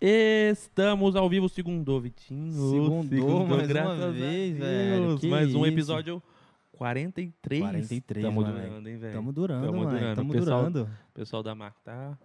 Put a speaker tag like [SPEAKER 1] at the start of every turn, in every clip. [SPEAKER 1] Estamos ao vivo, segundo Vitinho.
[SPEAKER 2] Segundou, mais uma
[SPEAKER 1] graças a
[SPEAKER 2] vez,
[SPEAKER 1] Deus.
[SPEAKER 2] velho, que
[SPEAKER 1] Mais um
[SPEAKER 2] isso.
[SPEAKER 1] episódio 43.
[SPEAKER 2] 43,
[SPEAKER 1] Tamo
[SPEAKER 2] mano.
[SPEAKER 1] durando, hein, velho?
[SPEAKER 2] Tamo durando,
[SPEAKER 1] Tamo
[SPEAKER 2] mano.
[SPEAKER 1] durando.
[SPEAKER 2] Tamo
[SPEAKER 1] Pessoal-
[SPEAKER 2] durando.
[SPEAKER 1] O pessoal da Mac tá,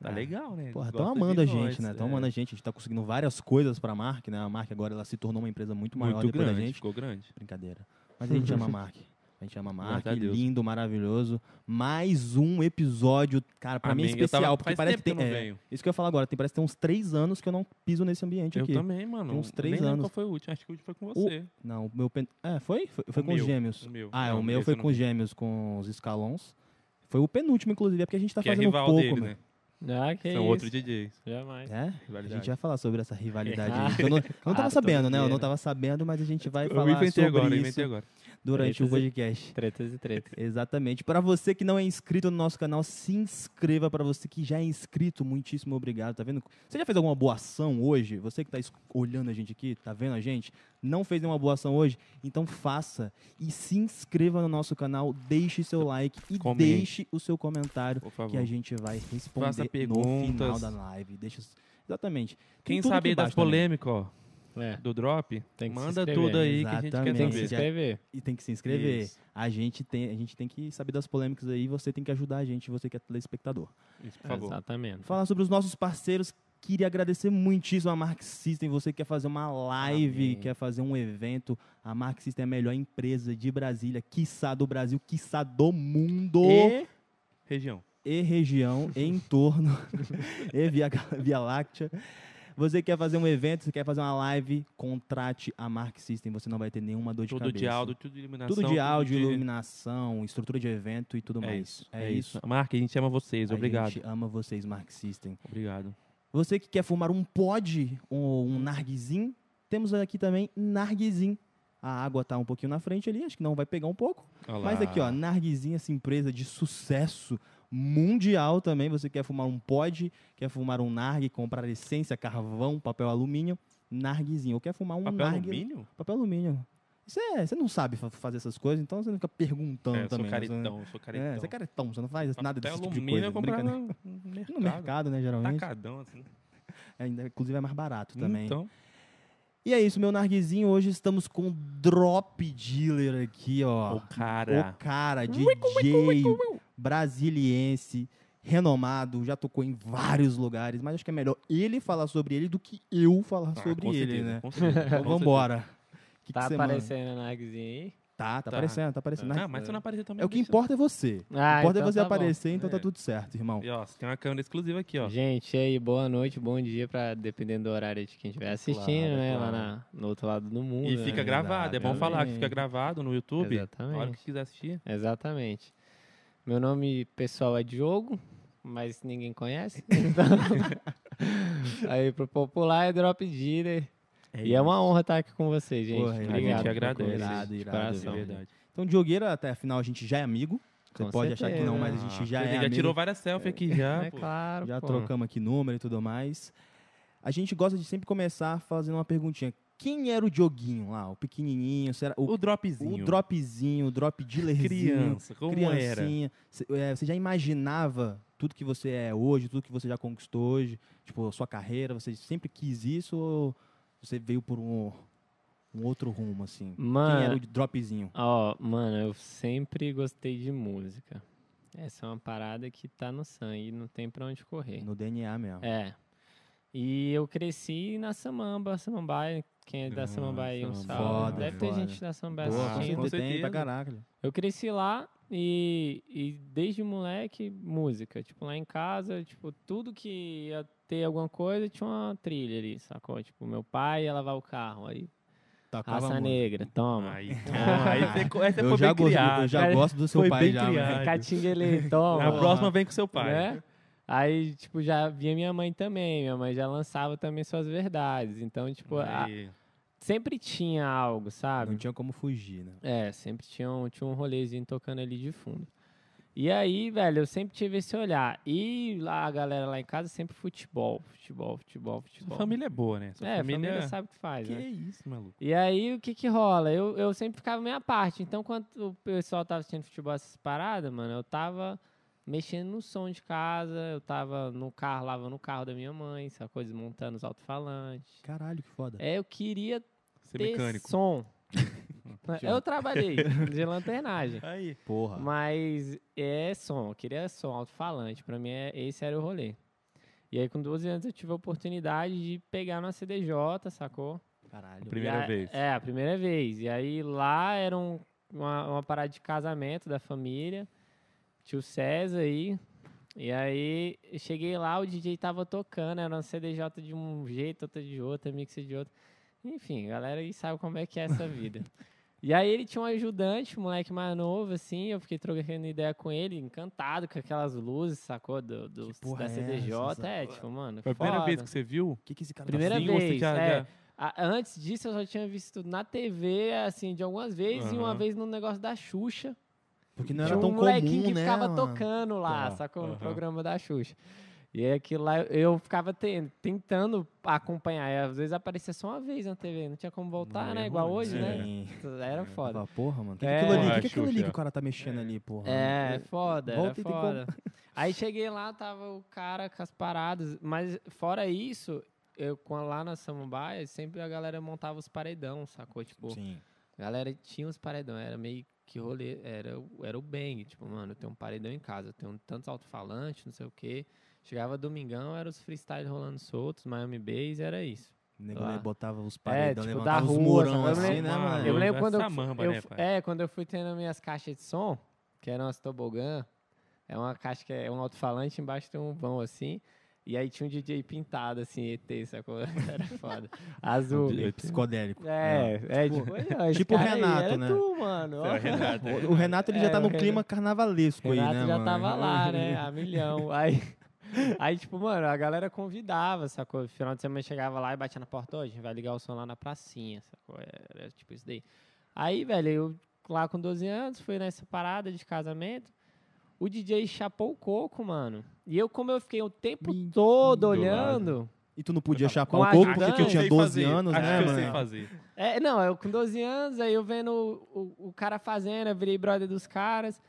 [SPEAKER 1] tá
[SPEAKER 2] Ah,
[SPEAKER 1] legal, né?
[SPEAKER 2] Porra,
[SPEAKER 1] Eles
[SPEAKER 2] tão
[SPEAKER 1] gostam de
[SPEAKER 2] amando a
[SPEAKER 1] nós,
[SPEAKER 2] gente, né? Tão
[SPEAKER 1] é.
[SPEAKER 2] amando a gente. A gente tá conseguindo várias coisas pra Mark, né? A Mark agora ela se tornou uma empresa muito maior
[SPEAKER 1] Muito
[SPEAKER 2] depois
[SPEAKER 1] grande,
[SPEAKER 2] da gente.
[SPEAKER 1] ficou grande.
[SPEAKER 2] Brincadeira. Mas a gente ama a Mark. A gente ama a Mark.
[SPEAKER 1] Graças a Deus.
[SPEAKER 2] Lindo, maravilhoso. Mais um episódio, cara, pra mim é
[SPEAKER 1] Amém. Eu tava-
[SPEAKER 2] especial. porque
[SPEAKER 1] faz
[SPEAKER 2] parece
[SPEAKER 1] tempo que
[SPEAKER 2] que
[SPEAKER 1] eu
[SPEAKER 2] tem.
[SPEAKER 1] não
[SPEAKER 2] é,
[SPEAKER 1] venho.
[SPEAKER 2] isso que eu ia falar agora. Tem, parece que tem uns três anos que eu não piso nesse ambiente
[SPEAKER 1] Eu
[SPEAKER 2] aqui.
[SPEAKER 1] também, mano.
[SPEAKER 2] Tem uns três
[SPEAKER 1] Nem lembro
[SPEAKER 2] anos.
[SPEAKER 1] Qual foi o último? Acho que o último foi com
[SPEAKER 2] O-
[SPEAKER 1] você.
[SPEAKER 2] Não, o meu. pen- É, foi? Foi, foi
[SPEAKER 1] O
[SPEAKER 2] com os
[SPEAKER 1] meu,
[SPEAKER 2] gêmeos.
[SPEAKER 1] o meu.
[SPEAKER 2] Ah, é,
[SPEAKER 1] Não,
[SPEAKER 2] o meu
[SPEAKER 1] esse
[SPEAKER 2] foi
[SPEAKER 1] eu não
[SPEAKER 2] com os
[SPEAKER 1] vi.
[SPEAKER 2] gêmeos, com os escalons. Foi o penúltimo, inclusive, é porque a gente tá
[SPEAKER 1] que é
[SPEAKER 2] fazendo
[SPEAKER 1] rival
[SPEAKER 2] pouco,
[SPEAKER 1] dele,
[SPEAKER 2] meu.
[SPEAKER 1] né?
[SPEAKER 3] Ah, que
[SPEAKER 1] São
[SPEAKER 3] isso.
[SPEAKER 1] outros DJs.
[SPEAKER 3] Jamais.
[SPEAKER 2] É? A gente
[SPEAKER 1] Rivalidade.
[SPEAKER 2] vai falar sobre essa rivalidade.
[SPEAKER 3] Ah.
[SPEAKER 2] aí, que Eu não, eu não tava
[SPEAKER 3] Ah, tô
[SPEAKER 2] sabendo, né? Eu não
[SPEAKER 3] entendendo.
[SPEAKER 2] tava sabendo, mas a gente vai
[SPEAKER 1] Eu
[SPEAKER 2] falar
[SPEAKER 1] inventei
[SPEAKER 2] sobre
[SPEAKER 1] agora, eu
[SPEAKER 2] isso
[SPEAKER 1] inventei agora.
[SPEAKER 2] durante o
[SPEAKER 3] Tretas e-
[SPEAKER 2] podcast.
[SPEAKER 3] Tretas e tretas.
[SPEAKER 2] Exatamente. Para você que não é inscrito no nosso canal, se inscreva. Para você que já é inscrito, muitíssimo obrigado. Tá vendo? Você já fez alguma boa ação hoje? Você que tá es- olhando a gente aqui, tá vendo a gente? Não fez nenhuma boa ação hoje? Então faça e se inscreva no nosso canal, deixe seu like e
[SPEAKER 1] Então, Comente.
[SPEAKER 2] deixe o seu comentário
[SPEAKER 1] Por favor.
[SPEAKER 2] que a gente vai
[SPEAKER 1] Faça
[SPEAKER 2] responder no
[SPEAKER 1] perguntas.
[SPEAKER 2] final da live. Deixa os- Exatamente. Tem
[SPEAKER 1] Quem
[SPEAKER 2] tudo aqui
[SPEAKER 1] sabe das
[SPEAKER 2] embaixo também. né?
[SPEAKER 1] polêmicas, ó,
[SPEAKER 3] É.
[SPEAKER 1] do drop,
[SPEAKER 3] Tem que se
[SPEAKER 1] manda
[SPEAKER 3] inscrever.
[SPEAKER 1] tudo aí que a gente
[SPEAKER 2] Exatamente.
[SPEAKER 3] Tem
[SPEAKER 1] quer
[SPEAKER 3] que se
[SPEAKER 1] saber.
[SPEAKER 2] Já-
[SPEAKER 3] inscrever.
[SPEAKER 2] E tem que se inscrever.
[SPEAKER 1] Isso.
[SPEAKER 2] A gente tem, a gente tem que saber das polêmicas aí, você tem que ajudar a gente, você que é telespectador.
[SPEAKER 1] Isso, por favor.
[SPEAKER 3] Exatamente.
[SPEAKER 2] falar sobre os nossos parceiros. Queria agradecer muitíssimo a Mark System. Você quer fazer uma live,
[SPEAKER 3] Amém.
[SPEAKER 2] quer fazer um evento. A Mark System é a melhor empresa de Brasília, quiçá do Brasil, quiçá do mundo
[SPEAKER 1] E região.
[SPEAKER 2] e região e entorno e via, via Láctea. Você quer fazer um evento, você quer fazer uma live, contrate a Mark System. Você não vai ter nenhuma dor de
[SPEAKER 1] Tudo
[SPEAKER 2] cabeça.
[SPEAKER 1] de áudio, tudo de iluminação.
[SPEAKER 2] Tudo de áudio,
[SPEAKER 1] de-
[SPEAKER 2] iluminação, estrutura de evento e tudo
[SPEAKER 1] É
[SPEAKER 2] mais.
[SPEAKER 1] isso. É isso. Marca, a gente ama vocês.
[SPEAKER 2] A
[SPEAKER 1] Obrigado.
[SPEAKER 2] gente ama vocês, Mark System.
[SPEAKER 1] Obrigado.
[SPEAKER 2] Você que quer fumar um pod ou um narguizin, temos aqui também narguizin. A água tá um pouquinho na frente ali, acho que não vai pegar um pouco.
[SPEAKER 1] Olha
[SPEAKER 2] Mas
[SPEAKER 1] lá.
[SPEAKER 2] aqui, ó, narguizin, essa empresa de sucesso mundial também. Você quer fumar um pod, quer fumar um nargue, comprar essência, carvão, papel alumínio, narguizin. Ou quer fumar um
[SPEAKER 1] Papel
[SPEAKER 2] nargue...
[SPEAKER 1] alumínio?
[SPEAKER 2] Papel alumínio. Você, é- você não sabe fa- fazer essas coisas, então você não fica perguntando
[SPEAKER 1] É, eu
[SPEAKER 2] também.
[SPEAKER 1] sou
[SPEAKER 2] né? Você-
[SPEAKER 1] caretão, eu sou caretão.
[SPEAKER 2] É, você é caretão, você não faz nada desse
[SPEAKER 1] Papel
[SPEAKER 2] tipo de
[SPEAKER 1] alumínio
[SPEAKER 2] coisa.
[SPEAKER 1] eu comprava
[SPEAKER 2] brincadeira.
[SPEAKER 1] no mercado.
[SPEAKER 2] No mercado, né, geralmente.
[SPEAKER 1] Tacadão, assim.
[SPEAKER 2] Ainda, inclusive é mais barato também.
[SPEAKER 1] Então,
[SPEAKER 2] E é isso, meu narguizinho. Hoje estamos com o Drop Dealer aqui, ó.
[SPEAKER 1] o cara.
[SPEAKER 2] O cara, DJ, brasiliense, renomado, já tocou em vários lugares, mas acho que é melhor ele falar sobre ele do que eu falar
[SPEAKER 1] Ah,
[SPEAKER 2] sobre
[SPEAKER 1] com
[SPEAKER 2] ele,
[SPEAKER 1] certeza,
[SPEAKER 2] né?
[SPEAKER 1] com certeza,
[SPEAKER 2] Então
[SPEAKER 1] com
[SPEAKER 2] vambora. Que
[SPEAKER 3] Tá
[SPEAKER 2] que você manda?
[SPEAKER 3] aparecendo a Nagzinha aí?
[SPEAKER 2] Tá, tá,
[SPEAKER 1] Tá.
[SPEAKER 2] aparecendo, tá aparecendo.
[SPEAKER 1] certeza. Ah, mas se não aparecer também.
[SPEAKER 2] É o que
[SPEAKER 1] deixa.
[SPEAKER 2] importa é você.
[SPEAKER 3] Ah,
[SPEAKER 2] o que importa
[SPEAKER 3] então
[SPEAKER 2] é você
[SPEAKER 3] tá bom.
[SPEAKER 2] aparecer, então tá
[SPEAKER 1] É.
[SPEAKER 2] tudo certo, irmão.
[SPEAKER 1] E, ó, você tem uma câmera exclusiva aqui, ó.
[SPEAKER 3] Gente, e aí, boa noite, bom dia, pra, dependendo do horário de quem estiver assistindo, né? Lá na- no outro lado do mundo.
[SPEAKER 1] E
[SPEAKER 3] né?
[SPEAKER 1] fica gravado. É bom
[SPEAKER 3] Exatamente.
[SPEAKER 1] falar que fica gravado no YouTube. Na hora que
[SPEAKER 3] Exatamente.
[SPEAKER 1] quiser assistir.
[SPEAKER 3] Exatamente. Meu nome pessoal é Diogo, mas ninguém conhece. Então, aí pro popular é Drop Dealer. e é uma honra estar aqui com vocês, gente.
[SPEAKER 2] Porra, a gente
[SPEAKER 3] Obrigado. por
[SPEAKER 1] agradece.
[SPEAKER 3] convidar,
[SPEAKER 2] Irado,
[SPEAKER 3] de
[SPEAKER 2] irado,
[SPEAKER 3] coração.
[SPEAKER 1] É verdade.
[SPEAKER 2] Então, Diogueira, até afinal, a gente já é amigo. Você
[SPEAKER 3] Com
[SPEAKER 2] pode achar que não,
[SPEAKER 3] certeza.
[SPEAKER 2] mas a gente já
[SPEAKER 1] Ah,
[SPEAKER 2] é
[SPEAKER 1] ele já
[SPEAKER 2] amigo.
[SPEAKER 1] tirou várias selfies aqui já.
[SPEAKER 3] É
[SPEAKER 1] pô.
[SPEAKER 3] claro,
[SPEAKER 2] Já
[SPEAKER 3] pô.
[SPEAKER 2] trocamos aqui número e tudo mais. A gente gosta de sempre começar fazendo uma perguntinha. Quem era o Dioguinho lá? O pequenininho? Será o,
[SPEAKER 1] O
[SPEAKER 2] o
[SPEAKER 1] dropzinho.
[SPEAKER 2] dropzinho, o drop dealerzinho?
[SPEAKER 1] Criança, como era?
[SPEAKER 2] criancinha. Cê- é, Você já imaginava tudo que você é hoje, tudo que você já conquistou hoje? Tipo, a sua carreira, você sempre quis isso ou você veio por um, um outro rumo, assim? Quem era
[SPEAKER 3] Mano,
[SPEAKER 2] o dropzinho?
[SPEAKER 3] ó, mano, eu sempre gostei de música. Essa é uma parada que tá no sangue, não tem pra onde correr.
[SPEAKER 2] No DNA mesmo.
[SPEAKER 3] É. E eu cresci na Samamba, Samambaia. Quem é da
[SPEAKER 1] Ah,
[SPEAKER 3] Samambaia aí, um
[SPEAKER 1] Samambaia.
[SPEAKER 3] salve.
[SPEAKER 2] Foda,
[SPEAKER 3] Deve ter
[SPEAKER 2] foda.
[SPEAKER 3] gente da Samambaia
[SPEAKER 2] Boa,
[SPEAKER 1] Ah,
[SPEAKER 2] com
[SPEAKER 3] assistindo.
[SPEAKER 1] com
[SPEAKER 2] certeza tem pra
[SPEAKER 1] certeza.
[SPEAKER 2] caralho.
[SPEAKER 3] Eu cresci lá e, e desde moleque, música. Tipo, lá em casa, tipo, tudo que ia ter alguma coisa tinha uma trilha ali, sacou? Tipo, meu pai ia lavar o carro. Aí,
[SPEAKER 2] Tacava
[SPEAKER 3] raça
[SPEAKER 2] muito.
[SPEAKER 3] negra, toma.
[SPEAKER 1] Aí, ah, aí você, co- aí você
[SPEAKER 2] Eu
[SPEAKER 1] foi
[SPEAKER 2] já,
[SPEAKER 1] bem
[SPEAKER 2] gosto,
[SPEAKER 1] criado.
[SPEAKER 2] eu já
[SPEAKER 3] cara.
[SPEAKER 2] gosto do seu
[SPEAKER 1] Foi
[SPEAKER 2] pai
[SPEAKER 1] bem
[SPEAKER 2] já, mano.
[SPEAKER 1] criado.
[SPEAKER 3] Catinguele, toma.
[SPEAKER 1] Na próxima vem com seu pai.
[SPEAKER 3] Né? Aí, tipo, já vinha minha mãe também. Minha mãe já lançava também suas verdades. Então, tipo, a-
[SPEAKER 1] Aí,
[SPEAKER 3] sempre tinha algo, sabe?
[SPEAKER 2] Não tinha como fugir, né?
[SPEAKER 3] É, sempre tinha um, tinha um rolezinho tocando ali de fundo. E aí, velho, eu sempre tive esse olhar. E lá a galera lá em casa sempre futebol, futebol, futebol,
[SPEAKER 1] sua
[SPEAKER 3] futebol.
[SPEAKER 1] família é boa, né? Sua
[SPEAKER 3] é, família,
[SPEAKER 1] família
[SPEAKER 3] sabe o que faz,
[SPEAKER 1] Que
[SPEAKER 3] né?
[SPEAKER 1] isso, maluco.
[SPEAKER 3] E aí, o que que rola? Eu, eu sempre ficava meia parte. Então, quando o pessoal tava assistindo futebol essas paradas, mano, eu tava mexendo no som de casa, eu tava no carro, lavando o carro da minha mãe, essa coisa, montando os alto-falantes.
[SPEAKER 2] Caralho, que foda.
[SPEAKER 3] É, eu queria
[SPEAKER 1] Ser
[SPEAKER 3] ter
[SPEAKER 1] mecânico.
[SPEAKER 3] som. eu trabalhei de lanternagem.
[SPEAKER 1] Aí.
[SPEAKER 2] Porra.
[SPEAKER 3] Mas é som, eu queria som, alto-falante. Pra mim, é, esse era o rolê. E aí, com 12 anos, eu tive a oportunidade de pegar na CDJ, sacou?
[SPEAKER 2] Caralho.
[SPEAKER 1] Primeiro- Primeira
[SPEAKER 3] E a-
[SPEAKER 1] vez.
[SPEAKER 3] É, a primeira vez. E aí, lá era um- uma, uma parada de casamento da família. Tio César aí. E aí, eu cheguei lá, o DJ tava tocando. Era uma CDJ de um jeito, outra de outra, mixer de outro. Enfim, a galera aí sabe como é que é essa vida. E aí ele tinha um ajudante, um moleque mais novo, assim, eu fiquei trocando ideia com ele, encantado com aquelas luzes, sacou? Do, do-
[SPEAKER 2] Que porra
[SPEAKER 3] da
[SPEAKER 2] é
[SPEAKER 3] CDJ.
[SPEAKER 2] essa,
[SPEAKER 3] é,
[SPEAKER 2] sacou?
[SPEAKER 3] tipo, mano.
[SPEAKER 1] Foi a primeira
[SPEAKER 3] foda.
[SPEAKER 1] vez que você viu?
[SPEAKER 2] O que, que esse cara
[SPEAKER 3] Primeira
[SPEAKER 2] tá
[SPEAKER 1] Sim,
[SPEAKER 3] vez,
[SPEAKER 1] você já-
[SPEAKER 3] é.
[SPEAKER 1] já-
[SPEAKER 3] A- antes disso eu só tinha visto na TV, assim, de algumas vezes, e uma
[SPEAKER 1] Aham.
[SPEAKER 3] vez no negócio da Xuxa.
[SPEAKER 2] Porque não
[SPEAKER 3] tinha
[SPEAKER 2] era
[SPEAKER 3] um
[SPEAKER 2] tão
[SPEAKER 3] molequinho
[SPEAKER 2] comum,
[SPEAKER 3] que
[SPEAKER 2] né,
[SPEAKER 3] ficava
[SPEAKER 2] mano?
[SPEAKER 3] tocando lá,
[SPEAKER 2] Tá,
[SPEAKER 3] sacou? No
[SPEAKER 1] aham.
[SPEAKER 3] programa da Xuxa. E é que lá eu- eu ficava ten- tentando acompanhar. e às vezes aparecia só uma vez na TV, não tinha como voltar,
[SPEAKER 1] Não,
[SPEAKER 3] né?
[SPEAKER 1] é
[SPEAKER 3] Igual
[SPEAKER 1] ruim,
[SPEAKER 3] hoje,
[SPEAKER 1] né?
[SPEAKER 3] né? Era foda.
[SPEAKER 2] Tava, porra, mano. O que, que
[SPEAKER 3] É.
[SPEAKER 2] aquilo ali?
[SPEAKER 1] Porra,
[SPEAKER 2] O que, que aquilo ali
[SPEAKER 1] Xuxa.
[SPEAKER 2] que o cara tá mexendo ali, porra?
[SPEAKER 3] É, é foda, era
[SPEAKER 2] Volta e tem como-
[SPEAKER 3] foda. Aí cheguei lá, tava o cara com as paradas, mas fora isso, eu com- lá na Samambaia, sempre a galera montava os paredão, sacou? Tipo,
[SPEAKER 2] Sim.
[SPEAKER 3] a galera tinha os paredão, era meio que rolê, era, o- era o bang, tipo, mano, eu tenho um paredão em casa, eu tenho tantos alto-falantes, não sei o quê. Chegava domingão, era os freestyle rolando soltos, Miami Bass, era isso.
[SPEAKER 2] O nego
[SPEAKER 3] Lá.
[SPEAKER 2] ali botava os paredão,
[SPEAKER 3] tipo,
[SPEAKER 2] levantava
[SPEAKER 3] da
[SPEAKER 2] os
[SPEAKER 3] rua,
[SPEAKER 2] morão
[SPEAKER 3] sabe? Eu
[SPEAKER 2] assim,
[SPEAKER 1] lembro-
[SPEAKER 2] né, mano?
[SPEAKER 1] Ah, Eu
[SPEAKER 3] Eu lembro
[SPEAKER 1] já
[SPEAKER 3] quando eu, fu-
[SPEAKER 1] samamba,
[SPEAKER 3] eu
[SPEAKER 1] né,
[SPEAKER 3] fu-
[SPEAKER 1] pai?
[SPEAKER 3] é, quando eu fui tendo minhas caixas de som, que eram as tobogã, é uma caixa que é um alto-falante, embaixo tem um vão assim, e aí tinha um DJ pintado assim, ET, sacou? Era foda. Azul.
[SPEAKER 2] É Psicodélico.
[SPEAKER 3] É, é tipo, olha, esse
[SPEAKER 2] tipo o
[SPEAKER 3] cara aí,
[SPEAKER 2] Renato,
[SPEAKER 3] era
[SPEAKER 2] né?
[SPEAKER 3] tu, mano.
[SPEAKER 1] Você
[SPEAKER 3] ó.
[SPEAKER 1] é o Renato. né?
[SPEAKER 2] O- O Renato ele já
[SPEAKER 3] É,
[SPEAKER 2] tá
[SPEAKER 3] o
[SPEAKER 2] no
[SPEAKER 3] Renato-
[SPEAKER 2] clima carnavalesco aí, né,
[SPEAKER 3] Renato já
[SPEAKER 2] mano?
[SPEAKER 3] tava lá, né? A milhão. Aí, aí, tipo, mano, a galera convidava, sacou? Final de semana chegava lá e batia na porta, ó, a gente vai ligar o som lá na pracinha, sacou? Era tipo isso daí. Aí, velho, eu lá com 12 anos, fui nessa parada de casamento. O DJ chapou o coco, mano. E eu, como eu fiquei o tempo
[SPEAKER 2] Ih,
[SPEAKER 3] todo
[SPEAKER 1] do
[SPEAKER 3] olhando,
[SPEAKER 2] E tu não podia chapar
[SPEAKER 3] Com
[SPEAKER 2] o coco
[SPEAKER 3] a
[SPEAKER 2] porque
[SPEAKER 1] Acho
[SPEAKER 2] tu
[SPEAKER 1] que eu
[SPEAKER 2] tinha
[SPEAKER 1] sei
[SPEAKER 2] 12
[SPEAKER 1] fazer,
[SPEAKER 2] anos,
[SPEAKER 1] acho
[SPEAKER 2] né,
[SPEAKER 1] que eu sei
[SPEAKER 2] mano?
[SPEAKER 1] fazer.
[SPEAKER 3] É, não, eu com 12 anos, aí eu vendo o, o, o cara fazendo, eu virei brother dos caras.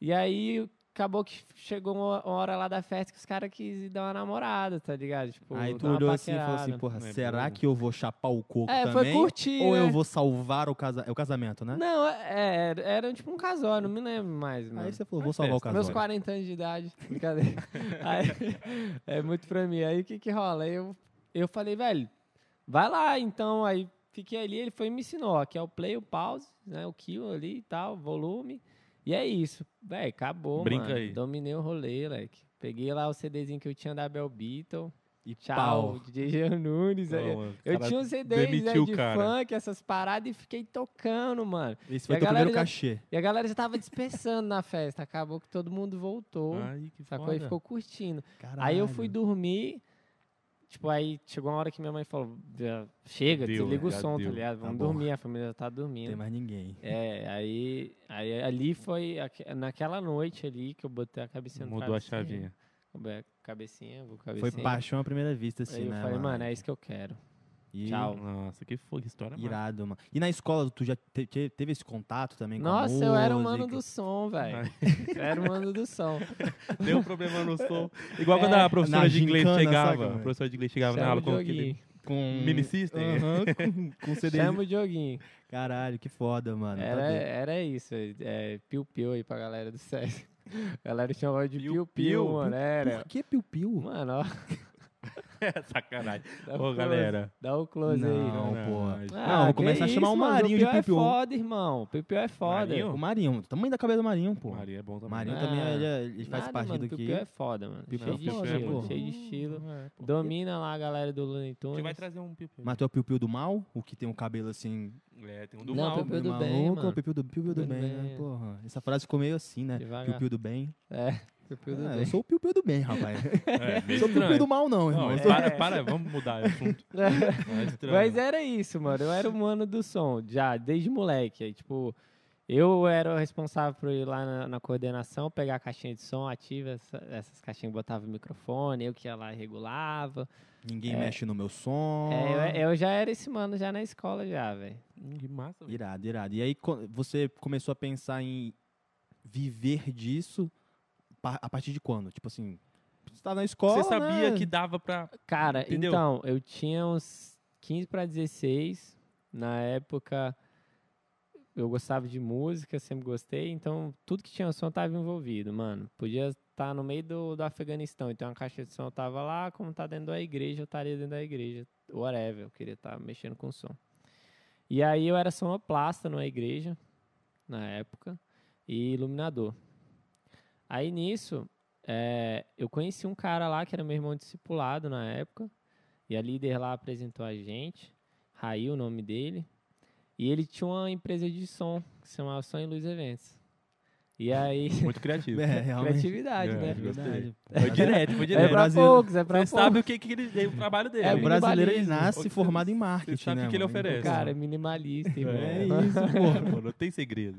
[SPEAKER 3] E aí acabou que chegou uma uma hora lá da festa que os caras quis dar uma namorada, tá ligado? Tipo,
[SPEAKER 2] Aí tu
[SPEAKER 3] dar uma
[SPEAKER 2] olhou assim e falou assim,
[SPEAKER 3] paquerada.
[SPEAKER 2] porra,
[SPEAKER 1] Não é
[SPEAKER 2] será
[SPEAKER 1] bobo.
[SPEAKER 2] que eu vou chapar o coco
[SPEAKER 3] É, foi
[SPEAKER 2] também?
[SPEAKER 3] curtir.
[SPEAKER 2] Ou eu
[SPEAKER 3] né?
[SPEAKER 2] vou salvar o casamento? É o casamento, né?
[SPEAKER 3] Não, é, era, era tipo um casório, não me lembro mais. Mano.
[SPEAKER 2] Aí você falou,
[SPEAKER 1] Uma
[SPEAKER 2] vou salvar o
[SPEAKER 1] festa.
[SPEAKER 2] casamento.
[SPEAKER 3] Meus 40 anos de idade. Brincadeira. Aí, é muito pra mim. Aí o que que rola? Aí eu, eu falei, velho, vai lá. Então, aí fiquei ali, ele foi e me ensinou, ó, que é o play, o pause, né, o kill ali e tal, volume. E é isso. Velho, acabou,
[SPEAKER 1] Brinca
[SPEAKER 3] mano.
[SPEAKER 1] aí.
[SPEAKER 3] Dominei o rolê, leque. Peguei lá o CDzinho que eu tinha da Bel Beatle.
[SPEAKER 2] E
[SPEAKER 3] Tchau,
[SPEAKER 2] pau.
[SPEAKER 3] DJ Jean Nunes. aí.
[SPEAKER 1] Pô, mano,
[SPEAKER 3] Eu
[SPEAKER 1] cara
[SPEAKER 3] tinha um CD
[SPEAKER 1] demitiu o
[SPEAKER 3] de
[SPEAKER 1] cara.
[SPEAKER 3] funk, essas paradas, e fiquei tocando, mano.
[SPEAKER 2] Esse
[SPEAKER 3] E
[SPEAKER 2] foi
[SPEAKER 3] a
[SPEAKER 2] teu
[SPEAKER 3] galera
[SPEAKER 2] primeiro
[SPEAKER 3] já-
[SPEAKER 2] cachê.
[SPEAKER 3] E a galera já tava dispersando na festa. Acabou que todo mundo voltou.
[SPEAKER 1] Ai, Ah, que
[SPEAKER 3] Sacou?
[SPEAKER 1] foda.
[SPEAKER 3] E ficou curtindo.
[SPEAKER 2] Caralho.
[SPEAKER 3] Aí eu fui dormir. Tipo, aí chegou uma hora que minha mãe falou: "Já chega,
[SPEAKER 1] Deu,
[SPEAKER 3] desliga o
[SPEAKER 1] já
[SPEAKER 3] som,
[SPEAKER 1] deu.
[SPEAKER 3] tá ligado? Vamos
[SPEAKER 2] bom.
[SPEAKER 3] dormir, a família já tá
[SPEAKER 2] Não tem
[SPEAKER 3] dormindo.
[SPEAKER 2] mais ninguém.
[SPEAKER 3] É, aí, aí ali foi aque- naquela noite ali que eu botei a cabecinha no
[SPEAKER 1] Mudou a
[SPEAKER 3] travesseiro,
[SPEAKER 1] chavinha.
[SPEAKER 3] botei a Cabecinha, vou
[SPEAKER 2] Foi
[SPEAKER 3] cabecinha.
[SPEAKER 2] paixão à primeira vista, assim,
[SPEAKER 3] Aí eu
[SPEAKER 2] né,
[SPEAKER 3] falei, mano,
[SPEAKER 2] mano?
[SPEAKER 3] é isso que eu quero.
[SPEAKER 2] E-
[SPEAKER 3] Tchau. É
[SPEAKER 1] Nossa, que foda, que história massa.
[SPEAKER 2] Irado, mano. E na escola, tu já te- te- teve esse contato também com a
[SPEAKER 3] Nossa, eu era o mano
[SPEAKER 2] música?
[SPEAKER 3] do som, velho. Eu era o mano do som.
[SPEAKER 1] Deu um problema no som. Igual quando
[SPEAKER 3] É.
[SPEAKER 1] a professora
[SPEAKER 2] Na
[SPEAKER 1] de inglês
[SPEAKER 2] gincana,
[SPEAKER 1] chegava.
[SPEAKER 2] saca, mano?
[SPEAKER 1] a professora de inglês chegava na
[SPEAKER 3] Chama
[SPEAKER 1] aula
[SPEAKER 3] o
[SPEAKER 1] com aquele
[SPEAKER 3] Dioguinho.
[SPEAKER 2] Com...
[SPEAKER 1] mini system.
[SPEAKER 2] Aham, com, com CD.
[SPEAKER 3] Chama o Dioguinho.
[SPEAKER 2] Caralho, que foda, mano. Tá
[SPEAKER 3] Era,
[SPEAKER 2] doido.
[SPEAKER 3] era isso, é, piu-piu aí pra galera do SESC. A galera chamava de
[SPEAKER 1] Piu-piu?
[SPEAKER 3] piu-piu, mano, era.
[SPEAKER 2] Por que piu-piu?
[SPEAKER 3] Mano, ó,
[SPEAKER 1] É Sacanagem.
[SPEAKER 3] dá o
[SPEAKER 1] Ô,
[SPEAKER 3] close,
[SPEAKER 1] galera.
[SPEAKER 3] dá o close
[SPEAKER 2] Não,
[SPEAKER 3] aí. Ah,
[SPEAKER 2] porra.
[SPEAKER 1] gente.
[SPEAKER 2] Não, vou
[SPEAKER 3] que
[SPEAKER 2] começar a chamar o
[SPEAKER 3] mano,
[SPEAKER 2] Marinho de
[SPEAKER 3] piu-piu
[SPEAKER 2] piu-piu.
[SPEAKER 3] é foda, irmão, piu-piu é foda.
[SPEAKER 1] Marinho?
[SPEAKER 2] O Marinho, o tamanho da cabeça do Marinho, pô. Marinho,
[SPEAKER 1] Maria é bom também.
[SPEAKER 3] Não,
[SPEAKER 2] também, ele, é- ele faz
[SPEAKER 3] Ah, Nada,
[SPEAKER 2] parte
[SPEAKER 3] mano,
[SPEAKER 2] do que...
[SPEAKER 3] piu-piu é foda, mano,
[SPEAKER 2] Piu-piu
[SPEAKER 3] cheio
[SPEAKER 2] é
[SPEAKER 3] de
[SPEAKER 2] foda,
[SPEAKER 3] estilo,
[SPEAKER 2] pô.
[SPEAKER 3] cheio de estilo.
[SPEAKER 1] É, pô.
[SPEAKER 3] Domina lá a galera do Looney
[SPEAKER 1] A
[SPEAKER 3] Tunes.
[SPEAKER 1] gente vai trazer um piu
[SPEAKER 2] Mas tu é o piu-piu do mal? O que tem um cabelo assim...
[SPEAKER 1] É, tem um do
[SPEAKER 3] Não,
[SPEAKER 1] mal.
[SPEAKER 3] piu-piu do
[SPEAKER 2] meio
[SPEAKER 3] bem,
[SPEAKER 2] maluco,
[SPEAKER 3] mano.
[SPEAKER 2] Piu-piu do, piu-piu do bem, né? Porra, essa frase ficou meio assim, né?
[SPEAKER 3] Devagar.
[SPEAKER 2] Piu-piu do bem.
[SPEAKER 3] É, piu-piu do
[SPEAKER 2] Ah, eu
[SPEAKER 3] bem.
[SPEAKER 2] sou o piu-piu do bem, rapaz.
[SPEAKER 1] É,
[SPEAKER 2] Não
[SPEAKER 1] meio
[SPEAKER 2] sou o piu-piu
[SPEAKER 1] estranho.
[SPEAKER 2] do mal, não, irmão.
[SPEAKER 1] Não,
[SPEAKER 2] Eu
[SPEAKER 1] é,
[SPEAKER 2] sou-
[SPEAKER 1] para, para, vamos mudar o assunto. É estranho.
[SPEAKER 3] Mas era isso, mano. Eu era o mano do som, já, desde moleque. Aí, tipo, eu era o responsável por ir lá na, na coordenação, pegar a caixinha de som, ativa essa- essas caixinhas, botava o microfone, eu que ia lá e regulava.
[SPEAKER 2] Ninguém
[SPEAKER 3] É.
[SPEAKER 2] mexe no meu som.
[SPEAKER 3] É, eu, eu já era esse mano já na escola, já, velho.
[SPEAKER 1] Hum, Que massa. velho.
[SPEAKER 2] Irado, irado. E aí co- você começou a pensar em viver disso
[SPEAKER 4] pa- a partir de quando? Tipo assim, você tá na escola,
[SPEAKER 1] Você sabia
[SPEAKER 4] né?
[SPEAKER 1] que dava pra.
[SPEAKER 3] Cara,
[SPEAKER 1] Entendeu?
[SPEAKER 3] então, eu tinha uns 15 para 16. Na época, eu gostava de música, sempre gostei. Então, tudo que tinha som eu tava envolvido, mano. Podia estar no meio do, do Afeganistão. Então, a caixa de som eu tava lá. Como tá dentro da igreja, eu estaria dentro da igreja. Whatever, eu queria estar mexendo com som. E aí, eu era sonoplasta numa igreja, na época, e iluminador. Aí, nisso, é, eu conheci um cara lá que era meu irmão discipulado na época. E a líder lá apresentou a gente, Raí, o nome dele. E ele tinha uma empresa de som, que se chamava Som e Luz Eventos. E aí.
[SPEAKER 1] Muito criativo.
[SPEAKER 4] É, realmente.
[SPEAKER 3] criatividade,
[SPEAKER 1] É,
[SPEAKER 3] né?
[SPEAKER 1] eu gostei.
[SPEAKER 4] Verdade.
[SPEAKER 1] Foi direto, foi
[SPEAKER 3] É
[SPEAKER 1] direto.
[SPEAKER 3] pra
[SPEAKER 4] brasileiro.
[SPEAKER 3] poucos, é pra
[SPEAKER 1] Você
[SPEAKER 3] poucos.
[SPEAKER 1] sabe o que, que ele deu o trabalho dele.
[SPEAKER 3] É,
[SPEAKER 4] o brasileiro ele
[SPEAKER 3] minimalismo.
[SPEAKER 4] nasce
[SPEAKER 1] Você
[SPEAKER 4] formado em
[SPEAKER 1] sabe
[SPEAKER 4] marketing,
[SPEAKER 1] o
[SPEAKER 4] né,
[SPEAKER 1] que ele
[SPEAKER 4] mano?
[SPEAKER 1] oferece.
[SPEAKER 3] Cara, é minimalista, irmão.
[SPEAKER 4] É isso, pô.
[SPEAKER 1] Pô, não tem segredo.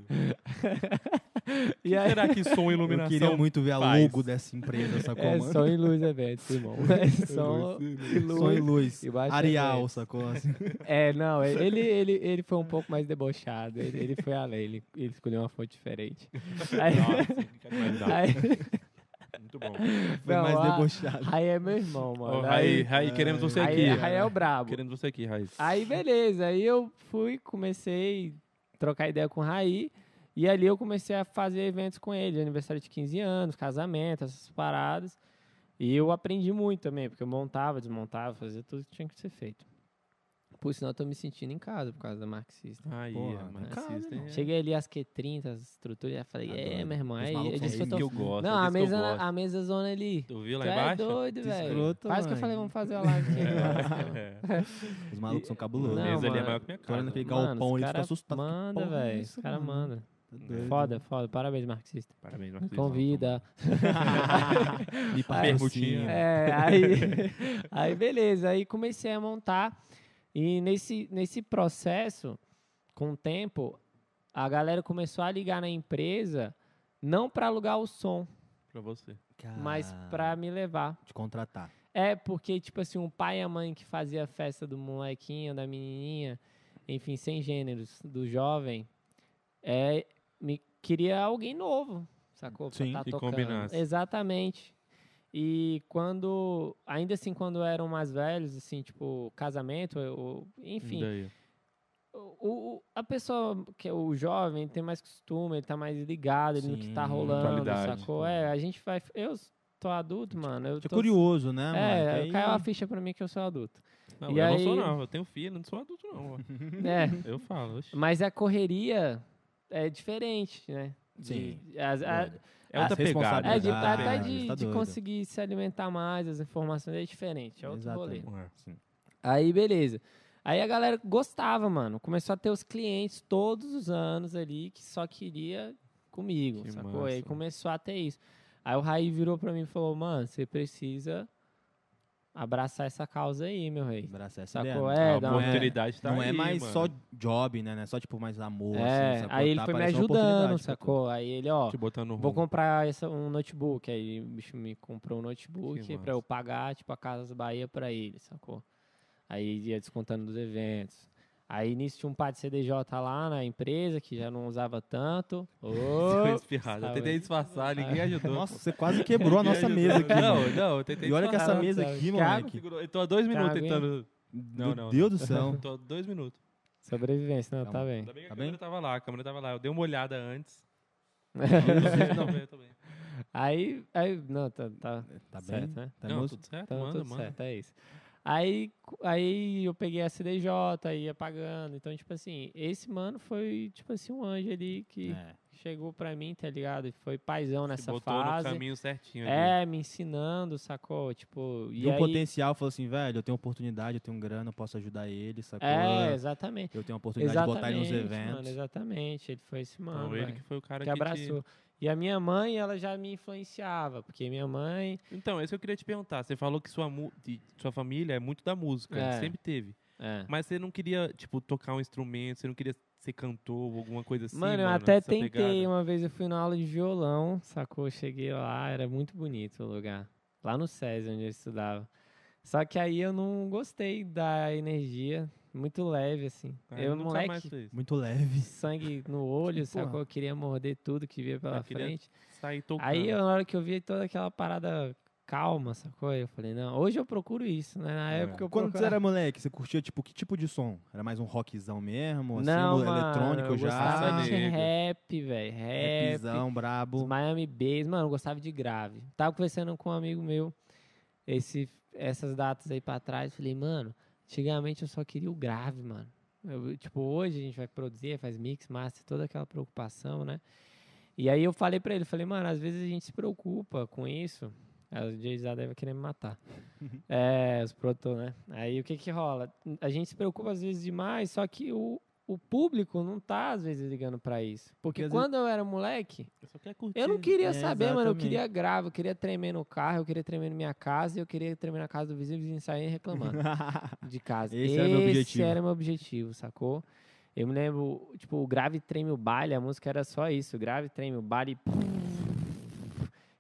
[SPEAKER 3] E aí,
[SPEAKER 1] Será que som
[SPEAKER 4] Eu
[SPEAKER 1] e iluminação.
[SPEAKER 4] queria muito ver a
[SPEAKER 1] faz.
[SPEAKER 4] logo dessa empresa, sacou,
[SPEAKER 3] é
[SPEAKER 4] mano?
[SPEAKER 3] som e luz eventos, irmão. É som e
[SPEAKER 4] Som e
[SPEAKER 3] luz.
[SPEAKER 4] luz.
[SPEAKER 3] E
[SPEAKER 1] é
[SPEAKER 3] baixo
[SPEAKER 4] Arial,
[SPEAKER 3] eventos.
[SPEAKER 4] sacou? Assim.
[SPEAKER 3] É, não, ele, ele, ele foi um pouco mais debochado. Ele, ele foi além, ele, ele escolheu uma fonte diferente. Aí-
[SPEAKER 1] Nossa, quero mais nada.
[SPEAKER 3] aí,
[SPEAKER 1] Muito bom.
[SPEAKER 4] Foi
[SPEAKER 3] Não,
[SPEAKER 4] mais
[SPEAKER 3] a-
[SPEAKER 4] debochado.
[SPEAKER 3] Aí é meu irmão,
[SPEAKER 1] Ô,
[SPEAKER 3] mano.
[SPEAKER 1] Raí, Raí, queremos você
[SPEAKER 3] aí,
[SPEAKER 1] aqui.
[SPEAKER 3] aí é o brabo.
[SPEAKER 1] Queremos você aqui, Raí.
[SPEAKER 3] Aí beleza, aí eu fui, comecei a trocar ideia com o Raí. E ali eu comecei a fazer eventos com ele, aniversário de 15 anos, casamento, essas paradas. E eu aprendi muito também, porque eu montava, desmontava, fazia tudo que tinha que ser feito. Por sinal, eu tô me sentindo em casa por causa da marxista.
[SPEAKER 1] Aí,
[SPEAKER 4] Porra,
[SPEAKER 1] é,
[SPEAKER 4] né?
[SPEAKER 1] marxista, é.
[SPEAKER 3] Cheguei ali às Q30, as estruturas, já falei, é,
[SPEAKER 4] Adoro.
[SPEAKER 3] meu irmão,
[SPEAKER 4] Tá Os
[SPEAKER 3] aí
[SPEAKER 4] malucos é
[SPEAKER 3] eu
[SPEAKER 4] são
[SPEAKER 3] disse que eu
[SPEAKER 1] Isso que
[SPEAKER 3] tô...
[SPEAKER 1] eu gosto.
[SPEAKER 3] Não, a
[SPEAKER 1] isso que eu
[SPEAKER 3] mesa,
[SPEAKER 1] gosto.
[SPEAKER 3] a mesa zona ali.
[SPEAKER 1] Tu viu lá
[SPEAKER 3] Tu é
[SPEAKER 1] embaixo?
[SPEAKER 3] doido,
[SPEAKER 4] Que
[SPEAKER 3] velho.
[SPEAKER 4] escroto,
[SPEAKER 3] Quase que eu
[SPEAKER 4] mano.
[SPEAKER 3] falei, vamos fazer a live. aqui agora.
[SPEAKER 1] É.
[SPEAKER 4] Os malucos são
[SPEAKER 1] A
[SPEAKER 4] cabulosos.
[SPEAKER 3] Não,
[SPEAKER 1] mesa ali é
[SPEAKER 3] mano.
[SPEAKER 1] maior que minha
[SPEAKER 4] Tô olhando
[SPEAKER 1] casa.
[SPEAKER 4] aquele
[SPEAKER 3] Mano,
[SPEAKER 4] galpão,
[SPEAKER 3] os
[SPEAKER 4] ele fica
[SPEAKER 3] cara
[SPEAKER 4] assustado. Que
[SPEAKER 3] Manda,
[SPEAKER 4] porra é
[SPEAKER 3] velho.
[SPEAKER 4] essa,
[SPEAKER 3] Os caras
[SPEAKER 4] mano?
[SPEAKER 3] mandam.
[SPEAKER 4] Tá
[SPEAKER 1] Né?
[SPEAKER 4] doido.
[SPEAKER 3] Foda, foda. Parabéns, marxista.
[SPEAKER 1] Parabéns, então,
[SPEAKER 3] Me
[SPEAKER 1] Marquinhos.
[SPEAKER 3] convida.
[SPEAKER 4] Me
[SPEAKER 1] Perguntinha.
[SPEAKER 4] patrocina.
[SPEAKER 3] É, aí, aí beleza. Aí comecei a montar. E nesse, nesse processo, com o tempo, a galera começou a ligar na empresa, não para alugar o som,
[SPEAKER 1] Pra você.
[SPEAKER 3] mas
[SPEAKER 4] Ah.
[SPEAKER 3] para me levar.
[SPEAKER 4] Te contratar.
[SPEAKER 3] É, porque, tipo assim, o pai e a mãe que fazia a festa do molequinho, da menininha, enfim, sem gêneros, do jovem, é, me queria alguém novo, sacou? Pra tá
[SPEAKER 4] Sim,
[SPEAKER 1] que
[SPEAKER 3] tocando.
[SPEAKER 1] combinasse.
[SPEAKER 3] Exatamente. E quando, ainda assim, quando eram mais velhos, assim, tipo, casamento, eu, enfim,
[SPEAKER 1] Daí.
[SPEAKER 3] o, o- a pessoa, que é o jovem, tem mais costume, ele tá mais ligado ele no que tá
[SPEAKER 4] Sim,
[SPEAKER 3] rolando,
[SPEAKER 1] atualidade,
[SPEAKER 3] sacou?
[SPEAKER 1] tudo.
[SPEAKER 3] É, a gente vai... Eu tô adulto, mano. Eu
[SPEAKER 4] Você é
[SPEAKER 3] tô
[SPEAKER 4] curioso, né, mano?
[SPEAKER 3] é,
[SPEAKER 4] Que aí-
[SPEAKER 3] caiu a ficha pra mim que eu sou adulto.
[SPEAKER 1] Não,
[SPEAKER 3] E
[SPEAKER 1] eu não
[SPEAKER 3] aí-
[SPEAKER 1] sou, não. Eu tenho filho, não sou adulto, não.
[SPEAKER 3] É,
[SPEAKER 1] Eu falo. oxe.
[SPEAKER 3] mas a correria é diferente, né? De-
[SPEAKER 4] Sim.
[SPEAKER 3] as- a-
[SPEAKER 4] Doido.
[SPEAKER 1] É outra
[SPEAKER 4] As
[SPEAKER 1] pegada.
[SPEAKER 3] é,
[SPEAKER 4] responsabilidades,
[SPEAKER 3] de,
[SPEAKER 1] Outra
[SPEAKER 3] até
[SPEAKER 1] pegada.
[SPEAKER 3] de,
[SPEAKER 4] tá
[SPEAKER 3] de
[SPEAKER 4] doido.
[SPEAKER 3] conseguir se alimentar mais, as informações é diferente, é outro rolê.
[SPEAKER 4] Exatamente.
[SPEAKER 1] É.
[SPEAKER 4] Sim.
[SPEAKER 3] Aí, beleza. Aí a galera gostava, mano. Começou a ter os clientes todos os anos ali que só queria comigo,
[SPEAKER 1] Que
[SPEAKER 3] sacou? Aí
[SPEAKER 1] massa.
[SPEAKER 3] começou a ter isso. Aí o Raí virou pra mim e falou, mano, você precisa abraçar essa causa aí, meu rei.
[SPEAKER 4] Abraçar essa ideia. né?
[SPEAKER 3] Sacou?
[SPEAKER 1] A
[SPEAKER 3] É, dá uma-
[SPEAKER 1] oportunidade tá
[SPEAKER 4] Não é
[SPEAKER 1] aí,
[SPEAKER 4] mais
[SPEAKER 1] mano.
[SPEAKER 4] só job, né? Não é só, tipo, mais amor,
[SPEAKER 3] É,
[SPEAKER 4] assim, sacou?
[SPEAKER 3] aí ele
[SPEAKER 4] Tá
[SPEAKER 3] foi me
[SPEAKER 4] aparecendo uma
[SPEAKER 3] ajudando,
[SPEAKER 4] oportunidade Tipo, pra tu.
[SPEAKER 3] sacou? Aí ele, ó,
[SPEAKER 1] Te botando no
[SPEAKER 3] vou
[SPEAKER 1] rumo.
[SPEAKER 3] comprar essa, um notebook. Aí o bicho me comprou um
[SPEAKER 1] Que
[SPEAKER 3] notebook pra eu
[SPEAKER 1] massa.
[SPEAKER 3] pagar, tipo, a Casas Bahia pra ele, sacou? Aí ia descontando dos eventos. Aí nisso tinha um par de CDJ lá na empresa, que já não usava tanto.
[SPEAKER 1] Tô
[SPEAKER 3] Ô,
[SPEAKER 1] espirrado. Eu
[SPEAKER 3] Sabe?
[SPEAKER 1] tentei disfarçar, ninguém ajudou.
[SPEAKER 4] Nossa, você quase quebrou a
[SPEAKER 1] Ninguém
[SPEAKER 4] nossa
[SPEAKER 1] ajudou.
[SPEAKER 4] mesa aqui,
[SPEAKER 1] Não,
[SPEAKER 4] mano.
[SPEAKER 1] não, eu tentei
[SPEAKER 4] E olha que essa
[SPEAKER 1] disfarçar.
[SPEAKER 4] mesa
[SPEAKER 3] sabe?
[SPEAKER 4] aqui,
[SPEAKER 3] Cara,
[SPEAKER 4] moleque.
[SPEAKER 1] Segurou. Eu tô há dois
[SPEAKER 3] Tá
[SPEAKER 1] minutos
[SPEAKER 3] bem?
[SPEAKER 1] tentando. Não,
[SPEAKER 4] Meu
[SPEAKER 1] não.
[SPEAKER 4] Deus do céu.
[SPEAKER 1] Tô há dois minutos.
[SPEAKER 3] sobrevivência, não, tá
[SPEAKER 4] Calma.
[SPEAKER 3] bem.
[SPEAKER 1] Ainda bem que a
[SPEAKER 4] Tá
[SPEAKER 1] câmera
[SPEAKER 4] bem?
[SPEAKER 1] tava lá, a câmera tava lá. Eu dei uma olhada antes. Tô bem, tô bem.
[SPEAKER 3] Aí, aí, não, tá, tá
[SPEAKER 4] Tá bem?
[SPEAKER 3] certo, né?
[SPEAKER 4] Tá
[SPEAKER 1] não,
[SPEAKER 4] moço?
[SPEAKER 1] tudo certo?
[SPEAKER 3] Então,
[SPEAKER 1] manda,
[SPEAKER 3] tudo
[SPEAKER 1] manda.
[SPEAKER 3] certo, é isso. Aí, cu- aí eu peguei a CDJ, ia pagando. Então, tipo assim, esse mano foi, tipo assim, um anjo ali que
[SPEAKER 4] É.
[SPEAKER 3] chegou pra mim, tá ligado? Foi paizão
[SPEAKER 1] Se
[SPEAKER 3] nessa
[SPEAKER 1] botou no
[SPEAKER 3] fase.
[SPEAKER 1] caminho certinho. ali.
[SPEAKER 3] É, me ensinando, sacou? Tipo, e
[SPEAKER 4] E um
[SPEAKER 3] aí-
[SPEAKER 4] potencial falou assim, velho, eu tenho oportunidade, eu tenho grana, eu posso ajudar ele, sacou?
[SPEAKER 3] É, exatamente.
[SPEAKER 4] Eu tenho a oportunidade
[SPEAKER 3] Exatamente,
[SPEAKER 4] de botar ele nos
[SPEAKER 3] Mano,
[SPEAKER 4] eventos.
[SPEAKER 3] exatamente, ele foi esse mano,
[SPEAKER 1] Então ele
[SPEAKER 3] velho,
[SPEAKER 1] que foi o cara
[SPEAKER 3] que,
[SPEAKER 1] que, te-
[SPEAKER 3] abraçou. E a minha mãe, ela já me influenciava, porque minha mãe...
[SPEAKER 1] Então, esse que eu queria te perguntar. Você falou que sua, mu- de- sua família é muito da música,
[SPEAKER 3] É.
[SPEAKER 1] sempre teve.
[SPEAKER 3] É.
[SPEAKER 1] Mas você não queria, tipo, tocar um instrumento, você não queria ser cantor ou alguma coisa assim?
[SPEAKER 3] Mano, eu até
[SPEAKER 1] essa
[SPEAKER 3] tentei.
[SPEAKER 1] pegada?
[SPEAKER 3] Uma vez eu fui na aula de violão, sacou? Eu cheguei lá, era muito bonito o lugar. Lá no SESI, onde eu estudava. Só que aí eu não gostei da energia Muito leve, assim.
[SPEAKER 1] Cara,
[SPEAKER 3] eu,
[SPEAKER 1] nunca
[SPEAKER 3] moleque,
[SPEAKER 1] Ah, tá mais fiz.
[SPEAKER 2] Muito leve.
[SPEAKER 3] sangue no olho,
[SPEAKER 2] Porra.
[SPEAKER 3] sacou? Eu queria morder tudo que via pela
[SPEAKER 1] Ah, queria né?
[SPEAKER 3] frente.
[SPEAKER 1] Saí tocando.
[SPEAKER 3] Aí, eu- na hora que eu vi toda aquela parada calma, sacou? Eu falei, não, hoje eu procuro isso, né? Na
[SPEAKER 1] É.
[SPEAKER 3] época eu
[SPEAKER 2] Quando você
[SPEAKER 3] procurava-
[SPEAKER 2] era moleque, você curtia, tipo, que tipo de som? Era mais um rockzão mesmo? Assim,
[SPEAKER 3] Não,
[SPEAKER 2] um
[SPEAKER 3] mano,
[SPEAKER 2] eletrônico
[SPEAKER 3] eu
[SPEAKER 2] já?
[SPEAKER 3] gostava de
[SPEAKER 1] Raça negra.
[SPEAKER 3] rap, velho. Rap,
[SPEAKER 2] Rapzão,
[SPEAKER 3] os
[SPEAKER 2] brabo.
[SPEAKER 3] Miami Bass. Mano, eu gostava de grave. Tava conversando com um amigo meu esse, essas datas aí pra trás. Falei, mano, antigamente eu só queria o grave, mano. Eu, tipo, hoje a gente vai produzir, faz mix, master, toda aquela preocupação, né? E aí eu falei pra ele, falei, mano, às vezes a gente se preocupa com isso. Aí O DJ já deve querer me matar. é, os produtores, né? Aí o que que rola? A gente se preocupa às vezes demais, só que o, o público não tá às vezes ligando pra isso.
[SPEAKER 2] Porque,
[SPEAKER 3] Porque
[SPEAKER 2] às vezes-
[SPEAKER 3] quando eu era moleque,
[SPEAKER 1] Eu só quero curtir. né?
[SPEAKER 3] eu não queria
[SPEAKER 2] É,
[SPEAKER 3] saber, mano. Eu
[SPEAKER 2] exatamente.
[SPEAKER 3] queria grave, eu queria tremer no carro, eu queria tremer na minha casa, eu queria tremer na casa do vizinho, o vizinho sair reclamando de casa.
[SPEAKER 2] Esse era meu objetivo.
[SPEAKER 3] era meu objetivo, sacou? Eu me lembro, tipo, o grave treme o baile, a música era só isso. o Grave treme o baile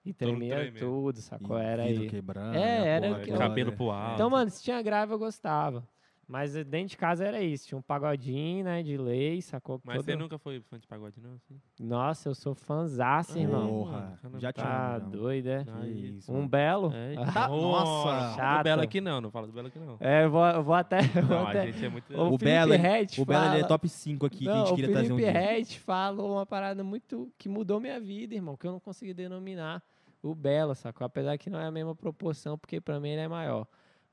[SPEAKER 3] e tremia
[SPEAKER 1] treme.
[SPEAKER 3] tudo, sacou?
[SPEAKER 2] E
[SPEAKER 3] Era
[SPEAKER 2] vidro
[SPEAKER 3] aí.
[SPEAKER 2] quebrando.
[SPEAKER 3] É,
[SPEAKER 2] né,
[SPEAKER 3] era
[SPEAKER 2] porra
[SPEAKER 3] o que
[SPEAKER 2] toda.
[SPEAKER 1] Cabelo pro alto.
[SPEAKER 3] Então, mano, se tinha grave eu gostava. Mas eh, dentro de casa era isso. Tinha um pagodinho, né, de lei, sacou?
[SPEAKER 1] Mas
[SPEAKER 3] Todo-
[SPEAKER 1] você nunca foi fã de pagode, não? Assim?
[SPEAKER 3] Nossa, eu sou fãzaço,
[SPEAKER 1] Ah,
[SPEAKER 3] irmão.
[SPEAKER 2] Porra,
[SPEAKER 1] Não,
[SPEAKER 2] já tinha.
[SPEAKER 3] Tá
[SPEAKER 2] não.
[SPEAKER 3] doido, é?
[SPEAKER 1] Não,
[SPEAKER 2] Que
[SPEAKER 1] isso.
[SPEAKER 2] isso,
[SPEAKER 3] Um
[SPEAKER 2] mano.
[SPEAKER 3] belo?
[SPEAKER 1] É,
[SPEAKER 2] tá- nossa.
[SPEAKER 1] Não fala do Belo
[SPEAKER 3] Chato.
[SPEAKER 1] aqui não, não fala do Belo aqui não.
[SPEAKER 3] É, eu vou, eu vou até. eu vou
[SPEAKER 1] Não, a
[SPEAKER 3] até-
[SPEAKER 1] gente é muito...
[SPEAKER 2] O Belo, ele-
[SPEAKER 3] Hatch
[SPEAKER 2] O Belo ele é
[SPEAKER 3] fala-
[SPEAKER 2] top 5 aqui que a
[SPEAKER 3] Não,
[SPEAKER 2] gente queria trazer um
[SPEAKER 3] O Felipe é,
[SPEAKER 2] dia.
[SPEAKER 3] Hatch falou uma parada muito. que mudou minha vida, irmão, que eu não consegui denominar o Belo, sacou? Apesar que não é a mesma proporção, porque pra mim ele é maior.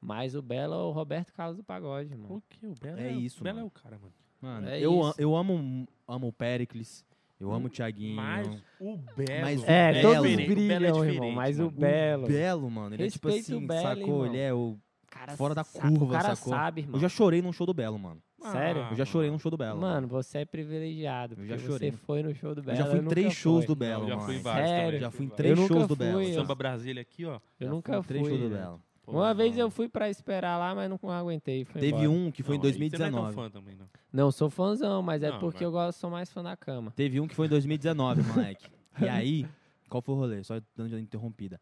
[SPEAKER 3] Mas o Belo é o Roberto Carlos do Pagode, irmão.
[SPEAKER 1] O que? O Belo
[SPEAKER 2] É
[SPEAKER 1] é,
[SPEAKER 2] isso,
[SPEAKER 1] O Belo
[SPEAKER 2] mano.
[SPEAKER 1] é o cara, mano.
[SPEAKER 2] Mano,
[SPEAKER 3] É
[SPEAKER 2] eu,
[SPEAKER 3] isso.
[SPEAKER 2] am- eu amo, amo o Pericles, eu amo o Thiaguinho.
[SPEAKER 1] Mas o Belo...
[SPEAKER 2] Mas o
[SPEAKER 3] É,
[SPEAKER 2] Belo-
[SPEAKER 3] todos
[SPEAKER 2] Belo é
[SPEAKER 3] brilham, irmão, mas o
[SPEAKER 1] mano.
[SPEAKER 3] Belo.
[SPEAKER 2] O Belo, mano, ele é
[SPEAKER 3] Respeita
[SPEAKER 2] tipo
[SPEAKER 3] o
[SPEAKER 2] assim,
[SPEAKER 3] Belo,
[SPEAKER 2] sacou?
[SPEAKER 3] irmão.
[SPEAKER 2] Ele é o...
[SPEAKER 3] Cara
[SPEAKER 2] fora da
[SPEAKER 3] sa-
[SPEAKER 2] curva,
[SPEAKER 3] o cara
[SPEAKER 2] sacou?
[SPEAKER 3] sabe, irmão.
[SPEAKER 2] Eu já chorei num show do Belo, mano.
[SPEAKER 1] Ah,
[SPEAKER 3] Sério?
[SPEAKER 2] Eu já chorei num show do Belo.
[SPEAKER 3] Mano, você é privilegiado.
[SPEAKER 2] Eu
[SPEAKER 3] Porque
[SPEAKER 2] já
[SPEAKER 3] você
[SPEAKER 2] chorei.
[SPEAKER 3] foi no show do Belo.
[SPEAKER 2] eu já fui
[SPEAKER 3] eu
[SPEAKER 2] em
[SPEAKER 3] nunca
[SPEAKER 2] três shows
[SPEAKER 3] fui.
[SPEAKER 2] do Belo,
[SPEAKER 1] Não, eu já
[SPEAKER 2] mano.
[SPEAKER 1] fui em vários
[SPEAKER 3] Sério?
[SPEAKER 1] também,
[SPEAKER 2] Já fui em
[SPEAKER 1] vários.
[SPEAKER 2] três
[SPEAKER 3] Eu nunca
[SPEAKER 2] shows do
[SPEAKER 3] fui,
[SPEAKER 2] Belo.
[SPEAKER 3] eu-
[SPEAKER 1] Samba Brasília aqui, ó.
[SPEAKER 3] Eu
[SPEAKER 2] Já
[SPEAKER 3] nunca
[SPEAKER 2] fui em três
[SPEAKER 3] fui.
[SPEAKER 2] shows do
[SPEAKER 3] velho.
[SPEAKER 2] Belo.
[SPEAKER 1] Pô,
[SPEAKER 3] Uma vez
[SPEAKER 1] mano.
[SPEAKER 3] eu fui pra esperar lá, mas não aguentei. Fui
[SPEAKER 2] Teve
[SPEAKER 3] embora.
[SPEAKER 2] um que foi em
[SPEAKER 1] Não, aí Você
[SPEAKER 2] 2019.
[SPEAKER 1] não é tão fã também, não.
[SPEAKER 3] Não, sou fãzão, mas é
[SPEAKER 1] Não,
[SPEAKER 3] porque
[SPEAKER 1] mas-
[SPEAKER 3] eu gosto, sou mais fã da cama.
[SPEAKER 2] Teve um que foi em 2019, moleque. E aí, qual foi o rolê? Só dando uma interrompida.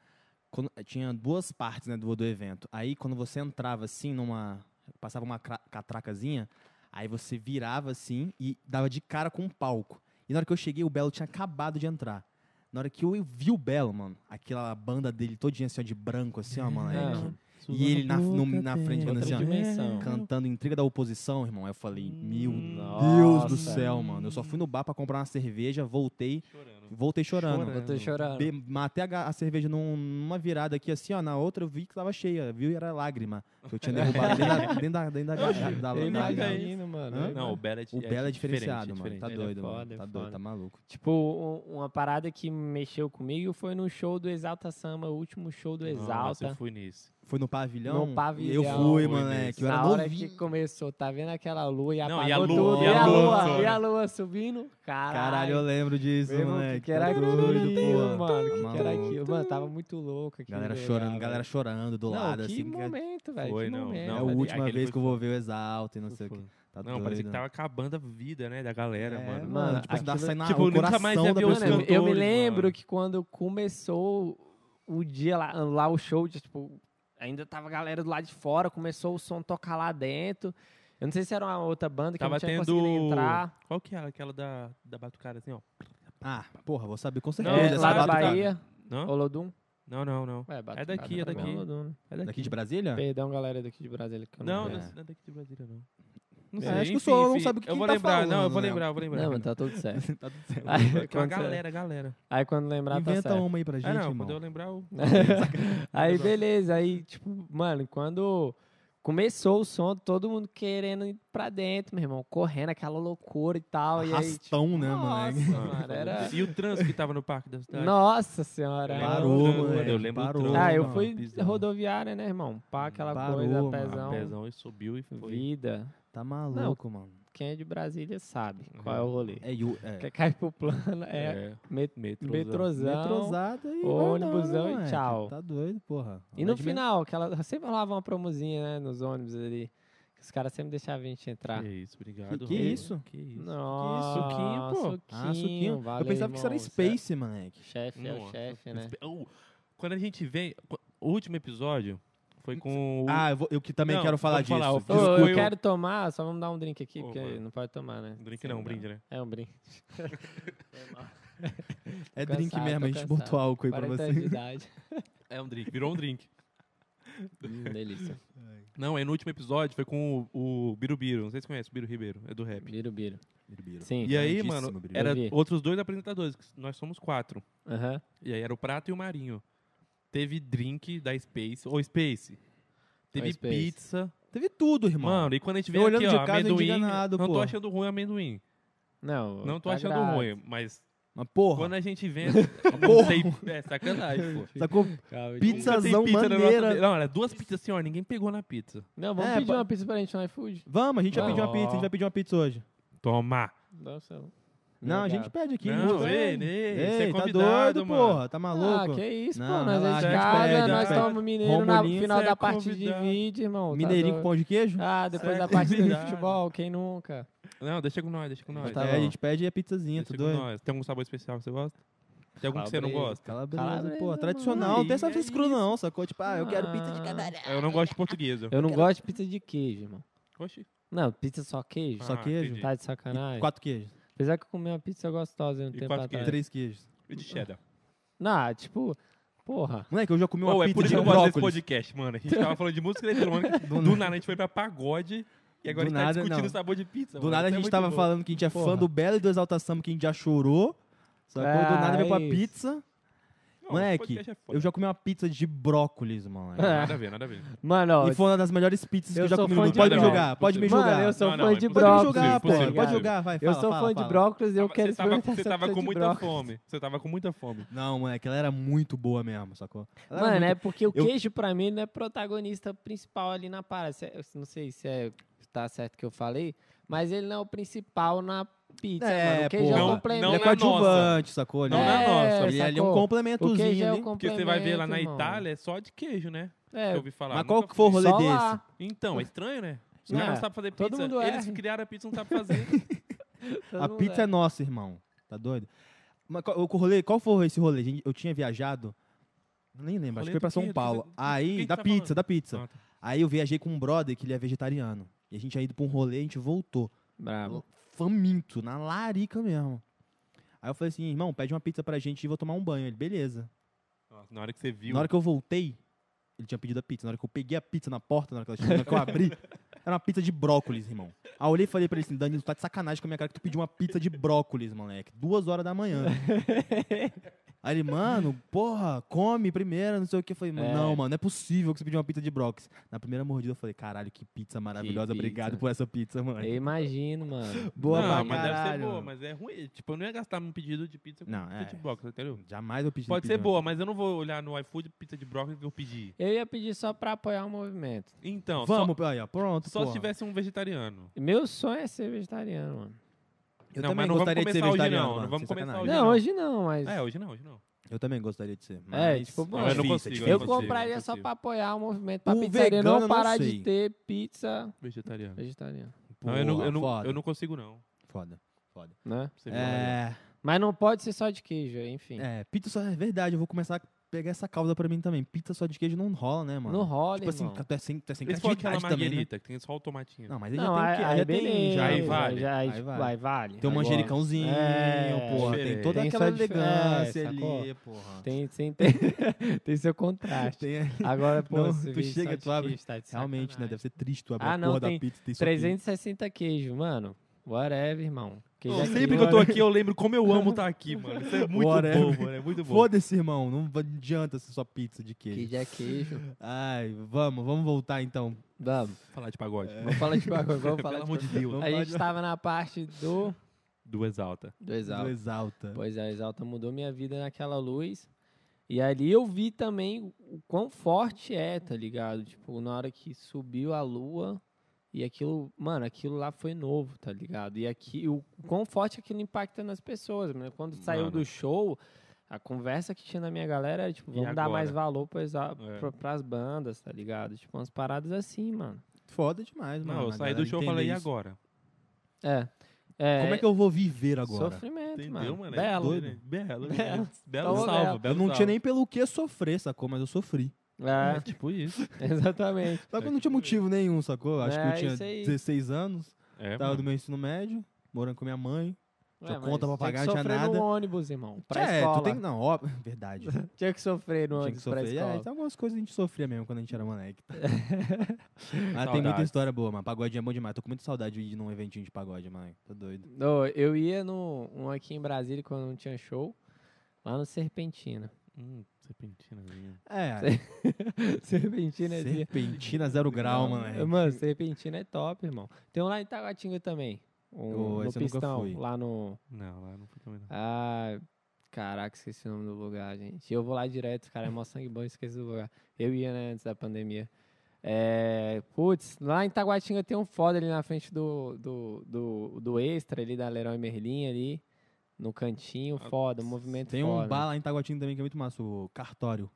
[SPEAKER 2] Quando- tinha duas partes né, do, do evento. Aí, quando você entrava assim, numa. Passava uma cra- catracazinha, aí você virava assim e dava de cara com um palco. E na hora que eu cheguei, o Belo tinha acabado de entrar. Na hora que eu vi o Belo, mano, aquela banda dele todinha assim, ó, de branco, assim, ó, moleque.
[SPEAKER 3] Não.
[SPEAKER 2] E ele na, no- na frente, cantando
[SPEAKER 3] Outra
[SPEAKER 2] assim, ó
[SPEAKER 3] dimensão.
[SPEAKER 2] cantando Intriga da Oposição, irmão. Aí eu falei, meu
[SPEAKER 3] Hum. Nossa.
[SPEAKER 2] Deus do céu, mano. Eu só fui no bar pra comprar uma cerveja, voltei,
[SPEAKER 1] tá Chorando.
[SPEAKER 2] voltei chorando.
[SPEAKER 1] Chorando.
[SPEAKER 3] Eu tô chorando.
[SPEAKER 2] Be- matei a, ga- a cerveja num- numa virada aqui, assim, ó. Na outra eu vi que tava cheia, viu? E era lágrima. Que eu tinha derrubado dentro da, dentro da, dentro da, da, da,
[SPEAKER 3] Ele
[SPEAKER 2] da-
[SPEAKER 3] não
[SPEAKER 1] Imagina
[SPEAKER 2] da-
[SPEAKER 1] isso.
[SPEAKER 3] imagina, mano.
[SPEAKER 2] Hã?
[SPEAKER 3] Ele- tá
[SPEAKER 1] Não, o Belo é, di-
[SPEAKER 2] O Belo é
[SPEAKER 1] diferente,
[SPEAKER 2] diferenciado, mano.
[SPEAKER 1] diferente.
[SPEAKER 2] Tá
[SPEAKER 3] Ele é
[SPEAKER 2] doido,
[SPEAKER 3] foda,
[SPEAKER 2] mano.
[SPEAKER 3] é
[SPEAKER 2] Tá
[SPEAKER 3] foda.
[SPEAKER 2] doido, tá maluco.
[SPEAKER 3] Tipo, um- uma parada que mexeu comigo foi no show do Exalta Samba, o último show do
[SPEAKER 1] Nossa,
[SPEAKER 3] Exalta.
[SPEAKER 1] eu fui nisso.
[SPEAKER 2] Foi no pavilhão?
[SPEAKER 3] No pavilhão.
[SPEAKER 2] Eu
[SPEAKER 1] Fui
[SPEAKER 2] fui, moleque.
[SPEAKER 1] nesse.
[SPEAKER 2] Eu era
[SPEAKER 3] Na hora
[SPEAKER 2] novinho.
[SPEAKER 3] que começou, tá vendo aquela lua e
[SPEAKER 1] Não,
[SPEAKER 3] apagou
[SPEAKER 1] e a
[SPEAKER 2] lua,
[SPEAKER 3] tudo.
[SPEAKER 2] e a lua,
[SPEAKER 1] mano.
[SPEAKER 3] e a lua subindo? Caralho.
[SPEAKER 2] Caralho, eu lembro disso,
[SPEAKER 3] Meu irmão, que
[SPEAKER 2] moleque.
[SPEAKER 3] que era
[SPEAKER 2] tá doido,
[SPEAKER 3] aquilo,
[SPEAKER 2] pô.
[SPEAKER 3] mano?
[SPEAKER 2] Tá
[SPEAKER 3] Que, que era
[SPEAKER 2] maluco.
[SPEAKER 3] aquilo? Mano, tava muito louco aqui.
[SPEAKER 2] Galera chorando, galera chorando do lado,
[SPEAKER 3] não, que
[SPEAKER 2] assim. que-
[SPEAKER 3] momento, velho.
[SPEAKER 1] Foi,
[SPEAKER 3] que
[SPEAKER 1] não,
[SPEAKER 3] momento.
[SPEAKER 2] É
[SPEAKER 1] não,
[SPEAKER 2] a
[SPEAKER 1] mas
[SPEAKER 2] última
[SPEAKER 1] aquele
[SPEAKER 2] vez
[SPEAKER 1] foi
[SPEAKER 2] que eu vou ver o Exalto e não sei o
[SPEAKER 1] Foi.
[SPEAKER 2] que. Tá
[SPEAKER 1] Não,
[SPEAKER 2] doido.
[SPEAKER 1] parecia que tava acabando a vida, né, da galera,
[SPEAKER 2] É,
[SPEAKER 1] mano.
[SPEAKER 2] mano, tipo,
[SPEAKER 3] Mano,
[SPEAKER 2] assim, tava
[SPEAKER 3] aquilo-
[SPEAKER 2] saindo na
[SPEAKER 1] Tipo,
[SPEAKER 2] o
[SPEAKER 1] nunca
[SPEAKER 2] coração
[SPEAKER 1] mais ia
[SPEAKER 2] da
[SPEAKER 1] ver os
[SPEAKER 3] Mano, eu-
[SPEAKER 2] pessoa.
[SPEAKER 1] cantores,
[SPEAKER 3] eu me lembro
[SPEAKER 1] mano.
[SPEAKER 3] que quando começou o dia lá, lá o show, tipo, ainda tava a galera do lado de fora, começou o som tocar lá dentro. Eu não sei se era uma outra banda que eu
[SPEAKER 1] Tava
[SPEAKER 3] não tinha
[SPEAKER 1] tendo.
[SPEAKER 3] conseguido entrar.
[SPEAKER 1] Qual que era aquela da, da Batucara, assim, ó?
[SPEAKER 2] Ah, porra, vou saber com certeza.
[SPEAKER 1] Não,
[SPEAKER 3] é,
[SPEAKER 2] essa
[SPEAKER 3] lá da
[SPEAKER 2] batucada.
[SPEAKER 3] Bahia,
[SPEAKER 1] Não?
[SPEAKER 3] Olodum.
[SPEAKER 1] Não, não, não.
[SPEAKER 3] Ué, Batucada,
[SPEAKER 1] daqui, tá. é
[SPEAKER 3] Olodum,
[SPEAKER 1] daqui.
[SPEAKER 3] Olodum, né?
[SPEAKER 1] É daqui.
[SPEAKER 2] Daqui de Brasília?
[SPEAKER 3] Perdão, galera daqui de Brasília. Que eu não,
[SPEAKER 1] Não,
[SPEAKER 3] lembro.
[SPEAKER 1] não
[SPEAKER 2] É.
[SPEAKER 1] não é daqui de Brasília, não.
[SPEAKER 2] É,
[SPEAKER 1] sei,
[SPEAKER 2] acho que o
[SPEAKER 1] enfim,
[SPEAKER 2] senhor não
[SPEAKER 1] enfim.
[SPEAKER 2] sabe o que
[SPEAKER 1] eu
[SPEAKER 2] que
[SPEAKER 1] vou
[SPEAKER 2] tá
[SPEAKER 1] lembrar, não, eu
[SPEAKER 2] falando,
[SPEAKER 1] vou
[SPEAKER 2] né?
[SPEAKER 1] lembrar, eu vou lembrar.
[SPEAKER 3] Não, mas tá tudo certo.
[SPEAKER 2] Tá tudo certo.
[SPEAKER 3] Aí,
[SPEAKER 1] Porque é uma
[SPEAKER 3] quando você-
[SPEAKER 1] galera, a galera.
[SPEAKER 3] aí quando lembrar tá
[SPEAKER 2] Inventa
[SPEAKER 3] certo.
[SPEAKER 2] uma aí pra gente,
[SPEAKER 1] ah, não,
[SPEAKER 2] irmão.
[SPEAKER 1] quando eu lembrar, eu...
[SPEAKER 3] aí
[SPEAKER 1] Exato.
[SPEAKER 3] beleza, aí tipo, mano, quando começou o som, todo mundo querendo ir pra dentro, meu irmão, correndo aquela loucura e tal, e aí tipo,
[SPEAKER 2] Arrastão, né, moleque?
[SPEAKER 3] Nossa, mano, era
[SPEAKER 1] Ah, E o trânsito que tava no parque da cidade?
[SPEAKER 3] Nossa
[SPEAKER 1] Eu
[SPEAKER 3] senhora.
[SPEAKER 1] lembro
[SPEAKER 2] Parou,
[SPEAKER 1] do trânsito,
[SPEAKER 2] moleque,
[SPEAKER 1] Eu lembro
[SPEAKER 2] parou.
[SPEAKER 1] do trânsito.
[SPEAKER 3] Ah, eu
[SPEAKER 2] Não,
[SPEAKER 3] fui
[SPEAKER 2] bizarro. Hum,
[SPEAKER 3] rodoviária, né, irmão? Pá, aquela
[SPEAKER 2] Parou,
[SPEAKER 3] coisa,
[SPEAKER 2] mano,
[SPEAKER 3] pezão,
[SPEAKER 1] Pezão, e Ah, subiu e foi.
[SPEAKER 3] vida.
[SPEAKER 2] Tá maluco, mano.
[SPEAKER 3] Quem é de Brasília sabe qual é o rolê.
[SPEAKER 2] É, e o... É.
[SPEAKER 3] Quer cair pro plano é, met-
[SPEAKER 1] metrozão.
[SPEAKER 3] metrozão.
[SPEAKER 2] Metrosada e...
[SPEAKER 3] ônibusão e
[SPEAKER 2] vai andando, moleque.
[SPEAKER 3] tchau.
[SPEAKER 2] Tá doido, porra.
[SPEAKER 3] E no
[SPEAKER 2] Andar de met-
[SPEAKER 3] final, aquela, sempre rolava uma promozinha, né, nos ônibus ali. Que os caras sempre deixavam a gente entrar.
[SPEAKER 1] Que isso, obrigado.
[SPEAKER 2] Que- que
[SPEAKER 1] Rodrigo.
[SPEAKER 2] isso?
[SPEAKER 1] Que isso.
[SPEAKER 3] Nossa,
[SPEAKER 1] Suquinho, pô.
[SPEAKER 2] Ah, suquinho.
[SPEAKER 3] valeu,
[SPEAKER 2] Eu pensava que isso era
[SPEAKER 3] irmão,
[SPEAKER 2] Space, moleque.
[SPEAKER 3] Chefe é o
[SPEAKER 1] Nossa,
[SPEAKER 3] chefe,
[SPEAKER 1] eu
[SPEAKER 3] né?
[SPEAKER 1] espe- Oh, Quando a gente vem... O último episódio foi Foi com o.
[SPEAKER 2] Ah, eu, vou- eu que também
[SPEAKER 1] Não,
[SPEAKER 2] quero falar
[SPEAKER 1] vamos
[SPEAKER 2] disso.
[SPEAKER 1] falar, ó,
[SPEAKER 3] Ô,
[SPEAKER 1] Desculpa,
[SPEAKER 3] eu
[SPEAKER 1] eu-
[SPEAKER 3] quero tomar, só vamos dar um drink aqui,
[SPEAKER 1] Ô,
[SPEAKER 3] porque
[SPEAKER 1] mano.
[SPEAKER 3] não pode tomar, né?
[SPEAKER 1] Drink não, brinde, né?
[SPEAKER 3] É um brinde.
[SPEAKER 2] é
[SPEAKER 3] tô
[SPEAKER 2] drink
[SPEAKER 3] cansado,
[SPEAKER 2] mesmo,
[SPEAKER 3] tô
[SPEAKER 2] a gente
[SPEAKER 3] cansado.
[SPEAKER 2] botou álcool aí pra
[SPEAKER 3] 40 anos de
[SPEAKER 2] você.
[SPEAKER 3] idade.
[SPEAKER 1] É um drink. Virou um drink.
[SPEAKER 3] Hum, delícia.
[SPEAKER 1] Não, é no último episódio, foi com o, o Birubiru. Não sei se você conhece o Biru Ribeiro, é do rap.
[SPEAKER 3] Biro, biro.
[SPEAKER 2] Birubiru.
[SPEAKER 3] Sim.
[SPEAKER 1] E aí,
[SPEAKER 2] grandíssimo
[SPEAKER 1] mano,
[SPEAKER 2] Birubiru.
[SPEAKER 1] era
[SPEAKER 3] Eu vi.
[SPEAKER 1] outros dois apresentadores, que nós somos quatro.
[SPEAKER 3] Aham.
[SPEAKER 1] E aí era o Prato e o Marinho. Teve drink da Space, ou Space. Teve
[SPEAKER 3] Space.
[SPEAKER 1] pizza.
[SPEAKER 2] Teve tudo, irmão.
[SPEAKER 1] Mano, e quando a gente vê
[SPEAKER 2] Eu
[SPEAKER 1] aqui,
[SPEAKER 2] olhando de
[SPEAKER 1] ó,
[SPEAKER 2] casa, eu
[SPEAKER 1] amendoim,
[SPEAKER 2] indignado,
[SPEAKER 1] não
[SPEAKER 2] pô.
[SPEAKER 1] tô achando ruim o amendoim.
[SPEAKER 3] Não,
[SPEAKER 1] Não tô
[SPEAKER 3] tá
[SPEAKER 1] achando
[SPEAKER 3] grátis.
[SPEAKER 1] ruim, mas
[SPEAKER 2] Mas porra,
[SPEAKER 1] quando a gente vê,
[SPEAKER 2] Porra.
[SPEAKER 1] não tem, é sacanagem, pô.
[SPEAKER 2] sacou?
[SPEAKER 3] Calma, gente.
[SPEAKER 2] Pizza- Pizzazão
[SPEAKER 1] Nunca tem pizza na nossa
[SPEAKER 2] maneira.
[SPEAKER 1] mesa. Não, era duas pizzas assim, ó, ninguém pegou na pizza.
[SPEAKER 3] Não, vamos
[SPEAKER 2] É,
[SPEAKER 3] pedir
[SPEAKER 2] pa-
[SPEAKER 3] uma pizza pra gente no iFood.
[SPEAKER 2] Vamos, a gente vai
[SPEAKER 3] Não.
[SPEAKER 2] pedir uma pizza, a gente vai pedir uma pizza hoje.
[SPEAKER 1] Toma.
[SPEAKER 3] Dá o seu.
[SPEAKER 2] Não, a
[SPEAKER 3] Meu
[SPEAKER 2] gente tá
[SPEAKER 3] gato.
[SPEAKER 2] pede aqui.
[SPEAKER 1] não,
[SPEAKER 2] gente.
[SPEAKER 1] ei, ei, você é
[SPEAKER 2] Ei, tá
[SPEAKER 1] convidado,
[SPEAKER 2] doido,
[SPEAKER 1] mano.
[SPEAKER 2] porra, tá maluco?
[SPEAKER 3] Ah, que isso,
[SPEAKER 2] Não,
[SPEAKER 3] pô. Nós é
[SPEAKER 2] relaxa,
[SPEAKER 3] de
[SPEAKER 1] a gente
[SPEAKER 3] casa,
[SPEAKER 1] pede,
[SPEAKER 3] nós
[SPEAKER 1] a gente
[SPEAKER 3] tomamos mineiro na
[SPEAKER 2] Romulinho,
[SPEAKER 3] final
[SPEAKER 1] você
[SPEAKER 3] da
[SPEAKER 1] é
[SPEAKER 3] parte de
[SPEAKER 1] convidado.
[SPEAKER 3] vídeo, irmão. tá
[SPEAKER 2] Mineirinho com
[SPEAKER 3] doido.
[SPEAKER 2] pão de queijo?
[SPEAKER 3] Ah, depois
[SPEAKER 1] Você é
[SPEAKER 3] da partida de
[SPEAKER 1] convidado.
[SPEAKER 3] futebol, quem nunca?
[SPEAKER 1] Não, deixa com nós, deixa com nós.
[SPEAKER 3] Tá
[SPEAKER 2] é, a
[SPEAKER 3] bom.
[SPEAKER 2] gente pede a pizzazinha,
[SPEAKER 1] Deixa Ah,
[SPEAKER 2] tá
[SPEAKER 1] então. com
[SPEAKER 2] doido?
[SPEAKER 1] nós. Tem algum sabor especial que você gosta? Tem algum que você não
[SPEAKER 3] Calabresa.
[SPEAKER 1] gosta?
[SPEAKER 2] Calabresa,
[SPEAKER 3] Calabresa,
[SPEAKER 2] pô,
[SPEAKER 3] mano.
[SPEAKER 2] tradicional. Não
[SPEAKER 1] Aí,
[SPEAKER 2] tem essa
[SPEAKER 1] é
[SPEAKER 2] frescura não, sacou? Tipo, ah, eu quero pizza de
[SPEAKER 3] Ah,
[SPEAKER 2] camarão.
[SPEAKER 1] Eu não gosto de portuguesa.
[SPEAKER 3] Eu não gosto de pizza de queijo, irmão.
[SPEAKER 1] Oxi.
[SPEAKER 3] Não, pizza só queijo.
[SPEAKER 2] Só queijo?
[SPEAKER 1] entendi.
[SPEAKER 3] Tá de sacanagem.
[SPEAKER 2] Ah, Quatro queijos,
[SPEAKER 3] Apesar que eu comi uma pizza gostosa um
[SPEAKER 1] E
[SPEAKER 3] tempo
[SPEAKER 1] quatro
[SPEAKER 3] atrás.
[SPEAKER 1] queijos.
[SPEAKER 2] três queijos.
[SPEAKER 1] E de cheddar.
[SPEAKER 3] Não, tipo, porra.
[SPEAKER 2] Moleque, eu já comi uma
[SPEAKER 1] Ou é por
[SPEAKER 2] pizza
[SPEAKER 1] isso
[SPEAKER 2] de
[SPEAKER 1] que eu gosto desse
[SPEAKER 2] brócolis.
[SPEAKER 1] podcast, mano. A gente tava falando de música eletrônica, do, nada a gente foi pra pagode e agora
[SPEAKER 2] Do
[SPEAKER 1] a gente tá
[SPEAKER 2] nada,
[SPEAKER 1] discutindo
[SPEAKER 2] não.
[SPEAKER 1] o sabor de pizza.
[SPEAKER 2] Do
[SPEAKER 1] mano.
[SPEAKER 2] nada a
[SPEAKER 1] Isso é
[SPEAKER 2] gente
[SPEAKER 1] muito
[SPEAKER 2] tava
[SPEAKER 1] bom.
[SPEAKER 2] falando que a gente é fã
[SPEAKER 3] Porra.
[SPEAKER 2] do Belo e do Exalta Samba, que a gente já chorou, sacou? do
[SPEAKER 3] Ah,
[SPEAKER 2] nada veio pra
[SPEAKER 3] é isso.
[SPEAKER 2] pizza.
[SPEAKER 1] Não,
[SPEAKER 2] Moleque,
[SPEAKER 1] podcast é foda.
[SPEAKER 2] Eu já comi uma pizza de brócolis, moleque.
[SPEAKER 3] É.
[SPEAKER 1] Nada a ver, nada a ver.
[SPEAKER 3] Mano, ó,
[SPEAKER 2] E foi uma das melhores pizzas que
[SPEAKER 3] Eu
[SPEAKER 2] eu já
[SPEAKER 3] sou
[SPEAKER 2] comi
[SPEAKER 3] fã
[SPEAKER 2] no mundo.
[SPEAKER 3] de
[SPEAKER 2] Pode me
[SPEAKER 3] brócolis.
[SPEAKER 2] julgar, pode me
[SPEAKER 3] Mano,
[SPEAKER 2] julgar.
[SPEAKER 3] eu sou
[SPEAKER 1] Não,
[SPEAKER 3] fã
[SPEAKER 1] não,
[SPEAKER 3] de
[SPEAKER 1] impossível,
[SPEAKER 2] Pode me
[SPEAKER 3] brócolis.
[SPEAKER 2] julgar, pô.
[SPEAKER 1] impossível,
[SPEAKER 2] Pode
[SPEAKER 3] tá ligado?
[SPEAKER 1] impossível.
[SPEAKER 2] julgar, vai,
[SPEAKER 3] Eu
[SPEAKER 2] fala,
[SPEAKER 3] sou
[SPEAKER 2] fala,
[SPEAKER 3] fã de
[SPEAKER 2] fala.
[SPEAKER 3] brócolis, eu
[SPEAKER 1] Tava-
[SPEAKER 3] quero
[SPEAKER 1] você tava,
[SPEAKER 3] experimentar
[SPEAKER 1] você
[SPEAKER 3] essa
[SPEAKER 1] tava
[SPEAKER 3] pizza
[SPEAKER 1] com
[SPEAKER 3] de
[SPEAKER 1] muita
[SPEAKER 3] brócolis.
[SPEAKER 1] fome. Você tava com muita fome.
[SPEAKER 2] Não, moleque, ela era muito boa mesmo, sacou? Ela era
[SPEAKER 3] Mano,
[SPEAKER 2] muito
[SPEAKER 3] é porque o
[SPEAKER 2] eu-
[SPEAKER 3] queijo pra mim não é protagonista principal ali na parada. Se é- eu não sei se é tá certo que eu falei, mas ele não é o principal na pizza,
[SPEAKER 2] É,
[SPEAKER 3] mano. O queijo é
[SPEAKER 2] porra.
[SPEAKER 3] o
[SPEAKER 2] Não-
[SPEAKER 3] complemento.
[SPEAKER 1] não
[SPEAKER 2] ele é
[SPEAKER 1] na
[SPEAKER 2] coadjuvante, sacou? Ele
[SPEAKER 1] Não
[SPEAKER 2] é,
[SPEAKER 1] na nossa.
[SPEAKER 2] ele, ele é um
[SPEAKER 3] sacou? O queijo
[SPEAKER 2] complementozinho
[SPEAKER 3] é
[SPEAKER 2] ali.
[SPEAKER 3] o
[SPEAKER 1] Porque você vai ver lá na
[SPEAKER 3] complemento, mano.
[SPEAKER 1] Itália, é só de queijo, né?
[SPEAKER 3] É,
[SPEAKER 1] Eu ouvi falar.
[SPEAKER 2] Mas
[SPEAKER 1] nunca
[SPEAKER 2] qual
[SPEAKER 1] fui.
[SPEAKER 2] que foi o rolê
[SPEAKER 3] só
[SPEAKER 2] desse?
[SPEAKER 3] lá.
[SPEAKER 1] Então, é estranho, né? Os
[SPEAKER 3] É,
[SPEAKER 1] caras não sabem fazer
[SPEAKER 3] todo
[SPEAKER 1] pizza.
[SPEAKER 3] mundo
[SPEAKER 2] é.
[SPEAKER 1] Eles
[SPEAKER 3] erra.
[SPEAKER 1] criaram a pizza e não sabem fazer.
[SPEAKER 2] A pizza é nossa, irmão. Tá doido? Mas qual, o rolê, qual foi esse rolê? Gente, Eu tinha viajado. Nem lembro, acho que
[SPEAKER 1] Rolê do
[SPEAKER 2] foi pra
[SPEAKER 1] quê?
[SPEAKER 2] São
[SPEAKER 1] Do
[SPEAKER 2] Paulo.
[SPEAKER 1] que- do que
[SPEAKER 2] Aí,
[SPEAKER 1] que
[SPEAKER 2] da
[SPEAKER 1] tá
[SPEAKER 2] pizza,
[SPEAKER 1] falando?
[SPEAKER 2] da pizza.
[SPEAKER 1] Ah, tá.
[SPEAKER 2] Aí eu viajei com um brother que ele é vegetariano. E a gente ia ido pra um rolê, a gente voltou.
[SPEAKER 3] Bravo.
[SPEAKER 2] Faminto, na larica mesmo. Aí eu falei assim, irmão, pede uma pizza pra gente e vou tomar um banho. Ele, beleza.
[SPEAKER 1] Nossa, na hora que você viu.
[SPEAKER 2] Na hora que eu voltei, ele tinha pedido a pizza. Na hora que eu peguei a pizza na porta, na hora que, ela chegou, na hora que eu abri, era uma pizza de brócolis, irmão. Aí eu olhei e falei pra ele assim, Danilo, tá de sacanagem com a minha cara que tu pediu uma pizza de brócolis, moleque. Duas horas da manhã. Aí ele, mano, porra, come primeiro, não sei o que. Eu falei, mano,
[SPEAKER 3] É.
[SPEAKER 2] não, mano, não é possível que você pediu uma pizza de brócolis. Na primeira mordida eu falei, caralho, que pizza maravilhosa,
[SPEAKER 3] pizza.
[SPEAKER 2] obrigado por essa pizza, mano.
[SPEAKER 3] Eu imagino, mano.
[SPEAKER 2] Boa
[SPEAKER 1] não,
[SPEAKER 2] pra
[SPEAKER 1] mas deve ser
[SPEAKER 2] caralho.
[SPEAKER 1] boa, mas é ruim. Tipo, eu não ia gastar um pedido de pizza com
[SPEAKER 2] Não,
[SPEAKER 1] pizza
[SPEAKER 2] é.
[SPEAKER 1] de brócolis, entendeu?
[SPEAKER 2] Jamais eu pedi
[SPEAKER 1] Pode
[SPEAKER 2] pedi
[SPEAKER 1] ser
[SPEAKER 2] uma-
[SPEAKER 1] boa, mas eu não vou olhar no iFood pizza de brócolis que eu pedi.
[SPEAKER 3] Eu ia pedir só pra apoiar o movimento.
[SPEAKER 1] Então,
[SPEAKER 2] Vamos, aí, ó, pronto,
[SPEAKER 1] só, só se
[SPEAKER 2] porra.
[SPEAKER 1] tivesse um vegetariano.
[SPEAKER 3] Meu sonho é ser vegetariano, mano.
[SPEAKER 2] Eu
[SPEAKER 1] Não,
[SPEAKER 2] também
[SPEAKER 1] mas não vamos
[SPEAKER 2] gostaria de ser
[SPEAKER 1] começar hoje,
[SPEAKER 2] vegetariano,
[SPEAKER 1] não,
[SPEAKER 2] mano,
[SPEAKER 1] não vamos
[SPEAKER 2] sem
[SPEAKER 1] começar
[SPEAKER 2] sacanagem.
[SPEAKER 1] Hoje
[SPEAKER 3] não,
[SPEAKER 1] não.
[SPEAKER 3] hoje não, mas.
[SPEAKER 1] É, hoje não, hoje não.
[SPEAKER 2] Eu também gostaria de ser.
[SPEAKER 3] É,
[SPEAKER 2] mas-
[SPEAKER 3] tipo,
[SPEAKER 1] Não, eu não
[SPEAKER 2] difícil,
[SPEAKER 1] consigo, eu
[SPEAKER 2] difícil.
[SPEAKER 3] Eu
[SPEAKER 1] não consigo.
[SPEAKER 3] compraria só pra apoiar o movimento pra
[SPEAKER 2] O
[SPEAKER 3] pizzaria
[SPEAKER 2] vegano,
[SPEAKER 3] não
[SPEAKER 2] eu não
[SPEAKER 3] parar
[SPEAKER 2] sei.
[SPEAKER 3] de ter pizza
[SPEAKER 1] Vegetariano.
[SPEAKER 3] vegetariana,
[SPEAKER 1] Não, eu, não,
[SPEAKER 2] Porra,
[SPEAKER 1] eu, não,
[SPEAKER 2] foda,
[SPEAKER 1] eu não consigo, não.
[SPEAKER 2] Foda, foda.
[SPEAKER 3] né?
[SPEAKER 1] Você viu, né?
[SPEAKER 2] É,
[SPEAKER 3] Mas não pode ser só de queijo, enfim.
[SPEAKER 2] é, pizza só é verdade. Eu vou começar a pegar essa causa pra mim também. Pizza só de queijo não rola, né, mano?
[SPEAKER 3] não rola,
[SPEAKER 2] Tipo assim,
[SPEAKER 3] irmão.
[SPEAKER 2] tu é sem, tu é sem
[SPEAKER 1] Eles falam aquela
[SPEAKER 2] criatividade também, né?
[SPEAKER 1] marguerita, que tem só o tomatinho.
[SPEAKER 2] Não, mas aí
[SPEAKER 3] Não,
[SPEAKER 2] já tem o quê?
[SPEAKER 3] aí, é
[SPEAKER 2] já tem,
[SPEAKER 3] beleza,
[SPEAKER 2] já.
[SPEAKER 1] Aí vale.
[SPEAKER 3] já- aí,
[SPEAKER 2] Aí
[SPEAKER 3] tipo,
[SPEAKER 2] vale.
[SPEAKER 3] aí vale.
[SPEAKER 2] Tem um
[SPEAKER 3] Agora,
[SPEAKER 2] manjericãozinho,
[SPEAKER 3] É,
[SPEAKER 2] porra. Tem
[SPEAKER 1] diferente.
[SPEAKER 2] toda
[SPEAKER 3] Tem
[SPEAKER 2] aquela
[SPEAKER 3] sua dif- é,
[SPEAKER 2] elegância
[SPEAKER 3] sacou?
[SPEAKER 2] ali, porra.
[SPEAKER 3] Tem, tem, tem, tem seu contraste.
[SPEAKER 2] Tem-
[SPEAKER 3] Agora, pô,
[SPEAKER 2] Não,
[SPEAKER 3] esse
[SPEAKER 2] tu
[SPEAKER 3] vídeo
[SPEAKER 2] chega,
[SPEAKER 3] só
[SPEAKER 2] tu
[SPEAKER 3] de
[SPEAKER 2] abre-
[SPEAKER 3] queijo, tá de
[SPEAKER 2] Realmente, né?
[SPEAKER 3] sacanagem.
[SPEAKER 2] Deve ser triste tu abrir
[SPEAKER 3] Ah,
[SPEAKER 2] a
[SPEAKER 3] não,
[SPEAKER 2] porra
[SPEAKER 3] tem
[SPEAKER 2] da pizza. e Tem só queijo.
[SPEAKER 3] 360 queijo, mano. Whatever, irmão. Queijo é
[SPEAKER 1] sempre que
[SPEAKER 3] queijo.
[SPEAKER 1] eu tô aqui, eu lembro como eu amo estar aqui, mano. Isso é muito
[SPEAKER 2] Whatever.
[SPEAKER 1] bom, mano. É muito bom.
[SPEAKER 2] Foda-se, irmão. Não adianta ser só pizza de queijo.
[SPEAKER 3] Queijo é queijo.
[SPEAKER 2] Ai, vamos, vamos voltar então.
[SPEAKER 3] Vamos.
[SPEAKER 1] Falar de pagode.
[SPEAKER 3] Vamos falar de bagulho. Vamos falar
[SPEAKER 1] Pelo
[SPEAKER 3] de
[SPEAKER 1] amor de Deus.
[SPEAKER 2] Vamos
[SPEAKER 3] A
[SPEAKER 2] falar
[SPEAKER 3] gente
[SPEAKER 2] de-
[SPEAKER 3] tava na parte do.
[SPEAKER 1] Do Exalta.
[SPEAKER 3] Do
[SPEAKER 2] do
[SPEAKER 3] Exalta.
[SPEAKER 2] Exalta.
[SPEAKER 3] Pois é, o Exalta mudou minha vida naquela luz. E ali eu vi também o quão forte é, tá ligado? Tipo, na hora que subiu a lua. E aquilo, mano, aquilo lá foi novo, tá ligado? E aqui, o quão forte aquilo impacta nas pessoas, mano. Quando saiu
[SPEAKER 1] Mano.
[SPEAKER 3] do show, a conversa que tinha na minha galera era, tipo,
[SPEAKER 1] E
[SPEAKER 3] vamos dar mais
[SPEAKER 1] agora?
[SPEAKER 3] valor pro exa-
[SPEAKER 1] É.
[SPEAKER 3] pra- pras bandas, tá ligado? Tipo, umas paradas assim, mano.
[SPEAKER 2] Foda demais, mano.
[SPEAKER 1] Não, eu
[SPEAKER 2] A
[SPEAKER 1] saí do
[SPEAKER 2] galera
[SPEAKER 1] show e
[SPEAKER 2] entender
[SPEAKER 1] falei, e
[SPEAKER 2] isso.
[SPEAKER 1] agora?
[SPEAKER 3] É. é
[SPEAKER 2] Como é que eu vou viver agora?
[SPEAKER 3] Sofrimento,
[SPEAKER 1] Entendeu, mano? É
[SPEAKER 3] Belo.
[SPEAKER 1] doido. Belo,
[SPEAKER 3] Belo.
[SPEAKER 1] belo. Belo
[SPEAKER 3] Tava
[SPEAKER 1] salvo,
[SPEAKER 3] belo.
[SPEAKER 1] belo
[SPEAKER 2] Eu não
[SPEAKER 1] salvo.
[SPEAKER 2] tinha nem pelo que sofrer, sacou? Mas eu sofri.
[SPEAKER 1] É,
[SPEAKER 3] É,
[SPEAKER 1] tipo isso.
[SPEAKER 3] exatamente.
[SPEAKER 2] Só que eu não tinha motivo nenhum, sacou? Acho
[SPEAKER 3] É,
[SPEAKER 2] que eu
[SPEAKER 3] isso aí.
[SPEAKER 2] tinha 16 anos,
[SPEAKER 1] É,
[SPEAKER 2] tava
[SPEAKER 1] mano.
[SPEAKER 2] do meu ensino médio, morando com minha mãe. Tinha
[SPEAKER 3] Ué,
[SPEAKER 2] conta
[SPEAKER 3] é,
[SPEAKER 2] pra
[SPEAKER 3] mas
[SPEAKER 2] pagar,
[SPEAKER 3] tinha que
[SPEAKER 2] não tinha
[SPEAKER 3] sofrer
[SPEAKER 2] nada.
[SPEAKER 3] no ônibus, irmão. Pra
[SPEAKER 2] é,
[SPEAKER 3] escola.
[SPEAKER 2] tu tem que. Não, ó, verdade.
[SPEAKER 3] Tinha que sofrer no
[SPEAKER 2] tinha que
[SPEAKER 3] ônibus pra
[SPEAKER 2] sofrer.
[SPEAKER 3] escola.
[SPEAKER 2] É, tem algumas coisas que a gente sofria mesmo quando a gente era moleque. Tá? Mas tem muita
[SPEAKER 1] Saudades.
[SPEAKER 2] história boa, mano. Pagodinho é bom demais. Tô com muita saudade de ir num eventinho de pagode, mano. Tô doido.
[SPEAKER 3] Ô, eu ia no, um aqui em Brasília quando não tinha show, lá no Serpentina.
[SPEAKER 1] Hum, serpentinazinha.
[SPEAKER 2] É,
[SPEAKER 3] Serpentina é dia.
[SPEAKER 2] serpentina zero grau,
[SPEAKER 3] Não, é
[SPEAKER 2] mano.
[SPEAKER 3] Mano, Serpentina é top, irmão. Tem um lá em Taguatinga também. Um,
[SPEAKER 2] Ô,
[SPEAKER 3] no
[SPEAKER 2] esse eu nunca fui.
[SPEAKER 3] Pistão, lá no.
[SPEAKER 1] Não, lá não fui também não.
[SPEAKER 3] Ah, caraca, esqueci o nome do lugar, gente. Eu vou lá direto, cara. É mó sangue bom, esqueci do lugar. Eu ia, né, antes da pandemia. É, putz, lá em Taguatinga tem um foda ali na frente do, do, do, do Extra, ali da Leroy Merlin, ali. No cantinho, foda, um movimento
[SPEAKER 2] Tem
[SPEAKER 3] foda.
[SPEAKER 2] um bar lá em Taguatinga também que é muito massa, o Cartório.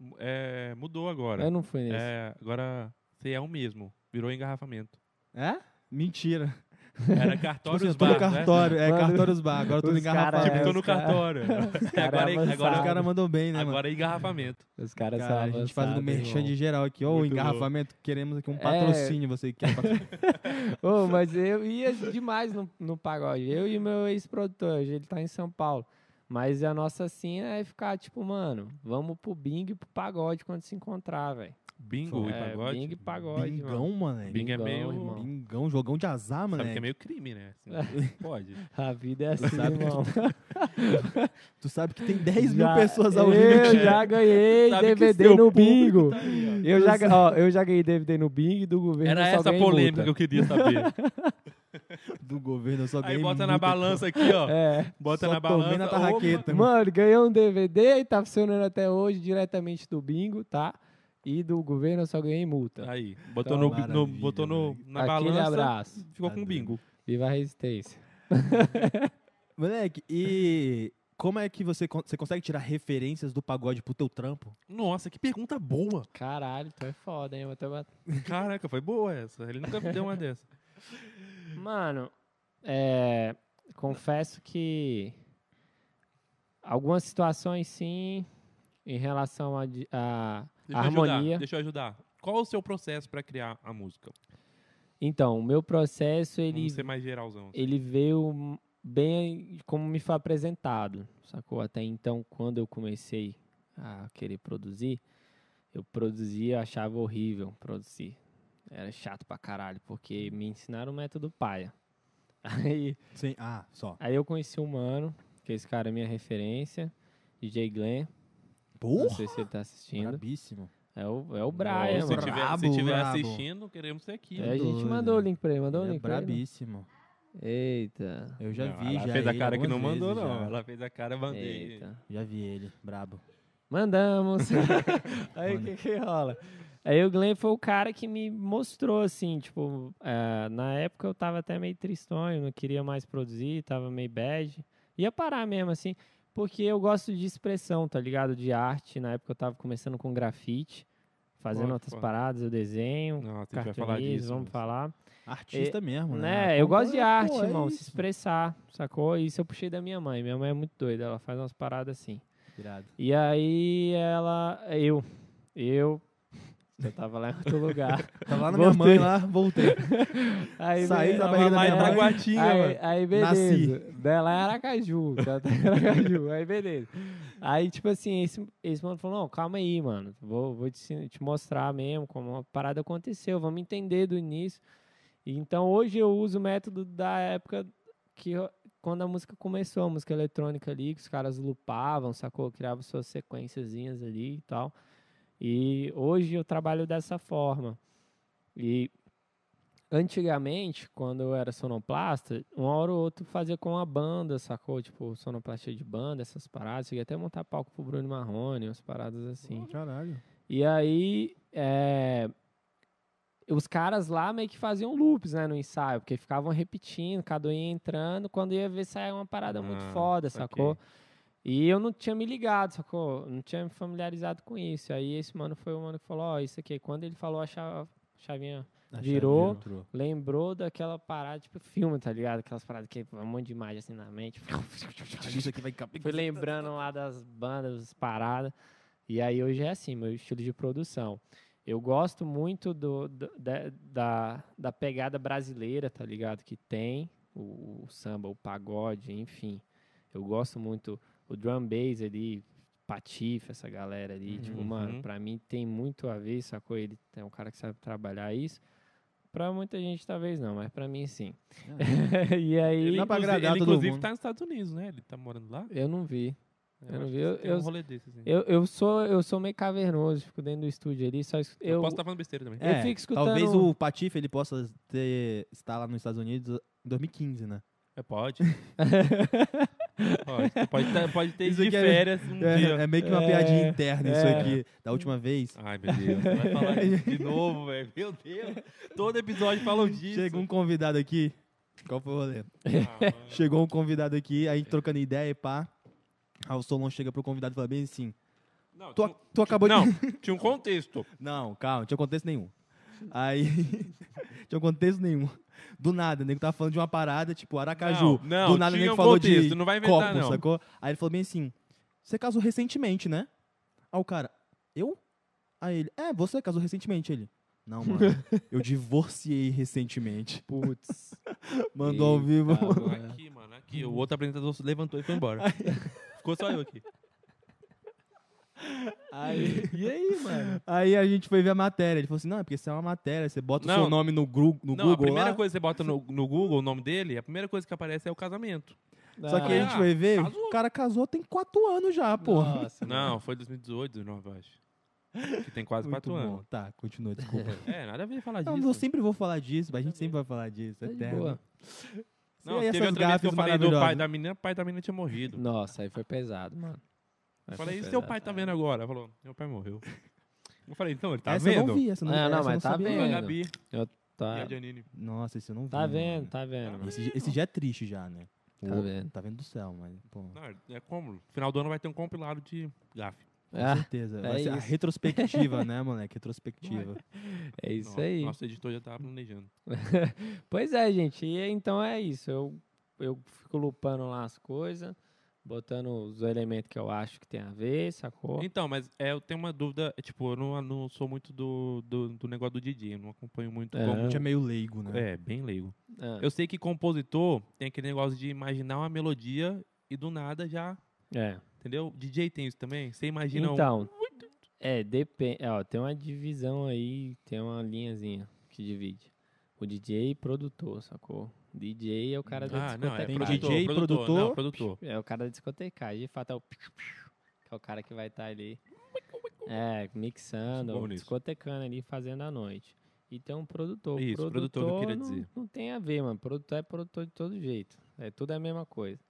[SPEAKER 1] Mu- É, mudou agora.
[SPEAKER 3] Eu não fui nesse.
[SPEAKER 1] É, agora você é o mesmo. Virou engarrafamento.
[SPEAKER 2] É? Mentira.
[SPEAKER 1] Era
[SPEAKER 2] Tipo
[SPEAKER 1] cartórios
[SPEAKER 2] assim, eu
[SPEAKER 1] tipo,
[SPEAKER 2] tô no
[SPEAKER 1] bar, né?
[SPEAKER 2] cartório, é
[SPEAKER 3] Mano,
[SPEAKER 2] cartórios bar, agora eu tô no
[SPEAKER 3] os cara-
[SPEAKER 2] engarrafamento.
[SPEAKER 1] Tipo, tô
[SPEAKER 3] os
[SPEAKER 1] no
[SPEAKER 3] cara-
[SPEAKER 1] cartório. agora, é-
[SPEAKER 3] avançaram.
[SPEAKER 1] agora,
[SPEAKER 2] Os caras mandam bem, né, mano?
[SPEAKER 1] agora é engarrafamento.
[SPEAKER 3] Os caras são
[SPEAKER 2] Cara, a gente fazendo
[SPEAKER 3] avançados,
[SPEAKER 2] merchan
[SPEAKER 3] é irmão.
[SPEAKER 2] de geral aqui, ó, o
[SPEAKER 1] Muito
[SPEAKER 2] engarrafamento, queremos aqui um patrocínio, você quer patrocínio.
[SPEAKER 3] Ô, mas eu ia demais no, no pagode. Eu e meu ex-produtor, hoje ele tá em São Paulo. Mas a nossa cena é ficar tipo, mano, vamos pro Bing e pro pagode quando se encontrar, velho.
[SPEAKER 1] Bingo e
[SPEAKER 3] É,
[SPEAKER 1] pagode.
[SPEAKER 3] Bing e pagode, mano.
[SPEAKER 2] Bingão, mano.
[SPEAKER 1] Bing é
[SPEAKER 3] Bingão,
[SPEAKER 1] meio-
[SPEAKER 3] irmão.
[SPEAKER 2] Bingão, jogão de azar, mano.
[SPEAKER 1] Sabe que é meio crime, né? Assim, pode.
[SPEAKER 3] A vida é assim,
[SPEAKER 2] sabe que
[SPEAKER 3] irmão.
[SPEAKER 2] Tu sabe que tem 10
[SPEAKER 3] Já-
[SPEAKER 2] mil pessoas ao vivo.
[SPEAKER 3] Eu
[SPEAKER 2] aqui.
[SPEAKER 3] já ganhei
[SPEAKER 1] Sabe que
[SPEAKER 3] DVD
[SPEAKER 1] seu
[SPEAKER 3] no
[SPEAKER 1] público
[SPEAKER 3] bingo.
[SPEAKER 1] tá aí, ó.
[SPEAKER 3] Eu já, ga- ó, eu já ganhei DVD no Bing do governo.
[SPEAKER 1] Era
[SPEAKER 3] só
[SPEAKER 1] essa a
[SPEAKER 3] ganhei
[SPEAKER 1] polêmica que
[SPEAKER 3] multa.
[SPEAKER 1] eu queria saber.
[SPEAKER 2] Do governo, eu só
[SPEAKER 1] Aí
[SPEAKER 2] ganhei
[SPEAKER 1] bota na
[SPEAKER 2] multa.
[SPEAKER 1] balança aqui, ó.
[SPEAKER 3] É.
[SPEAKER 1] Bota
[SPEAKER 2] Só
[SPEAKER 1] na
[SPEAKER 2] tomei
[SPEAKER 1] balança.
[SPEAKER 2] na
[SPEAKER 1] ô,
[SPEAKER 2] tarraqueta.
[SPEAKER 3] Mano, ganhei um DVD e tá funcionando até hoje diretamente do Bingo, tá? E do governo eu só ganhei multa.
[SPEAKER 1] mano. Aí, botou,
[SPEAKER 3] Então,
[SPEAKER 1] no, no-
[SPEAKER 2] Tá maravilha,
[SPEAKER 1] botou no,
[SPEAKER 2] maravilha.
[SPEAKER 1] na
[SPEAKER 3] Aquele
[SPEAKER 1] balança,
[SPEAKER 3] abraço.
[SPEAKER 1] ficou
[SPEAKER 2] Tá
[SPEAKER 1] com
[SPEAKER 2] doido.
[SPEAKER 1] bingo.
[SPEAKER 3] Viva a resistência.
[SPEAKER 2] Moleque, e como é que você, con- você consegue tirar referências do pagode pro teu trampo?
[SPEAKER 1] Nossa, que pergunta boa.
[SPEAKER 3] Caralho, tu é foda, hein? Eu até bat-
[SPEAKER 1] Caraca, foi boa essa. Ele nunca me deu uma dessa.
[SPEAKER 3] Mano, é, confesso que algumas situações sim, em relação a, di- a
[SPEAKER 1] Deixa Eu
[SPEAKER 3] harmonia.
[SPEAKER 1] ajudar, deixa eu ajudar. Qual o seu processo pra criar a música?
[SPEAKER 3] Então, o meu processo, ele,
[SPEAKER 1] Vamos ser mais geralzão. assim.
[SPEAKER 3] ele veio bem como me foi apresentado, sacou? Até então, quando eu comecei a querer produzir, eu produzia, eu achava horrível produzir. Era chato pra caralho, porque me ensinaram o método paia. Aí,
[SPEAKER 2] Sem, ah, só.
[SPEAKER 3] Aí eu conheci um mano, que esse cara é minha referência, DJ Glenn. Não
[SPEAKER 2] Porra!
[SPEAKER 3] sei se ele tá assistindo.
[SPEAKER 2] Brabíssimo.
[SPEAKER 3] É o, é o Brian,
[SPEAKER 1] Ou se
[SPEAKER 3] mano.
[SPEAKER 1] tiver,
[SPEAKER 2] Ah, Brabo,
[SPEAKER 1] se tiver
[SPEAKER 2] brabo.
[SPEAKER 1] assistindo, queremos ser aqui.
[SPEAKER 3] É, a gente
[SPEAKER 2] doido,
[SPEAKER 3] mandou o
[SPEAKER 2] né?
[SPEAKER 3] link pra ele, mandou o
[SPEAKER 2] Ele é
[SPEAKER 3] link pra ele.
[SPEAKER 2] brabíssimo.
[SPEAKER 3] não? Eita.
[SPEAKER 2] Eu já
[SPEAKER 1] Não,
[SPEAKER 2] vi,
[SPEAKER 1] ela
[SPEAKER 2] já
[SPEAKER 1] fez a
[SPEAKER 2] ele
[SPEAKER 1] cara que não
[SPEAKER 2] algumas
[SPEAKER 1] mandou,
[SPEAKER 2] vezes,
[SPEAKER 1] não.
[SPEAKER 2] já.
[SPEAKER 1] Ela fez a cara, mandei.
[SPEAKER 3] Eita.
[SPEAKER 2] Já vi ele, brabo.
[SPEAKER 3] Mandamos. Aí o que que rola? Aí o Glenn foi o cara que me mostrou, assim, tipo, eh, na época eu tava até meio tristonho, não queria mais produzir, tava meio bad. Ia parar mesmo, assim, porque eu gosto de expressão, tá ligado? De arte. Na época eu tava começando com grafite, fazendo
[SPEAKER 1] Foda,
[SPEAKER 3] outras
[SPEAKER 1] foda.
[SPEAKER 3] paradas, eu desenho,
[SPEAKER 1] Nossa, a gente vai falar
[SPEAKER 3] cartunismo,
[SPEAKER 1] disso.
[SPEAKER 3] vamos
[SPEAKER 1] mas-
[SPEAKER 3] falar
[SPEAKER 1] É,
[SPEAKER 2] Artista mesmo, né?
[SPEAKER 3] né? Eu gosto de
[SPEAKER 2] Pô,
[SPEAKER 3] arte,
[SPEAKER 2] é
[SPEAKER 3] irmão, se
[SPEAKER 2] isso.
[SPEAKER 3] expressar, sacou? Isso eu puxei da minha mãe. Minha mãe é muito doida, ela faz umas paradas assim.
[SPEAKER 2] Irado.
[SPEAKER 3] E aí ela. Eu. Eu. Eu tava lá em outro lugar.
[SPEAKER 2] Tava lá na
[SPEAKER 3] Voltei.
[SPEAKER 2] minha mãe lá, voltei.
[SPEAKER 3] Aí,
[SPEAKER 2] Saí da
[SPEAKER 3] beleza.
[SPEAKER 2] barriga da
[SPEAKER 1] Lá
[SPEAKER 2] minha
[SPEAKER 1] em
[SPEAKER 2] mãe. Ah, é.
[SPEAKER 1] Taguatinga,
[SPEAKER 3] Aí,
[SPEAKER 1] mano.
[SPEAKER 3] aí beleza. Dela é Aracaju. tá? Tá em Aracaju. Aí beleza. Aí, tipo assim, esse, esse mano falou: não, calma aí, mano. Vou, vou te, ensin- te mostrar mesmo como a parada aconteceu. Vamos entender do início. E Então hoje eu uso o método da época que eu- quando a música começou, a música eletrônica ali, que os caras lupavam, sacou? Criavam suas sequenciazinhas ali e tal. E hoje eu trabalho dessa forma. E antigamente, quando eu era sonoplasta, uma hora ou outra fazia com a banda, sacou? Tipo, sonoplastia de banda, essas paradas. Cheguei até a montar palco pro Bruno Marrone, umas paradas assim.
[SPEAKER 2] Caralho.
[SPEAKER 3] E aí, é, os caras lá meio que faziam loops, né, no ensaio, porque ficavam repetindo, cada um ia entrando, quando ia ver saia uma parada muito
[SPEAKER 1] Ah,
[SPEAKER 3] foda,
[SPEAKER 1] saquei.
[SPEAKER 3] sacou? E eu não tinha me ligado, sacou? Não tinha me familiarizado com isso. Aí esse mano foi o mano que falou, ó, isso aqui. Quando ele falou a cha- chavinha, Virou. lembrou daquela parada, tipo filme, tá ligado? Aquelas paradas que um monte de imagem assim na mente.
[SPEAKER 2] Isso aqui vai
[SPEAKER 3] Fui lembrando lá das bandas, das paradas. E aí hoje é assim, meu estilo de produção. Eu gosto muito do, do- da, da, da pegada brasileira, tá ligado? Que tem o, o samba, o pagode, enfim. Eu gosto muito o drum bass ali, Patife, essa galera ali. Tipo,
[SPEAKER 1] Uhum.
[SPEAKER 3] mano, pra mim tem muito a ver, sacou? Ele é um cara que sabe trabalhar isso. Pra muita gente talvez não, mas pra mim sim.
[SPEAKER 2] É.
[SPEAKER 3] e aí,
[SPEAKER 2] Dá pra
[SPEAKER 1] Inclusive-
[SPEAKER 2] agradar
[SPEAKER 1] ele,
[SPEAKER 2] todo
[SPEAKER 1] inclusive,
[SPEAKER 2] mundo.
[SPEAKER 1] tá nos Estados Unidos, né? Ele tá morando lá.
[SPEAKER 3] eu não vi. Eu não
[SPEAKER 1] acho
[SPEAKER 3] vi,
[SPEAKER 1] que
[SPEAKER 3] eu-
[SPEAKER 1] tem um
[SPEAKER 3] eu-
[SPEAKER 1] rolê desse, assim.
[SPEAKER 3] Eu, eu, sou, eu sou meio cavernoso, fico dentro do estúdio ali, só... es-
[SPEAKER 1] Eu
[SPEAKER 3] Eu,
[SPEAKER 1] posso estar falando besteira também.
[SPEAKER 3] Eu
[SPEAKER 2] É,
[SPEAKER 3] fico escutando-
[SPEAKER 2] Talvez o Patife ele possa ter, estar lá nos Estados Unidos em 2015, né?
[SPEAKER 1] É, pode. pode. Pode, tá- pode ter
[SPEAKER 2] Isso
[SPEAKER 1] de
[SPEAKER 2] aqui é-
[SPEAKER 1] férias um
[SPEAKER 2] É,
[SPEAKER 1] dia.
[SPEAKER 2] é meio que uma
[SPEAKER 3] É,
[SPEAKER 2] piadinha interna
[SPEAKER 3] é.
[SPEAKER 2] isso aqui. Da última vez,
[SPEAKER 1] Ai, meu Deus. Vai falar isso de novo, velho. Meu Deus. Todo episódio falam disso.
[SPEAKER 2] chegou um convidado aqui. Qual foi o rolê?
[SPEAKER 1] Ah, mano.
[SPEAKER 2] Chegou um convidado aqui, aí trocando ideia e pá. Aí o Solon chega pro convidado e fala bem assim:
[SPEAKER 1] Não,
[SPEAKER 2] Tu,
[SPEAKER 1] tinha
[SPEAKER 2] a-
[SPEAKER 1] um-
[SPEAKER 2] tu acabou de.
[SPEAKER 1] não, tinha um contexto.
[SPEAKER 2] Não, calma, não tinha contexto nenhum. Aí. tinha contexto nenhum. Do nada, o nego tava falando de uma parada, tipo, Aracaju.
[SPEAKER 1] Não, não,
[SPEAKER 2] Do nada o
[SPEAKER 1] tinha
[SPEAKER 2] nego
[SPEAKER 1] um
[SPEAKER 2] falou
[SPEAKER 1] contexto,
[SPEAKER 2] de
[SPEAKER 1] não vai inventar,
[SPEAKER 2] copo,
[SPEAKER 1] não.
[SPEAKER 2] sacou? Aí ele falou bem assim: você casou recentemente, né? Aí o cara, eu? Aí ele, é, você casou recentemente, ele. Não, mano, eu divorciei recentemente.
[SPEAKER 3] Putz.
[SPEAKER 2] Mandou ao vivo.
[SPEAKER 3] Eita, mano.
[SPEAKER 1] Aqui, mano, aqui. O outro apresentador se levantou e foi embora. Ficou só eu aqui.
[SPEAKER 2] Aí,
[SPEAKER 3] E aí, mano?
[SPEAKER 2] aí a gente foi ver a matéria. Ele falou assim: não, é porque isso é uma matéria, você bota o
[SPEAKER 1] Não.
[SPEAKER 2] seu nome no, gru, no
[SPEAKER 1] não,
[SPEAKER 2] Google.
[SPEAKER 1] a primeira
[SPEAKER 2] lá.
[SPEAKER 1] coisa que você bota no, no Google, o nome dele, a primeira coisa que aparece é o casamento.
[SPEAKER 2] Só que a
[SPEAKER 3] é
[SPEAKER 2] gente
[SPEAKER 1] Ah,
[SPEAKER 2] foi ver,
[SPEAKER 1] casou.
[SPEAKER 2] o cara casou tem quatro anos já, porra.
[SPEAKER 3] Nossa,
[SPEAKER 1] Não, foi 2018, 2019, eu acho. Que tem quase
[SPEAKER 2] Muito
[SPEAKER 1] quatro
[SPEAKER 2] bom.
[SPEAKER 1] anos.
[SPEAKER 2] Tá, continua, desculpa.
[SPEAKER 1] É, nada a ver falar
[SPEAKER 2] Não,
[SPEAKER 1] disso.
[SPEAKER 2] eu sempre vou falar disso, a gente sempre vai falar disso. né?
[SPEAKER 3] tá de
[SPEAKER 2] eterno.
[SPEAKER 3] boa.
[SPEAKER 1] Não,
[SPEAKER 2] e
[SPEAKER 1] teve
[SPEAKER 2] é essas
[SPEAKER 1] outra vez que eu
[SPEAKER 2] gafes
[SPEAKER 1] falei do pai
[SPEAKER 2] maravilhosas?
[SPEAKER 1] da menina, o pai da menina tinha morrido.
[SPEAKER 3] Nossa, aí foi pesado, mano.
[SPEAKER 1] Eu
[SPEAKER 3] Aí
[SPEAKER 1] falei,
[SPEAKER 3] foi
[SPEAKER 2] É
[SPEAKER 1] e seu
[SPEAKER 3] pesado.
[SPEAKER 1] pai tá vendo agora? Ela falou, meu pai morreu. Eu falei, então, ele tá
[SPEAKER 2] essa eu
[SPEAKER 1] vendo?
[SPEAKER 2] não vi, Ah. essa eu não,
[SPEAKER 3] Ah,
[SPEAKER 2] essa
[SPEAKER 3] não,
[SPEAKER 2] eu
[SPEAKER 3] mas tá
[SPEAKER 2] sabia.
[SPEAKER 1] Foi a
[SPEAKER 3] vendo.
[SPEAKER 1] Gabi e
[SPEAKER 3] Tá,
[SPEAKER 1] a Janine.
[SPEAKER 2] Nossa, esse eu não vi.
[SPEAKER 3] tá
[SPEAKER 1] né?
[SPEAKER 3] vendo,
[SPEAKER 2] mano.
[SPEAKER 3] tá vendo, mano.
[SPEAKER 2] Esse, esse já é triste já, né? O
[SPEAKER 3] Tá
[SPEAKER 2] outro-
[SPEAKER 3] vendo.
[SPEAKER 2] Tá vendo do céu, mas, pô, com
[SPEAKER 1] Não, é como? Final do ano vai ter um compilado de gafe.
[SPEAKER 3] Ah,
[SPEAKER 2] certeza.
[SPEAKER 3] é
[SPEAKER 2] Vai ser a
[SPEAKER 3] isso.
[SPEAKER 2] retrospectiva, né, moleque? Retrospectiva.
[SPEAKER 3] é isso
[SPEAKER 1] Nossa,
[SPEAKER 3] aí.
[SPEAKER 1] Nosso editor já tava planejando.
[SPEAKER 3] Pois é, gente. E então é isso. Eu, eu fico lupando lá as coisas, botando os elementos que eu acho que tem a ver, sacou?
[SPEAKER 1] Então, mas é, eu tenho uma dúvida, é, tipo, eu não, eu não sou muito do, do, do negócio do DJ, eu não acompanho muito
[SPEAKER 3] É.
[SPEAKER 2] A
[SPEAKER 1] como...
[SPEAKER 2] gente é meio leigo, né?
[SPEAKER 1] É, bem leigo.
[SPEAKER 3] Ah,
[SPEAKER 1] Eu sei que compositor tem aquele negócio de imaginar uma melodia e do nada já,
[SPEAKER 3] é.
[SPEAKER 1] entendeu? DJ tem isso também? Você imagina um-
[SPEAKER 3] Então, é, depende. Ó, tem uma divisão aí, tem uma linhazinha que divide. O DJ e produtor, sacou? DJ é o cara da
[SPEAKER 1] Ah, não, é
[SPEAKER 2] Tem
[SPEAKER 3] discotecagem.
[SPEAKER 1] produtor,
[SPEAKER 2] DJ,
[SPEAKER 1] produtor. Não,
[SPEAKER 2] produtor.
[SPEAKER 1] produtor.
[SPEAKER 3] É o cara da discotecagem. De fato, é o... Que é o cara que vai estar ali... É, mixando,
[SPEAKER 1] Sou bom
[SPEAKER 3] ou
[SPEAKER 1] nisso.
[SPEAKER 3] discotecando ali, fazendo à noite. E tem um produtor.
[SPEAKER 1] Isso, produtor que eu queria
[SPEAKER 3] não,
[SPEAKER 1] dizer.
[SPEAKER 3] Não tem a ver, mano. Produtor é produtor de todo jeito. É tudo a mesma coisa.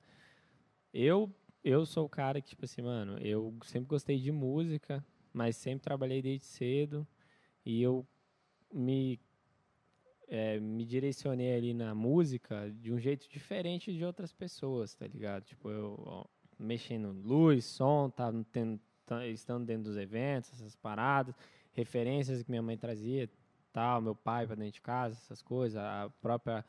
[SPEAKER 3] Eu, eu sou o cara que, tipo assim, mano, eu sempre gostei de música, mas sempre trabalhei desde cedo. E eu me, eh, me direcionei ali na música de um jeito diferente de outras pessoas, tá ligado? Tipo, eu ó, mexendo em luz, som, tá, tendo, tá- estando dentro dos eventos, essas paradas, referências que minha mãe trazia, tal, meu pai pra dentro de casa, essas coisas, a própria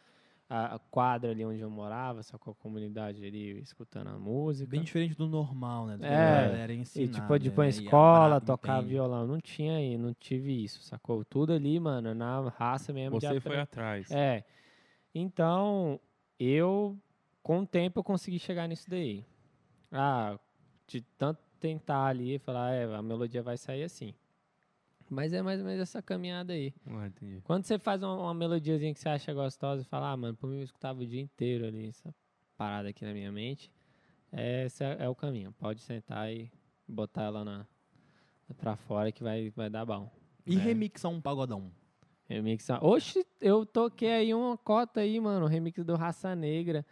[SPEAKER 3] a a quadra ali onde eu morava, só com a comunidade ali escutando a
[SPEAKER 1] É.
[SPEAKER 3] música.
[SPEAKER 2] Bem diferente do normal, né? Do que a
[SPEAKER 3] É,
[SPEAKER 2] galera
[SPEAKER 3] E
[SPEAKER 2] ensinada,
[SPEAKER 3] tipo, de ir pra
[SPEAKER 2] né? E a
[SPEAKER 3] escola,
[SPEAKER 2] parada,
[SPEAKER 3] tocar
[SPEAKER 2] entende?
[SPEAKER 3] violão. Não tinha aí, não tive isso, sacou? Tudo ali, mano, na raça mesmo. de
[SPEAKER 1] Você foi
[SPEAKER 3] apre-
[SPEAKER 1] atrás.
[SPEAKER 3] É. Então, eu, com o tempo, eu consegui chegar nisso daí. Ah, de tanto tentar ali e falar, é, a melodia vai sair assim. Mas é mais ou menos essa caminhada aí.
[SPEAKER 1] Ah, entendi.
[SPEAKER 3] Quando você faz uma, uma melodiazinha que você acha gostosa e fala, ah, mano, por mim eu escutava o dia inteiro ali, essa parada aqui na minha mente, esse é, é o caminho. Pode sentar e botar ela na, pra fora que vai, vai dar bom.
[SPEAKER 2] E
[SPEAKER 3] É.
[SPEAKER 2] remixar um pagodão.
[SPEAKER 3] Remix. Oxe, eu toquei aí uma cota aí, mano, um remix do Raça Negra.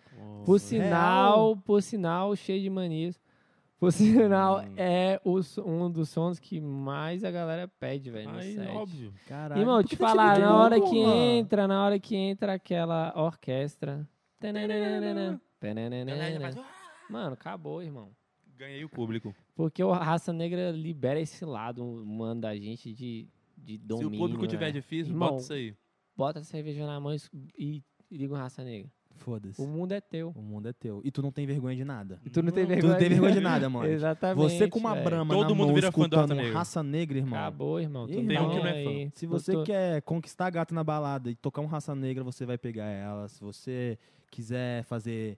[SPEAKER 3] Por
[SPEAKER 1] Nossa.
[SPEAKER 3] sinal, por sinal, cheio de manias. Por sinal,
[SPEAKER 1] Hum.
[SPEAKER 3] é o so- um dos sons que mais a galera pede, velho, no
[SPEAKER 1] Aí,
[SPEAKER 3] set.
[SPEAKER 1] óbvio.
[SPEAKER 2] Caralho.
[SPEAKER 3] Irmão,
[SPEAKER 2] por
[SPEAKER 3] te
[SPEAKER 2] que que você me
[SPEAKER 3] falar, na
[SPEAKER 2] ligou,
[SPEAKER 3] hora que
[SPEAKER 2] mano?
[SPEAKER 3] entra, na hora que entra aquela orquestra. tananana,
[SPEAKER 1] Né,
[SPEAKER 3] tananana. Mano, acabou, irmão.
[SPEAKER 1] Ganhei o público.
[SPEAKER 3] Porque o Raça Negra libera esse lado humano da gente de, de domínio.
[SPEAKER 1] Se o público tiver
[SPEAKER 3] né?
[SPEAKER 1] difícil,
[SPEAKER 3] Irmão,
[SPEAKER 1] bota isso aí.
[SPEAKER 3] Bota a cerveja na mão e, e liga o Raça Negra.
[SPEAKER 2] Foda-se.
[SPEAKER 3] O mundo é teu.
[SPEAKER 2] O mundo é teu. E tu não tem vergonha de nada.
[SPEAKER 3] E tu não tem
[SPEAKER 2] Tu
[SPEAKER 3] vergonha.
[SPEAKER 2] não tem vergonha de nada, mano.
[SPEAKER 3] Exatamente.
[SPEAKER 2] Você com uma
[SPEAKER 3] velho.
[SPEAKER 2] brama
[SPEAKER 1] Todo
[SPEAKER 2] na
[SPEAKER 1] mundo
[SPEAKER 2] mão
[SPEAKER 1] vira fã do
[SPEAKER 2] escutando
[SPEAKER 1] Raça Negra.
[SPEAKER 2] Raça Negra, irmão.
[SPEAKER 3] Acabou, irmão. Tu
[SPEAKER 2] Ih,
[SPEAKER 3] tem
[SPEAKER 2] irmão.
[SPEAKER 3] um que não é
[SPEAKER 1] fã.
[SPEAKER 3] aí.
[SPEAKER 2] Se você
[SPEAKER 3] Botou-
[SPEAKER 2] quer conquistar a gata na balada e tocar um raça negra, você vai pegar ela. Se você quiser fazer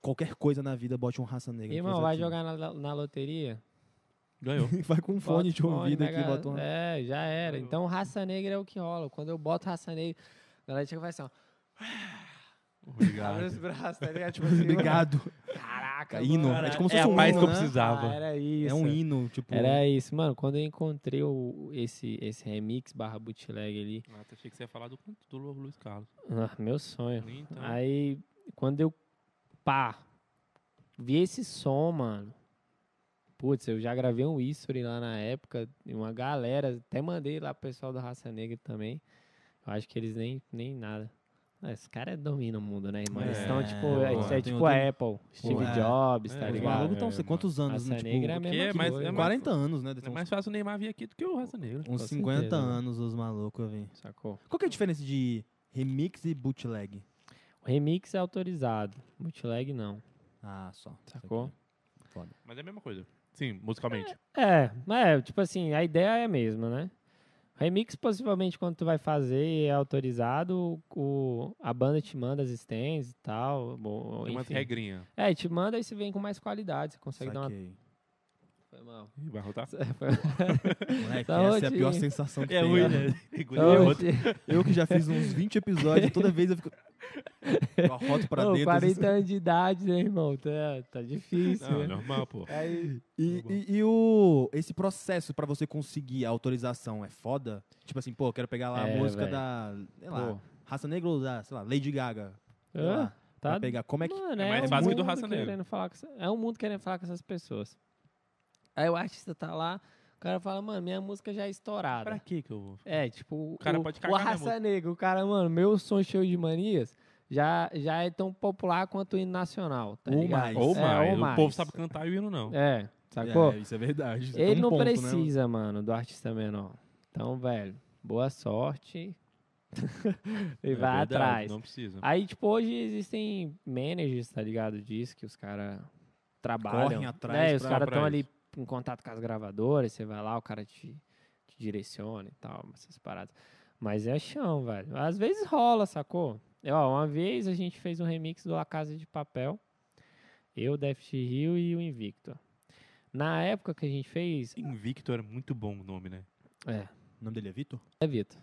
[SPEAKER 2] qualquer coisa na vida, bote um raça negra. que
[SPEAKER 3] Irmão,
[SPEAKER 2] você
[SPEAKER 3] vai
[SPEAKER 2] aqui.
[SPEAKER 3] jogar na, na loteria?
[SPEAKER 1] Ganhou.
[SPEAKER 2] vai com um fone
[SPEAKER 3] Bota
[SPEAKER 2] de ouvido
[SPEAKER 3] fone,
[SPEAKER 2] aqui,
[SPEAKER 3] pega-
[SPEAKER 2] bota um.
[SPEAKER 3] É, já era.
[SPEAKER 1] Ganhou.
[SPEAKER 3] Então, raça negra é o que rola. Quando eu boto raça negra, a galera chega e faz assim, ó. Abre os
[SPEAKER 1] Obrigado.
[SPEAKER 3] braços, tá ligado? Tipo assim,
[SPEAKER 2] Obrigado.
[SPEAKER 3] Caraca,
[SPEAKER 2] Hino.
[SPEAKER 3] mano.
[SPEAKER 2] É de como se
[SPEAKER 1] É
[SPEAKER 2] fosse
[SPEAKER 1] a
[SPEAKER 2] um
[SPEAKER 1] paz
[SPEAKER 2] hino,
[SPEAKER 1] que eu
[SPEAKER 2] né?
[SPEAKER 1] precisava.
[SPEAKER 3] Ah, era isso.
[SPEAKER 2] É um hino, tipo.
[SPEAKER 3] Era isso, mano. Quando eu encontrei o, esse, esse remix barra bootleg ali,
[SPEAKER 1] Ah, tá, achei que você ia falar do, do Luiz Carlos.
[SPEAKER 3] ah, meu sonho.
[SPEAKER 1] Então,
[SPEAKER 3] Aí, quando eu, pá, vi esse som, mano. Putz, eu já gravei um history lá na época, e uma galera, até mandei lá pro pessoal da Raça Negra também. Eu acho que eles nem, nem nada. Ah, Esse cara domina o mundo, né, irmão? Eles
[SPEAKER 1] É,
[SPEAKER 3] estão, tipo,
[SPEAKER 1] pô,
[SPEAKER 3] eles é
[SPEAKER 2] tem
[SPEAKER 3] tipo
[SPEAKER 2] outro-
[SPEAKER 3] a Apple, Steve
[SPEAKER 2] é.
[SPEAKER 3] Jobs,
[SPEAKER 1] É,
[SPEAKER 3] tá
[SPEAKER 1] os
[SPEAKER 2] Os
[SPEAKER 3] ligado?
[SPEAKER 2] malucos estão, sei quantos anos,
[SPEAKER 3] Raça
[SPEAKER 2] né? Tipo,
[SPEAKER 3] Negra é a
[SPEAKER 1] que
[SPEAKER 3] mesma
[SPEAKER 1] é, mas
[SPEAKER 3] coisa.
[SPEAKER 1] é mais-
[SPEAKER 2] 40 anos, né?
[SPEAKER 1] é
[SPEAKER 2] Deve
[SPEAKER 1] mais
[SPEAKER 2] mais
[SPEAKER 1] fácil o Neymar vir aqui do que o Raça Negra.
[SPEAKER 2] uns
[SPEAKER 3] com
[SPEAKER 2] 50
[SPEAKER 3] certeza, né?
[SPEAKER 2] anos, os malucos, eu vi.
[SPEAKER 3] Sacou?
[SPEAKER 2] Qual que é a diferença de remix e bootleg?
[SPEAKER 3] O remix é autorizado, bootleg não,
[SPEAKER 2] Ah, só.
[SPEAKER 3] sacou?
[SPEAKER 1] Mas é a mesma coisa. Sim, musicalmente.
[SPEAKER 3] É, é, tipo assim, a ideia é a mesma, né? Remix, possivelmente, quando tu vai fazer e é autorizado, o, a banda te manda as stands e tal. Ou,
[SPEAKER 1] Tem umas
[SPEAKER 3] enfim.
[SPEAKER 1] regrinhas.
[SPEAKER 3] É, te manda e você vem com mais qualidade, você consegue dar uma...
[SPEAKER 2] Saquei.
[SPEAKER 3] Foi mal.
[SPEAKER 1] Ih, vai rotar.
[SPEAKER 3] Foi mal.
[SPEAKER 2] Moleque,
[SPEAKER 3] Saúde.
[SPEAKER 2] essa é a pior sensação que tem. né?
[SPEAKER 1] Engoliu outro.
[SPEAKER 2] Eu que já fiz uns 20 episódios, toda vez eu fico. Eu arroto pra
[SPEAKER 3] Ô,
[SPEAKER 2] dentro. assim.
[SPEAKER 3] 40 anos de idade, né, irmão? Tá, tá difícil,
[SPEAKER 1] Não,
[SPEAKER 3] né?
[SPEAKER 1] normal, pô.
[SPEAKER 3] Aí,
[SPEAKER 2] E, e- e o, esse processo pra você conseguir a autorização é foda? Tipo assim, pô, eu quero pegar lá
[SPEAKER 3] É,
[SPEAKER 2] a música
[SPEAKER 3] véi.
[SPEAKER 2] da. Sei lá,
[SPEAKER 3] pô,
[SPEAKER 2] Raça Negra ou da, sei lá, Lady Gaga. sei
[SPEAKER 3] hã?
[SPEAKER 2] lá,
[SPEAKER 3] tá
[SPEAKER 2] pra pegar. Como é que.
[SPEAKER 3] Mano,
[SPEAKER 1] É mais
[SPEAKER 3] um
[SPEAKER 1] fácil que do
[SPEAKER 3] mundo
[SPEAKER 1] Raça Negra.
[SPEAKER 3] querendo falar com essa- É um mundo querendo falar com essas pessoas. Aí o artista tá lá, o cara fala, mano, minha música já é estourada.
[SPEAKER 1] Pra que que eu vou?
[SPEAKER 3] É, tipo, o,
[SPEAKER 1] cara
[SPEAKER 3] o,
[SPEAKER 1] pode
[SPEAKER 3] o
[SPEAKER 1] cagar na
[SPEAKER 3] Raça Negra, o cara, mano, meu som cheio de manias já, já é tão popular quanto o hino nacional, tá
[SPEAKER 2] Ou
[SPEAKER 3] ligado?
[SPEAKER 2] mais.
[SPEAKER 1] Ou
[SPEAKER 3] É,
[SPEAKER 1] mais.
[SPEAKER 3] ou
[SPEAKER 1] o
[SPEAKER 3] mais.
[SPEAKER 1] povo sabe tá cantar e o hino não.
[SPEAKER 3] É, sacou?
[SPEAKER 2] É, isso é verdade. isso é
[SPEAKER 3] Ele
[SPEAKER 2] um
[SPEAKER 3] não
[SPEAKER 2] ponto, né, mano?
[SPEAKER 3] precisa, mano, do artista menor. Então, velho, boa sorte e
[SPEAKER 1] É
[SPEAKER 3] vai
[SPEAKER 1] verdade,
[SPEAKER 3] atrás.
[SPEAKER 1] Não precisa.
[SPEAKER 3] Aí, tipo, hoje existem managers, tá ligado? Disso que os caras trabalham.
[SPEAKER 2] Correm atrás
[SPEAKER 3] É, os
[SPEAKER 2] pra-
[SPEAKER 3] caras
[SPEAKER 1] pra
[SPEAKER 3] estão ali em contato com as gravadoras, você vai lá, o cara te, te direciona e tal, essas paradas. Mas é chão, velho. Às vezes rola, sacou? E, ó, uma vez a gente fez um remix do La Casa de Papel. Eu, Deft Rio e o Invicto. Na época que a gente fez.
[SPEAKER 1] Invicto era muito bom o nome, né?
[SPEAKER 3] É,
[SPEAKER 2] O nome dele é Vitor?
[SPEAKER 3] é Vitor.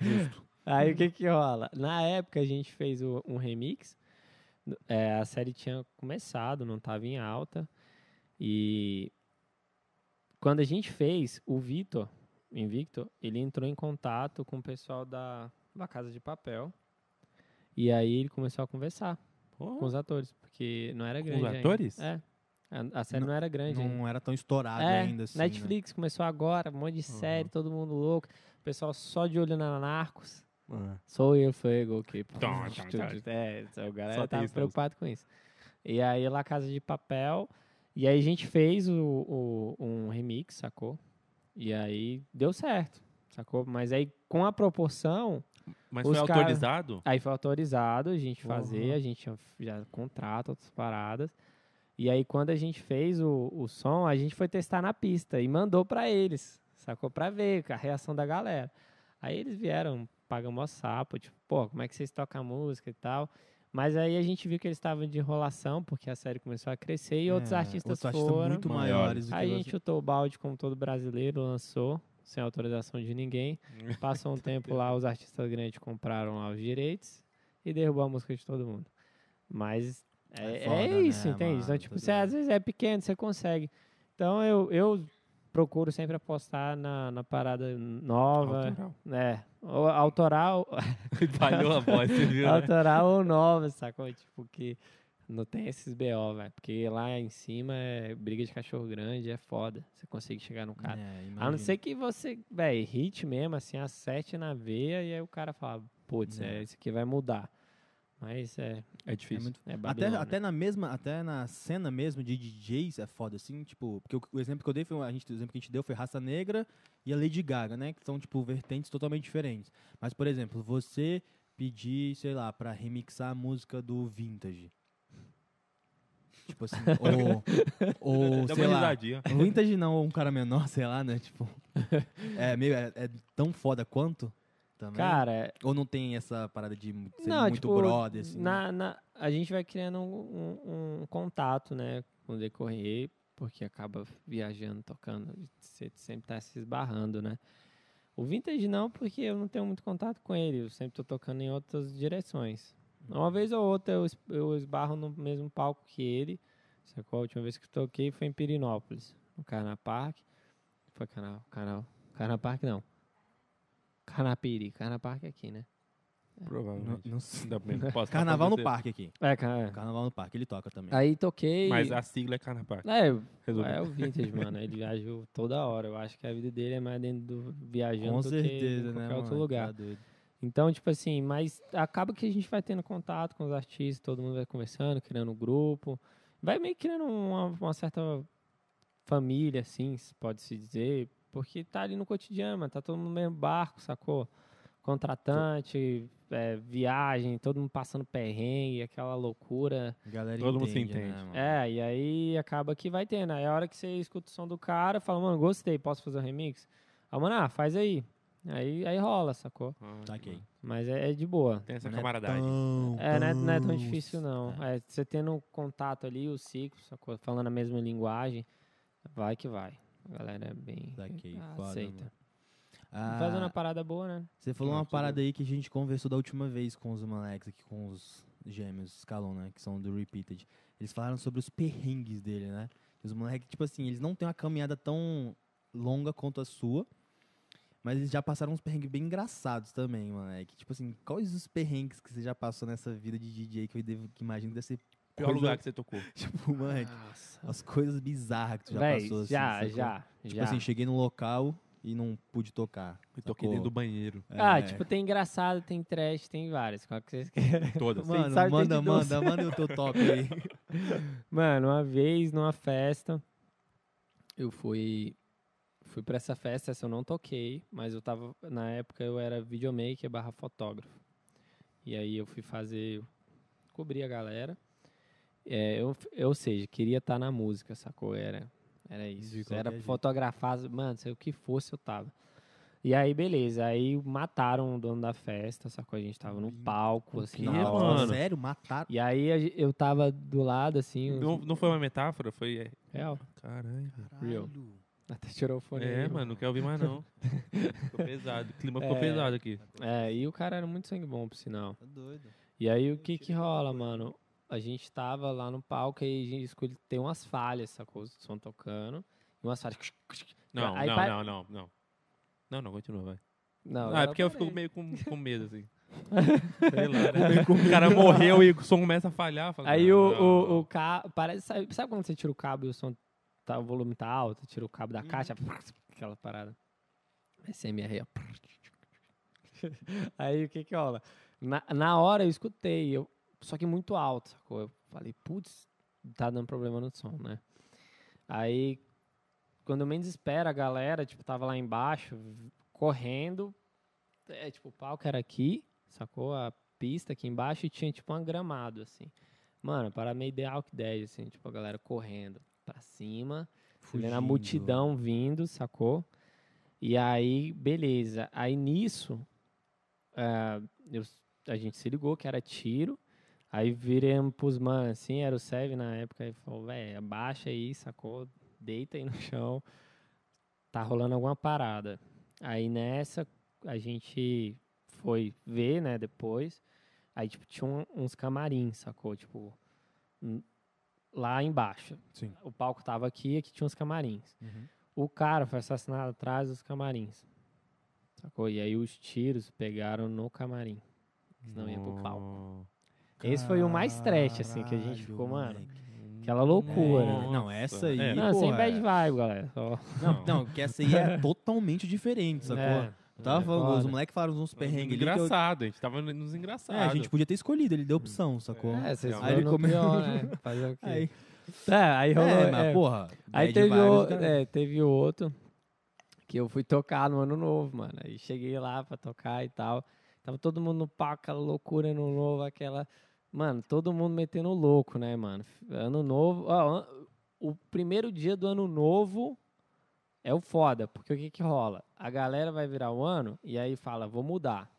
[SPEAKER 2] Justo.
[SPEAKER 3] Aí o que que rola? Na época a gente fez o- um remix, n- é, a série tinha começado, não estava em alta, e quando a gente fez, o Vitor, o Invicto, ele entrou em contato com o pessoal da, da Casa de Papel, e aí ele começou a conversar
[SPEAKER 1] Pô,
[SPEAKER 3] com os atores, porque não era
[SPEAKER 1] Com
[SPEAKER 3] grande
[SPEAKER 1] os
[SPEAKER 3] ainda.
[SPEAKER 1] atores?
[SPEAKER 3] É, a, a série não, era grande ainda.
[SPEAKER 2] Não era tão estourado
[SPEAKER 3] É,
[SPEAKER 2] ainda assim. né?
[SPEAKER 3] Netflix começou agora, um monte de série, todo mundo louco, o pessoal só de olho na Narcos.
[SPEAKER 1] ah,
[SPEAKER 3] Sou eu, foi o goalkeeper.
[SPEAKER 1] Tom, tom, tom.
[SPEAKER 3] É, o
[SPEAKER 1] Só
[SPEAKER 3] galera
[SPEAKER 1] tem
[SPEAKER 3] tava
[SPEAKER 1] isso na
[SPEAKER 3] preocupado com isso. E aí, lá Casa de Papel. E aí, a gente fez o, o- um remix, sacou? E aí, deu certo, sacou? Mas aí, com a proporção,
[SPEAKER 1] Mas
[SPEAKER 3] Os
[SPEAKER 1] foi
[SPEAKER 3] cara-
[SPEAKER 1] autorizado?
[SPEAKER 3] aí foi autorizado a gente
[SPEAKER 1] Porra.
[SPEAKER 2] Uhum.
[SPEAKER 3] fazer, a gente já, já contrata outras paradas. E aí, quando a gente fez o, o som, a gente foi testar na pista e mandou pra eles, sacou? Pra ver a reação da galera. Aí eles vieram, pagamos mó sapo, tipo, pô, como é que vocês tocam a música e tal. Mas aí a gente viu que eles estavam de enrolação, porque a série começou a crescer e outros
[SPEAKER 2] É,
[SPEAKER 3] artistas
[SPEAKER 2] outros artistas
[SPEAKER 3] foram.
[SPEAKER 2] muito
[SPEAKER 1] Maiores.
[SPEAKER 2] maiores do que
[SPEAKER 3] Aí a
[SPEAKER 2] você.
[SPEAKER 3] gente chutou o balde, como todo brasileiro, lançou, sem autorização de ninguém. Passou um tempo lá, os artistas grandes compraram lá os direitos e derrubou a música de todo mundo. Mas é,
[SPEAKER 2] É foda,
[SPEAKER 3] é isso,
[SPEAKER 2] né,
[SPEAKER 3] entende? então,
[SPEAKER 2] mano?
[SPEAKER 3] tipo,
[SPEAKER 2] Tudo
[SPEAKER 3] você,
[SPEAKER 2] bem.
[SPEAKER 3] às vezes é pequeno, você consegue. Então, eu, eu procuro sempre apostar na, na parada nova,
[SPEAKER 1] Autoral.
[SPEAKER 3] né? Ou autoral,
[SPEAKER 1] Falhou a voz, você viu? né?
[SPEAKER 3] autoral ou nova, sacou? Tipo, que não tem esses BO, velho. Porque lá em cima é briga de cachorro grande, é foda. Você consegue chegar no cara.
[SPEAKER 2] É,
[SPEAKER 3] A não
[SPEAKER 2] imagino.
[SPEAKER 3] ser que você, velho, hit mesmo, assim, a sete na veia, e aí o cara fala, putz, é,
[SPEAKER 2] É.
[SPEAKER 3] isso aqui vai mudar. Mas é,
[SPEAKER 1] É
[SPEAKER 2] É
[SPEAKER 1] difícil.
[SPEAKER 2] muito
[SPEAKER 3] é
[SPEAKER 2] Até,
[SPEAKER 3] Babilônia.
[SPEAKER 2] até na mesma, até na cena mesmo de DJs é foda, assim, tipo, porque o, o exemplo que eu dei foi, a gente, o exemplo que a gente deu foi Raça Negra e a Lady Gaga, né, que são, tipo, vertentes totalmente diferentes. Mas, por exemplo, você pedir, sei lá, pra remixar a música do Vintage. Tipo assim, ou, ou
[SPEAKER 1] Dá
[SPEAKER 2] sei
[SPEAKER 1] uma
[SPEAKER 2] lá,
[SPEAKER 1] risadinha.
[SPEAKER 2] Vintage não, um cara menor, sei lá, né? Tipo, é meio, é, é tão foda quanto também.
[SPEAKER 3] Cara,
[SPEAKER 2] Ou não tem essa parada de mu- ser
[SPEAKER 3] Não,
[SPEAKER 2] é muito
[SPEAKER 3] tipo,
[SPEAKER 2] brother, assim.
[SPEAKER 3] na, na- a gente vai criando um, um- um contato, né, com o decorrer, porque acaba viajando, tocando, você sempre tá se esbarrando, né? O vintage não, porque eu não tenho muito contato com ele, eu sempre tô tocando em outras direções.
[SPEAKER 2] Uhum.
[SPEAKER 3] Uma vez ou outra eu, es- eu esbarro no mesmo palco que ele, sacou? A última vez que eu toquei foi em Pirinópolis, no Carna Park. Foi Carna, Carna, Carna Park não. Carnapiri, Carna Park é aqui, né?
[SPEAKER 2] Não-
[SPEAKER 1] Provavelmente.
[SPEAKER 2] não sei.
[SPEAKER 1] Ainda bem que eu posso estar
[SPEAKER 2] Carnaval
[SPEAKER 1] pra
[SPEAKER 2] no
[SPEAKER 1] você.
[SPEAKER 2] parque aqui.
[SPEAKER 3] É, Carna,
[SPEAKER 2] Carnaval no parque, ele toca também.
[SPEAKER 3] Aí toquei.
[SPEAKER 1] É. Mas a sigla é Carnaval.
[SPEAKER 3] É,
[SPEAKER 1] Resumindo.
[SPEAKER 3] é o vintage, mano. Ele viajou toda hora. Eu acho que a vida dele é mais dentro do viajando
[SPEAKER 2] Com
[SPEAKER 3] do que
[SPEAKER 2] certeza, né?
[SPEAKER 3] em qualquer
[SPEAKER 2] mano?
[SPEAKER 3] outro
[SPEAKER 2] Tá
[SPEAKER 3] lugar.
[SPEAKER 2] doido.
[SPEAKER 3] Então, tipo assim, mas acaba que a gente vai tendo contato com os artistas, todo mundo vai conversando, criando um grupo. Vai meio que criando uma, uma certa família, assim, se pode se dizer, porque tá ali no cotidiano, mano, tá todo mundo no mesmo barco, sacou? Contratante, é, viagem, todo mundo passando perrengue, aquela loucura.
[SPEAKER 2] Galera
[SPEAKER 1] Todo mundo se
[SPEAKER 2] né,
[SPEAKER 1] entende.
[SPEAKER 2] mano?
[SPEAKER 3] É, e aí acaba que vai tendo. Aí a hora que você escuta o som do cara, fala, mano, gostei, posso fazer um remix? Ah, mano, ah, faz aí. aí. Aí rola, sacou?
[SPEAKER 1] Ah,
[SPEAKER 2] Saquei.
[SPEAKER 3] Mas é, é de boa.
[SPEAKER 1] Tem essa
[SPEAKER 2] Tá Não é
[SPEAKER 1] camaradagem.
[SPEAKER 2] tão,
[SPEAKER 3] É, não é, não é tão
[SPEAKER 2] tão
[SPEAKER 3] difícil, não. É, você tendo contato ali, o ciclo, sacou? Falando a mesma linguagem, vai que vai. A galera é bem...
[SPEAKER 2] Saquei,
[SPEAKER 3] ah,
[SPEAKER 2] foda,
[SPEAKER 3] aceita.
[SPEAKER 2] mano. Ah,
[SPEAKER 3] Fazendo uma parada boa, né?
[SPEAKER 2] Você falou
[SPEAKER 1] Ah,
[SPEAKER 2] uma
[SPEAKER 1] tudo
[SPEAKER 2] parada aí que a gente conversou da última vez com os moleques aqui, com os gêmeos Scalon, né? Que são do Repeated. Eles falaram sobre os perrengues dele, né? Os moleques, tipo assim, eles não têm uma caminhada tão longa quanto a sua, mas eles já passaram uns perrengues bem engraçados também, moleque. Tipo assim, quais os perrengues que você já passou nessa vida de DJ que eu devo, que imagino que deve ser,
[SPEAKER 1] Pior lugar
[SPEAKER 2] Coisa-
[SPEAKER 1] que você tocou.
[SPEAKER 2] tipo, moleque,
[SPEAKER 3] Nossa.
[SPEAKER 2] as coisas bizarras que tu já
[SPEAKER 3] Véi,
[SPEAKER 2] passou. assim,
[SPEAKER 3] já,
[SPEAKER 2] sacou?
[SPEAKER 3] já,
[SPEAKER 2] Tipo
[SPEAKER 3] já.
[SPEAKER 2] assim, cheguei num local e não pude tocar.
[SPEAKER 1] Eu toquei
[SPEAKER 2] sacou?
[SPEAKER 1] dentro do banheiro.
[SPEAKER 3] Ah,
[SPEAKER 2] É.
[SPEAKER 3] tipo, tem engraçado, tem trash, tem várias. Qual que vocês querem?
[SPEAKER 1] Todas.
[SPEAKER 3] Mano,
[SPEAKER 2] Mano,
[SPEAKER 3] sabe, tem
[SPEAKER 2] manda,
[SPEAKER 3] que dançar.
[SPEAKER 2] manda, manda o teu top aí.
[SPEAKER 3] Mano, uma vez numa festa, eu fui fui para essa festa, essa eu não toquei, mas eu tava na época eu era videomaker barra fotógrafo. E aí eu fui fazer cobrir a galera. É, eu, eu, ou seja, queria estar na música, sacou? Era era isso.
[SPEAKER 2] De
[SPEAKER 3] Era
[SPEAKER 2] qualquer jeito.
[SPEAKER 3] fotografar, mano, sei o que fosse eu tava. E aí, beleza. Aí mataram o dono da festa, sacou? A gente tava no palco, assim,
[SPEAKER 1] quê,
[SPEAKER 3] na hora.
[SPEAKER 1] mano?
[SPEAKER 2] Sério, mataram.
[SPEAKER 3] E aí a ge- eu tava do lado, assim,
[SPEAKER 1] Não, não foi uma metáfora? Foi. é,
[SPEAKER 3] real.
[SPEAKER 1] Caralho. velho.
[SPEAKER 3] Real. Até tirou o fone.
[SPEAKER 1] É,
[SPEAKER 3] aí,
[SPEAKER 1] mano, não quero ouvir mais não. Ficou pesado. O clima ficou
[SPEAKER 3] É.
[SPEAKER 1] pesado aqui.
[SPEAKER 3] É, e o cara era muito sangue bom, por sinal.
[SPEAKER 2] Tá doido.
[SPEAKER 3] E aí o que que rola, mano? A gente tava lá no palco e a gente escolhe tem umas falhas, sacou? O som tocando. E umas falhas.
[SPEAKER 1] Não,
[SPEAKER 3] Aí
[SPEAKER 1] não,
[SPEAKER 3] pa-
[SPEAKER 1] não, não, não. Não, não, continua, vai.
[SPEAKER 3] Não,
[SPEAKER 1] Ah, é
[SPEAKER 3] eu
[SPEAKER 1] porque eu
[SPEAKER 3] parei.
[SPEAKER 1] fico meio com, com medo, assim. Sei lá, né? O cara morreu e o som começa a falhar. fala,
[SPEAKER 3] Aí
[SPEAKER 1] não,
[SPEAKER 3] o,
[SPEAKER 1] não,
[SPEAKER 3] o,
[SPEAKER 1] não.
[SPEAKER 3] o cabo. Parece, sabe, sabe quando você tira o cabo e o som tá, o volume tá alto? Tira o cabo da caixa, aquela parada. SMR. ó. Aí o que que rola? Na, na hora eu escutei, eu, só que muito alto, sacou? Eu falei, putz, tá dando problema no som, né? Aí, quando menos espera, a galera, tipo, tava lá embaixo, v- correndo. É, tipo, o palco era aqui, sacou? A pista aqui embaixo e tinha, tipo, um gramado, assim. Mano, para meio ideal que 10, assim, tipo, a galera correndo pra cima, você vendo a
[SPEAKER 2] Fugindo.
[SPEAKER 3] multidão vindo, sacou? E aí, beleza. Aí nisso, ah, eu- a gente se ligou que era tiro. Aí viremos pros man, assim, era o Sev na época, e falou, velho, abaixa aí, sacou? Deita aí no chão. Tá rolando alguma parada. Aí nessa, a gente foi ver, né, depois. Aí, tipo, tinha um- uns camarins, sacou? Tipo, n- lá embaixo.
[SPEAKER 2] Sim.
[SPEAKER 3] O palco tava aqui, aqui tinha uns camarins.
[SPEAKER 2] Uhum.
[SPEAKER 3] O cara foi assassinado atrás dos camarins. Sacou? E aí os tiros pegaram no camarim. Senão ia pro palco. Esse foi o mais trash, assim, que a gente ficou,
[SPEAKER 2] Caralho,
[SPEAKER 3] mano.
[SPEAKER 2] moleque.
[SPEAKER 3] Aquela loucura.
[SPEAKER 1] Nossa.
[SPEAKER 2] Não, essa aí-
[SPEAKER 1] É,
[SPEAKER 2] E,
[SPEAKER 3] Não, sem
[SPEAKER 2] porra,
[SPEAKER 3] bad
[SPEAKER 2] é.
[SPEAKER 3] vibe, galera. Só-
[SPEAKER 1] não.
[SPEAKER 2] Não, que essa aí é totalmente diferente, sacou?
[SPEAKER 3] É.
[SPEAKER 2] Eu tava
[SPEAKER 3] É,
[SPEAKER 2] falando, os
[SPEAKER 3] foda.
[SPEAKER 2] moleques falaram uns perrengues ali. que eu-
[SPEAKER 1] Engraçado, a gente tava nos
[SPEAKER 2] É,
[SPEAKER 1] engraçados.
[SPEAKER 2] a gente podia ter escolhido, ele deu opção, sacou?
[SPEAKER 3] É, vocês
[SPEAKER 1] Aí
[SPEAKER 3] aí
[SPEAKER 2] ele
[SPEAKER 3] ele
[SPEAKER 2] come-
[SPEAKER 3] pior, né? Fazer o quê?
[SPEAKER 2] Aí,
[SPEAKER 3] É, aí rolou.
[SPEAKER 2] é, mas
[SPEAKER 3] é.
[SPEAKER 2] porra.
[SPEAKER 3] Aí
[SPEAKER 2] bad
[SPEAKER 3] teve,
[SPEAKER 2] vibes,
[SPEAKER 3] o,
[SPEAKER 2] cara.
[SPEAKER 3] é, teve o outro que eu fui tocar no ano novo, mano. Aí cheguei lá pra tocar e tal. Tava todo mundo no pau, aquela loucura no novo, aquela. Mano, todo mundo metendo louco, né, mano? Ano novo. ó, an- o primeiro dia do ano novo é o foda, porque o que que rola? A galera vai virar o ano e aí fala, vou mudar,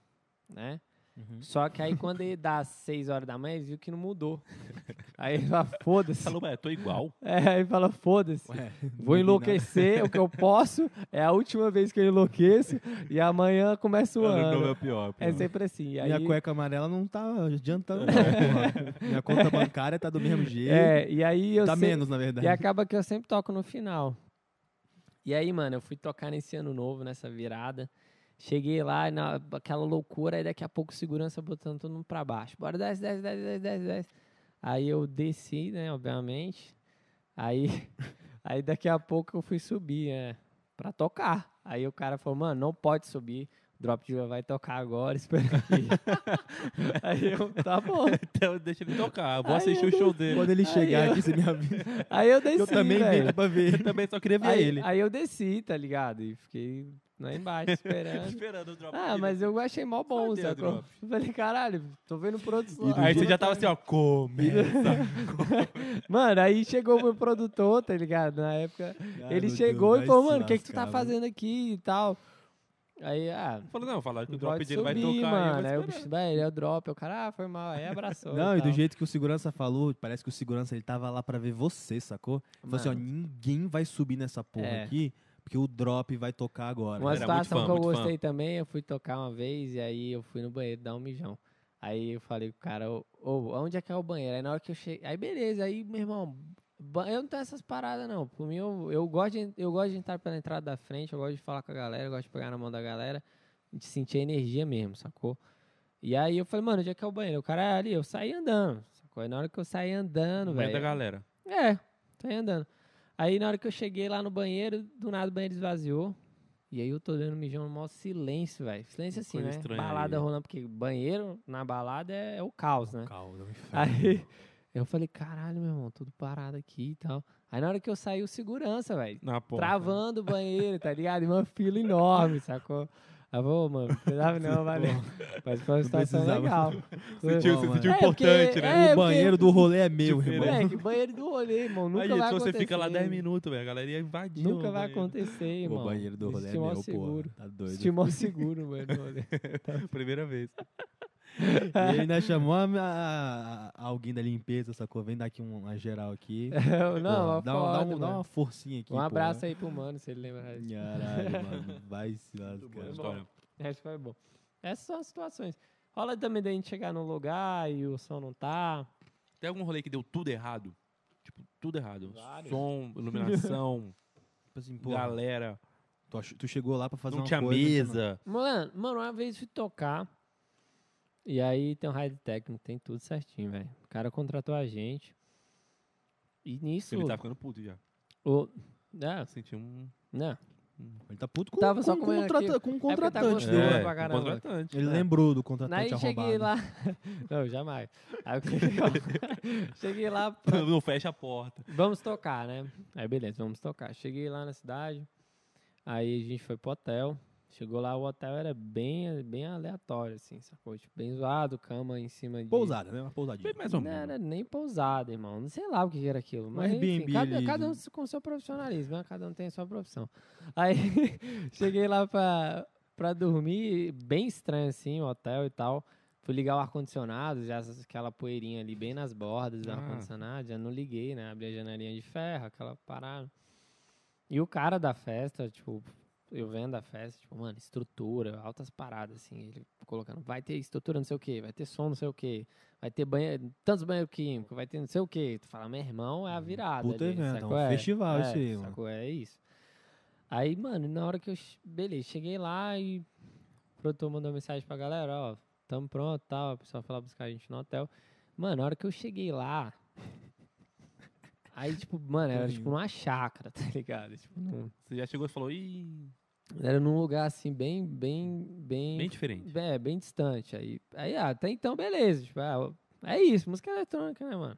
[SPEAKER 3] né? Só que aí quando ele dá 6 horas da manhã, eles viu que não mudou. Aí ele fala, foda-se.
[SPEAKER 1] Falou, ué, tô igual.
[SPEAKER 3] É, aí fala, foda-se. Vou enlouquecer, o que eu posso, é a última vez que eu enlouqueço, e amanhã começa o
[SPEAKER 1] Ano novo é
[SPEAKER 3] ano.
[SPEAKER 1] o pior. pô.
[SPEAKER 3] É sempre assim. E aí,
[SPEAKER 4] Minha cueca amarela não tá adiantando. não, porra. Minha conta bancária tá do mesmo jeito.
[SPEAKER 3] é, e aí eu
[SPEAKER 4] tá
[SPEAKER 3] sei-
[SPEAKER 4] menos, na
[SPEAKER 3] E
[SPEAKER 4] verdade.
[SPEAKER 3] acaba que eu sempre toco no final. E aí, mano, eu fui tocar nesse ano novo, nessa virada. Cheguei lá, na, aquela loucura, aí daqui a pouco segurança botando todo mundo pra baixo. Bora 10, 10, 10, 10, 10, 10. Aí eu desci, né, obviamente. Aí, aí daqui a pouco eu fui subir, né, pra tocar. Aí o cara falou, mano, não pode subir. Drop Jewel vai tocar agora, espera aqui. aí eu, tá bom.
[SPEAKER 1] Então deixa ele tocar, vou
[SPEAKER 3] Ai,
[SPEAKER 1] assistir
[SPEAKER 3] eu
[SPEAKER 1] o show dele.
[SPEAKER 4] Quando ele
[SPEAKER 3] Aí
[SPEAKER 4] chegar
[SPEAKER 3] eu-
[SPEAKER 4] aqui, você me avisa.
[SPEAKER 3] Aí eu desci,
[SPEAKER 4] Eu também
[SPEAKER 3] velho.
[SPEAKER 4] vim aqui pra ver.
[SPEAKER 1] Eu também só queria ver
[SPEAKER 3] aí,
[SPEAKER 1] ele.
[SPEAKER 3] aí eu desci, tá ligado? E fiquei lá embaixo esperando.
[SPEAKER 1] Esperando o drop
[SPEAKER 3] ah,
[SPEAKER 1] dele.
[SPEAKER 3] mas eu achei mó bom,
[SPEAKER 1] Cadê o
[SPEAKER 3] sacou?
[SPEAKER 1] drop?
[SPEAKER 3] Eu falei, caralho, tô vendo pro outro
[SPEAKER 4] do
[SPEAKER 3] lado.
[SPEAKER 1] Aí você já tava assim, ó, começa.
[SPEAKER 3] tá- Mano, aí chegou o meu produtor, tá ligado? Na época. ele
[SPEAKER 4] Garoto,
[SPEAKER 3] chegou
[SPEAKER 4] vai
[SPEAKER 3] e falou,
[SPEAKER 4] se
[SPEAKER 3] mano, o que, que tu tá
[SPEAKER 4] lascar, mano.
[SPEAKER 3] fazendo aqui e tal? Aí, ah.
[SPEAKER 1] Falou, não, falaram que o
[SPEAKER 3] não
[SPEAKER 1] drop
[SPEAKER 3] pode
[SPEAKER 1] dele vai
[SPEAKER 3] subir,
[SPEAKER 1] tocar.
[SPEAKER 3] mano.
[SPEAKER 1] Aí
[SPEAKER 3] aí
[SPEAKER 1] eu
[SPEAKER 3] o
[SPEAKER 1] vou
[SPEAKER 3] bicho, velho, é o drop. Aí O cara, ah, foi mal. Aí abraçou.
[SPEAKER 4] Não, e do
[SPEAKER 3] tal.
[SPEAKER 4] jeito que o segurança falou, parece que o segurança ele tava lá pra ver você, sacou? Ele falou assim, ó,
[SPEAKER 3] Mano.
[SPEAKER 4] ninguém vai subir nessa porra
[SPEAKER 3] É. tá
[SPEAKER 4] aqui, porque o drop vai tocar agora.
[SPEAKER 3] Uma
[SPEAKER 1] Era muito
[SPEAKER 3] situação
[SPEAKER 1] fã,
[SPEAKER 3] que eu
[SPEAKER 1] muito fã.
[SPEAKER 3] gostei também, eu fui tocar uma vez e aí eu fui no banheiro dar um mijão. Aí eu falei pro cara, ô, ô, onde é que é o banheiro? Aí na hora que eu cheguei. Aí beleza, aí, meu irmão, ba- eu não tenho essas paradas, não. Por mim, eu, eu, gosto de, eu gosto de entrar pela entrada da frente, eu gosto de falar com a galera, eu gosto de pegar na mão da galera, de sentir a energia mesmo, sacou? E aí eu falei, mano, onde é que é o banheiro? O cara "É ali, eu saí andando, sacou? Aí na hora que eu saí andando,
[SPEAKER 1] Momento da
[SPEAKER 3] velho.
[SPEAKER 1] galera.
[SPEAKER 3] É, tô aí andando. Aí na hora que eu cheguei lá no banheiro, do nada o banheiro esvaziou. E aí eu tô olhando o mijão no maior silêncio, velho. Silêncio assim,
[SPEAKER 1] Coisa
[SPEAKER 3] né?
[SPEAKER 1] estranha
[SPEAKER 3] Balada
[SPEAKER 1] aí.
[SPEAKER 3] rolando, porque banheiro na balada é, é o caos, né?
[SPEAKER 4] Calma, é um inferno.
[SPEAKER 3] Aí eu falei, caralho, meu irmão, tudo parado aqui e tal. Aí na hora que eu saí, o segurança, velho.
[SPEAKER 1] Na porta.
[SPEAKER 3] Travando o banheiro, tá ligado? E uma fila enorme, sacou? Aí eu falei, "Ô, mano, não precisava não, valeu. Mas foi uma situação
[SPEAKER 4] precisava.
[SPEAKER 3] legal.
[SPEAKER 1] Sentiu,
[SPEAKER 4] Bom,
[SPEAKER 1] se sentiu
[SPEAKER 3] mano. É, porque-
[SPEAKER 1] importante, né?
[SPEAKER 3] é,
[SPEAKER 4] o
[SPEAKER 3] porque- Tipo,
[SPEAKER 4] banheiro do rolê é meu,
[SPEAKER 1] Diferente.
[SPEAKER 4] irmão.
[SPEAKER 3] Moleque, banheiro do rolê, irmão. Nunca
[SPEAKER 1] Aí,
[SPEAKER 3] vai
[SPEAKER 1] se você
[SPEAKER 3] acontecer.
[SPEAKER 1] fica lá 10 minutos, velho, a galera ia invadir.
[SPEAKER 3] Nunca
[SPEAKER 1] o
[SPEAKER 3] vai
[SPEAKER 1] um banheiro.
[SPEAKER 3] acontecer,
[SPEAKER 4] O
[SPEAKER 3] irmão.
[SPEAKER 4] banheiro do rolê é
[SPEAKER 3] Existe o maior
[SPEAKER 4] meu, pô.
[SPEAKER 3] seguro.
[SPEAKER 4] Tá doido.
[SPEAKER 3] Existe o maior seguro, mano.
[SPEAKER 1] Primeira vez.
[SPEAKER 4] E ele ainda chamou a- a- a- alguém da limpeza, sacou? Vem dar aqui um- uma geral aqui.
[SPEAKER 3] Eu- Não,
[SPEAKER 4] Porra, dá, um-
[SPEAKER 3] uma
[SPEAKER 4] dá um-
[SPEAKER 3] foda,
[SPEAKER 4] dá
[SPEAKER 3] mano.
[SPEAKER 4] uma forcinha aqui.
[SPEAKER 3] Um abraço aí pro mano, se ele lembrar disso.
[SPEAKER 4] Caralho, mano. Vai se
[SPEAKER 1] Boa
[SPEAKER 4] lascar.
[SPEAKER 1] história.
[SPEAKER 3] Essa foi bom. Essas são as situações. Rola também da gente chegar num lugar e o som não tá.
[SPEAKER 1] Tem algum rolê que deu tudo errado? Tipo, tudo errado.
[SPEAKER 3] Vários.
[SPEAKER 1] Som, iluminação,
[SPEAKER 4] Tipo assim, pô,
[SPEAKER 1] galera,
[SPEAKER 4] tu, ach- tu chegou lá pra fazer
[SPEAKER 1] não
[SPEAKER 4] uma
[SPEAKER 1] tinha
[SPEAKER 4] coisa,
[SPEAKER 2] né,
[SPEAKER 4] né?
[SPEAKER 1] mesa.
[SPEAKER 3] Mano, mano, uma vez fui tocar. E aí tem um raio técnico, tem tudo certinho, velho. O cara contratou a gente. E nisso.
[SPEAKER 1] Ele tá ficando puto já.
[SPEAKER 3] o... é, né? Não,
[SPEAKER 1] Senti um...
[SPEAKER 3] não.
[SPEAKER 4] Ele tá puto com,
[SPEAKER 3] Tava só
[SPEAKER 4] com,
[SPEAKER 3] comendo
[SPEAKER 2] um
[SPEAKER 4] contrata-
[SPEAKER 3] aqui.
[SPEAKER 4] com o
[SPEAKER 3] porque tá
[SPEAKER 4] contratante
[SPEAKER 3] gostoso.
[SPEAKER 4] dele.
[SPEAKER 3] pra
[SPEAKER 1] um
[SPEAKER 3] caramba.
[SPEAKER 1] contratante.
[SPEAKER 4] Ele lembrou do contratante
[SPEAKER 3] Aí Né, cheguei
[SPEAKER 4] arrombado.
[SPEAKER 3] lá. Não, jamais. Aí, o que que eu- cheguei lá, pra-
[SPEAKER 1] não fecha a porta.
[SPEAKER 3] vamos tocar, né? Aí beleza, vamos tocar. Cheguei lá na cidade, aí a gente foi pro hotel. Chegou lá, o hotel era bem, bem aleatório, assim, sacou? Tipo, bem zoado, cama em cima de.
[SPEAKER 4] Pousada, né? Uma
[SPEAKER 1] Bem
[SPEAKER 4] pousadinha.
[SPEAKER 1] mais ou
[SPEAKER 3] Não
[SPEAKER 1] menos. Um
[SPEAKER 3] era nem pousada, irmão. Não sei lá o que que era aquilo. Mas,
[SPEAKER 4] Airbnb
[SPEAKER 3] enfim, cada,
[SPEAKER 4] ali
[SPEAKER 3] cada um
[SPEAKER 4] de-
[SPEAKER 3] com o seu profissionalismo, né? cada um tem a sua profissão. Aí cheguei lá pra, pra dormir, bem estranho assim, o hotel e tal. Fui ligar o ar-condicionado, já essas- aquela poeirinha ali bem nas bordas do
[SPEAKER 1] Ah.
[SPEAKER 3] ar-condicionado, já não liguei, né? Abri a janelinha de ferro, aquela parada. E o cara da festa, tipo, eu vendo a festa, tipo, mano, estrutura, altas paradas, assim, ele colocando, vai ter estrutura não sei o quê, vai ter som não sei o quê, vai ter banheiro, tantos banheiros químicos, vai ter não sei o quê. Tu fala, meu irmão, é a virada.
[SPEAKER 4] Uhum. Puta
[SPEAKER 3] ali,
[SPEAKER 4] evento, é
[SPEAKER 3] sacou?
[SPEAKER 4] um festival
[SPEAKER 3] é,
[SPEAKER 4] isso aí, mano.
[SPEAKER 3] sacou? É isso. Aí, mano, na hora que eu. che- Beleza, cheguei lá e o produtor mandou mensagem pra galera, ó, tamo pronto e tal. O pessoal foi lá buscar a gente no hotel. Mano, na hora que eu cheguei lá. Aí, tipo, mano, era tipo
[SPEAKER 4] Uhum.
[SPEAKER 3] numa chácara, tá ligado? Tipo, num-
[SPEAKER 1] Você já chegou e falou, ih,
[SPEAKER 3] era num lugar assim, bem, bem, bem.
[SPEAKER 1] bem diferente.
[SPEAKER 3] É, bem distante. Aí, aí ah, até então, beleza. Tipo, ah, é isso, música eletrônica, né, mano?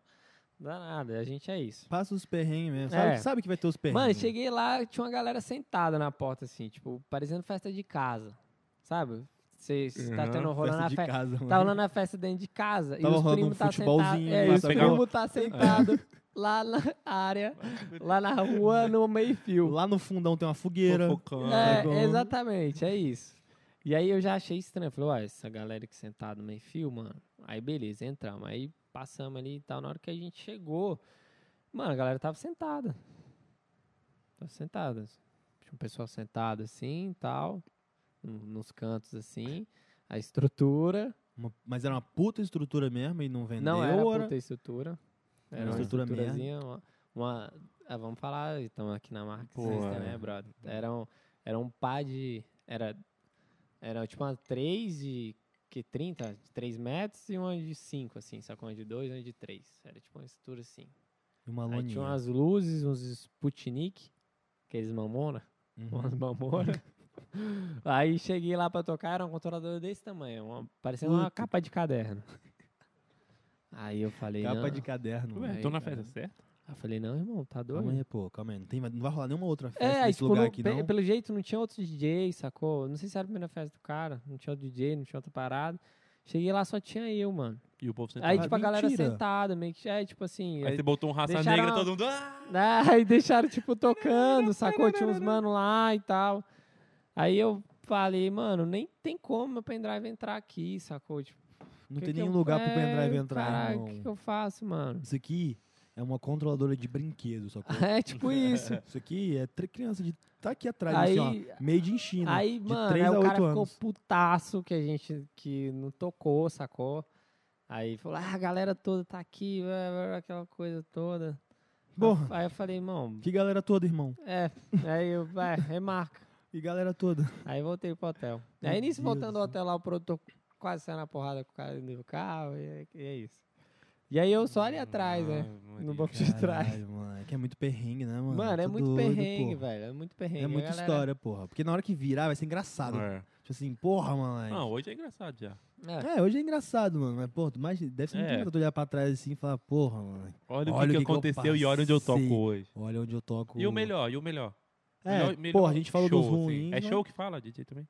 [SPEAKER 3] Não dá nada, a gente é isso.
[SPEAKER 4] Passa os perrengues mesmo. Sabe,
[SPEAKER 3] É.
[SPEAKER 4] sabe que vai ter os perrengues.
[SPEAKER 2] né?
[SPEAKER 3] Mano, cheguei lá, tinha uma galera sentada na porta, assim, tipo, parecendo festa de casa, sabe? Você tá
[SPEAKER 1] Aham,
[SPEAKER 3] tendo rolando a
[SPEAKER 2] de
[SPEAKER 3] festa.
[SPEAKER 2] casa, mano.
[SPEAKER 3] Tá rolando a festa dentro de casa.
[SPEAKER 2] Tava
[SPEAKER 3] e os
[SPEAKER 2] rolando
[SPEAKER 3] primos
[SPEAKER 2] um
[SPEAKER 3] tá sentado.
[SPEAKER 2] futebolzinho
[SPEAKER 3] É,
[SPEAKER 2] lá
[SPEAKER 3] os
[SPEAKER 1] pra pegar
[SPEAKER 3] primos tá sentado lá na área, lá na rua, no meio-fio.
[SPEAKER 2] Lá no fundão tem uma fogueira.
[SPEAKER 1] Fofocando.
[SPEAKER 2] tá
[SPEAKER 3] É,
[SPEAKER 2] bom.
[SPEAKER 3] exatamente, é isso. E aí eu já achei estranho. Falei, ué, essa galera que sentada no meio fio, mano. Aí beleza, entramos. Aí passamos ali e tal. Na hora que a gente chegou, mano, a galera tava sentada. Tava sentada. Tinha um pessoal sentado assim e tal. n- Nos cantos assim. A estrutura.
[SPEAKER 2] Uma- mas era uma puta estrutura mesmo e não vendeu.
[SPEAKER 3] não era
[SPEAKER 2] ou
[SPEAKER 3] puta estrutura. Era
[SPEAKER 2] Era
[SPEAKER 3] uma
[SPEAKER 2] estrutura merda.
[SPEAKER 3] estruturazinha. Uma, uma- ah, vamos falar, estamos aqui na marca
[SPEAKER 1] Pô,
[SPEAKER 3] System,
[SPEAKER 1] é.
[SPEAKER 3] né, brother? Era um, era um pá de... Era, era tipo uma 3 de... Que 30? De 3 metros e uma de 5, assim. Sacou uma de 2 e uma de 3. Era tipo uma estrutura assim.
[SPEAKER 2] Uma
[SPEAKER 3] Aí tinha
[SPEAKER 2] loninha.
[SPEAKER 3] umas luzes, uns Sputnik, aqueles mamona.
[SPEAKER 2] Uhum.
[SPEAKER 3] Umas mamonas. Aí cheguei lá pra tocar, era um controlador desse tamanho, uma, parecendo uma
[SPEAKER 2] Puta.
[SPEAKER 3] capa de caderno. Aí eu falei,
[SPEAKER 2] Capa
[SPEAKER 3] não.
[SPEAKER 2] de caderno.
[SPEAKER 1] Ué,
[SPEAKER 2] mano.
[SPEAKER 3] Aí,
[SPEAKER 1] tô então na
[SPEAKER 3] cara.
[SPEAKER 1] festa é certa?
[SPEAKER 3] Aí eu falei, não, irmão, tá
[SPEAKER 2] Calma
[SPEAKER 3] é doido?
[SPEAKER 2] aí, pô, calma aí. Não, tem, mais- não vai rolar nenhuma outra festa
[SPEAKER 3] É, aí,
[SPEAKER 2] nesse
[SPEAKER 3] tipo,
[SPEAKER 2] lugar
[SPEAKER 3] não-
[SPEAKER 2] aqui,
[SPEAKER 3] pe-
[SPEAKER 2] não?
[SPEAKER 3] pelo jeito não tinha outro DJ, sacou? Não sei se era a primeira festa do cara, não tinha outro DJ, não tinha outra parada. Cheguei lá, só tinha eu, mano.
[SPEAKER 1] E o povo sentado.
[SPEAKER 3] Aí,
[SPEAKER 2] Ah,
[SPEAKER 1] Aí,
[SPEAKER 3] tipo, a galera
[SPEAKER 2] mentira.
[SPEAKER 3] sentada, meio que. É, tipo assim. aí-
[SPEAKER 1] você botou um raça
[SPEAKER 3] deixaram
[SPEAKER 1] negra,
[SPEAKER 3] uma-
[SPEAKER 1] todo mundo. "Ah!"
[SPEAKER 3] Ah, Aí deixaram, tipo, tocando, sacou? Tinha uns mano lá e tal. Aí eu falei, mano, nem tem como meu pendrive entrar aqui, sacou? Tipo,
[SPEAKER 2] Não
[SPEAKER 3] que
[SPEAKER 2] tem
[SPEAKER 3] que
[SPEAKER 2] nenhum
[SPEAKER 3] eu-
[SPEAKER 2] lugar pro
[SPEAKER 3] é,
[SPEAKER 2] pendrive entrar,
[SPEAKER 3] Caralho, o
[SPEAKER 2] irmão.
[SPEAKER 3] que, que eu faço, mano?
[SPEAKER 2] Isso aqui é uma controladora de brinquedo, sacou?
[SPEAKER 3] É tipo isso.
[SPEAKER 2] Isso aqui é tri- criança de. Tá aqui atrás,
[SPEAKER 3] Aí,
[SPEAKER 2] assim, ó. Made in China.
[SPEAKER 3] aí
[SPEAKER 2] de
[SPEAKER 3] mano,
[SPEAKER 2] 3
[SPEAKER 3] aí
[SPEAKER 2] a
[SPEAKER 3] o
[SPEAKER 2] 8
[SPEAKER 3] cara ficou
[SPEAKER 2] anos.
[SPEAKER 3] putaço que a gente que não tocou, sacou? Aí falou, ah, a galera toda tá aqui, blá, blá, blá, aquela coisa toda.
[SPEAKER 2] Porra.
[SPEAKER 3] Aí eu falei, irmão,
[SPEAKER 2] Que galera toda, irmão.
[SPEAKER 3] é, aí eu, vai, remarca.
[SPEAKER 2] Que galera toda.
[SPEAKER 3] Aí voltei pro hotel.
[SPEAKER 2] Meu
[SPEAKER 3] aí nisso,
[SPEAKER 2] Deus
[SPEAKER 3] voltando
[SPEAKER 2] do
[SPEAKER 3] ao
[SPEAKER 2] céu.
[SPEAKER 3] hotel lá, o produtor quase saiu na porrada com o cara dentro do carro, e é, e é isso. E aí eu só ali atrás, né?
[SPEAKER 1] Ah,
[SPEAKER 3] No
[SPEAKER 1] Maria.
[SPEAKER 3] banco de trás.
[SPEAKER 2] Caralho, mano. É que é muito perrengue, né, mano?
[SPEAKER 3] Mano, é
[SPEAKER 2] Tô
[SPEAKER 3] muito
[SPEAKER 2] doido,
[SPEAKER 3] perrengue,
[SPEAKER 2] porra.
[SPEAKER 3] velho. É muito perrengue.
[SPEAKER 2] É
[SPEAKER 3] A
[SPEAKER 2] muita
[SPEAKER 3] galera-
[SPEAKER 2] história, porra. Porque na hora que virar vai ser engraçado.
[SPEAKER 1] É.
[SPEAKER 2] Tipo assim, porra, mano.
[SPEAKER 1] Não, hoje é engraçado já.
[SPEAKER 3] É.
[SPEAKER 2] É, hoje é engraçado, mano. Mas, porra, tu imagina- deve ser muito
[SPEAKER 1] É.
[SPEAKER 2] engraçado olhar pra trás assim e falar, porra, mano.
[SPEAKER 1] Olha, o que,
[SPEAKER 2] Olha o que
[SPEAKER 1] que
[SPEAKER 2] que eu
[SPEAKER 1] aconteceu e olha onde eu toco
[SPEAKER 2] passei.
[SPEAKER 1] hoje.
[SPEAKER 2] Olha onde eu toco.
[SPEAKER 1] E o melhor, e o melhor.
[SPEAKER 2] É,
[SPEAKER 1] Melhor- melhor
[SPEAKER 2] porra, a gente falou
[SPEAKER 1] show,
[SPEAKER 2] dos
[SPEAKER 1] assim.
[SPEAKER 2] ruins.
[SPEAKER 1] É
[SPEAKER 2] né?
[SPEAKER 1] show que fala, DJ também?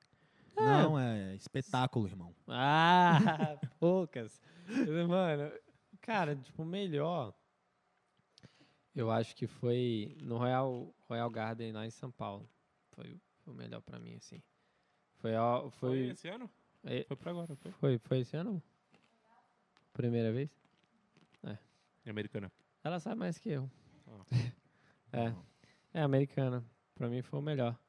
[SPEAKER 2] Não, é espetáculo, irmão.
[SPEAKER 3] Ah, poucas. Mano, cara, tipo, o melhor. Eu acho que foi no Royal, Royal Garden lá em São Paulo. Foi, o- foi o melhor pra mim, assim. Foi, a- foi,
[SPEAKER 1] esse ano?
[SPEAKER 3] É.
[SPEAKER 1] Foi pra agora, foi.
[SPEAKER 3] foi, foi esse ano? Primeira vez? É
[SPEAKER 1] Em Americana.
[SPEAKER 3] Ela sabe mais que eu.
[SPEAKER 1] Ah.
[SPEAKER 3] É. É americana. Pra mim foi o melhor.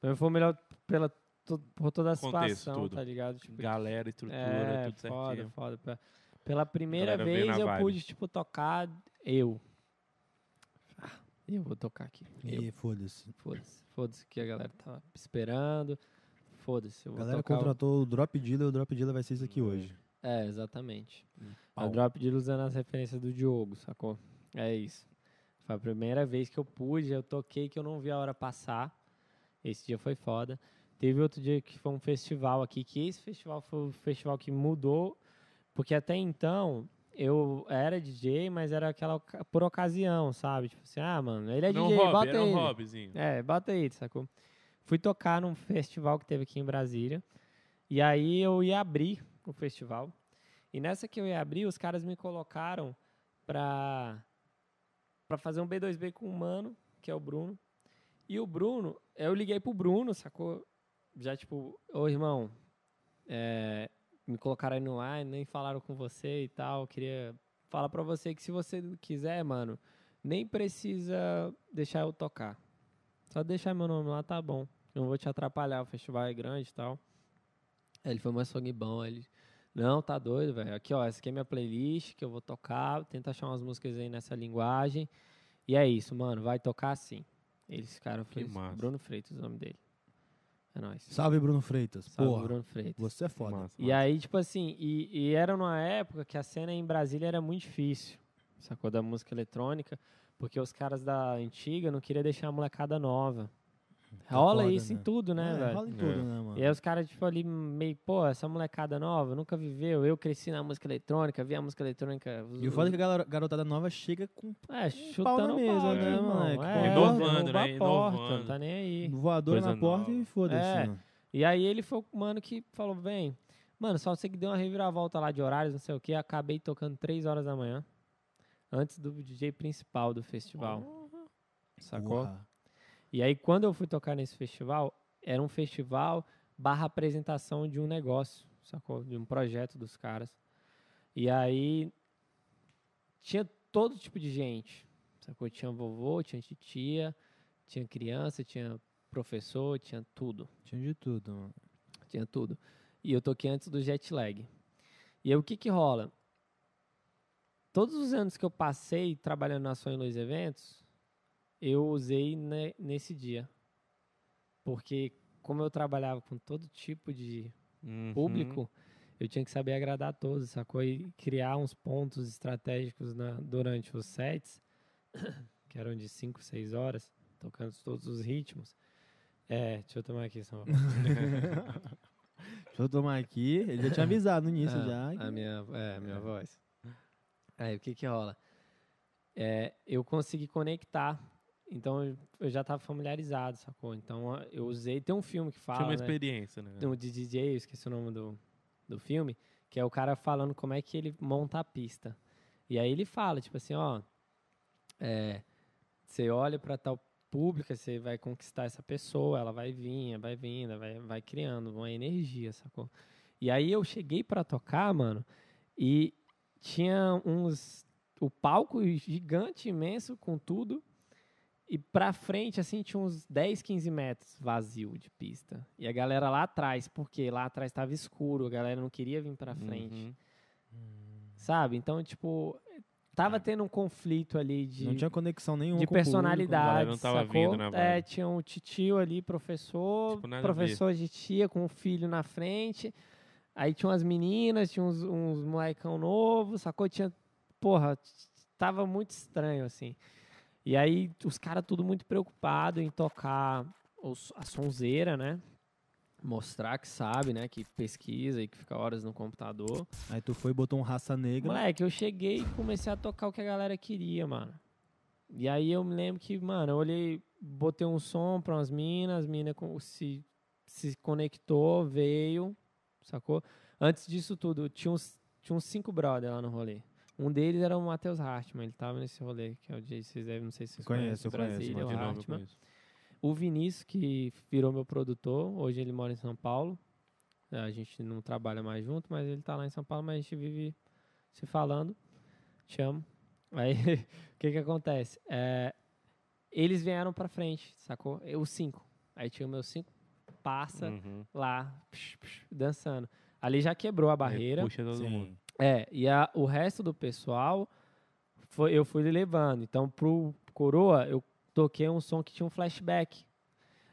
[SPEAKER 3] Pra mim foi o melhor pela, to- por toda a
[SPEAKER 1] Contexto,
[SPEAKER 3] situação,
[SPEAKER 1] tudo.
[SPEAKER 3] tá ligado? Tipo,
[SPEAKER 1] Galera, estrutura,
[SPEAKER 3] é,
[SPEAKER 1] tudo certinho.
[SPEAKER 3] foda, foda. Pe- Pela primeira
[SPEAKER 1] galera veio
[SPEAKER 3] vez
[SPEAKER 1] na
[SPEAKER 3] eu
[SPEAKER 1] vibe.
[SPEAKER 3] pude, tipo, tocar eu. Ah, eu vou tocar aqui. Eu.
[SPEAKER 2] E foda-se.
[SPEAKER 3] Foda-se. Foda-se que a galera tava esperando. Foda-se. eu
[SPEAKER 2] A
[SPEAKER 3] vou
[SPEAKER 2] galera
[SPEAKER 3] tocar o-
[SPEAKER 2] contratou o Drop Dealer, o Drop Dealer vai ser isso aqui hoje.
[SPEAKER 3] É, exatamente. A
[SPEAKER 1] Um
[SPEAKER 2] pau.
[SPEAKER 3] Drop de usando as referências do Diogo, sacou? É isso. Foi a primeira vez que eu pude, eu toquei que eu não vi a hora passar. Esse dia foi foda. Teve outro dia que foi um festival aqui, que esse festival foi o festival que mudou, porque até então eu era DJ, mas era aquela oca- por ocasião, sabe? Tipo assim, ah, mano, ele é
[SPEAKER 1] Era um
[SPEAKER 3] DJ,
[SPEAKER 1] hobby,
[SPEAKER 3] bota
[SPEAKER 1] era um
[SPEAKER 3] ele.
[SPEAKER 1] hobbyzinho.
[SPEAKER 3] É, bota aí, sacou? Fui tocar num festival que teve aqui em Brasília. E aí eu ia abrir o festival. E nessa que eu ia abrir, os caras me colocaram pra, pra fazer um B2B com um mano, que é o Bruno. E o Bruno, eu liguei pro Bruno, sacou? Já tipo, ô irmão, é, me colocaram aí no ar, nem falaram com você e tal. Queria falar pra você que se você quiser, mano, nem precisa deixar eu tocar. Só deixar meu nome lá, tá bom. Não vou te atrapalhar, o festival é grande e tal. Aí ele foi mais bom, ele... Não, tá doido, velho. Aqui, ó, essa aqui é minha playlist que eu vou tocar. Tenta achar umas músicas aí nessa linguagem. E é isso, mano. Vai tocar sim. Eles ficaram
[SPEAKER 1] Que
[SPEAKER 3] felizes.
[SPEAKER 1] massa.
[SPEAKER 3] Bruno Freitas, o nome dele. É nóis.
[SPEAKER 2] Salve, Bruno Freitas.
[SPEAKER 3] Salve,
[SPEAKER 2] porra,
[SPEAKER 3] Bruno Freitas.
[SPEAKER 2] você é foda.
[SPEAKER 1] Massa,
[SPEAKER 3] E
[SPEAKER 1] massa.
[SPEAKER 3] aí, tipo assim, e, e era numa época que a cena em Brasília era muito difícil, sacou? Da música eletrônica, porque os caras da antiga não queriam deixar a molecada nova.
[SPEAKER 2] Tá
[SPEAKER 3] rola
[SPEAKER 2] foda,
[SPEAKER 3] isso em
[SPEAKER 2] né?
[SPEAKER 3] tudo, né,
[SPEAKER 2] É,
[SPEAKER 3] velho?
[SPEAKER 2] Rola em tudo,
[SPEAKER 1] É.
[SPEAKER 2] né, mano?
[SPEAKER 3] E aí os caras, tipo, ali meio, pô, essa molecada nova nunca viveu, eu cresci na música eletrônica, vi a música eletrônica...
[SPEAKER 2] E o foda é que a galo- garotada nova chega com pau
[SPEAKER 3] É, chutando
[SPEAKER 2] na mesa,
[SPEAKER 1] né,
[SPEAKER 3] irmão?
[SPEAKER 2] moleque?
[SPEAKER 3] É,
[SPEAKER 1] Inovando,
[SPEAKER 3] derruba
[SPEAKER 1] né?
[SPEAKER 3] a porta,
[SPEAKER 1] Inovando.
[SPEAKER 3] não tá nem aí.
[SPEAKER 2] voadora
[SPEAKER 1] Coisa
[SPEAKER 2] na porta
[SPEAKER 1] nova.
[SPEAKER 2] e foda-se.
[SPEAKER 3] É.
[SPEAKER 2] né?
[SPEAKER 3] E aí ele foi o mano que falou, bem, mano, só sei que deu uma reviravolta lá de horários, não sei o quê, acabei tocando 3 horas da manhã, antes do DJ principal do festival, sacou?
[SPEAKER 4] Porra.
[SPEAKER 3] E aí quando eu fui tocar nesse festival, era um festival barra apresentação de um negócio, sacou? De um projeto dos caras. E aí tinha todo tipo de gente, sacou? Tinha vovô, tinha titia, tinha criança, tinha professor, tinha tudo.
[SPEAKER 2] Tinha de tudo, mano.
[SPEAKER 3] Tinha tudo. E eu toquei antes do jet lag. E aí o que que rola? Todos os anos que eu passei trabalhando na Sonho Luz Eventos, eu usei ne- nesse dia. Porque como eu trabalhava com todo tipo de
[SPEAKER 1] Uhum.
[SPEAKER 3] público, eu tinha que saber agradar a todos, sacou? E criar uns pontos estratégicos na- durante os sets, que eram de 5, 6 horas, tocando todos os ritmos. É, deixa eu tomar aqui, Samuel.
[SPEAKER 2] Deixa eu tomar aqui. Ele já tinha avisado no início
[SPEAKER 3] Ah,
[SPEAKER 2] já.
[SPEAKER 3] A minha, é, a minha voz. Aí, o que que rola? É, eu consegui conectar. Então, eu- eu já estava familiarizado, sacou? Então, a- eu usei... Tem um filme que
[SPEAKER 1] Tinha
[SPEAKER 3] fala,
[SPEAKER 1] uma
[SPEAKER 3] né?
[SPEAKER 1] experiência, né?
[SPEAKER 3] Do, de DJ, eu esqueci o nome do, do filme, que é o cara falando como é que ele monta a pista. E aí ele fala, tipo assim, ó... é, você olha para tal pública, você vai conquistar essa pessoa, ela vai vir, vai vindo, vai, vai criando uma energia, sacou? E aí eu cheguei pra tocar, mano, e tinha uns o palco gigante, imenso, com tudo. E pra frente, assim, tinha uns 10, 15 metros vazio de pista. E a galera lá atrás, porque lá atrás tava escuro, a galera não queria vir pra frente.
[SPEAKER 1] Uhum.
[SPEAKER 3] Sabe? Então, tipo, tava tendo um conflito ali de
[SPEAKER 2] É. Não tinha conexão nenhuma
[SPEAKER 3] de
[SPEAKER 2] com o público.
[SPEAKER 3] personalidade,
[SPEAKER 1] não tava
[SPEAKER 3] sacou?
[SPEAKER 1] vindo na vibe.
[SPEAKER 3] é, tinha um titio ali, professor,
[SPEAKER 1] Tipo, nada a ver.
[SPEAKER 3] professor de tia com o filho na frente. Aí tinha umas meninas, tinha uns, uns molecão novo, sacou? Tinha, porra, t- tava muito estranho, assim. E aí os caras tudo muito preocupado em tocar os- a sonzeira, né? Mostrar que sabe, né? Que pesquisa e que fica horas no computador.
[SPEAKER 2] Aí tu foi e botou um raça negra.
[SPEAKER 3] Moleque, eu cheguei e comecei a tocar o que a galera queria, mano. E aí eu me lembro que, mano, eu olhei, botei um som pra umas minas, as minas com- se, se conectou, veio, sacou? Antes disso tudo, tinha uns, tinha uns cinco brother lá no rolê. Um deles era o Matheus Hartmann, ele tava nesse rolê, que é o DJ, vocês devem, não sei se vocês
[SPEAKER 2] Conheço,
[SPEAKER 3] conhecem.
[SPEAKER 2] eu conheço, mas
[SPEAKER 3] Brasília, o
[SPEAKER 1] De novo, eu
[SPEAKER 3] Hartmann.
[SPEAKER 1] conheço.
[SPEAKER 3] O Vinícius, que virou meu produtor, hoje ele mora em São Paulo. É, A gente não trabalha mais junto, mas ele tá lá em São Paulo, mas a gente vive se falando. Te amo. Aí, o que que acontece? É, eles vieram pra frente, sacou? Eu, os cinco. Aí tinha o meu cinco, passa
[SPEAKER 1] Uhum.
[SPEAKER 3] lá, psh, psh, dançando. Ali já quebrou a barreira.
[SPEAKER 1] Aí Puxa todo mundo.
[SPEAKER 2] Sim.
[SPEAKER 3] É, e a- o resto do pessoal foi, eu fui levando. Então, pro Coroa, eu toquei um som que tinha um flashback.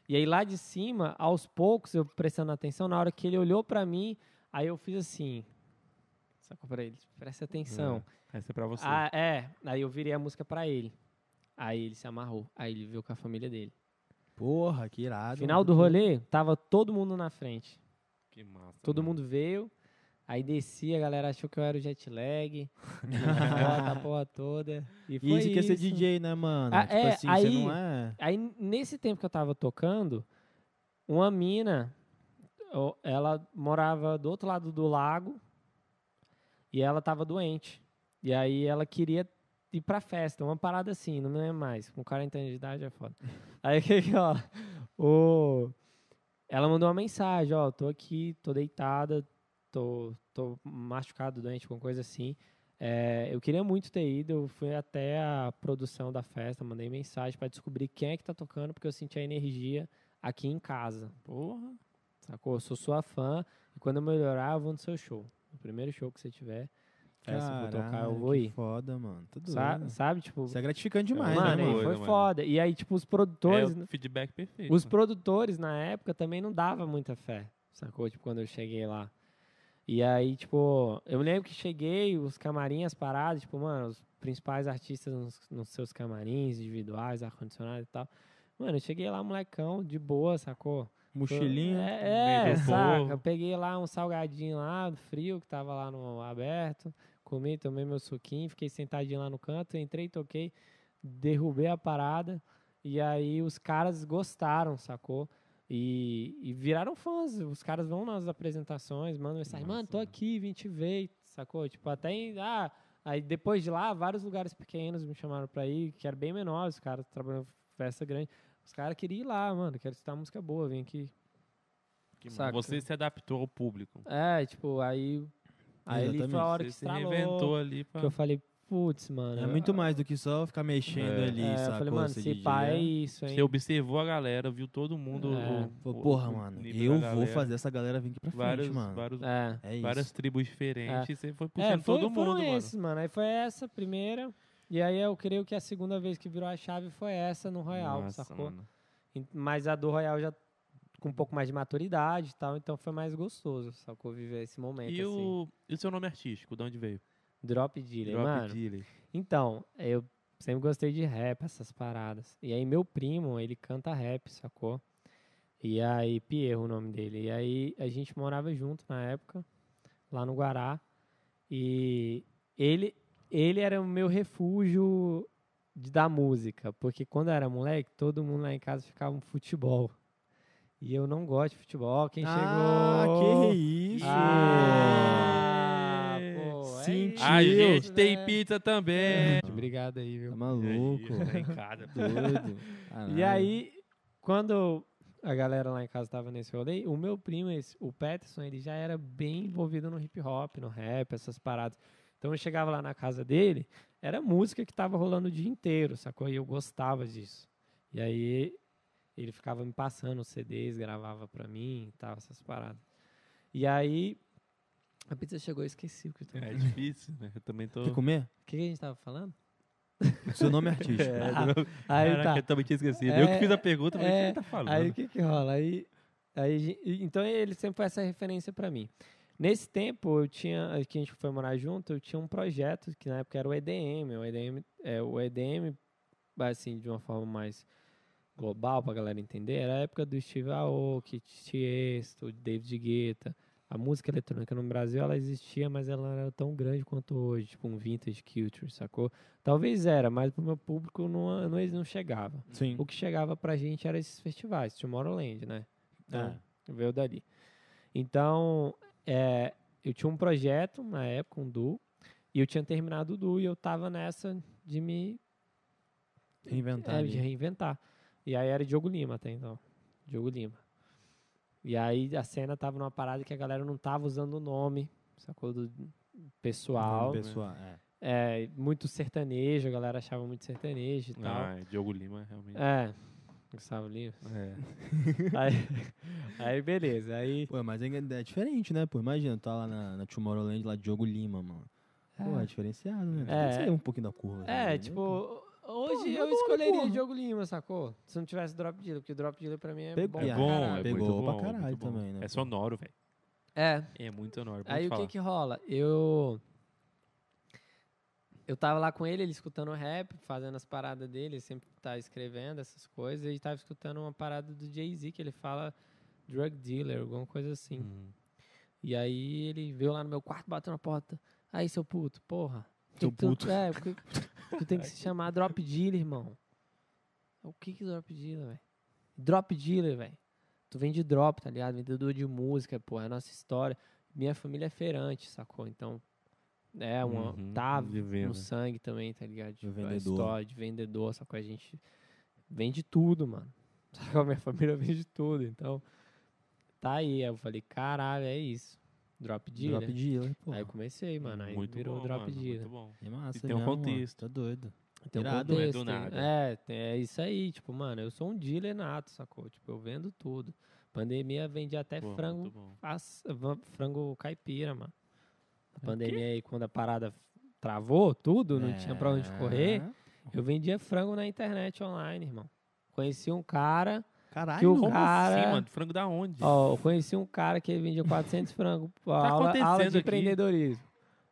[SPEAKER 3] E aí, lá de cima, aos poucos, eu prestando atenção, na hora que ele olhou pra mim, aí eu fiz assim. Sacou pra ele? Presta atenção.
[SPEAKER 1] Essa é pra você.
[SPEAKER 3] Ah, é, aí eu virei a música pra ele. Aí ele se amarrou. Aí ele viu com a família dele.
[SPEAKER 2] Porra, que irado.
[SPEAKER 1] um
[SPEAKER 3] Final do rolê, tava todo mundo na frente.
[SPEAKER 1] que massa.
[SPEAKER 2] Uhum.
[SPEAKER 1] né?
[SPEAKER 3] Todo
[SPEAKER 1] mano.
[SPEAKER 3] mundo veio. Aí desci, a galera achou que eu era o jet lag. a porra toda. E foi
[SPEAKER 2] E isso que é ser
[SPEAKER 3] isso.
[SPEAKER 2] DJ, né, mano?
[SPEAKER 3] Ah,
[SPEAKER 2] tipo
[SPEAKER 3] é,
[SPEAKER 2] assim, você
[SPEAKER 3] aí-
[SPEAKER 2] não é.
[SPEAKER 3] Aí, nesse tempo que eu tava tocando, uma mina, ó, ela morava do outro lado do lago e ela tava doente. E aí ela queria ir pra festa, uma parada assim, não me lembro mais. Com 40 anos de idade é foda. Aí, o que que, ó, o... ela mandou uma mensagem, ó, tô aqui, tô deitada, tô, tô machucado, doente, alguma coisa assim. É, eu queria muito ter ido, eu fui até a produção da festa, mandei mensagem pra descobrir quem é que tá tocando, porque eu senti a energia aqui em casa.
[SPEAKER 1] Porra.
[SPEAKER 3] Sacou? Eu sou sua fã e quando eu melhorar, eu vou no seu show. No primeiro show que você tiver, festa que É, eu vou tocar, eu
[SPEAKER 2] Caralho,
[SPEAKER 3] vou
[SPEAKER 2] que
[SPEAKER 3] ir.
[SPEAKER 2] Foda, mano. Tá Tudo
[SPEAKER 3] Sa-
[SPEAKER 2] bem.
[SPEAKER 3] sabe, tipo,
[SPEAKER 2] Isso é gratificante demais,
[SPEAKER 3] mano,
[SPEAKER 2] né,
[SPEAKER 3] e
[SPEAKER 1] é
[SPEAKER 2] mano?
[SPEAKER 1] doido,
[SPEAKER 3] foi
[SPEAKER 1] né? mano.
[SPEAKER 3] foda. E aí, tipo, os produtores,
[SPEAKER 1] É o feedback perfeito.
[SPEAKER 3] os produtores na época também não dava muita fé, sacou? Tipo, quando eu cheguei lá. E aí, tipo, eu lembro que cheguei, os camarinhas parados, tipo, mano, os principais artistas nos, nos seus camarins individuais, ar-condicionado e tal. Mano, eu cheguei lá, molecão, de boa, sacou?
[SPEAKER 2] Mochilinha.
[SPEAKER 1] no
[SPEAKER 3] É,
[SPEAKER 1] meio
[SPEAKER 3] é
[SPEAKER 1] do
[SPEAKER 3] saca.
[SPEAKER 1] povo.
[SPEAKER 3] Eu peguei lá um salgadinho lá, do frio, que tava lá no aberto. Comi, tomei meu suquinho, fiquei sentadinho lá no canto, entrei, toquei, derrubei a parada. E aí os caras gostaram, sacou? E, e viraram fãs. Os caras vão nas apresentações, mandam mensagem, mano, tô aqui, vim te ver, sacou? Tipo, até em, ah, aí depois de lá, vários lugares pequenos me chamaram pra ir, que era bem menor, os caras trabalhando festa grande. Os caras queriam ir lá, mano, quero escutar música boa, vim aqui.
[SPEAKER 1] Que
[SPEAKER 3] Saca.
[SPEAKER 1] Você se adaptou ao público.
[SPEAKER 3] É, tipo, aí. Aí ele foi a hora que
[SPEAKER 1] Você se
[SPEAKER 3] estralou,
[SPEAKER 1] reinventou né? ali pra...
[SPEAKER 3] que eu falei, putz, mano.
[SPEAKER 2] É muito mais do que só ficar mexendo
[SPEAKER 1] É.
[SPEAKER 2] ali,
[SPEAKER 3] É,
[SPEAKER 2] sacou?
[SPEAKER 3] eu falei, mano,
[SPEAKER 2] Esse
[SPEAKER 3] se
[SPEAKER 2] DJ.
[SPEAKER 3] pá
[SPEAKER 1] né?
[SPEAKER 3] é isso, hein?
[SPEAKER 1] Você observou a galera, viu todo mundo.
[SPEAKER 3] É.
[SPEAKER 1] o-
[SPEAKER 2] Pô,
[SPEAKER 1] o-
[SPEAKER 2] Porra,
[SPEAKER 1] o
[SPEAKER 2] mano,
[SPEAKER 1] nível
[SPEAKER 2] eu
[SPEAKER 1] da
[SPEAKER 2] vou
[SPEAKER 1] galera.
[SPEAKER 2] fazer essa galera vir aqui pra frente,
[SPEAKER 1] vários,
[SPEAKER 2] mano.
[SPEAKER 1] vários-
[SPEAKER 3] É.
[SPEAKER 2] É isso.
[SPEAKER 1] várias tribos diferentes. Você foi
[SPEAKER 3] É,
[SPEAKER 1] puxando
[SPEAKER 3] foi-
[SPEAKER 1] todo
[SPEAKER 3] foram
[SPEAKER 1] mundo, mano.
[SPEAKER 3] esses, mano. Aí foi essa a primeira. E aí eu creio que a segunda vez que virou a chave foi essa no Royal,
[SPEAKER 1] Nossa,
[SPEAKER 3] sacou?
[SPEAKER 1] mano.
[SPEAKER 3] E- Mas a do Royal já com um pouco mais de maturidade e tal, então foi mais gostoso, sacou? Viver esse momento,
[SPEAKER 1] E,
[SPEAKER 3] assim.
[SPEAKER 1] o, e o seu nome artístico, de onde veio?
[SPEAKER 3] Drop Dealer,
[SPEAKER 1] Drop
[SPEAKER 3] mano.
[SPEAKER 1] Dealer.
[SPEAKER 3] Então, eu sempre gostei de rap, essas paradas. E aí meu primo, ele canta rap, sacou? E aí, Pierro o nome dele. E aí a gente morava junto na época, lá no Guará. E ele, ele era o meu refúgio de, da música. Porque quando eu era moleque, todo mundo lá em casa ficava um futebol. E eu não gosto de futebol. Ó, Quem
[SPEAKER 2] Ah,
[SPEAKER 3] chegou?
[SPEAKER 2] que isso!
[SPEAKER 3] Ah, pô, é
[SPEAKER 2] Sentiu.
[SPEAKER 3] isso,
[SPEAKER 1] A gente tem
[SPEAKER 3] né?
[SPEAKER 1] Ah,
[SPEAKER 3] É.
[SPEAKER 1] pizza também.
[SPEAKER 3] Obrigado aí, viu?
[SPEAKER 2] Tá maluco,
[SPEAKER 1] E aí, tá em casa.
[SPEAKER 2] doido.
[SPEAKER 3] E
[SPEAKER 2] Caralho.
[SPEAKER 3] aí, quando a galera lá em casa tava nesse rolê, o meu primo, esse- o Peterson, ele já era bem envolvido no hip hop, no rap, essas paradas. Então eu chegava lá na casa dele, era música que tava rolando o dia inteiro, sacou? E eu gostava disso. E aí ele ficava me passando os CDs, gravava pra mim e tal, essas paradas. E aí a pizza chegou e eu esqueci o que eu tava
[SPEAKER 1] É
[SPEAKER 3] falando.
[SPEAKER 1] difícil, né? Eu também tô.
[SPEAKER 2] Quer comer?
[SPEAKER 3] O que que a gente tava falando?
[SPEAKER 2] Seu nome é artístico.
[SPEAKER 3] Aí
[SPEAKER 1] Caraca,
[SPEAKER 3] tá.
[SPEAKER 1] eu também tinha esquecido.
[SPEAKER 3] É,
[SPEAKER 1] eu que fiz a pergunta, mas
[SPEAKER 3] é,
[SPEAKER 1] você tá falando.
[SPEAKER 3] Aí o que que rola? Aí, aí, a gen- e- então ele sempre foi essa referência pra mim. Nesse tempo, eu tinha, que a gente foi morar junto, eu tinha um projeto que na época era o EDM. O EDM, é, o EDM assim, de uma forma mais global pra galera entender, era a época do Steve Aoki, Tiesto, David Guetta. A música eletrônica no Brasil, ela existia, mas ela não era tão grande quanto hoje, tipo um vintage culture, sacou? Talvez era, mas pro meu público não, não, não chegava.
[SPEAKER 2] Sim.
[SPEAKER 3] O que chegava pra gente era esses festivais, Tomorrowland, né? Então, Veio dali. Então, é, eu tinha um projeto na época, um duo, e eu tinha terminado o duo e eu tava nessa de me
[SPEAKER 2] Reinventar.
[SPEAKER 3] é,
[SPEAKER 2] Tá ali.
[SPEAKER 3] de reinventar. E aí era Diogo Lima até então. Diogo Lima. E aí a cena tava numa parada que a galera não tava usando o nome, sacou? Do pessoal.
[SPEAKER 2] Pessoal, é.
[SPEAKER 3] É, muito sertanejo, a galera achava muito sertanejo e tal.
[SPEAKER 1] Ah, Diogo Lima, realmente.
[SPEAKER 3] É, Gustavo Lima.
[SPEAKER 1] É.
[SPEAKER 3] Aí, aí beleza, aí.
[SPEAKER 2] Pô, mas é, é diferente, né? Pô, imagina, tá lá na, na Tomorrowland, lá de Diogo Lima, mano. Pô, é diferenciado, né? Tem
[SPEAKER 3] É.
[SPEAKER 2] que sair um pouquinho da curva.
[SPEAKER 3] É,
[SPEAKER 2] né?
[SPEAKER 3] tipo, hoje
[SPEAKER 2] Pô,
[SPEAKER 3] eu
[SPEAKER 2] mas
[SPEAKER 3] escolheria
[SPEAKER 2] porra.
[SPEAKER 3] Diogo Lima, sacou? Se não tivesse Drop Dealer, porque Drop Dealer pra mim é
[SPEAKER 2] Pegou.
[SPEAKER 3] bom pra
[SPEAKER 1] É bom,
[SPEAKER 3] caralho.
[SPEAKER 1] é
[SPEAKER 2] Pegou
[SPEAKER 1] muito
[SPEAKER 2] pra
[SPEAKER 1] bom,
[SPEAKER 2] caralho
[SPEAKER 1] muito bom.
[SPEAKER 2] também, né,
[SPEAKER 1] É
[SPEAKER 2] pô?
[SPEAKER 1] sonoro, velho.
[SPEAKER 3] É.
[SPEAKER 1] É muito sonoro. pode
[SPEAKER 3] Aí o
[SPEAKER 1] falar.
[SPEAKER 3] que que rola? Eu. Eu tava lá com ele, ele escutando rap, fazendo as paradas dele, ele sempre tá escrevendo essas coisas, e tava escutando uma parada do Jay-Z, que ele fala drug dealer, alguma coisa assim.
[SPEAKER 1] Hum.
[SPEAKER 3] E aí ele veio lá no meu quarto, bateu na porta. Aí, seu puto, porra. por
[SPEAKER 2] Seu
[SPEAKER 3] que que tu-
[SPEAKER 2] puto.
[SPEAKER 3] é, por que- tu tem que se chamar Drop Dealer, irmão. O que que é Drop Dealer, velho? Drop Dealer, velho. Tu vende drop, tá ligado? Vendedor de música, porra, é a nossa história. Minha família é feirante, sacou? Então, é uma...
[SPEAKER 1] Uhum,
[SPEAKER 3] tá
[SPEAKER 1] de
[SPEAKER 3] no
[SPEAKER 1] venda.
[SPEAKER 3] sangue também, tá ligado? Tipo, a
[SPEAKER 2] vendedor.
[SPEAKER 3] história de vendedor, sacou? A gente vende tudo, mano. Sacou? Minha família vende tudo, então... Tá aí, aí eu falei, caralho, é isso. Drop Dealer.
[SPEAKER 2] Drop dealer, pô.
[SPEAKER 3] né? Aí eu comecei, mano. Aí
[SPEAKER 1] muito
[SPEAKER 3] virou
[SPEAKER 1] bom,
[SPEAKER 3] Drop
[SPEAKER 1] mano,
[SPEAKER 3] Dealer.
[SPEAKER 1] Muito bom.
[SPEAKER 2] É massa,
[SPEAKER 1] E tem um
[SPEAKER 2] mesmo, mano.
[SPEAKER 1] contexto.
[SPEAKER 2] Tá doirado.
[SPEAKER 3] Tem um
[SPEAKER 2] Irado.
[SPEAKER 1] Não é do
[SPEAKER 3] contexto,
[SPEAKER 1] nada.
[SPEAKER 3] É, tem- é isso aí. Tipo, mano, eu sou um dealer nato, sacou? Tipo, eu vendo tudo. Pandemia vendi até
[SPEAKER 1] Pô,
[SPEAKER 3] É frango,
[SPEAKER 1] muito bom.
[SPEAKER 3] ass- va- frango caipira, mano.
[SPEAKER 1] É
[SPEAKER 3] A pandemia aí, quando a parada travou tudo, não tinha pra
[SPEAKER 1] É.
[SPEAKER 3] onde correr, eu vendia frango na internet online, irmão. Conheci um cara,
[SPEAKER 2] Caralho,
[SPEAKER 3] que o
[SPEAKER 1] Como
[SPEAKER 3] cara...
[SPEAKER 1] assim, mano? Frango da onde?
[SPEAKER 3] Ó, eu conheci um cara que vendia 400 frangos. Ó,
[SPEAKER 1] Tá
[SPEAKER 3] aula, aula de
[SPEAKER 1] acontecendo aqui?
[SPEAKER 3] empreendedorismo.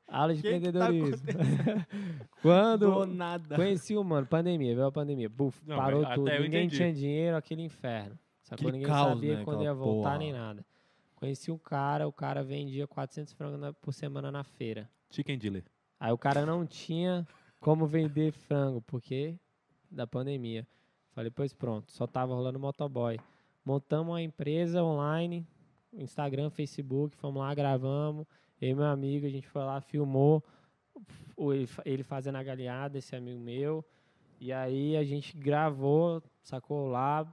[SPEAKER 3] Aula de
[SPEAKER 2] Que que tá
[SPEAKER 3] empreendedorismo.
[SPEAKER 2] do
[SPEAKER 3] Quando.
[SPEAKER 2] nada.
[SPEAKER 3] Conheci o mano, pandemia, veio a pandemia. Buf,
[SPEAKER 1] Não,
[SPEAKER 3] parou
[SPEAKER 1] mas até
[SPEAKER 3] tudo.
[SPEAKER 1] eu
[SPEAKER 3] Ninguém
[SPEAKER 1] entendi.
[SPEAKER 3] tinha dinheiro, aquele inferno. Sacou?
[SPEAKER 2] Aquele
[SPEAKER 3] Ninguém
[SPEAKER 2] caos,
[SPEAKER 3] sabia
[SPEAKER 2] né?
[SPEAKER 3] quando
[SPEAKER 2] Aquela
[SPEAKER 3] ia voltar
[SPEAKER 2] porra.
[SPEAKER 3] nem nada. Conheci um cara, o cara vendia 400 frangos na- por semana na feira.
[SPEAKER 1] Chicken Dealer.
[SPEAKER 3] Aí o cara não tinha como vender frango, porque da pandemia. Falei, pois pronto, só tava rolando motoboy. Montamos uma empresa online, Instagram, Facebook, fomos lá, gravamos. Eu e meu amigo, a gente foi lá, filmou o- ele fa- ele fazendo a galeada, esse amigo meu. E aí a gente gravou, sacou lá,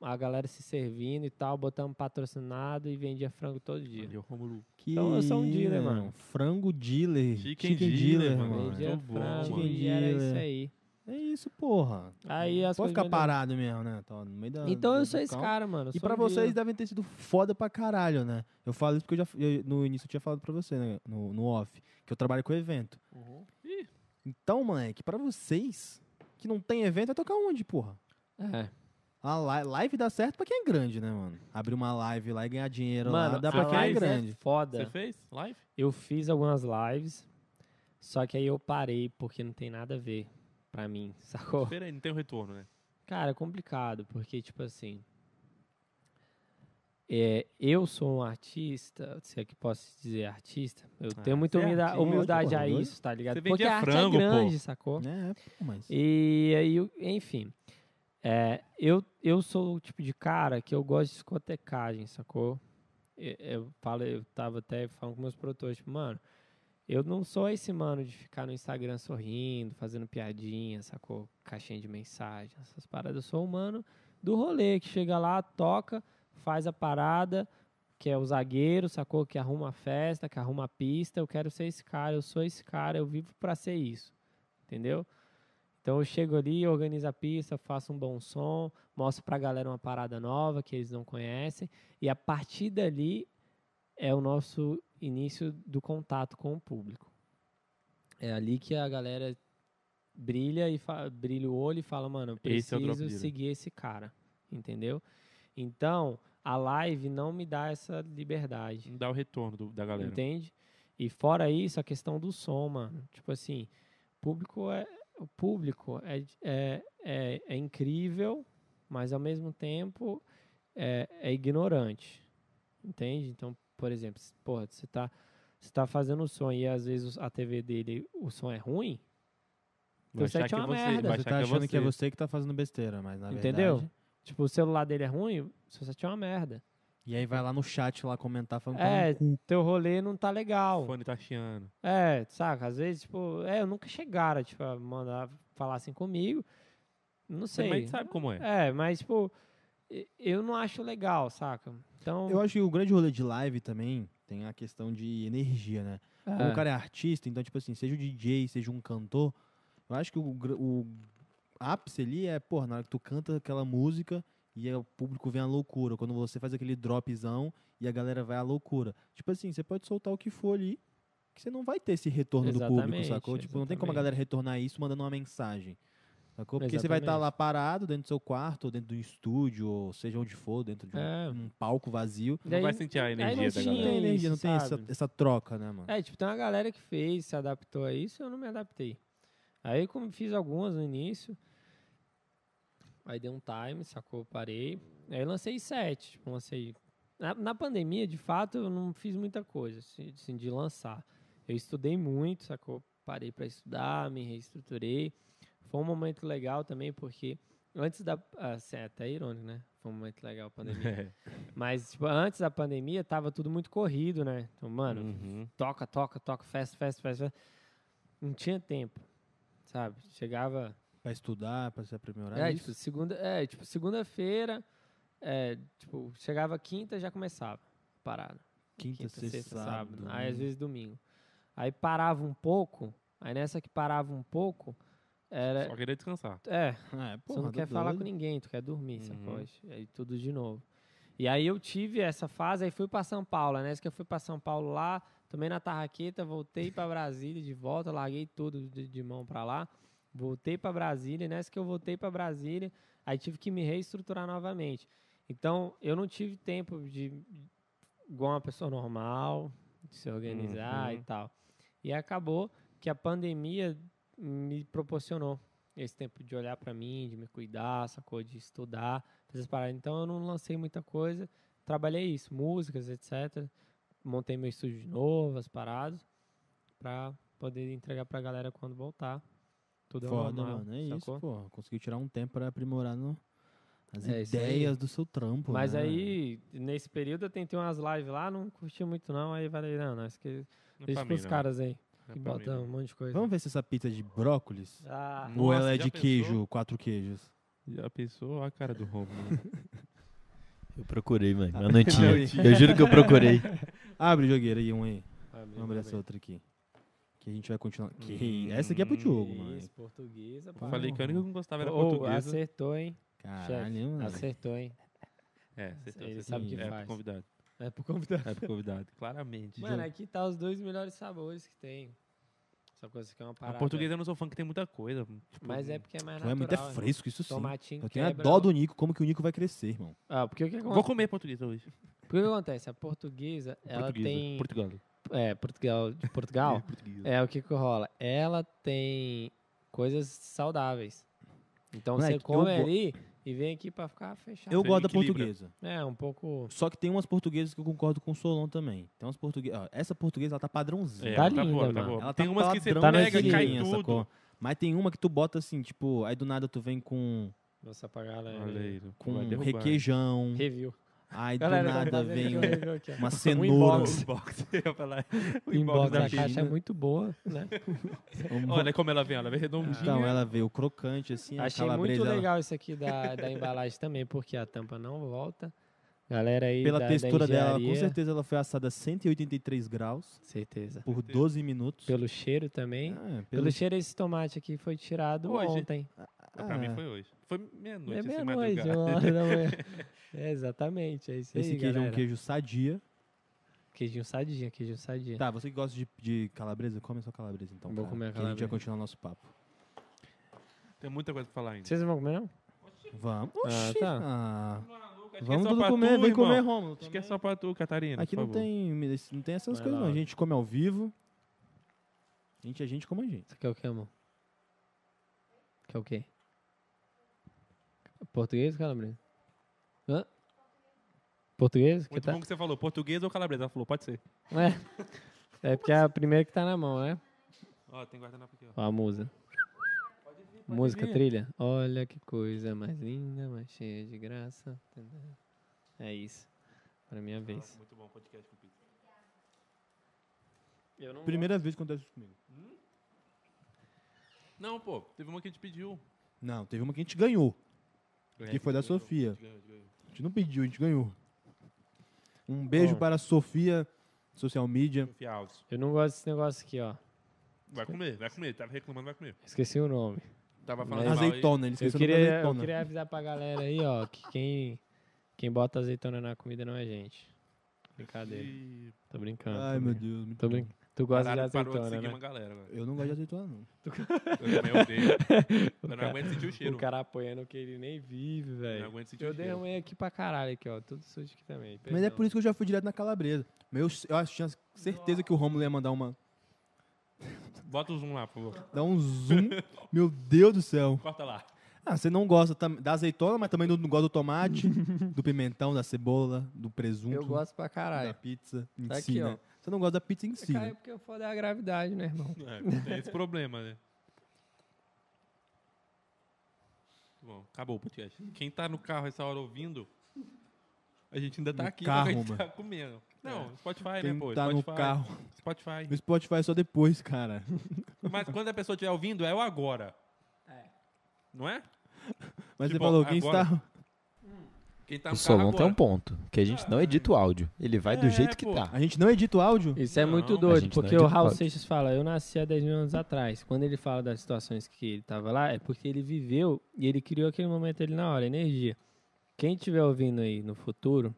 [SPEAKER 3] a galera se servindo e tal, botamos patrocinado e vendia frango todo dia.
[SPEAKER 1] Valeu, Romulo.
[SPEAKER 2] Que
[SPEAKER 3] Então, eu sou um dealer,
[SPEAKER 2] isso,
[SPEAKER 3] mano.
[SPEAKER 2] Frango dealer.
[SPEAKER 1] Chicken dealer, mano.
[SPEAKER 3] Vendia
[SPEAKER 1] Muito bom,
[SPEAKER 3] frango
[SPEAKER 1] mano.
[SPEAKER 3] e era
[SPEAKER 2] Entendi,
[SPEAKER 3] isso
[SPEAKER 2] né?
[SPEAKER 3] aí.
[SPEAKER 2] É isso, porra.
[SPEAKER 3] Aí as
[SPEAKER 2] Pode
[SPEAKER 3] coisas
[SPEAKER 2] ficar
[SPEAKER 3] melhoraram.
[SPEAKER 2] parado mesmo, né? Tá no meio da,
[SPEAKER 3] Então
[SPEAKER 2] do-
[SPEAKER 3] eu
[SPEAKER 2] do
[SPEAKER 3] sou esse
[SPEAKER 2] caos.
[SPEAKER 3] cara, mano. eu
[SPEAKER 2] E
[SPEAKER 3] sou
[SPEAKER 2] pra
[SPEAKER 3] um dealer.
[SPEAKER 2] vocês devem ter sido foda pra caralho, né? Eu falo isso porque eu já eu- no início eu tinha falado pra você, né, no, no off, que eu trabalho com evento.
[SPEAKER 1] Ih.
[SPEAKER 2] Então, moleque, pra vocês que não tem evento, vai tocar onde, porra?
[SPEAKER 3] É.
[SPEAKER 2] A li- live dá certo pra quem é grande, né, mano? Abrir uma live lá e ganhar dinheiro lá,
[SPEAKER 3] Mano,
[SPEAKER 2] dá
[SPEAKER 3] a
[SPEAKER 2] pra quem é
[SPEAKER 3] live
[SPEAKER 2] grande.
[SPEAKER 3] é foda.
[SPEAKER 1] né? Você fez live?
[SPEAKER 3] Eu fiz algumas lives, só que aí eu parei porque não tem nada a ver pra mim, sacou?
[SPEAKER 1] Pera aí, não tem um retorno, né?
[SPEAKER 3] Cara, é complicado, porque, tipo assim. É, eu sou um artista, se é que posso dizer artista. Eu
[SPEAKER 1] Ah,
[SPEAKER 3] tenho muita
[SPEAKER 1] você é
[SPEAKER 3] humilda-
[SPEAKER 1] artista,
[SPEAKER 3] humildade
[SPEAKER 2] porra,
[SPEAKER 3] a
[SPEAKER 2] doido.
[SPEAKER 3] isso, tá ligado?
[SPEAKER 1] Você
[SPEAKER 3] Porque
[SPEAKER 1] vendia
[SPEAKER 3] a arte
[SPEAKER 1] frango, pô.
[SPEAKER 3] é grande, sacou?
[SPEAKER 2] É, pô, mas.
[SPEAKER 3] E aí, o- enfim. é, eu, eu sou o tipo de cara que eu gosto de discotecagem, sacou? E- Eu, falo, eu tava até falando com meus produtores, tipo, mano, eu não sou esse mano de ficar no Instagram sorrindo, fazendo piadinha, sacou? Caixinha de mensagem, essas paradas. Eu sou o mano do rolê, que chega lá, toca, faz a parada, que é o zagueiro, sacou? Que arruma a festa, que arruma a pista. Eu quero ser esse cara, eu sou esse cara, eu vivo pra ser isso. Entendeu? Então eu chego ali, organizo a pista, faço um bom som, mostro pra galera uma parada nova que eles não conhecem. E a partir dali é o nosso início do contato com o público. É ali que a galera brilha e fa- brilha o olho e fala, mano, eu
[SPEAKER 1] Esse é o drop
[SPEAKER 3] preciso
[SPEAKER 1] dealer.
[SPEAKER 3] seguir esse cara. Entendeu? Então, a live não me dá essa liberdade.
[SPEAKER 1] Não dá o retorno do- da galera.
[SPEAKER 3] Entende? E fora isso, a questão do som, mano. Tipo assim, público é o público é, é, é, é incrível, mas ao mesmo tempo é, é ignorante. Entende? Então, por exemplo, se- porra, você tá, você tá fazendo o som e às vezes a TV dele, o som é ruim,
[SPEAKER 1] Vai
[SPEAKER 3] Teu
[SPEAKER 1] achar
[SPEAKER 3] site
[SPEAKER 1] que
[SPEAKER 3] é
[SPEAKER 1] é
[SPEAKER 3] uma
[SPEAKER 1] você.
[SPEAKER 3] merda,
[SPEAKER 1] Vai
[SPEAKER 2] Você
[SPEAKER 1] achar
[SPEAKER 2] tá
[SPEAKER 1] que é
[SPEAKER 2] achando que é
[SPEAKER 1] você.
[SPEAKER 2] você que tá fazendo besteira, mas na
[SPEAKER 3] entendeu?
[SPEAKER 2] verdade.
[SPEAKER 3] Tipo, o celular dele é ruim, seu site é uma merda.
[SPEAKER 2] E aí vai lá no chat lá comentar falando
[SPEAKER 3] É,
[SPEAKER 2] que
[SPEAKER 3] teu rolê não tá legal.
[SPEAKER 1] O fone tá chiando.
[SPEAKER 3] É, saca? Às vezes, tipo, é, eu nunca chegaram, tipo, a mandar falar assim comigo. Não sei.
[SPEAKER 1] Mas a gente sabe como é.
[SPEAKER 3] É, mas, tipo, e- eu não acho legal, saca? Então.
[SPEAKER 2] Eu acho que o grande rolê de live também tem a questão de energia, né? Como
[SPEAKER 3] é.
[SPEAKER 2] o cara é artista, então, tipo assim, seja o DJ, seja um cantor, eu acho que o, gr- o ápice ali é, pô, na hora que tu canta aquela música e aí o público vem à loucura. Quando você faz aquele dropzão e a galera vai à loucura. Tipo assim, você pode soltar o que for ali, que você não vai ter esse retorno do público,
[SPEAKER 3] Exatamente,
[SPEAKER 2] sacou? Tipo, não tem como a
[SPEAKER 3] exatamente.
[SPEAKER 2] galera retornar isso mandando uma mensagem. Sacou? Porque você vai estar
[SPEAKER 3] Exatamente.
[SPEAKER 2] lá parado dentro do seu quarto, ou dentro do estúdio, ou seja onde for, dentro de um,
[SPEAKER 3] É.
[SPEAKER 2] um palco vazio.
[SPEAKER 1] Não
[SPEAKER 3] Daí-
[SPEAKER 1] vai sentir a
[SPEAKER 3] não
[SPEAKER 1] energia da
[SPEAKER 2] Não
[SPEAKER 3] tinha
[SPEAKER 2] tem
[SPEAKER 1] galera.
[SPEAKER 2] energia,
[SPEAKER 3] isso,
[SPEAKER 2] não tem essa,
[SPEAKER 3] sabe?
[SPEAKER 2] essa troca, né, mano?
[SPEAKER 3] É, tipo, tem uma galera que fez, se adaptou a isso, eu não me adaptei. Aí, como fiz algumas no início, aí dei um time, sacou? Parei. Aí lancei sete, tipo, lancei. Na, na pandemia, de fato, eu não fiz muita coisa, assim, assim, de lançar. Eu estudei muito, sacou? Parei pra estudar, me reestruturei. Foi um momento legal também, porque antes da. Assim, é até irônico, né? Foi um momento legal a pandemia.
[SPEAKER 1] É.
[SPEAKER 3] Mas, tipo, antes da pandemia, tava tudo muito corrido, né? Então, mano,
[SPEAKER 1] Uhum.
[SPEAKER 3] toca, toca, toca, festa, festa, festa. festa. Não tinha tempo, sabe? Chegava.
[SPEAKER 2] Pra estudar, pra se aprimorar.
[SPEAKER 3] É,
[SPEAKER 2] isso?
[SPEAKER 3] tipo, segunda, é, tipo, segunda-feira, é, tipo, chegava quinta já começava a parada.
[SPEAKER 2] quinta, sexta, sábado. né?
[SPEAKER 3] Aí às
[SPEAKER 2] domingo.
[SPEAKER 3] vezes domingo. Aí parava um pouco, aí nessa que parava um pouco, era.
[SPEAKER 1] Só queria descansar.
[SPEAKER 3] É,
[SPEAKER 2] Ah, é,
[SPEAKER 3] você
[SPEAKER 2] porra,
[SPEAKER 3] não quer
[SPEAKER 2] tá
[SPEAKER 3] falar
[SPEAKER 2] doido.
[SPEAKER 3] com ninguém, tu quer dormir,
[SPEAKER 1] Uhum.
[SPEAKER 3] sacou? E aí tudo de novo. E aí eu tive essa fase, aí fui pra São Paulo, né? Isso que eu fui pra São Paulo lá, tomei na tarraqueta, voltei pra Brasília de volta, larguei tudo de, de mão pra lá, voltei pra Brasília, nessa que eu voltei pra Brasília, aí tive que me reestruturar novamente. Então, eu não tive tempo de igual uma pessoa normal, de se organizar e
[SPEAKER 1] Uhum.
[SPEAKER 3] tal. E acabou que a pandemia me proporcionou esse tempo de olhar pra mim, de me cuidar, sacou? De estudar, fazer essas paradas. Então eu não lancei muita coisa, trabalhei isso, músicas, etc. Montei meu estúdio de novo, as paradas, pra poder entregar pra galera quando voltar. Tudo ao
[SPEAKER 2] Foda,
[SPEAKER 3] normal,
[SPEAKER 2] mano. É
[SPEAKER 3] sacou?
[SPEAKER 2] isso, pô. Conseguiu tirar um tempo pra aprimorar no, As
[SPEAKER 3] É, isso aí.
[SPEAKER 2] ideias do seu trampo.
[SPEAKER 3] Mas
[SPEAKER 2] né?
[SPEAKER 3] aí, nesse período, eu tentei umas lives lá, não curti muito não. Aí falei, não, não, esqueci.
[SPEAKER 1] Não é
[SPEAKER 3] Deixa
[SPEAKER 1] pra
[SPEAKER 3] pros
[SPEAKER 1] mim, não.
[SPEAKER 3] caras aí.
[SPEAKER 1] Não é
[SPEAKER 3] Que
[SPEAKER 1] pra mim,
[SPEAKER 3] botam
[SPEAKER 1] não.
[SPEAKER 3] um monte de coisa.
[SPEAKER 2] Vamos ver se essa pizza é de brócolis.
[SPEAKER 3] Ah,
[SPEAKER 1] Nossa,
[SPEAKER 2] ou ela é
[SPEAKER 1] já
[SPEAKER 2] de
[SPEAKER 1] pensou?
[SPEAKER 2] queijo, quatro queijos.
[SPEAKER 1] Já pensou? Olha a cara do Romulo.
[SPEAKER 5] Eu procurei, mano, mas não tinha. Eu juro que eu procurei.
[SPEAKER 2] Abre, jogueira, aí um aí.
[SPEAKER 3] abre,
[SPEAKER 2] Vamos abrir
[SPEAKER 3] abre.
[SPEAKER 2] essa outra aqui. Que a gente vai continuar.
[SPEAKER 1] Hum,
[SPEAKER 2] Que essa aqui é pro Diogo, mano.
[SPEAKER 3] Isso, portuguesa. pô.
[SPEAKER 1] Eu Falei que a única que eu gostava era
[SPEAKER 3] Ô,
[SPEAKER 1] portuguesa.
[SPEAKER 3] acertou, hein? Chefe,
[SPEAKER 2] Caralho, mano.
[SPEAKER 3] Acertou, hein?
[SPEAKER 1] É, você tá-
[SPEAKER 3] Ele
[SPEAKER 1] você
[SPEAKER 3] sabe
[SPEAKER 1] tá-
[SPEAKER 3] o que
[SPEAKER 1] é
[SPEAKER 3] faz.
[SPEAKER 1] Pro convidado.
[SPEAKER 3] É pro convidado.
[SPEAKER 1] É pro convidado, claramente.
[SPEAKER 3] Mano, aqui tá os dois melhores sabores que tem. Só coisa que é uma
[SPEAKER 1] A
[SPEAKER 3] parada.
[SPEAKER 1] portuguesa eu não sou fã que tem muita coisa. tipo,
[SPEAKER 3] Mas é porque é mais
[SPEAKER 2] João é muito é
[SPEAKER 3] natural. né?
[SPEAKER 2] fresco, isso sim.
[SPEAKER 3] Tomatinho
[SPEAKER 2] Eu tenho a é
[SPEAKER 3] quebra
[SPEAKER 2] dó
[SPEAKER 3] o-
[SPEAKER 2] do Nico, como que o Nico vai crescer, irmão.
[SPEAKER 3] Ah, porque o que,
[SPEAKER 1] Vou
[SPEAKER 3] aconte-
[SPEAKER 1] comer portuguesa hoje.
[SPEAKER 3] porque o que acontece? A portuguesa, ela
[SPEAKER 1] portuguesa.
[SPEAKER 3] tem...
[SPEAKER 1] Portugal.
[SPEAKER 3] É, Portugal, de Portugal.
[SPEAKER 1] Portuguesa.
[SPEAKER 3] é, o que que rola? Ela tem coisas saudáveis. Então
[SPEAKER 2] Moleque,
[SPEAKER 3] você come
[SPEAKER 2] eu go-
[SPEAKER 3] ali e vem aqui pra ficar fechado.
[SPEAKER 2] Eu
[SPEAKER 1] Você
[SPEAKER 2] gosto da
[SPEAKER 1] equilibra.
[SPEAKER 2] portuguesa.
[SPEAKER 3] É, um pouco...
[SPEAKER 2] Só que tem umas portuguesas que eu concordo com o Solon também. Tem umas portuguesas. ó, Essa portuguesa, ela tá padrãozinha.
[SPEAKER 1] É,
[SPEAKER 3] Tá
[SPEAKER 1] ela
[SPEAKER 3] linda,
[SPEAKER 1] boa,
[SPEAKER 3] mano.
[SPEAKER 1] boa.
[SPEAKER 2] Ela
[SPEAKER 1] tem
[SPEAKER 2] tá
[SPEAKER 1] umas que você
[SPEAKER 2] padrão,
[SPEAKER 3] Tá na
[SPEAKER 1] pega, cai
[SPEAKER 2] estilinha,
[SPEAKER 1] tudo.
[SPEAKER 2] sacou? Mas tem uma que tu bota assim, tipo, aí do nada tu vem com,
[SPEAKER 3] Nossa, pra galera.
[SPEAKER 1] Olha aí, tu
[SPEAKER 2] com um
[SPEAKER 1] vai derrubar.
[SPEAKER 2] requeijão.
[SPEAKER 3] Review.
[SPEAKER 2] Aí do
[SPEAKER 3] Galera, tá
[SPEAKER 2] nada
[SPEAKER 3] fazendo
[SPEAKER 2] vem
[SPEAKER 3] aqui um review aqui, ó.
[SPEAKER 2] uma
[SPEAKER 1] O
[SPEAKER 2] cenoura.
[SPEAKER 1] inbox, o inbox, eu ia falar. Um
[SPEAKER 3] O inbox da
[SPEAKER 1] China.
[SPEAKER 3] caixa é muito boa, né?
[SPEAKER 2] uma-
[SPEAKER 1] Olha como ela vem, ela um vem redondinha.
[SPEAKER 2] Um Então, ela veio crocante, assim, a
[SPEAKER 3] Achei muito
[SPEAKER 2] calabresa. ela-
[SPEAKER 3] legal isso aqui da, da embalagem também, porque a tampa não volta. Galera aí
[SPEAKER 2] Pela
[SPEAKER 3] da- da
[SPEAKER 2] textura dela, com
[SPEAKER 3] engenharia,
[SPEAKER 2] certeza ela foi assada a 183 graus
[SPEAKER 3] Certeza.
[SPEAKER 2] por 12 minutos.
[SPEAKER 3] Pelo cheiro também.
[SPEAKER 2] Ah,
[SPEAKER 3] pelo...
[SPEAKER 2] pelo-
[SPEAKER 3] cheiro, esse tomate aqui foi tirado
[SPEAKER 1] Hoje.
[SPEAKER 3] ontem.
[SPEAKER 1] Pra mim
[SPEAKER 2] Ah.
[SPEAKER 1] foi hoje. Foi meia-noite,
[SPEAKER 3] É
[SPEAKER 1] assim,
[SPEAKER 3] meia-noite,
[SPEAKER 1] madrugada.
[SPEAKER 3] uma hora da manhã. É, exatamente, é isso
[SPEAKER 2] Esse
[SPEAKER 3] aí,
[SPEAKER 2] queijo é um
[SPEAKER 3] galera.
[SPEAKER 2] queijo sadia.
[SPEAKER 3] Queijinho sadinha, queijinho sadinha.
[SPEAKER 2] Tá, você que gosta de, de calabresa, come a sua calabresa então.
[SPEAKER 3] Vou
[SPEAKER 2] cara,
[SPEAKER 3] comer a
[SPEAKER 2] que a gente
[SPEAKER 3] calabresa.
[SPEAKER 2] vai continuar o nosso papo.
[SPEAKER 1] Tem muita coisa pra falar ainda.
[SPEAKER 3] Vocês não vão comer, não?
[SPEAKER 2] Vamos.
[SPEAKER 3] Ah,
[SPEAKER 2] Oxi.
[SPEAKER 3] tá.
[SPEAKER 2] Ah,
[SPEAKER 1] Acho que
[SPEAKER 2] Vamos
[SPEAKER 1] é só
[SPEAKER 2] tudo
[SPEAKER 1] pra
[SPEAKER 2] comer,
[SPEAKER 1] tu,
[SPEAKER 2] vem
[SPEAKER 1] irmão.
[SPEAKER 2] comer, Rômulo.
[SPEAKER 1] Acho que é só pra tu, Catarina.
[SPEAKER 2] Aqui
[SPEAKER 1] por
[SPEAKER 2] não
[SPEAKER 1] favor.
[SPEAKER 2] tem, não tem essas coisas,
[SPEAKER 3] Vai lá,
[SPEAKER 2] não. A
[SPEAKER 3] ó.
[SPEAKER 2] gente come ao vivo. A gente é gente como a gente.
[SPEAKER 3] Você quer o que, amor? Quer o quê? Português ou calabresa? Hã? Português? Que
[SPEAKER 1] Muito
[SPEAKER 3] tá...
[SPEAKER 1] bom que você falou, português ou calabresa? Ela falou, pode ser.
[SPEAKER 3] É. É porque é a primeira que tá na mão, né?
[SPEAKER 1] Ó, tem guardanapo aqui, ó.
[SPEAKER 3] Ó, a musa. Música, trilha. Olha que coisa mais linda, mais cheia de graça. É isso. Pra minha vez.
[SPEAKER 1] Muito bom podcast com pizza.
[SPEAKER 3] Eu não
[SPEAKER 2] Primeira vez que acontece isso comigo.
[SPEAKER 1] Não, pô, teve uma que a gente pediu.
[SPEAKER 2] Não, teve uma que a gente ganhou.
[SPEAKER 1] É,
[SPEAKER 2] que foi da
[SPEAKER 1] ganhou,
[SPEAKER 2] Sofia.
[SPEAKER 1] ganhou, ganhou.
[SPEAKER 2] A gente não pediu, a gente ganhou. Um beijo para a Sofia, social media.
[SPEAKER 1] Sofia Alves.
[SPEAKER 3] Eu não gosto desse negócio aqui, ó.
[SPEAKER 1] Vai comer, vai comer. Tava reclamando, vai comer.
[SPEAKER 3] Esqueci o nome.
[SPEAKER 1] Tava
[SPEAKER 3] Mas-
[SPEAKER 1] falando mal aí.
[SPEAKER 2] Azeitona, ele
[SPEAKER 3] Eu
[SPEAKER 2] esqueceu da
[SPEAKER 3] queria, eu
[SPEAKER 2] azeitona.
[SPEAKER 3] queria avisar pra galera aí, ó, que quem, quem bota azeitona na comida não é gente. Brincadeira.
[SPEAKER 2] né?
[SPEAKER 1] E
[SPEAKER 3] Tô brincando.
[SPEAKER 2] Ai,
[SPEAKER 3] tô
[SPEAKER 2] meu
[SPEAKER 3] brin-
[SPEAKER 2] Deus. muito
[SPEAKER 3] Tô
[SPEAKER 2] bom.
[SPEAKER 3] brincando. Tu gosta de
[SPEAKER 1] pararam, parou de
[SPEAKER 3] azeitona,
[SPEAKER 1] seguir
[SPEAKER 3] né?
[SPEAKER 1] uma galera agora.
[SPEAKER 2] Eu não gosto de azeitona, não.
[SPEAKER 1] Eu também odeio. Eu não
[SPEAKER 3] cara-
[SPEAKER 1] aguento sentir o cheiro.
[SPEAKER 3] O cara apoiando que ele nem
[SPEAKER 2] é.
[SPEAKER 3] vive,
[SPEAKER 1] Eu não
[SPEAKER 3] velho.
[SPEAKER 1] aguento sentir
[SPEAKER 3] Eu
[SPEAKER 1] o cheiro.
[SPEAKER 3] derramei aqui pra caralho, aqui, ó. Tudo sujo aqui também.
[SPEAKER 2] Mas é por isso que eu já fui direto na calabresa. Meu, eu tinha certeza que o Romulo ia mandar uma.
[SPEAKER 1] Bota o zoom lá, por favor.
[SPEAKER 2] Dar um zoom. Meu Deus do céu.
[SPEAKER 1] Corta lá.
[SPEAKER 2] Ah, você não gosta tam- da azeitona, mas também não não gosta do tomate, do pimentão, da cebola, do presunto,
[SPEAKER 3] Eu gosto pra
[SPEAKER 2] da
[SPEAKER 3] caralho.
[SPEAKER 2] pizza em
[SPEAKER 3] Tá
[SPEAKER 2] si,
[SPEAKER 3] aqui,
[SPEAKER 2] né?
[SPEAKER 3] ó.
[SPEAKER 2] Você não gosta da pizza em si,
[SPEAKER 3] Caiu
[SPEAKER 2] né?
[SPEAKER 3] porque eu foda a gravidade, né, irmão?
[SPEAKER 1] É, tem esse problema, né? Muito Bom, acabou o podcast. Quem tá no carro essa hora ouvindo, a gente ainda tá
[SPEAKER 2] No
[SPEAKER 1] aqui,
[SPEAKER 2] carro,
[SPEAKER 1] a gente
[SPEAKER 2] mano.
[SPEAKER 1] tá comendo. Não, Spotify,
[SPEAKER 2] Quem
[SPEAKER 1] né, pô?
[SPEAKER 2] tá no
[SPEAKER 1] Spotify.
[SPEAKER 2] carro.
[SPEAKER 1] Spotify.
[SPEAKER 2] No Spotify é só depois, cara.
[SPEAKER 1] Mas quando a pessoa estiver ouvindo, é o agora. Não é?
[SPEAKER 2] Mas
[SPEAKER 1] Tipo,
[SPEAKER 2] você falou, quem
[SPEAKER 1] agora-
[SPEAKER 2] está...
[SPEAKER 1] Quem tá
[SPEAKER 5] O
[SPEAKER 1] no carro
[SPEAKER 5] Solon
[SPEAKER 1] agora.
[SPEAKER 5] tem um ponto, que a gente não edita o áudio. Ele vai do
[SPEAKER 1] É,
[SPEAKER 5] jeito que
[SPEAKER 1] pô.
[SPEAKER 5] tá.
[SPEAKER 2] A gente não edita o áudio?
[SPEAKER 3] Isso é
[SPEAKER 1] Não,
[SPEAKER 3] muito
[SPEAKER 1] mas
[SPEAKER 5] a
[SPEAKER 3] doido,
[SPEAKER 5] gente não
[SPEAKER 3] porque o
[SPEAKER 5] edita
[SPEAKER 3] Raul
[SPEAKER 5] áudio.
[SPEAKER 3] Seixas fala, eu nasci há 10 mil anos atrás. Quando ele fala das situações que ele tava lá, é porque ele viveu e ele criou aquele momento ali na hora, energia. Quem estiver ouvindo aí no futuro,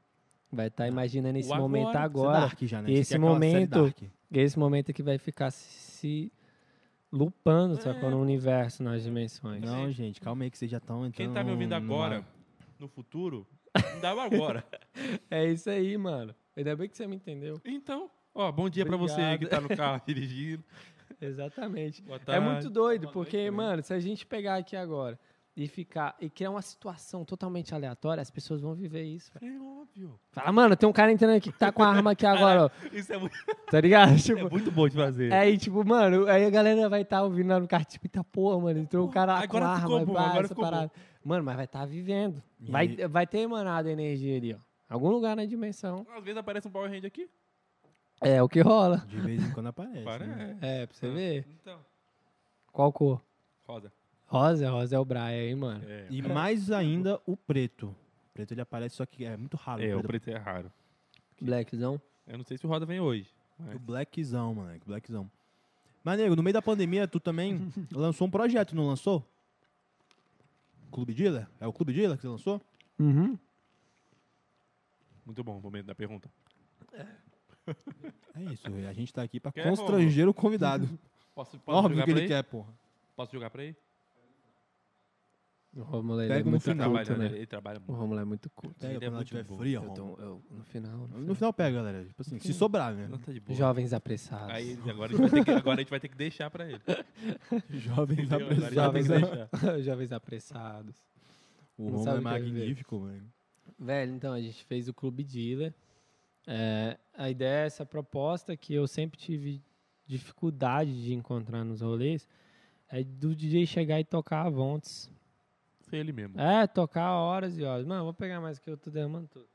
[SPEAKER 3] vai estar imaginando esse
[SPEAKER 1] agora,
[SPEAKER 3] momento
[SPEAKER 1] você dá
[SPEAKER 2] Isso é
[SPEAKER 3] agora.
[SPEAKER 2] dark já, né?
[SPEAKER 3] e
[SPEAKER 2] Isso
[SPEAKER 3] esse
[SPEAKER 2] aqui é aquela série
[SPEAKER 3] momento-
[SPEAKER 2] dark.
[SPEAKER 3] E esse momento aqui vai ficar se lupando,
[SPEAKER 1] É.
[SPEAKER 3] sacou? No universo, nas dimensões.
[SPEAKER 2] Não, gente, calma aí que vocês já estão entrando...
[SPEAKER 1] Quem tá me ouvindo
[SPEAKER 2] num- numa-
[SPEAKER 1] agora, no futuro, dá o agora.
[SPEAKER 3] É isso aí, mano. Ainda bem que você me entendeu.
[SPEAKER 1] Então, ó, bom dia pra você que tá no carro dirigindo.
[SPEAKER 3] Exatamente.
[SPEAKER 1] Boa tarde.
[SPEAKER 3] É muito doido, porque, mano, se a gente pegar aqui agora e ficar e criar uma situação totalmente aleatória, as pessoas vão viver isso. velho.
[SPEAKER 1] É óbvio.
[SPEAKER 3] Fala, mano, tem um cara entrando aqui que tá com a arma aqui agora, ó.
[SPEAKER 1] Isso é muito,
[SPEAKER 3] Tá ligado?
[SPEAKER 1] é
[SPEAKER 3] Tipo,
[SPEAKER 1] muito bom de fazer.
[SPEAKER 3] aí, tipo, tá mano, aí a galera vai estar ouvindo lá no carro, tipo, eita porra, mano, entrou um cara lá
[SPEAKER 1] Agora
[SPEAKER 3] com a
[SPEAKER 1] ficou
[SPEAKER 3] arma,
[SPEAKER 1] bom,
[SPEAKER 3] pá,
[SPEAKER 1] agora
[SPEAKER 3] essa
[SPEAKER 1] ficou bom.
[SPEAKER 3] parada. Mano, mas vai estar vivendo. Vai, vai ter emanado energia ali, ó. Algum lugar na dimensão.
[SPEAKER 1] Às vezes aparece um Power Ranger aqui.
[SPEAKER 3] É o que rola.
[SPEAKER 2] De vez em quando aparece.
[SPEAKER 1] Para.
[SPEAKER 2] né?
[SPEAKER 1] é.
[SPEAKER 3] É, pra você ver.
[SPEAKER 1] Então,
[SPEAKER 3] Qual cor?
[SPEAKER 1] roda.
[SPEAKER 3] Rosa? Rosa é o Brian, hein, mano?
[SPEAKER 1] É,
[SPEAKER 2] E mais ainda o preto. O preto ele aparece, só que é muito raro.
[SPEAKER 1] é, o
[SPEAKER 2] preto.
[SPEAKER 1] preto é raro.
[SPEAKER 3] Blackzão.
[SPEAKER 1] Eu não sei se o roda vem hoje.
[SPEAKER 2] O blackzão, moleque. Blackzão. Mas, nego, no meio da pandemia, tu também lançou um projeto, não lançou? Clube Dealer? É o Clube Dealer que você lançou?
[SPEAKER 3] Uhum.
[SPEAKER 1] Muito bom o momento da pergunta.
[SPEAKER 2] É isso, a gente tá aqui pra
[SPEAKER 1] Quer,
[SPEAKER 2] constranger o convidado.
[SPEAKER 1] Posso, posso
[SPEAKER 2] Óbvio
[SPEAKER 1] jogar
[SPEAKER 2] que
[SPEAKER 1] pra
[SPEAKER 2] ele quer, porra.
[SPEAKER 1] Posso jogar pra ele?
[SPEAKER 3] O Romulo ele é
[SPEAKER 2] Pega no
[SPEAKER 3] muito
[SPEAKER 1] Ele
[SPEAKER 2] final,
[SPEAKER 3] culto,
[SPEAKER 1] trabalha,
[SPEAKER 3] né?
[SPEAKER 1] ele trabalha muito.
[SPEAKER 3] O Romulo é muito culto.
[SPEAKER 1] Ele
[SPEAKER 2] Pega
[SPEAKER 1] é
[SPEAKER 2] quando ela
[SPEAKER 1] muito
[SPEAKER 2] tiver
[SPEAKER 1] bom.
[SPEAKER 2] fria,
[SPEAKER 3] Eu
[SPEAKER 2] Romulo.
[SPEAKER 3] tô- eu- no final, no
[SPEAKER 2] No
[SPEAKER 3] final.
[SPEAKER 2] final pega, galera. Tipo assim, se sobrar, né?
[SPEAKER 1] Não tá de boa.
[SPEAKER 3] Jovens apressados.
[SPEAKER 1] Aí, agora, a gente vai ter que, agora a gente vai ter que deixar pra ele.
[SPEAKER 2] Jovens
[SPEAKER 1] Entendeu? Agora a gente vai ter
[SPEAKER 2] apressados.
[SPEAKER 1] que né? deixar.
[SPEAKER 3] Jovens apressados.
[SPEAKER 2] O
[SPEAKER 3] Não
[SPEAKER 2] Romulo
[SPEAKER 3] sabe
[SPEAKER 2] é
[SPEAKER 3] o que é viver.
[SPEAKER 2] magnífico, mano.
[SPEAKER 3] Velho, então, a gente fez o Clube Dealer. É, a ideia é essa proposta que eu sempre tive dificuldade de encontrar nos rolês. É do DJ chegar e tocar avontes.
[SPEAKER 1] Foi ele mesmo.
[SPEAKER 3] É, tocar horas e horas. Mano, vou pegar mais que eu tô derramando tudo.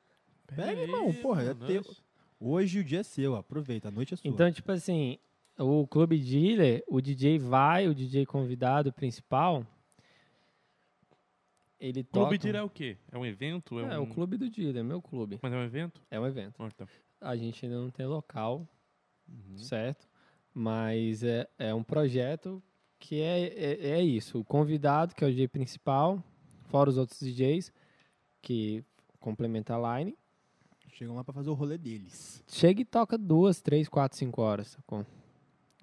[SPEAKER 2] Pega,
[SPEAKER 1] aí,
[SPEAKER 2] irmão, porra, é
[SPEAKER 1] mano,
[SPEAKER 2] teu.
[SPEAKER 1] nossa.
[SPEAKER 2] Hoje o dia é seu, aproveita, a noite é sua.
[SPEAKER 3] Então, tipo assim, o clube dealer, o DJ vai, o DJ convidado principal, ele toca.
[SPEAKER 1] Clube Dira é o quê? É um evento? É,
[SPEAKER 3] É,
[SPEAKER 1] um...
[SPEAKER 3] o clube do dealer, meu clube.
[SPEAKER 1] Mas é um evento?
[SPEAKER 3] É um evento.
[SPEAKER 1] Ah, tá.
[SPEAKER 3] A gente ainda não tem local,
[SPEAKER 1] Uhum.
[SPEAKER 3] certo? Mas é, é um projeto que é, é, é isso. O convidado, que é o DJ principal, fora os outros DJs, que complementa a line,
[SPEAKER 2] Chegam lá pra fazer o rolê deles.
[SPEAKER 3] chega e toca duas, três, quatro, cinco horas, sacou?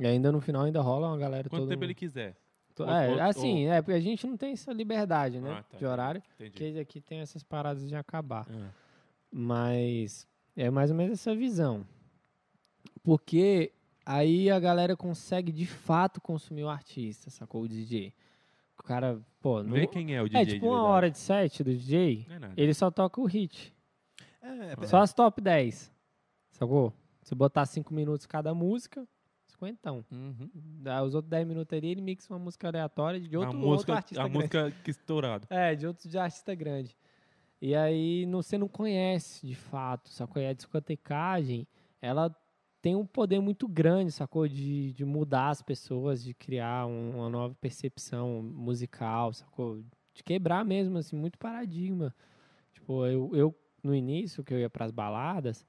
[SPEAKER 3] E ainda no final ainda rola uma galera
[SPEAKER 1] Quanto
[SPEAKER 3] toda.
[SPEAKER 1] tempo ele quiser?
[SPEAKER 3] To-
[SPEAKER 1] Ou-
[SPEAKER 3] É,
[SPEAKER 1] ou-
[SPEAKER 3] assim, é porque a gente não tem essa liberdade, né?
[SPEAKER 1] Ah, tá.
[SPEAKER 3] De horário,
[SPEAKER 1] Entendi.
[SPEAKER 3] porque aqui tem essas paradas de acabar.
[SPEAKER 1] Ah.
[SPEAKER 3] Mas é mais ou menos essa visão. Porque aí a galera consegue de fato consumir o artista, sacou? O DJ. O cara, pô, não.
[SPEAKER 1] Vê quem é o DJ
[SPEAKER 3] é
[SPEAKER 1] de
[SPEAKER 3] tipo uma
[SPEAKER 1] verdade.
[SPEAKER 3] hora de set do DJ,
[SPEAKER 1] Não é nada.
[SPEAKER 3] ele só toca o hit.
[SPEAKER 2] É,
[SPEAKER 3] Só as top 10. Sacou? Se botar 5 minutos cada música, 50.
[SPEAKER 1] Uhum.
[SPEAKER 3] Dá Os outros 10 minutos ali, ele mixa uma música aleatória de
[SPEAKER 1] a
[SPEAKER 3] outro, outro
[SPEAKER 1] música,
[SPEAKER 3] artista
[SPEAKER 1] a
[SPEAKER 3] grande.
[SPEAKER 1] música que estourado.
[SPEAKER 3] É, de outro de artista grande. E aí não, você não conhece de fato, sacou? E a discotecagem, ela tem um poder muito grande, sacou? De, de mudar as pessoas, de criar um- uma nova percepção musical, sacou? De quebrar mesmo, assim, muito paradigma. Tipo, eu, eu no início, que eu ia pras baladas,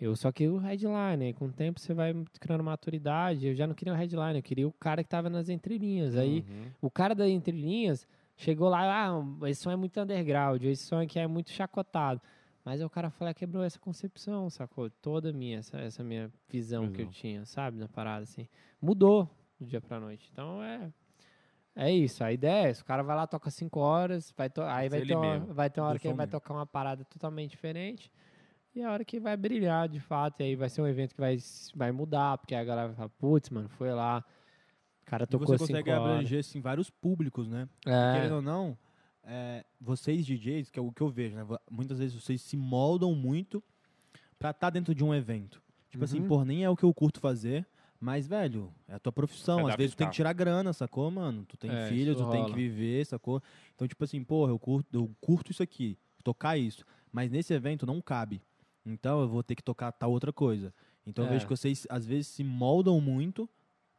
[SPEAKER 3] eu só queria o headline. Aí com o tempo você vai criando maturidade. Eu já não queria o headline, eu queria o cara que tava nas entrelinhas. Aí
[SPEAKER 1] Uhum.
[SPEAKER 3] o cara da Entre Linhas chegou lá, ah, esse som é muito underground, esse som aqui é muito chacotado. Mas aí o cara falou, "Ah, quebrou essa concepção, sacou? Toda minha, essa, essa minha visão que
[SPEAKER 2] Uhum.
[SPEAKER 3] eu
[SPEAKER 1] Visão.
[SPEAKER 3] tinha, sabe? Na parada, assim. Mudou do dia pra noite. Então é. É isso, a ideia é essa. O cara vai lá, toca cinco horas, vai to- aí
[SPEAKER 1] Ser
[SPEAKER 3] vai
[SPEAKER 1] ele
[SPEAKER 3] ter, uma,
[SPEAKER 1] mesmo,
[SPEAKER 3] vai ter uma hora
[SPEAKER 2] do
[SPEAKER 3] que ele
[SPEAKER 2] som
[SPEAKER 3] vai
[SPEAKER 2] mesmo.
[SPEAKER 3] tocar uma parada totalmente diferente. E a hora que vai brilhar, de fato. E aí vai ser um evento que vai, s- vai mudar, porque aí a galera vai falar, putz, mano, foi lá. O cara
[SPEAKER 2] E
[SPEAKER 3] tocou
[SPEAKER 2] você
[SPEAKER 3] cinco
[SPEAKER 2] consegue
[SPEAKER 3] horas.
[SPEAKER 2] abranger assim, vários públicos, né?
[SPEAKER 3] É.
[SPEAKER 2] Querendo ou não, é, vocês DJs, que é o que eu vejo, né? Vo- Muitas vezes vocês se moldam muito pra estar dentro de um evento. Tipo assim,
[SPEAKER 3] Uhum.
[SPEAKER 2] por nem é o que eu curto fazer, mas, velho, é a tua profissão.
[SPEAKER 1] Se
[SPEAKER 2] Às vezes tu tem
[SPEAKER 1] adaptar.
[SPEAKER 2] que tirar grana, sacou, mano? Tu tem
[SPEAKER 3] É,
[SPEAKER 2] filho,
[SPEAKER 3] isso
[SPEAKER 2] tu tem que
[SPEAKER 3] rola.
[SPEAKER 2] viver, sacou? Então, tipo assim, porra, eu curto, eu curto isso aqui, tocar isso. Mas nesse evento não cabe. Então eu vou ter que tocar tal outra coisa. Então eu
[SPEAKER 3] É.
[SPEAKER 2] vejo que vocês, às vezes, se moldam muito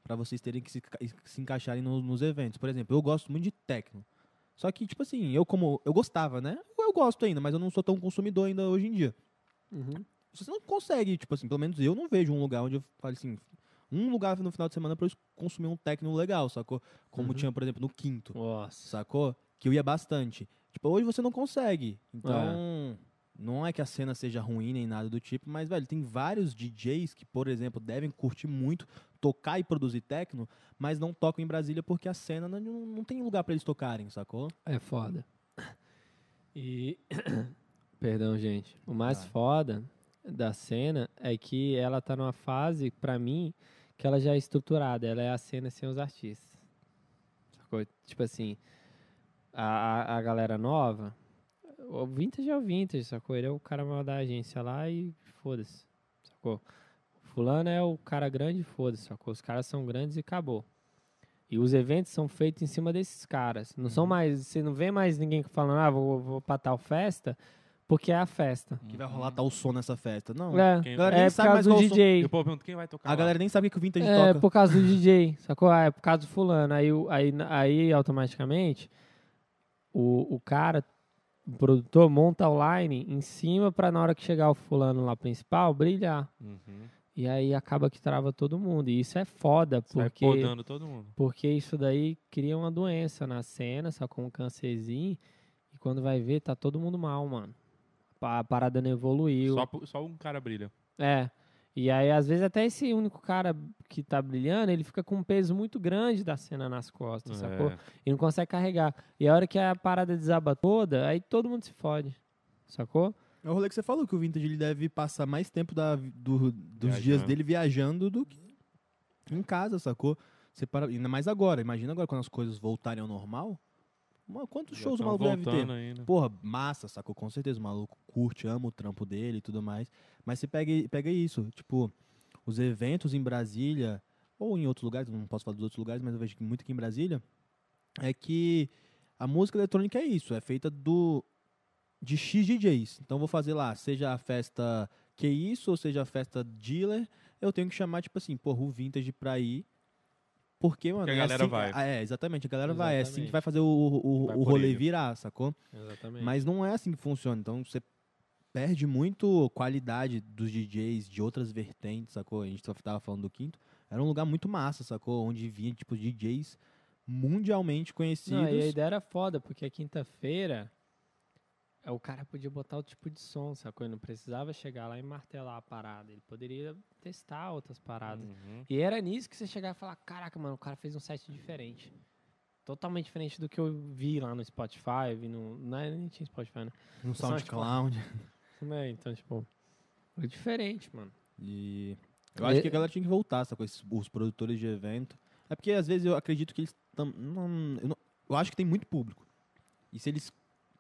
[SPEAKER 2] Pra vocês terem que se, ca- se encaixarem no- nos eventos. Por exemplo, eu gosto muito de techno. Só que, tipo assim, eu como. Eu gostava, né? Eu, eu gosto ainda, mas eu não sou tão consumidor ainda hoje em dia.
[SPEAKER 3] Uhum.
[SPEAKER 2] Você não consegue, tipo assim, pelo menos eu não vejo um lugar onde eu falo assim. Um lugar no final de semana pra eu consumir um techno legal, sacou? Como
[SPEAKER 3] Uhum.
[SPEAKER 2] tinha, por exemplo, no quinto,
[SPEAKER 3] Nossa.
[SPEAKER 2] sacou? Que eu ia bastante. Tipo, hoje você não consegue. Então. Não é que a cena seja ruim nem nada do tipo, mas, velho, tem vários DJs que, por exemplo, devem curtir muito tocar e produzir techno, mas não tocam em Brasília porque a cena não, não tem lugar pra eles tocarem, sacou?
[SPEAKER 3] É foda. E. Perdão, gente. O mais
[SPEAKER 2] Tá.
[SPEAKER 3] foda da cena é que ela tá numa fase, pra mim, que ela já é estruturada. Ela é a cena sem os artistas. Sacou? Tipo assim, a, a, a galera nova. O vintage é o vintage, sacou? Ele é o cara maior da agência lá e foda-se. Sacou? Fulano é o cara grande, foda-se, sacou? Os caras são grandes e acabou. E os eventos são feitos em cima desses caras. Não
[SPEAKER 2] Uhum.
[SPEAKER 3] são mais. Você não vê mais ninguém falando, ah, vou, vou pra tal festa, porque é a festa.
[SPEAKER 2] Que vai rolar tal som nessa festa. Não.
[SPEAKER 3] É,
[SPEAKER 1] Quem-
[SPEAKER 2] galera
[SPEAKER 3] é
[SPEAKER 2] nem
[SPEAKER 3] por
[SPEAKER 2] sabe mais
[SPEAKER 3] causa do
[SPEAKER 2] qual som-
[SPEAKER 3] DJ.
[SPEAKER 1] E o povo pergunta quem vai tocar.
[SPEAKER 2] A
[SPEAKER 1] lá?
[SPEAKER 2] galera nem sabe o que o Vintage
[SPEAKER 3] É,
[SPEAKER 2] toca.
[SPEAKER 3] por causa do DJ, sacou? Ah, é por causa do fulano. Aí, o- aí, aí automaticamente, o, o cara, o produtor, monta o line em cima pra na hora que chegar o fulano lá principal, brilhar.
[SPEAKER 1] Uhum.
[SPEAKER 3] E aí acaba que trava todo mundo. E isso é foda,
[SPEAKER 1] Sai
[SPEAKER 3] porque...
[SPEAKER 1] podando todo mundo.
[SPEAKER 3] Porque isso daí cria uma doença na cena, só com um câncerzinho. E quando vai ver, tá todo mundo mal, mano. Pa- A parada não evoluiu.
[SPEAKER 1] Só, pu- só um cara brilha.
[SPEAKER 3] É. E aí, às vezes, até esse único cara que tá brilhando, ele fica com um peso muito grande da cena nas costas, sacou?
[SPEAKER 1] É.
[SPEAKER 3] E não consegue carregar. E a hora que a parada desaba toda, aí todo mundo se fode. Sacou?
[SPEAKER 2] É o rolê que você falou, que o Vintage ele deve passar mais tempo da, do- dos
[SPEAKER 1] Viajando.
[SPEAKER 2] dias dele viajando do que em casa, sacou? Você para, ainda mais agora. Imagina agora quando as coisas voltarem ao normal. Mano, quantos
[SPEAKER 1] Já
[SPEAKER 2] shows o
[SPEAKER 1] tão
[SPEAKER 2] maluco deve ter?
[SPEAKER 1] voltando né? ainda.
[SPEAKER 2] Porra, massa, sacou? Com certeza, o maluco curte, ama o trampo dele e tudo mais. Mas você pega, pega isso, tipo, os eventos em Brasília, ou em outros lugares, não posso falar dos outros lugares, mas eu vejo que muito aqui em Brasília, é que a música eletrônica é isso, é feita do de X DJs. Então eu vou fazer lá, seja a festa que isso, ou seja a festa dealer, eu tenho que chamar, tipo assim, porra, o vintage pra ir. Porque, mano,
[SPEAKER 1] a
[SPEAKER 2] é
[SPEAKER 1] galera
[SPEAKER 2] assim-
[SPEAKER 1] vai.
[SPEAKER 2] ah, É, exatamente, a galera vai. É assim que
[SPEAKER 3] Exatamente.
[SPEAKER 2] vai fazer o, o,
[SPEAKER 1] Vai
[SPEAKER 2] o
[SPEAKER 1] por
[SPEAKER 2] rolê
[SPEAKER 1] ele.
[SPEAKER 2] virar, sacou?
[SPEAKER 3] Exatamente.
[SPEAKER 2] Mas não é assim que funciona. Então você perde muito qualidade dos DJs de outras vertentes, sacou? A gente só tava falando do quinto. Era um lugar muito massa, sacou? Onde vinha, tipo, DJs mundialmente conhecidos.
[SPEAKER 3] Não, e a ideia era foda, porque a quinta-feira é, o cara podia botar o tipo de som, sacou? Ele não precisava chegar lá e martelar a parada. Ele poderia testar outras paradas.
[SPEAKER 1] Uhum.
[SPEAKER 3] E era nisso que você chegava e falava, caraca, mano, o cara fez um set diferente. Totalmente diferente do que eu vi lá no Spotify, vi no... Não, nem tinha Spotify, né?
[SPEAKER 2] No
[SPEAKER 3] Só, tipo,
[SPEAKER 2] SoundCloud.
[SPEAKER 3] Né, Então, tipo, é diferente, mano.
[SPEAKER 2] E eu acho
[SPEAKER 3] E-
[SPEAKER 2] que a galera tinha que voltar, sacou? Esses- os produtores de evento. É porque às vezes eu acredito que eles. Tam, não, eu, não- eu acho que tem muito público. E se eles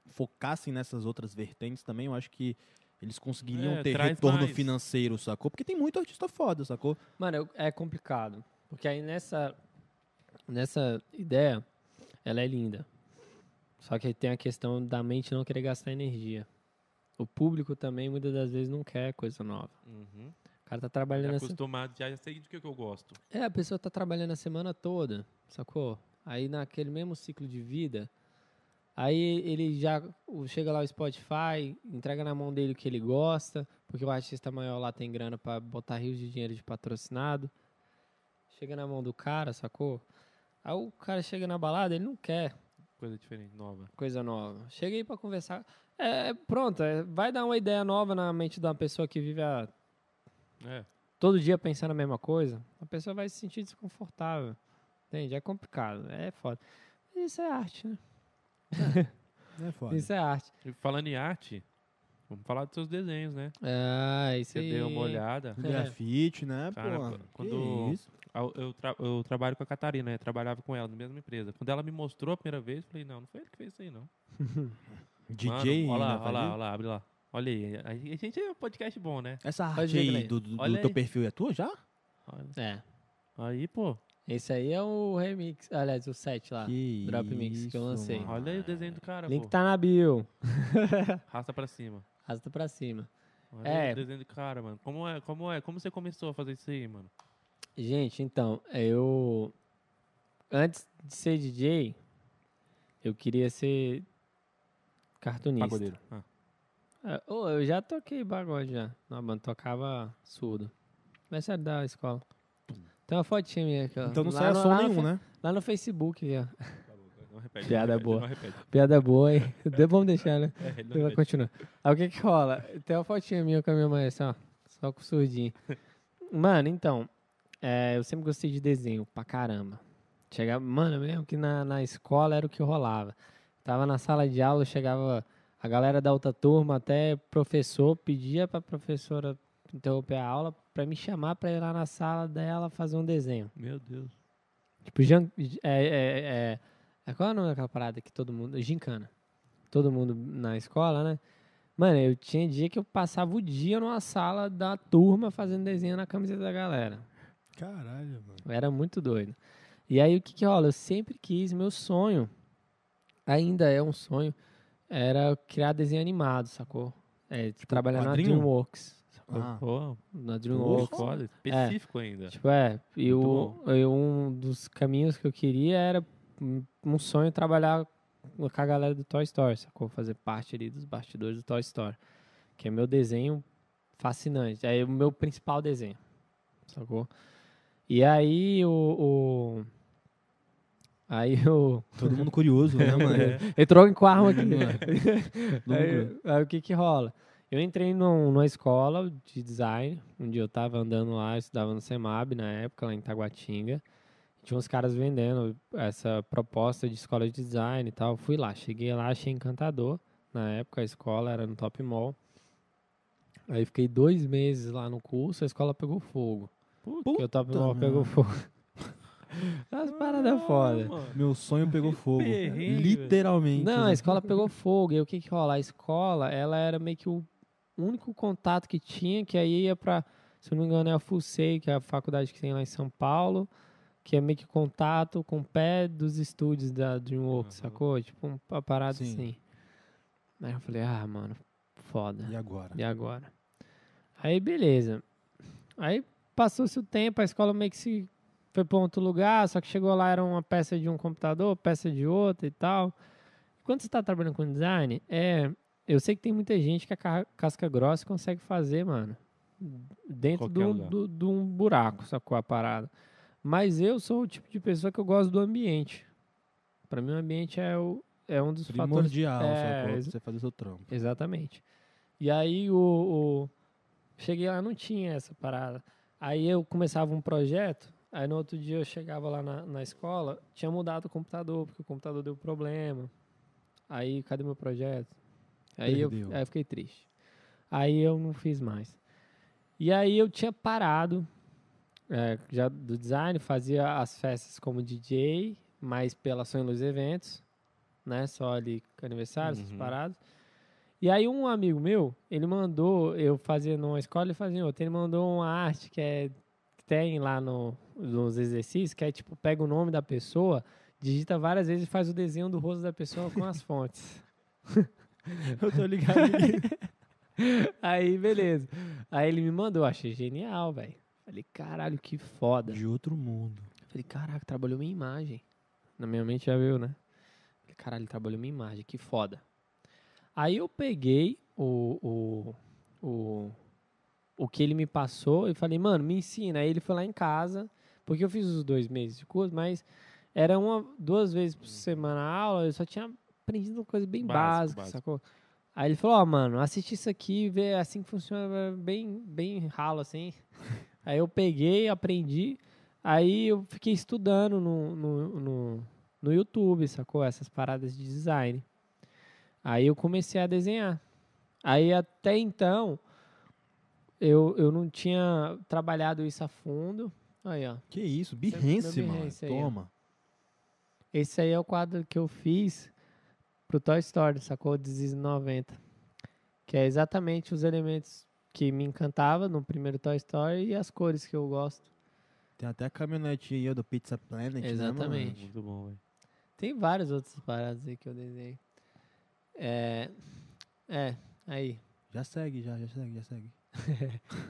[SPEAKER 2] focassem nessas outras vertentes também, eu acho que eles conseguiriam
[SPEAKER 1] É,
[SPEAKER 2] ter
[SPEAKER 1] traz
[SPEAKER 2] retorno
[SPEAKER 1] mais.
[SPEAKER 2] financeiro, sacou? Porque tem muito artista foda, sacou?
[SPEAKER 3] Mano, eu- é complicado. Porque aí nessa, nessa ideia, ela é linda. Só que aí tem a questão da mente não querer gastar energia. O público também, muitas das vezes, não quer coisa nova.
[SPEAKER 1] Uhum.
[SPEAKER 3] O cara tá
[SPEAKER 1] Tá
[SPEAKER 3] trabalhando... Essa...
[SPEAKER 1] Acostumado, já sei do que que eu gosto.
[SPEAKER 3] É, a pessoa tá trabalhando a semana toda, sacou? Aí naquele mesmo ciclo de vida, aí ele já o- chega lá o Spotify, entrega na mão dele o que ele gosta, porque o artista maior lá tem grana pra botar rios de dinheiro de patrocinado. Chega na mão do cara, sacou? Aí o cara chega na balada, ele não quer
[SPEAKER 1] Coisa diferente, nova.
[SPEAKER 3] coisa nova. Chega aí pra conversar. É, é, pronto, é, vai dar uma ideia nova na mente de uma pessoa que vive a
[SPEAKER 1] É.
[SPEAKER 3] todo dia pensando a mesma coisa, a pessoa vai se sentir desconfortável. Entende? É complicado, é foda. Mas isso é arte, né?
[SPEAKER 2] É foda.
[SPEAKER 3] Isso é arte.
[SPEAKER 1] E falando em arte, vamos falar dos seus desenhos, né?
[SPEAKER 3] Ah, isso
[SPEAKER 1] Você
[SPEAKER 3] aí.
[SPEAKER 1] deu uma olhada.
[SPEAKER 3] É.
[SPEAKER 2] Grafite, né?
[SPEAKER 1] Cara,
[SPEAKER 2] Pô,
[SPEAKER 1] qu- quando-
[SPEAKER 2] que isso?
[SPEAKER 1] Ah, Eu, eu tra- eu trabalho com a Catarina, né? Trabalhava com ela na mesma empresa. Quando ela me mostrou a primeira vez, eu falei, não, não foi ele que fez isso aí, não.
[SPEAKER 2] DJ.
[SPEAKER 1] Mano, olha lá, olha lá,
[SPEAKER 2] né, fazia?
[SPEAKER 1] olha lá, abre lá. Olha aí. A a gente é um podcast bom, né?
[SPEAKER 2] Essa
[SPEAKER 3] Faz
[SPEAKER 2] arte
[SPEAKER 3] jeito,
[SPEAKER 2] aí
[SPEAKER 3] né?
[SPEAKER 2] do, do- do
[SPEAKER 1] Olha
[SPEAKER 2] teu
[SPEAKER 1] aí.
[SPEAKER 2] perfil é tua já?
[SPEAKER 1] Olha.
[SPEAKER 3] É.
[SPEAKER 1] Aí, pô.
[SPEAKER 3] Esse aí é o remix, aliás, o set lá.
[SPEAKER 2] Que
[SPEAKER 3] Tá. Drop Mix que
[SPEAKER 2] isso,
[SPEAKER 3] eu lancei.
[SPEAKER 2] mano.
[SPEAKER 1] Olha aí o desenho do cara,
[SPEAKER 3] Link
[SPEAKER 1] pô.
[SPEAKER 3] tá na bio.
[SPEAKER 1] Arrasta pra cima.
[SPEAKER 3] Rasta pra cima.
[SPEAKER 1] Olha
[SPEAKER 3] É.
[SPEAKER 1] aí o desenho do cara, mano. Como é, como é? Como você começou a fazer isso aí, mano?
[SPEAKER 3] Gente, então, eu. Antes de ser DJ, eu queria ser cartunista.
[SPEAKER 1] Ah,
[SPEAKER 3] É, ô, eu já toquei bagulho já. Não, mano, tocava surdo. Mas era da escola. Tem uma fotinha minha aqui, ó.
[SPEAKER 2] Então não
[SPEAKER 3] Lá
[SPEAKER 2] saia
[SPEAKER 3] no-
[SPEAKER 2] som
[SPEAKER 3] lá no
[SPEAKER 2] nenhum,
[SPEAKER 3] fe-
[SPEAKER 2] né?
[SPEAKER 3] Lá no Facebook, ó.
[SPEAKER 1] não repete. não
[SPEAKER 3] Piada
[SPEAKER 1] repete,
[SPEAKER 3] boa.
[SPEAKER 1] Não repete.
[SPEAKER 3] Piada é boa, hein? De- Vamos deixar, né?
[SPEAKER 1] É, ele não
[SPEAKER 3] Vai
[SPEAKER 1] repete.
[SPEAKER 3] continuar. Aí o que que rola? Tem uma fotinha minha com a minha mãe, assim, ó. Só com o surdinho. Mano, então, é, eu sempre gostei de desenho pra caramba. Chegava, mano, mesmo que na, na escola era o que rolava. Tava na sala de aula, chegava a galera da outra turma, até professor, pedia pra professora interromper a aula pra me chamar pra ir lá na sala dela fazer um desenho.
[SPEAKER 1] Meu Deus.
[SPEAKER 3] Tipo, jan- é, é, é, é, qual é o nome daquela parada que todo mundo. Gincana. Todo mundo na escola, né? Mano, eu tinha dia que eu passava o dia numa sala da turma fazendo desenho na camiseta da galera.
[SPEAKER 2] Caralho, mano.
[SPEAKER 3] Eu era muito doido. E aí o que, que rola? Eu sempre quis, meu sonho, ainda é um sonho, era criar desenho animado, sacou? É, trabalhar
[SPEAKER 1] quadrinho?
[SPEAKER 3] na DreamWorks. sacou?
[SPEAKER 2] Ah,
[SPEAKER 1] Pô,
[SPEAKER 3] Na
[SPEAKER 1] pô,
[SPEAKER 3] DreamWorks.
[SPEAKER 1] foda, específico ainda.
[SPEAKER 3] Tipo, é, e
[SPEAKER 1] Muito
[SPEAKER 3] o, e um dos caminhos que eu queria era um- um sonho trabalhar com a galera do Toy Story, sacou? Fazer parte ali dos bastidores do Toy Story, que é meu desenho fascinante. É o meu principal desenho, sacou? E aí o... o- aí o...
[SPEAKER 2] todo mundo curioso, né, mano?
[SPEAKER 3] Entrou em carro aqui,
[SPEAKER 2] Lucro.
[SPEAKER 3] aí, aí o que que rola? Eu entrei num- numa escola de design, um dia eu tava andando lá, eu estudava no CEMAB na época, lá em Taguatinga. Tinha uns caras vendendo essa proposta de escola de design e tal. Fui lá, cheguei lá, achei encantador. Na época a escola era no Top Mall. Aí fiquei dois meses lá no curso, a escola pegou fogo. Porque o Top Mall pegou fogo. As paradas é foda.
[SPEAKER 2] Meu sonho pegou fogo.
[SPEAKER 1] perrengue,
[SPEAKER 2] Literalmente.
[SPEAKER 3] Não, a
[SPEAKER 2] né?
[SPEAKER 3] escola pegou fogo. E aí o que que rola? A escola, ela era meio que o único contato que tinha, que aí ia pra, se eu não me engano, é a FUSEI, que é a faculdade que tem lá em São Paulo, que é meio que contato com o pé dos estúdios da DreamWorks,
[SPEAKER 1] Aham.
[SPEAKER 3] sacou? Tipo, um- uma parada
[SPEAKER 2] Sim.
[SPEAKER 3] assim. Aí eu falei, ah, mano, foda.
[SPEAKER 2] E agora?
[SPEAKER 3] E agora? Aí, beleza. Aí passou-se o tempo, a escola meio que se foi para outro lugar, só que chegou lá, era uma peça de um computador, peça de outra e tal. Quando você está trabalhando com design, é, eu sei que tem muita gente que a ca- casca grossa consegue fazer, mano. Dentro
[SPEAKER 1] Qualquer
[SPEAKER 3] do,
[SPEAKER 1] lugar.
[SPEAKER 3] do, de um buraco, sacou a parada. Mas eu sou o tipo de pessoa que eu gosto do ambiente. Para mim, o ambiente é, o, é um dos fatores
[SPEAKER 2] Primordial,
[SPEAKER 3] É,
[SPEAKER 2] sacou? Pra
[SPEAKER 3] exa-
[SPEAKER 2] Você fazer seu trampo.
[SPEAKER 3] Exatamente. E aí o, o- cheguei lá não tinha essa parada. Aí eu começava um projeto, aí no outro dia eu chegava lá na, na escola, tinha mudado o computador, porque o computador deu problema. Aí, cadê meu projeto? Aí eu,
[SPEAKER 2] Perdeu.
[SPEAKER 3] aí eu fiquei triste. Aí eu não fiz mais. E aí eu tinha parado é, já do design, fazia as festas como DJ, mas pela Sonho Luz Eventos, né? Só ali aniversário, essas
[SPEAKER 1] Uhum.
[SPEAKER 3] paradas. E aí um amigo meu, ele mandou, eu fazia numa escola e fazia em outra, ele mandou uma arte que é que tem lá no, nos exercícios, que é tipo, pega o nome da pessoa, digita várias vezes e faz o desenho do rosto da pessoa com as fontes.
[SPEAKER 2] Eu tô ligado.
[SPEAKER 3] Aí, beleza. Aí ele me mandou, achei genial, velho. Falei, caralho, que foda.
[SPEAKER 2] De outro mundo.
[SPEAKER 3] Falei, caraca, trabalhou minha imagem. Na minha mente já viu, né? Falei, caralho, trabalhou minha imagem, que foda. Aí eu peguei o, o, o, o que ele me passou e falei, mano, me ensina. Aí ele foi lá em casa, porque eu fiz os dois meses de curso, mas era uma, duas vezes
[SPEAKER 1] Hum.
[SPEAKER 3] por semana a aula, eu só tinha aprendido uma coisa bem
[SPEAKER 1] Básico,
[SPEAKER 3] básica,
[SPEAKER 1] básico.
[SPEAKER 3] sacou? Aí ele falou, ó, mano, assiste isso aqui e vê assim que funciona, bem, bem ralo assim. Aí eu peguei, aprendi, Aí eu fiquei estudando no, no, no, no YouTube, sacou? Essas paradas de design. Aí eu comecei a desenhar. Aí até então, eu, eu não tinha trabalhado isso a fundo. Aí, ó.
[SPEAKER 2] Que isso?
[SPEAKER 3] deu
[SPEAKER 2] Behance, mano.
[SPEAKER 3] Behance aí, ó.
[SPEAKER 2] Toma.
[SPEAKER 3] Esse aí é o quadro que eu fiz pro Toy Story, sacou? 1990. Que é exatamente os elementos que me encantava no primeiro Toy Story e as cores que eu gosto.
[SPEAKER 2] Tem até a caminhonetinha aí ó, do Pizza Planet, né, mano?
[SPEAKER 3] Exatamente.
[SPEAKER 1] Muito bom, velho.
[SPEAKER 3] Tem várias outras paradas aí que eu desenho. É. É, aí.
[SPEAKER 2] Já segue, já, já segue, já segue.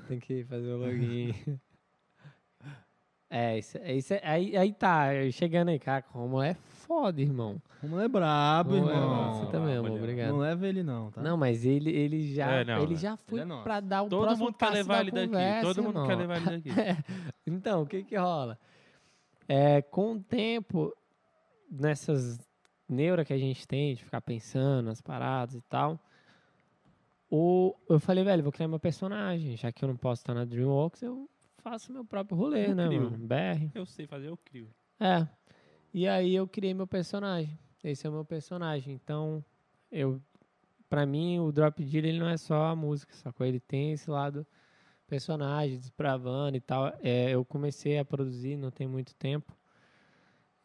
[SPEAKER 3] Tem que fazer o login. é, isso, é isso aí, aí tá, eu chegando aí, cara. Como é foda, irmão.
[SPEAKER 2] Vamos é
[SPEAKER 1] Tá
[SPEAKER 2] brabo,
[SPEAKER 3] Romulo é
[SPEAKER 2] irmão.
[SPEAKER 3] brabo, você também,
[SPEAKER 1] Ah,
[SPEAKER 3] amor.
[SPEAKER 1] olha.
[SPEAKER 3] Obrigado.
[SPEAKER 2] Não leva ele, não, tá?
[SPEAKER 3] Não, mas ele, ele já,
[SPEAKER 1] É, não,
[SPEAKER 3] ele
[SPEAKER 1] né?
[SPEAKER 3] já foi
[SPEAKER 2] é nosso.
[SPEAKER 3] pra dar o
[SPEAKER 1] Todo
[SPEAKER 3] próximo
[SPEAKER 1] mundo quer
[SPEAKER 3] passo
[SPEAKER 1] levar
[SPEAKER 3] da
[SPEAKER 1] ele daqui.
[SPEAKER 3] conversa,
[SPEAKER 1] Todo mundo quer
[SPEAKER 3] irmão.
[SPEAKER 1] levar ele daqui.
[SPEAKER 3] Então, o que que rola? É, com o tempo, nessas neura que a gente tem, de ficar pensando nas paradas e tal, o, eu falei, velho, vou criar meu personagem. Já que eu não posso estar na DreamWorks, eu faço meu próprio rolê,
[SPEAKER 1] Eu
[SPEAKER 3] né,
[SPEAKER 1] crio.
[SPEAKER 3] mano? BR.
[SPEAKER 1] Eu sei fazer, eu crio.
[SPEAKER 3] É. E aí eu criei meu personagem. Esse é o meu personagem. Então, eu para mim o Drop Deal ele não é só a música, sacou? Ele tem esse lado personagem, desbravando e tal. É, eu comecei a produzir não tem muito tempo.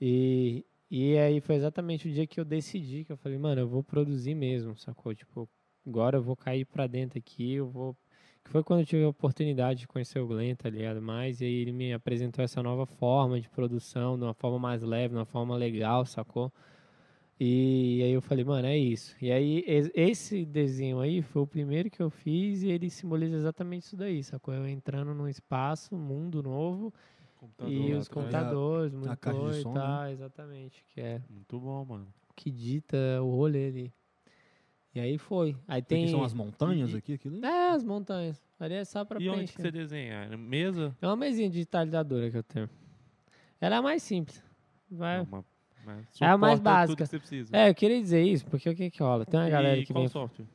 [SPEAKER 3] E e aí foi exatamente o dia que eu decidi que eu falei, mano, eu vou produzir mesmo, sacou? Tipo, agora eu vou cair pra dentro aqui, eu vou Que foi quando eu tive a oportunidade de conhecer o Glenn, tá ligado? Mais, e aí ele me apresentou essa nova forma de produção, de uma forma mais leve, de uma forma legal, sacou? E aí eu falei, mano, é isso. E aí es- esse desenho aí foi o primeiro que eu fiz e ele simboliza exatamente isso daí, sacou? Eu entrando num espaço, um mundo novo, e os
[SPEAKER 1] tá né?
[SPEAKER 3] computadores,
[SPEAKER 2] a caixa de
[SPEAKER 3] monitor e
[SPEAKER 2] som, né?
[SPEAKER 3] tal, exatamente, que é
[SPEAKER 1] Muito bom, mano.
[SPEAKER 3] o que dita o rolê ali. E aí foi. Aí
[SPEAKER 2] Tem...
[SPEAKER 3] tem
[SPEAKER 2] são as montanhas
[SPEAKER 1] e-
[SPEAKER 2] aqui, aquilo.
[SPEAKER 3] é, as montanhas. Ali é só pra
[SPEAKER 1] E onde que
[SPEAKER 3] preencher.
[SPEAKER 1] você desenha? Na Mesa?
[SPEAKER 3] É uma mesinha digitalizadora que eu tenho. Ela é a mais simples. Vai...
[SPEAKER 1] É uma- uma-
[SPEAKER 3] É a
[SPEAKER 1] suporta
[SPEAKER 3] mais
[SPEAKER 1] Tudo
[SPEAKER 3] básica.
[SPEAKER 1] que você precisa.
[SPEAKER 3] É, eu queria dizer isso, porque o que que rola? Tem uma galera
[SPEAKER 1] e
[SPEAKER 3] que
[SPEAKER 1] qual
[SPEAKER 3] vem...
[SPEAKER 1] software?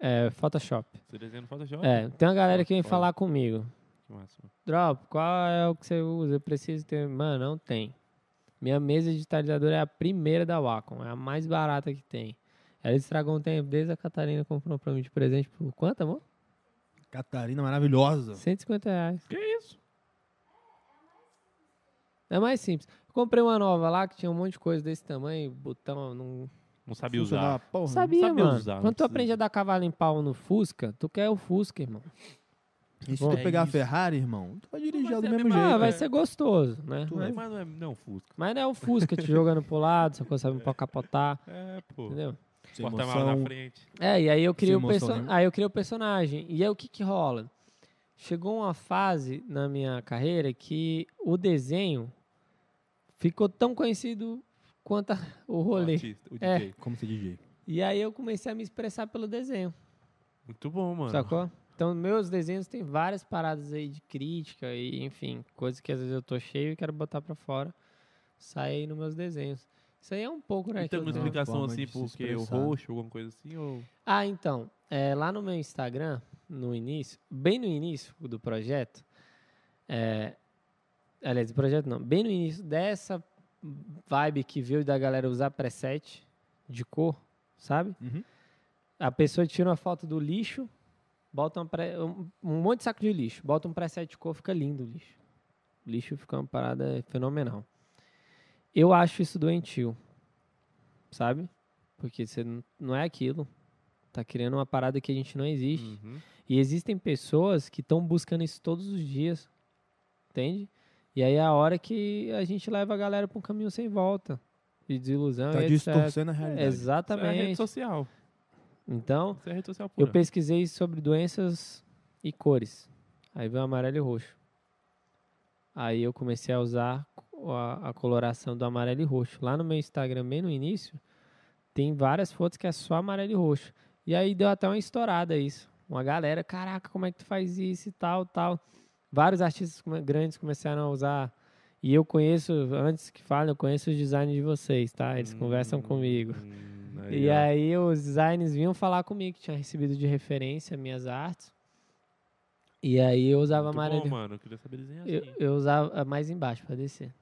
[SPEAKER 3] É, Photoshop.
[SPEAKER 1] Você desenha no Photoshop?
[SPEAKER 3] É, tem uma galera que vem
[SPEAKER 1] Foda.
[SPEAKER 3] falar comigo.
[SPEAKER 1] Que massa. mano.
[SPEAKER 3] Drop, qual é o que você usa? Eu preciso ter... Mano, não tem. Minha mesa digitalizadora é a primeira da Wacom. É a mais barata que tem. Ela estragou um tempo desde a Catarina comprou pra mim de presente por quanto, amor?
[SPEAKER 2] Catarina maravilhosa.
[SPEAKER 3] 150 reais.
[SPEAKER 1] Que isso?
[SPEAKER 3] É mais simples. Eu comprei uma nova lá que tinha um monte de coisa desse tamanho, botão, não
[SPEAKER 1] Não sabe usar.
[SPEAKER 2] Funcionava, porra.
[SPEAKER 3] sabia,
[SPEAKER 1] sabia
[SPEAKER 3] mano.
[SPEAKER 1] usar, né? não
[SPEAKER 3] Quando tu
[SPEAKER 1] precisa.
[SPEAKER 3] aprende a dar cavalo em pau no Fusca, tu quer o Fusca, irmão.
[SPEAKER 2] E se
[SPEAKER 1] Bom,
[SPEAKER 2] tu
[SPEAKER 1] é
[SPEAKER 2] pegar a
[SPEAKER 1] isso.
[SPEAKER 2] Ferrari, irmão, tu vai dirigir ela do mesmo
[SPEAKER 1] mesma-
[SPEAKER 2] jeito.
[SPEAKER 3] ah, vai
[SPEAKER 1] é.
[SPEAKER 3] ser gostoso, né?
[SPEAKER 1] Não é-
[SPEAKER 3] Mas,
[SPEAKER 1] Mas não é não, Fusca.
[SPEAKER 3] mas não é o Fusca te jogando pro lado, sacou? Sabe pra capotar,
[SPEAKER 1] É, pô.
[SPEAKER 3] entendeu?
[SPEAKER 2] Sem
[SPEAKER 1] Porta-mala na
[SPEAKER 2] emoção.
[SPEAKER 1] frente.
[SPEAKER 3] É, e aí eu criei,
[SPEAKER 2] Sem
[SPEAKER 3] o, perso
[SPEAKER 2] emoção nenhuma.
[SPEAKER 3] aí eu criei o personagem. E aí o que que rola? Chegou uma fase na minha carreira que o desenho ficou tão conhecido quanto a- o
[SPEAKER 1] O
[SPEAKER 3] rolê.
[SPEAKER 1] artista, o
[SPEAKER 3] É.
[SPEAKER 1] DJ.
[SPEAKER 2] Como ser DJ.
[SPEAKER 3] E aí eu comecei a me expressar pelo desenho.
[SPEAKER 1] Muito bom, mano.
[SPEAKER 3] Sacou? Então, meus desenhos tem várias paradas aí de crítica e, enfim, coisas que às vezes eu tô cheio e quero botar pra fora. Sai aí nos meus desenhos. Isso aí é um pouco, né?
[SPEAKER 1] E tem
[SPEAKER 3] que eu
[SPEAKER 1] uma
[SPEAKER 3] tô-
[SPEAKER 2] Não,
[SPEAKER 1] explicação
[SPEAKER 2] forma
[SPEAKER 1] assim,
[SPEAKER 2] de se
[SPEAKER 1] porque o
[SPEAKER 2] expressar.
[SPEAKER 1] roxo, alguma coisa assim, ou...
[SPEAKER 3] Ah, então, é, lá no meu Instagram, no início, bem no início do projeto, é, aliás, do projeto não, bem no início dessa vibe que veio da galera usar preset de cor, sabe?
[SPEAKER 2] Uhum.
[SPEAKER 3] A pessoa tira uma foto do lixo, bota um, pre- um- um monte de saco de lixo, bota um preset de cor, fica lindo o lixo. O lixo fica uma parada fenomenal. Eu acho isso doentio, sabe? Porque você n- não é aquilo. Tá criando uma parada que a gente não existe.
[SPEAKER 1] Uhum.
[SPEAKER 3] E existem pessoas que estão buscando isso todos os dias. Entende? E aí é a hora que a gente leva a galera para um caminho sem volta. De desilusão
[SPEAKER 2] Tá
[SPEAKER 3] e etc.
[SPEAKER 2] distorcendo a realidade.
[SPEAKER 1] Isso é a rede
[SPEAKER 3] Exatamente.
[SPEAKER 1] social.
[SPEAKER 3] Então,
[SPEAKER 1] Isso é a rede social
[SPEAKER 3] eu
[SPEAKER 1] pura.
[SPEAKER 3] pesquisei sobre doenças e cores. Aí veio amarelo e roxo. Aí eu comecei a usar co- a, a coloração do amarelo e roxo. Lá no meu Instagram, bem no início, tem várias fotos que é só amarelo e roxo. E aí deu até uma estourada isso. Uma galera, caraca, como é que tu faz isso e tal, tal. Vários artistas come- grandes começaram a usar. E eu conheço, antes que falem, eu conheço os designs de vocês, tá? Eles conversam
[SPEAKER 1] Hum,
[SPEAKER 3] comigo.
[SPEAKER 1] hum,
[SPEAKER 3] E
[SPEAKER 1] ó.
[SPEAKER 3] aí os designers vinham falar comigo que tinha recebido de referência minhas artes. E aí eu usava
[SPEAKER 1] Muito
[SPEAKER 3] amarelo.
[SPEAKER 1] bom, mano. Eu queria saber desenhar
[SPEAKER 3] eu,
[SPEAKER 1] assim.
[SPEAKER 3] eu usava ah, mais embaixo pra descer.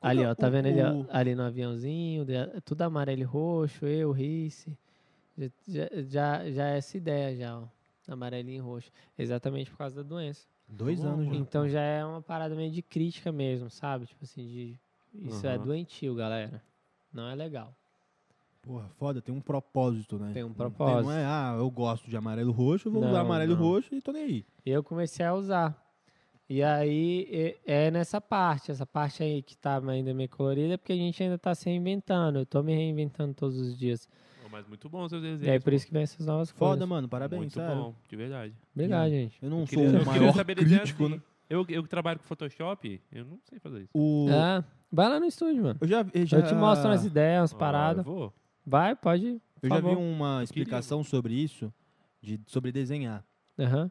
[SPEAKER 2] Qual
[SPEAKER 3] ali,
[SPEAKER 2] que é
[SPEAKER 3] ó, tá
[SPEAKER 2] o-
[SPEAKER 3] vendo ali, ó,
[SPEAKER 2] o-
[SPEAKER 3] ali no aviãozinho, de- é tudo amarelo e roxo, eu, Rice. Já- Já, já, já é essa ideia já, ó. Amarelinho e roxo. Exatamente por causa da doença.
[SPEAKER 2] Dois
[SPEAKER 1] Bom,
[SPEAKER 2] anos já.
[SPEAKER 3] Então já é uma parada meio de crítica mesmo, sabe? Tipo assim, de. Isso é
[SPEAKER 1] Aham.
[SPEAKER 3] doentio, galera. Não é legal.
[SPEAKER 2] Porra, foda, tem um propósito, né?
[SPEAKER 3] Tem um
[SPEAKER 2] Não
[SPEAKER 3] propósito.
[SPEAKER 2] Não é, ah, eu gosto de amarelo roxo, vou usar
[SPEAKER 3] Não,
[SPEAKER 2] amarelo
[SPEAKER 3] não.
[SPEAKER 2] roxo e tô nem aí.
[SPEAKER 3] E eu comecei a usar. E aí e- é nessa parte, essa parte aí que tá ainda meio colorida, porque a gente ainda tá se reinventando. Eu tô me reinventando todos os dias.
[SPEAKER 1] Ô, Mas muito bom os seus desenhos.
[SPEAKER 3] E aí por
[SPEAKER 1] pô.
[SPEAKER 3] isso que vem essas novas
[SPEAKER 2] Foda,
[SPEAKER 3] coisas.
[SPEAKER 2] mano, parabéns,
[SPEAKER 1] Muito
[SPEAKER 2] sério.
[SPEAKER 1] bom, de verdade.
[SPEAKER 3] Obrigado, gente.
[SPEAKER 2] Eu não
[SPEAKER 1] Eu
[SPEAKER 2] sou
[SPEAKER 1] queria- eu
[SPEAKER 2] o
[SPEAKER 1] queria
[SPEAKER 2] maior
[SPEAKER 1] saber desenhar
[SPEAKER 2] crítico,
[SPEAKER 1] assim.
[SPEAKER 2] né?
[SPEAKER 1] Eu, eu que trabalho com Photoshop, eu não sei fazer isso.
[SPEAKER 2] O...
[SPEAKER 3] Ah, vai lá no estúdio, mano.
[SPEAKER 2] Eu já, eu já,
[SPEAKER 3] Eu te mostro umas ideias, umas
[SPEAKER 1] Ah,
[SPEAKER 3] paradas.
[SPEAKER 1] eu vou.
[SPEAKER 3] Vai, pode ir.
[SPEAKER 2] Eu
[SPEAKER 3] Tá
[SPEAKER 2] já vi
[SPEAKER 3] bom.
[SPEAKER 2] uma explicação sobre isso, de, sobre desenhar.
[SPEAKER 3] Aham.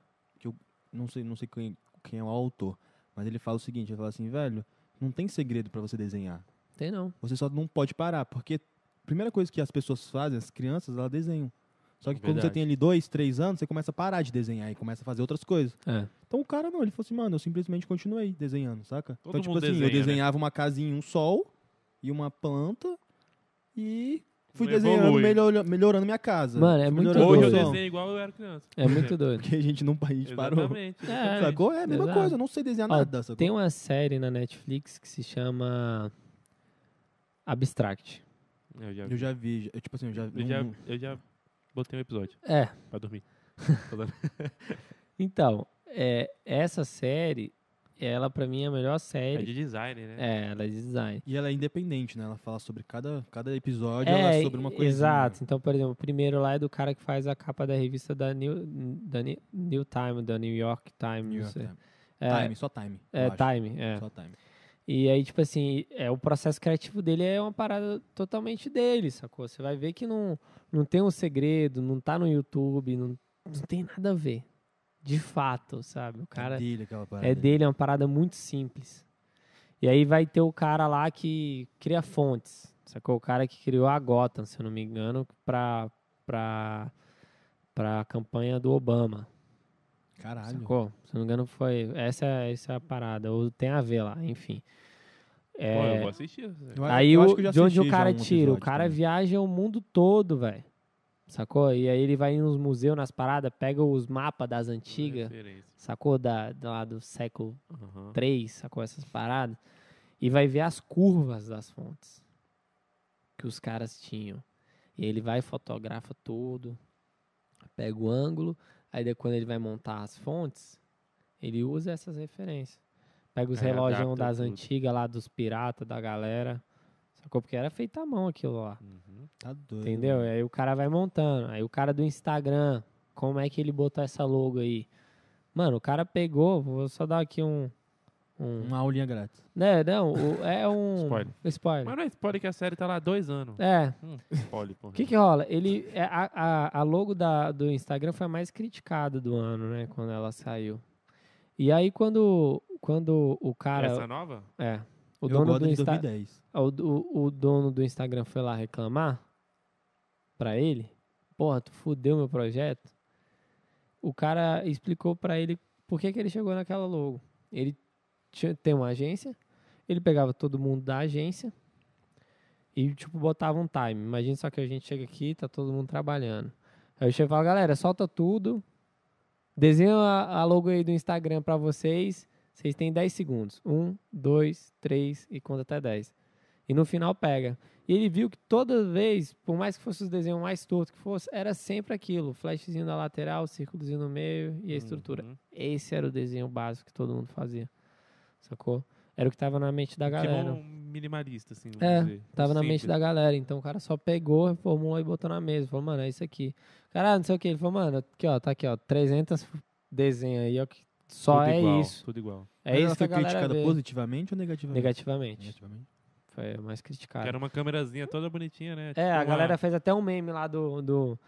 [SPEAKER 2] Não sei, não sei quem, quem é o autor, mas ele fala o seguinte, ele fala assim, velho, não tem segredo pra você desenhar.
[SPEAKER 3] Tem não.
[SPEAKER 2] Você só não pode parar, porque a primeira coisa que as pessoas fazem, as crianças, elas desenham. Só que quando você
[SPEAKER 1] Verdade.
[SPEAKER 2] tem ali dois, três anos, você começa a parar de desenhar e começa a fazer outras coisas.
[SPEAKER 3] É.
[SPEAKER 2] Então o cara não, ele falou assim, mano, eu simplesmente continuei desenhando, saca?
[SPEAKER 1] Todo
[SPEAKER 2] então, tipo
[SPEAKER 1] mundo
[SPEAKER 2] assim, eu
[SPEAKER 1] desenha, né?
[SPEAKER 2] desenhava uma casinha, um sol e uma planta e fui
[SPEAKER 1] Não
[SPEAKER 2] desenhando,
[SPEAKER 1] evolui.
[SPEAKER 2] melhor- melhorando minha casa.
[SPEAKER 3] Mano, é
[SPEAKER 2] Fui
[SPEAKER 3] muito
[SPEAKER 2] melhorando
[SPEAKER 1] Hoje eu
[SPEAKER 2] o som.
[SPEAKER 1] desenho igual eu era criança.
[SPEAKER 3] É muito doido.
[SPEAKER 2] Porque a gente não a gente parou.
[SPEAKER 1] Exatamente.
[SPEAKER 3] É.
[SPEAKER 2] Sacou? É a mesma
[SPEAKER 3] Exato.
[SPEAKER 2] coisa, eu não sei desenhar
[SPEAKER 3] Ó,
[SPEAKER 2] nada, sacou?
[SPEAKER 3] Tem uma série na Netflix que se chama Abstract.
[SPEAKER 1] Eu já,
[SPEAKER 2] Eu já vi, já- eu, tipo assim, eu já...
[SPEAKER 1] eu um já,
[SPEAKER 2] não-
[SPEAKER 1] eu já botei um episódio
[SPEAKER 3] É,
[SPEAKER 1] pra dormir.
[SPEAKER 3] Então, é, essa série, ela pra mim é a melhor
[SPEAKER 1] É
[SPEAKER 3] série.
[SPEAKER 1] de design, né?
[SPEAKER 3] É, ela é de design.
[SPEAKER 2] E ela é independente, né? Ela fala sobre cada, cada episódio, ela
[SPEAKER 3] É,
[SPEAKER 2] é sobre uma coisa.
[SPEAKER 3] Exato. Então, por exemplo, o primeiro lá é do cara que faz a capa da revista da New, da Ni- New Time, da New York Times.
[SPEAKER 2] New
[SPEAKER 3] não
[SPEAKER 2] York
[SPEAKER 3] sei.
[SPEAKER 2] Time.
[SPEAKER 3] É,
[SPEAKER 2] Time, só time. eu
[SPEAKER 3] é,
[SPEAKER 2] acho.
[SPEAKER 3] Time, é.
[SPEAKER 2] Só time.
[SPEAKER 3] E aí, tipo assim, é, o processo criativo dele é uma parada totalmente dele, sacou? Você vai ver que não, não tem um segredo, não tá no YouTube, não, não tem nada a ver. De fato, sabe? O cara
[SPEAKER 2] é dele aquela parada.
[SPEAKER 3] é dele, é uma parada muito simples. E aí vai ter o cara lá que cria fontes, sacou? O cara que criou a Gotham, se eu não me engano, pra, pra, pra campanha do Obama.
[SPEAKER 2] Caralho.
[SPEAKER 3] Sacou? Se não me engano, foi. Essa, essa é a parada. Ou tem a ver lá, enfim. É,
[SPEAKER 1] Pô, eu vou assistir.
[SPEAKER 2] Eu a-
[SPEAKER 3] aí
[SPEAKER 2] eu acho
[SPEAKER 3] o,
[SPEAKER 2] que eu já
[SPEAKER 3] de onde
[SPEAKER 2] assisti
[SPEAKER 3] o
[SPEAKER 2] já
[SPEAKER 3] cara
[SPEAKER 2] um
[SPEAKER 3] tira? O
[SPEAKER 2] episódio
[SPEAKER 3] cara
[SPEAKER 2] também.
[SPEAKER 3] viaja o mundo todo, velho. Sacou? E aí ele vai nos museus, nas paradas, pega os mapas das antigas,
[SPEAKER 1] Referência.
[SPEAKER 3] sacou? Da, da lá do século
[SPEAKER 1] Aham.
[SPEAKER 3] 3, sacou? Essas paradas. E vai ver as curvas das fontes que os caras tinham. E ele vai e fotografa tudo, pega o ângulo, aí de- quando ele vai montar as fontes, ele usa essas referências. Pega os
[SPEAKER 1] Aí
[SPEAKER 3] relógios
[SPEAKER 1] adapta
[SPEAKER 3] das
[SPEAKER 1] É, tudo.
[SPEAKER 3] antigas lá, dos piratas, da galera. Sacou? Porque era feito à mão aquilo lá.
[SPEAKER 1] Uhum.
[SPEAKER 2] Tá doido.
[SPEAKER 3] Entendeu? É Aí o cara vai montando. Aí o cara do Instagram, como é que ele botou essa logo aí? Mano, o cara pegou, vou só dar aqui um. um
[SPEAKER 2] Uma aulinha grátis.
[SPEAKER 3] né, não, o- é um.
[SPEAKER 1] Spoiler.
[SPEAKER 3] Spoiler.
[SPEAKER 1] Mas não é spoiler que a série tá lá há dois anos.
[SPEAKER 3] É.
[SPEAKER 1] Hum, spoiler, porra.
[SPEAKER 3] O que, que rola? Ele, é, a, a, a logo da, do Instagram foi a mais criticada do ano, né? Quando ela saiu. E aí, quando, quando o cara.
[SPEAKER 1] Essa nova?
[SPEAKER 3] É. O
[SPEAKER 2] eu
[SPEAKER 3] dono,
[SPEAKER 2] gosto
[SPEAKER 3] do
[SPEAKER 2] de
[SPEAKER 3] Insta,
[SPEAKER 2] 2010.
[SPEAKER 3] o, do- o dono do Instagram foi lá reclamar pra ele, porra, tu fudeu meu projeto. O cara explicou pra ele por que, que ele chegou naquela logo. Ele tinha, tem uma agência, ele pegava todo mundo da agência e, tipo, botava um time. Imagina só que a gente chega aqui tá todo mundo trabalhando. Aí o chefe fala, galera, solta tudo, desenha a, a logo aí do Instagram pra vocês. Vocês têm 10 segundos. Um, dois, três e conta até 10. E no final pega. E ele viu que toda vez, por mais que fosse os desenhos mais tortos que fosse, era sempre aquilo: flashzinho na lateral, círculozinho no meio e a estrutura.
[SPEAKER 1] Uhum.
[SPEAKER 3] Esse era o desenho básico que todo mundo fazia. Sacou? Era o que tava na mente da
[SPEAKER 1] Tipo
[SPEAKER 3] galera.
[SPEAKER 1] um minimalista, assim, vamos
[SPEAKER 3] É,
[SPEAKER 1] dizer.
[SPEAKER 3] Tava na mente
[SPEAKER 1] Simples.
[SPEAKER 3] da galera. Então o cara só pegou, reformulou e botou na mesa. Falou, mano, é isso aqui. Cara, não sei o que. Ele falou, mano, aqui ó, tá aqui ó, 300 desenhos aí, ó, que só
[SPEAKER 1] Tudo
[SPEAKER 3] é
[SPEAKER 1] igual,
[SPEAKER 3] isso.
[SPEAKER 1] Tudo igual.
[SPEAKER 3] É
[SPEAKER 2] Mas
[SPEAKER 3] isso
[SPEAKER 2] ela
[SPEAKER 3] que
[SPEAKER 2] foi
[SPEAKER 3] a galera
[SPEAKER 2] criticada
[SPEAKER 3] vê.
[SPEAKER 2] positivamente ou negativamente?
[SPEAKER 3] Negativamente.
[SPEAKER 2] Negativamente.
[SPEAKER 3] Foi a mais criticado.
[SPEAKER 1] Que era uma câmerazinha toda bonitinha, né? Tipo
[SPEAKER 3] É, a
[SPEAKER 1] uma-
[SPEAKER 3] galera fez até um meme lá do. do-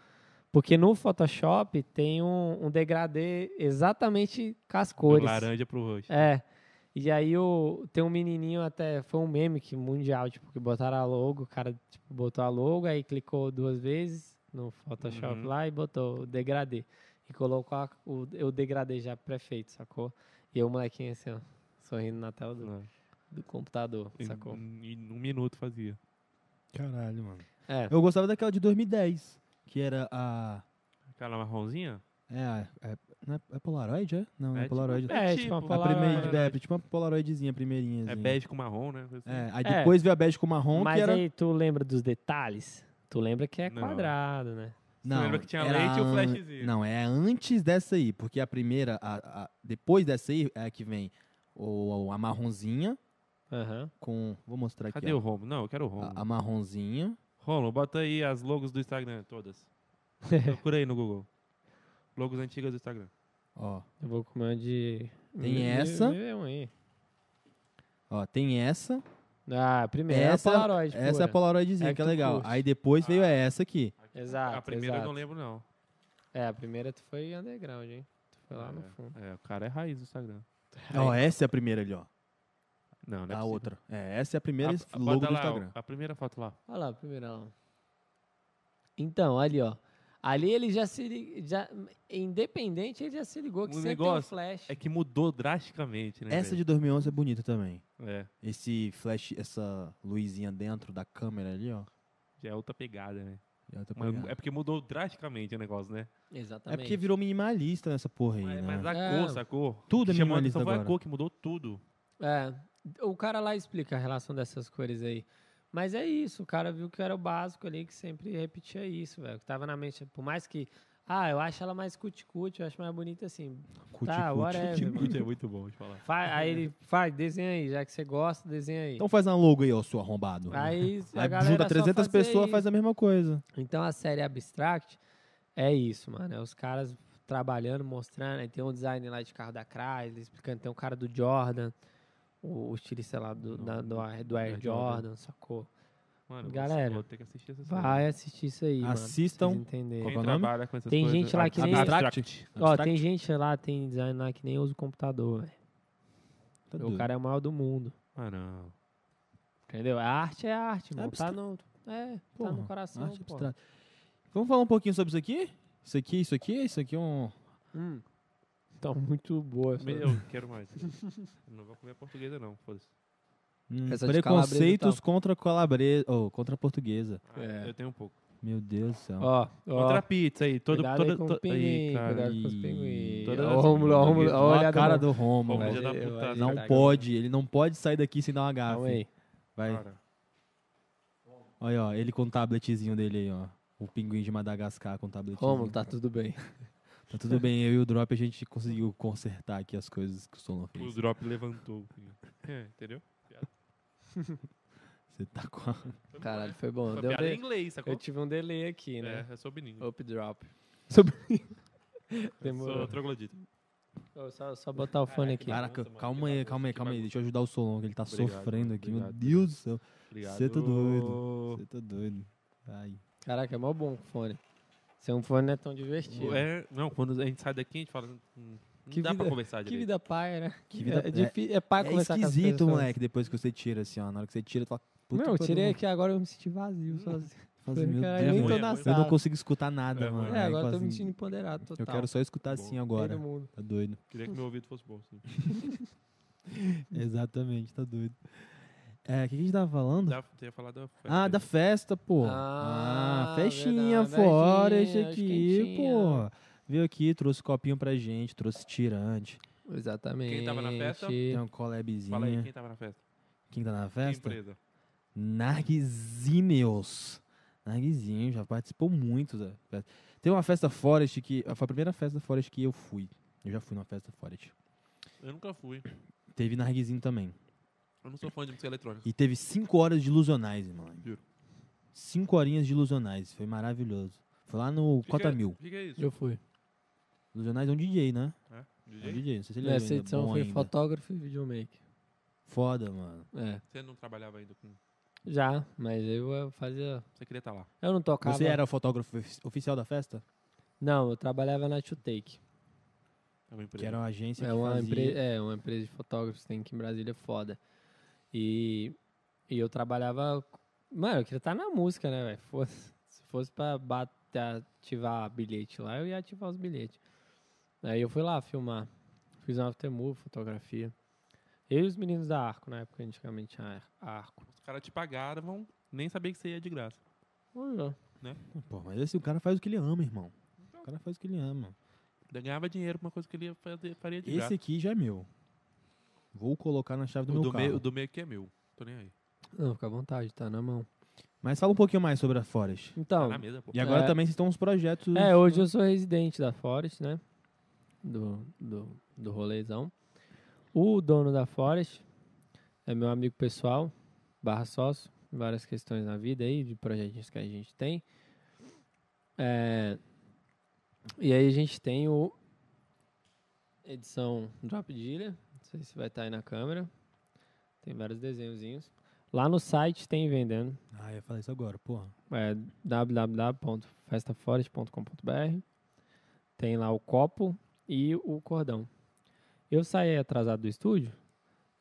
[SPEAKER 3] Porque no Photoshop tem um, um degradê exatamente com as
[SPEAKER 1] do
[SPEAKER 3] cores.
[SPEAKER 1] laranja pro roxo.
[SPEAKER 3] É. E aí o, tem um menininho até, foi um meme que mundial, tipo, que botaram a logo, o cara tipo, botou a logo, aí clicou duas vezes no Photoshop
[SPEAKER 1] Uhum.
[SPEAKER 3] lá e botou o degradê. E colocou a- o, o degradê já prefeito, sacou? E aí o molequinho assim, ó, sorrindo na tela do,
[SPEAKER 1] Não,
[SPEAKER 3] do computador,
[SPEAKER 1] em-
[SPEAKER 3] sacou?
[SPEAKER 1] Em um minuto fazia.
[SPEAKER 2] Caralho, mano.
[SPEAKER 3] É.
[SPEAKER 2] Eu gostava daquela de 2010, que era a.
[SPEAKER 1] Aquela marronzinha?
[SPEAKER 2] É, a, é, não é, é Polaroid, é? Não, não
[SPEAKER 1] É
[SPEAKER 2] é,
[SPEAKER 1] tipo-
[SPEAKER 2] Polaroid.
[SPEAKER 3] É, tipo uma
[SPEAKER 1] tipo,
[SPEAKER 2] a
[SPEAKER 3] Polaroid.
[SPEAKER 2] primeira, é, tipo uma Polaroidzinha, a primeirinha.
[SPEAKER 1] É bege com marrom, né?
[SPEAKER 2] É, aí
[SPEAKER 3] É.
[SPEAKER 2] depois veio a bege com marrom,
[SPEAKER 3] Mas
[SPEAKER 2] que era.
[SPEAKER 3] aí tu lembra dos detalhes? Tu lembra que é
[SPEAKER 1] Não.
[SPEAKER 3] quadrado, né?
[SPEAKER 2] Não,
[SPEAKER 1] lembra que tinha
[SPEAKER 2] era
[SPEAKER 1] leite e o
[SPEAKER 2] an-
[SPEAKER 1] flashzinho?
[SPEAKER 2] Não, é antes dessa aí, porque a primeira, a- a- depois dessa aí, é a que vem o, a marronzinha
[SPEAKER 3] Aham.
[SPEAKER 2] com. Vou mostrar aqui.
[SPEAKER 1] Cadê
[SPEAKER 2] ó. Ah,
[SPEAKER 1] o Romo? Não, eu quero o Romo.
[SPEAKER 2] A, a marronzinha.
[SPEAKER 1] Romo, bota aí as logos do Instagram, todas. Procura aí no Google. Logos antigas do Instagram.
[SPEAKER 2] Ó,
[SPEAKER 3] Eu vou comer uma de.
[SPEAKER 2] Tem
[SPEAKER 3] me- me-
[SPEAKER 2] essa.
[SPEAKER 3] me vê um aí.
[SPEAKER 2] ó, tem essa.
[SPEAKER 3] Ah, primeiro essa,
[SPEAKER 2] essa
[SPEAKER 3] é a Polaroid.
[SPEAKER 2] essa é a
[SPEAKER 3] pura.
[SPEAKER 2] Polaroidzinha,
[SPEAKER 3] É que
[SPEAKER 2] que é
[SPEAKER 3] tu
[SPEAKER 2] legal.
[SPEAKER 3] curte.
[SPEAKER 2] Aí depois
[SPEAKER 1] Ah.
[SPEAKER 2] veio essa aqui.
[SPEAKER 3] Exato.
[SPEAKER 1] a primeira eu
[SPEAKER 3] Ah, exato.
[SPEAKER 1] não lembro, não.
[SPEAKER 3] É, a primeira tu foi underground, hein? Tu foi lá no
[SPEAKER 1] É,
[SPEAKER 3] fundo.
[SPEAKER 1] É, o cara é raiz do Instagram.
[SPEAKER 2] Ó, essa é a primeira ali, ó.
[SPEAKER 1] Não, não é
[SPEAKER 2] a
[SPEAKER 1] possível.
[SPEAKER 2] outra. É, essa é a primeira
[SPEAKER 1] A- a-
[SPEAKER 2] logo
[SPEAKER 1] bota
[SPEAKER 2] do
[SPEAKER 1] lá,
[SPEAKER 2] Instagram.
[SPEAKER 1] A primeira foto lá.
[SPEAKER 3] Olha lá, a primeira lá. Então, ali, ó. Ali ele já se. li- Já, independente, ele já se ligou que
[SPEAKER 1] O
[SPEAKER 3] sempre tem um
[SPEAKER 1] negócio
[SPEAKER 3] flash.
[SPEAKER 1] É que mudou drasticamente, né?
[SPEAKER 2] Essa
[SPEAKER 1] velho?
[SPEAKER 2] de 2011 é bonita também.
[SPEAKER 1] É,
[SPEAKER 2] Esse flash, essa luzinha dentro da câmera ali, ó.
[SPEAKER 1] já é outra pegada, né?
[SPEAKER 2] Já tá
[SPEAKER 1] Mas
[SPEAKER 2] pegando.
[SPEAKER 1] é porque mudou drasticamente o negócio, né?
[SPEAKER 2] É
[SPEAKER 3] Exatamente.
[SPEAKER 2] porque virou minimalista nessa porra aí,
[SPEAKER 1] Mas,
[SPEAKER 2] né?
[SPEAKER 1] mas a
[SPEAKER 3] É.
[SPEAKER 1] cor, sacou?
[SPEAKER 2] Tudo é
[SPEAKER 1] Chamou a
[SPEAKER 2] minimalista
[SPEAKER 1] atenção foi a
[SPEAKER 2] agora.
[SPEAKER 1] cor que mudou tudo.
[SPEAKER 3] É, o cara lá explica a relação dessas cores aí. Mas é isso, o cara viu que era o básico ali, que sempre repetia isso, velho. Que tava na mente, por mais que Ah, eu acho ela mais cuticute, eu acho mais bonita assim.
[SPEAKER 1] Cuti,
[SPEAKER 3] Tá, whatever,
[SPEAKER 1] cuti,
[SPEAKER 3] mano.
[SPEAKER 1] cuti é muito bom de falar.
[SPEAKER 3] Faz, aí ele faz, desenha aí, já que você gosta, desenha aí.
[SPEAKER 2] Então faz uma logo aí, ó, seu arrombado.
[SPEAKER 3] Né? aí a
[SPEAKER 2] Aí
[SPEAKER 3] galera
[SPEAKER 2] junta
[SPEAKER 3] só
[SPEAKER 2] 300
[SPEAKER 3] fazia
[SPEAKER 2] pessoas,
[SPEAKER 3] isso.
[SPEAKER 2] faz a mesma coisa.
[SPEAKER 3] Então a série Abstract é isso, mano. É os caras trabalhando, mostrando. Aí tem um designer lá de carro da Chrysler, explicando. Tem um cara do Jordan, o, o estilista lá do,
[SPEAKER 1] Não,
[SPEAKER 3] da- do, Air- do
[SPEAKER 2] é
[SPEAKER 3] Air
[SPEAKER 1] Air
[SPEAKER 3] Jordan,
[SPEAKER 1] Jordan.
[SPEAKER 3] sacou?
[SPEAKER 1] Mano, você-
[SPEAKER 3] Galera,
[SPEAKER 1] vou ter que assistir essa série.
[SPEAKER 3] Vai assistir isso aí, mano. pra vocês
[SPEAKER 2] Assistam.
[SPEAKER 3] entenderem.
[SPEAKER 1] Quem
[SPEAKER 2] Qual que é o nome?
[SPEAKER 1] trabalha com essas
[SPEAKER 3] Tem
[SPEAKER 1] coisas-
[SPEAKER 3] gente lá que nem-
[SPEAKER 1] Abstract.
[SPEAKER 3] Ó, tem gente lá, tem designer lá que nem usa o computador, velho.
[SPEAKER 2] Tá
[SPEAKER 3] O
[SPEAKER 2] doido.
[SPEAKER 3] cara é o maior do mundo,
[SPEAKER 1] Ah, não.
[SPEAKER 3] entendeu? A arte é arte, mano. Tá
[SPEAKER 2] abstract.
[SPEAKER 3] no, é, tá
[SPEAKER 2] Porra,
[SPEAKER 3] no coração,
[SPEAKER 2] arte
[SPEAKER 3] pô.
[SPEAKER 2] abstrata. Vamos falar um pouquinho sobre isso aqui? Isso aqui, isso aqui, isso aqui é um.
[SPEAKER 3] Hum. Tá muito boa essa.
[SPEAKER 1] Meu, quero mais. não vou comer portuguesa, não. Foda-se.
[SPEAKER 2] um
[SPEAKER 3] Essa de
[SPEAKER 2] preconceitos
[SPEAKER 3] calabresa
[SPEAKER 2] contra calabresa. Ou contra a portuguesa.
[SPEAKER 1] Ah,
[SPEAKER 3] É.
[SPEAKER 1] Eu tenho um pouco.
[SPEAKER 2] Meu Deus do céu.
[SPEAKER 3] Ó, ó.
[SPEAKER 1] Outra pizza aí. Todo,
[SPEAKER 3] cuidado
[SPEAKER 1] toda,
[SPEAKER 3] aí com
[SPEAKER 1] to-
[SPEAKER 3] os pinguim,
[SPEAKER 1] Aí, cara.
[SPEAKER 3] cuidado com os
[SPEAKER 2] Ih,
[SPEAKER 3] pinguim.
[SPEAKER 1] todas
[SPEAKER 3] Ó,
[SPEAKER 1] as-
[SPEAKER 3] Rômulo, ó, Rômulo,
[SPEAKER 1] Olha
[SPEAKER 3] ó,
[SPEAKER 2] Olha
[SPEAKER 3] olha
[SPEAKER 2] a cara do Romo,
[SPEAKER 1] Romulo
[SPEAKER 2] velho.
[SPEAKER 1] já tá putado.
[SPEAKER 2] Não
[SPEAKER 1] Caraca.
[SPEAKER 2] pode, ele não pode sair daqui sem dar uma
[SPEAKER 3] Calma
[SPEAKER 2] gafe.
[SPEAKER 3] aí.
[SPEAKER 2] Vai.
[SPEAKER 1] Cara,
[SPEAKER 2] Olha, ó, ele com o tabletzinho dele aí, ó. O pinguim de Madagascar com o tabletzinho.
[SPEAKER 3] Rômulo, tá tudo bem.
[SPEAKER 2] Tá tudo bem, eu e o Drop a gente conseguiu consertar aqui as coisas que o Solon
[SPEAKER 1] O
[SPEAKER 2] fez.
[SPEAKER 1] drop levantou. É, entendeu?
[SPEAKER 2] Você tá com a...
[SPEAKER 3] Caralho, foi bom.
[SPEAKER 1] Foi
[SPEAKER 3] Deu
[SPEAKER 1] piada em
[SPEAKER 3] de...
[SPEAKER 1] inglês, sacou?
[SPEAKER 3] Eu tive um delay aqui, né?
[SPEAKER 1] É, eu sou menino.
[SPEAKER 3] Up drop.
[SPEAKER 1] Eu
[SPEAKER 3] Demorou.
[SPEAKER 1] sou troglodita.
[SPEAKER 3] Ô, Só, só botar o fone aqui.
[SPEAKER 2] Caraca,
[SPEAKER 1] bagunça, mano,
[SPEAKER 2] calma
[SPEAKER 1] que
[SPEAKER 2] aí,
[SPEAKER 1] bagunça,
[SPEAKER 2] calma aí,
[SPEAKER 1] que
[SPEAKER 2] calma aí.
[SPEAKER 1] bagunça.
[SPEAKER 2] Deixa eu ajudar o Solon, que ele tá
[SPEAKER 1] um Obrigado,
[SPEAKER 2] sofrendo
[SPEAKER 1] mano,
[SPEAKER 2] aqui. Meu
[SPEAKER 1] obrigado.
[SPEAKER 2] Deus do céu.
[SPEAKER 1] Obrigado.
[SPEAKER 2] Cê tá doido. Você tá doido. Ai.
[SPEAKER 3] Caraca, é mó bom o fone. Sem um fone não é tão divertido.
[SPEAKER 1] É, não, quando a gente sai daqui, a gente fala. "Hum, Não
[SPEAKER 3] Que
[SPEAKER 1] dá pra
[SPEAKER 3] vida-
[SPEAKER 1] conversar
[SPEAKER 3] Que
[SPEAKER 1] direito.
[SPEAKER 3] vida paia, né?
[SPEAKER 2] Que vida-
[SPEAKER 3] é, é, difí- é paia
[SPEAKER 2] É
[SPEAKER 3] conversar com as
[SPEAKER 2] esquisito,
[SPEAKER 3] pessoas.
[SPEAKER 2] moleque, depois que você tira, assim, ó. Na hora que você tira, tu fala... "Puta
[SPEAKER 3] Não, eu
[SPEAKER 2] que
[SPEAKER 3] tirei
[SPEAKER 2] pariu,
[SPEAKER 3] aqui agora eu me senti vazio sozinho.
[SPEAKER 2] faz- Meu
[SPEAKER 3] Caralho, eu nem
[SPEAKER 2] Deus,
[SPEAKER 3] tô
[SPEAKER 1] ruim, é
[SPEAKER 3] na
[SPEAKER 1] ruim.
[SPEAKER 2] eu não
[SPEAKER 3] sala.
[SPEAKER 2] consigo escutar nada,
[SPEAKER 1] É,
[SPEAKER 2] mano.
[SPEAKER 1] mano.
[SPEAKER 3] É, agora eu tô
[SPEAKER 2] quase-
[SPEAKER 3] me sentindo empoderado total.
[SPEAKER 2] assim, Eu quero só escutar assim
[SPEAKER 1] Bom.
[SPEAKER 2] agora.
[SPEAKER 3] Todo mundo.
[SPEAKER 2] Tá doido.
[SPEAKER 1] Queria que meu ouvido fosse bom. Assim.
[SPEAKER 2] Exatamente, tá doido. É, o que que a gente tava
[SPEAKER 3] Hum.
[SPEAKER 2] falando?
[SPEAKER 1] Dá, você ia falar da.
[SPEAKER 2] Ah, da festa, pô.
[SPEAKER 3] Ah,
[SPEAKER 2] Ah, festinha
[SPEAKER 3] verdade,
[SPEAKER 2] fora, esse
[SPEAKER 3] festinha,
[SPEAKER 2] aqui,
[SPEAKER 3] esquentinha.
[SPEAKER 2] pô. Veio aqui, trouxe um copinho pra gente, trouxe tirante.
[SPEAKER 3] Exatamente.
[SPEAKER 1] Quem tava na festa?
[SPEAKER 2] Tem
[SPEAKER 3] Não,
[SPEAKER 2] um collabzinho.
[SPEAKER 1] Fala
[SPEAKER 3] né?
[SPEAKER 1] aí quem tava na festa.
[SPEAKER 2] Quem tá na
[SPEAKER 1] Que
[SPEAKER 2] festa?
[SPEAKER 1] empresa?
[SPEAKER 2] Narguizinhos. Narguizinho, já participou muito da festa. Tem uma festa Forest que. Foi a primeira festa Forest que eu fui. Eu já fui numa festa Forest.
[SPEAKER 1] Eu nunca fui.
[SPEAKER 2] Teve Narguizinho também.
[SPEAKER 1] Eu não sou fã de música eletrônica.
[SPEAKER 2] E teve 5 horas de Ilusionais, mano.
[SPEAKER 1] Juro.
[SPEAKER 2] 5 horinhas de Ilusionais. Foi maravilhoso. Foi lá no
[SPEAKER 1] Fica-
[SPEAKER 2] Cota Mil.
[SPEAKER 1] O que, que é isso?
[SPEAKER 3] Eu fui.
[SPEAKER 2] Ilusionais é um DJ, né?
[SPEAKER 1] É?
[SPEAKER 2] É um
[SPEAKER 1] DJ?
[SPEAKER 2] DJ, não sei se ele é
[SPEAKER 3] Nessa
[SPEAKER 2] ainda
[SPEAKER 3] edição
[SPEAKER 2] bom
[SPEAKER 3] foi
[SPEAKER 2] ainda.
[SPEAKER 3] fotógrafo e videomaker.
[SPEAKER 2] Foda, mano.
[SPEAKER 3] É.
[SPEAKER 1] Você não trabalhava ainda com.
[SPEAKER 3] Já, mas eu eh, fazia.
[SPEAKER 1] Você queria estar lá.
[SPEAKER 3] Eu não tocava.
[SPEAKER 2] Você era o fotógrafo ofi- oficial da festa?
[SPEAKER 3] Não, eu trabalhava na Two Take.
[SPEAKER 1] É uma empresa.
[SPEAKER 2] Que era uma agência
[SPEAKER 3] É
[SPEAKER 2] que
[SPEAKER 3] uma,
[SPEAKER 2] fazia...
[SPEAKER 3] empre... é uma empresa de fotógrafos, tem aqui em Brasília, é foda. E, e eu trabalhava. Mano, eu queria estar na música, né, velho? Fosse- Se fosse pra bater, ativar bilhete lá, eu ia ativar os bilhetes. Aí eu fui lá filmar. Fiz um aftermovie, fotografia. Eu e os meninos da Arco, na época, antigamente tinha Ar- Arco.
[SPEAKER 1] Os caras te pagaram, vão nem saber que você ia de graça.
[SPEAKER 2] Pô, mas assim, o cara faz o que ele ama, irmão. O cara faz o que ele ama.
[SPEAKER 1] Eu ganhava dinheiro pra uma coisa que ele ia fazer, faria de
[SPEAKER 2] Esse
[SPEAKER 1] graça.
[SPEAKER 2] aqui já é meu. Vou colocar na chave do
[SPEAKER 1] o,
[SPEAKER 2] meu
[SPEAKER 1] do
[SPEAKER 2] carro.
[SPEAKER 1] meio, o do meio que é meu. Tô nem aí.
[SPEAKER 3] Não, fica à vontade, tá na mão.
[SPEAKER 2] Mas fala um pouquinho mais sobre a Forest.
[SPEAKER 1] Tá
[SPEAKER 3] Então,
[SPEAKER 1] na mesa, pô.
[SPEAKER 2] E agora
[SPEAKER 3] É.
[SPEAKER 2] também vocês estão uns projetos...
[SPEAKER 3] É, hoje eu sou residente da Forest, né? Do, do, do rolezão. O dono da Forest é meu amigo pessoal, barra sócio, várias questões na vida aí, de projetos que a gente tem. É, e aí a gente tem o edição Drop Dealer, não sei se vai estar aí na câmera. Tem vários desenhozinhos. Lá no site tem vendendo
[SPEAKER 2] Ah, eu ia falar isso agora, porra.
[SPEAKER 3] é www.festaforest.com.br. Tem lá o copo e o cordão. Eu saí atrasado do estúdio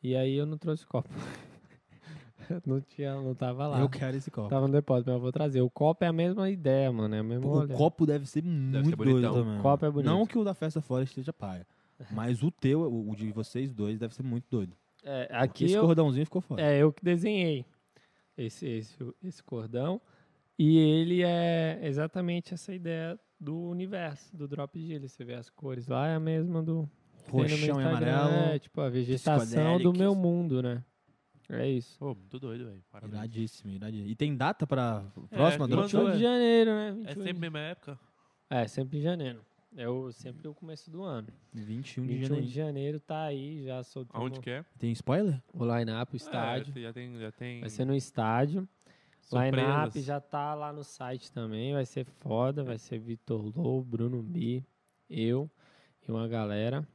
[SPEAKER 3] e aí eu não trouxe o copo. não tinha, não tava lá. Tá
[SPEAKER 2] Eu quero esse copo.
[SPEAKER 3] Tava no depósito, mas eu vou trazer. O copo é a mesma ideia, mano, é a mesma
[SPEAKER 2] Pô,
[SPEAKER 3] olhada.
[SPEAKER 2] o copo deve ser muito doido
[SPEAKER 1] bonitão.
[SPEAKER 2] também.
[SPEAKER 3] O copo é bonito.
[SPEAKER 2] Não que o da festa Forest esteja paia. Mas o teu, o o de vocês dois, deve ser muito doido.
[SPEAKER 3] É,
[SPEAKER 2] Porque
[SPEAKER 3] aqui
[SPEAKER 2] esse
[SPEAKER 3] eu,
[SPEAKER 2] cordãozinho ficou foda.
[SPEAKER 3] É, eu que desenhei esse, esse, esse cordão. E ele é exatamente essa ideia do universo, do Drop Gilly. Você vê as cores lá, é a mesma do. que tem no meu
[SPEAKER 2] Roxão e
[SPEAKER 3] Instagram.
[SPEAKER 2] amarelo.
[SPEAKER 3] É, tipo, a vegetação do
[SPEAKER 2] psicodélicos.
[SPEAKER 3] meu mundo, né? É isso.
[SPEAKER 1] Pô, muito doido, velho. Parabéns.
[SPEAKER 2] Iradíssimo, iradíssimo. E tem data pra próxima
[SPEAKER 1] É,
[SPEAKER 2] droga?
[SPEAKER 1] quando-
[SPEAKER 3] 28 de um janeiro, né?
[SPEAKER 1] É
[SPEAKER 3] 28
[SPEAKER 1] sempre a mesma época.
[SPEAKER 3] É, sempre em janeiro. Eu sempre o começo do ano.
[SPEAKER 2] 21 de
[SPEAKER 3] 21
[SPEAKER 2] janeiro.
[SPEAKER 3] de janeiro tá aí, já soltou
[SPEAKER 1] Aonde que é?
[SPEAKER 2] Tem spoiler?
[SPEAKER 3] o line-up, o
[SPEAKER 1] É,
[SPEAKER 3] estádio.
[SPEAKER 1] você já tem, já tem
[SPEAKER 3] vai ser no estádio. O
[SPEAKER 1] surpresas.
[SPEAKER 3] line-up já tá lá no site também. Vai ser foda. Vai ser Vitor Lou, Bruno Bi, eu e uma galera.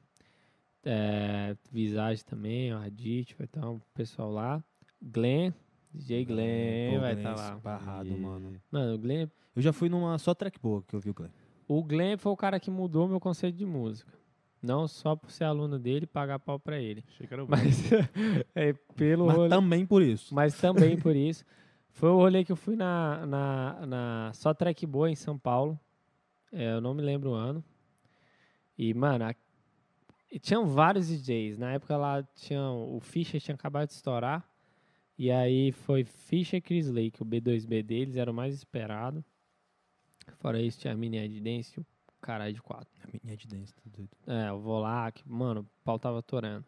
[SPEAKER 3] É, Visage também, o Adit, vai estar um pessoal lá. Glenn, DJ Glenn
[SPEAKER 2] É, Pô,
[SPEAKER 3] vai
[SPEAKER 2] Glenn
[SPEAKER 3] estar lá.
[SPEAKER 2] esbarrado,
[SPEAKER 5] E-
[SPEAKER 2] mano.
[SPEAKER 3] Mano, o Glenn,
[SPEAKER 2] Eu já fui numa só track boa que eu vi o Glenn.
[SPEAKER 3] o Glenn foi o cara que mudou meu conceito de música. Não só por ser aluno dele e pagar pau pra ele.
[SPEAKER 1] Achei que era o
[SPEAKER 3] Mas é pelo
[SPEAKER 2] Mas
[SPEAKER 3] rolê-
[SPEAKER 2] também por isso.
[SPEAKER 3] mas também por isso. Foi o rolê que eu fui na, na, na Só Track Boa em São Paulo. É, eu não me lembro o ano. E, mano, a- e tinham vários DJs. Na época lá tinham. O Fischer tinha acabado de estourar. E aí foi Fischer e Chris Lake, o B2B deles, era o mais esperado. Fora isso, tinha a Mini Ed Dance, o caralho de quatro.
[SPEAKER 2] A minha de dance, tá doido.
[SPEAKER 3] É, o Volac, mano, o pau tava atorando.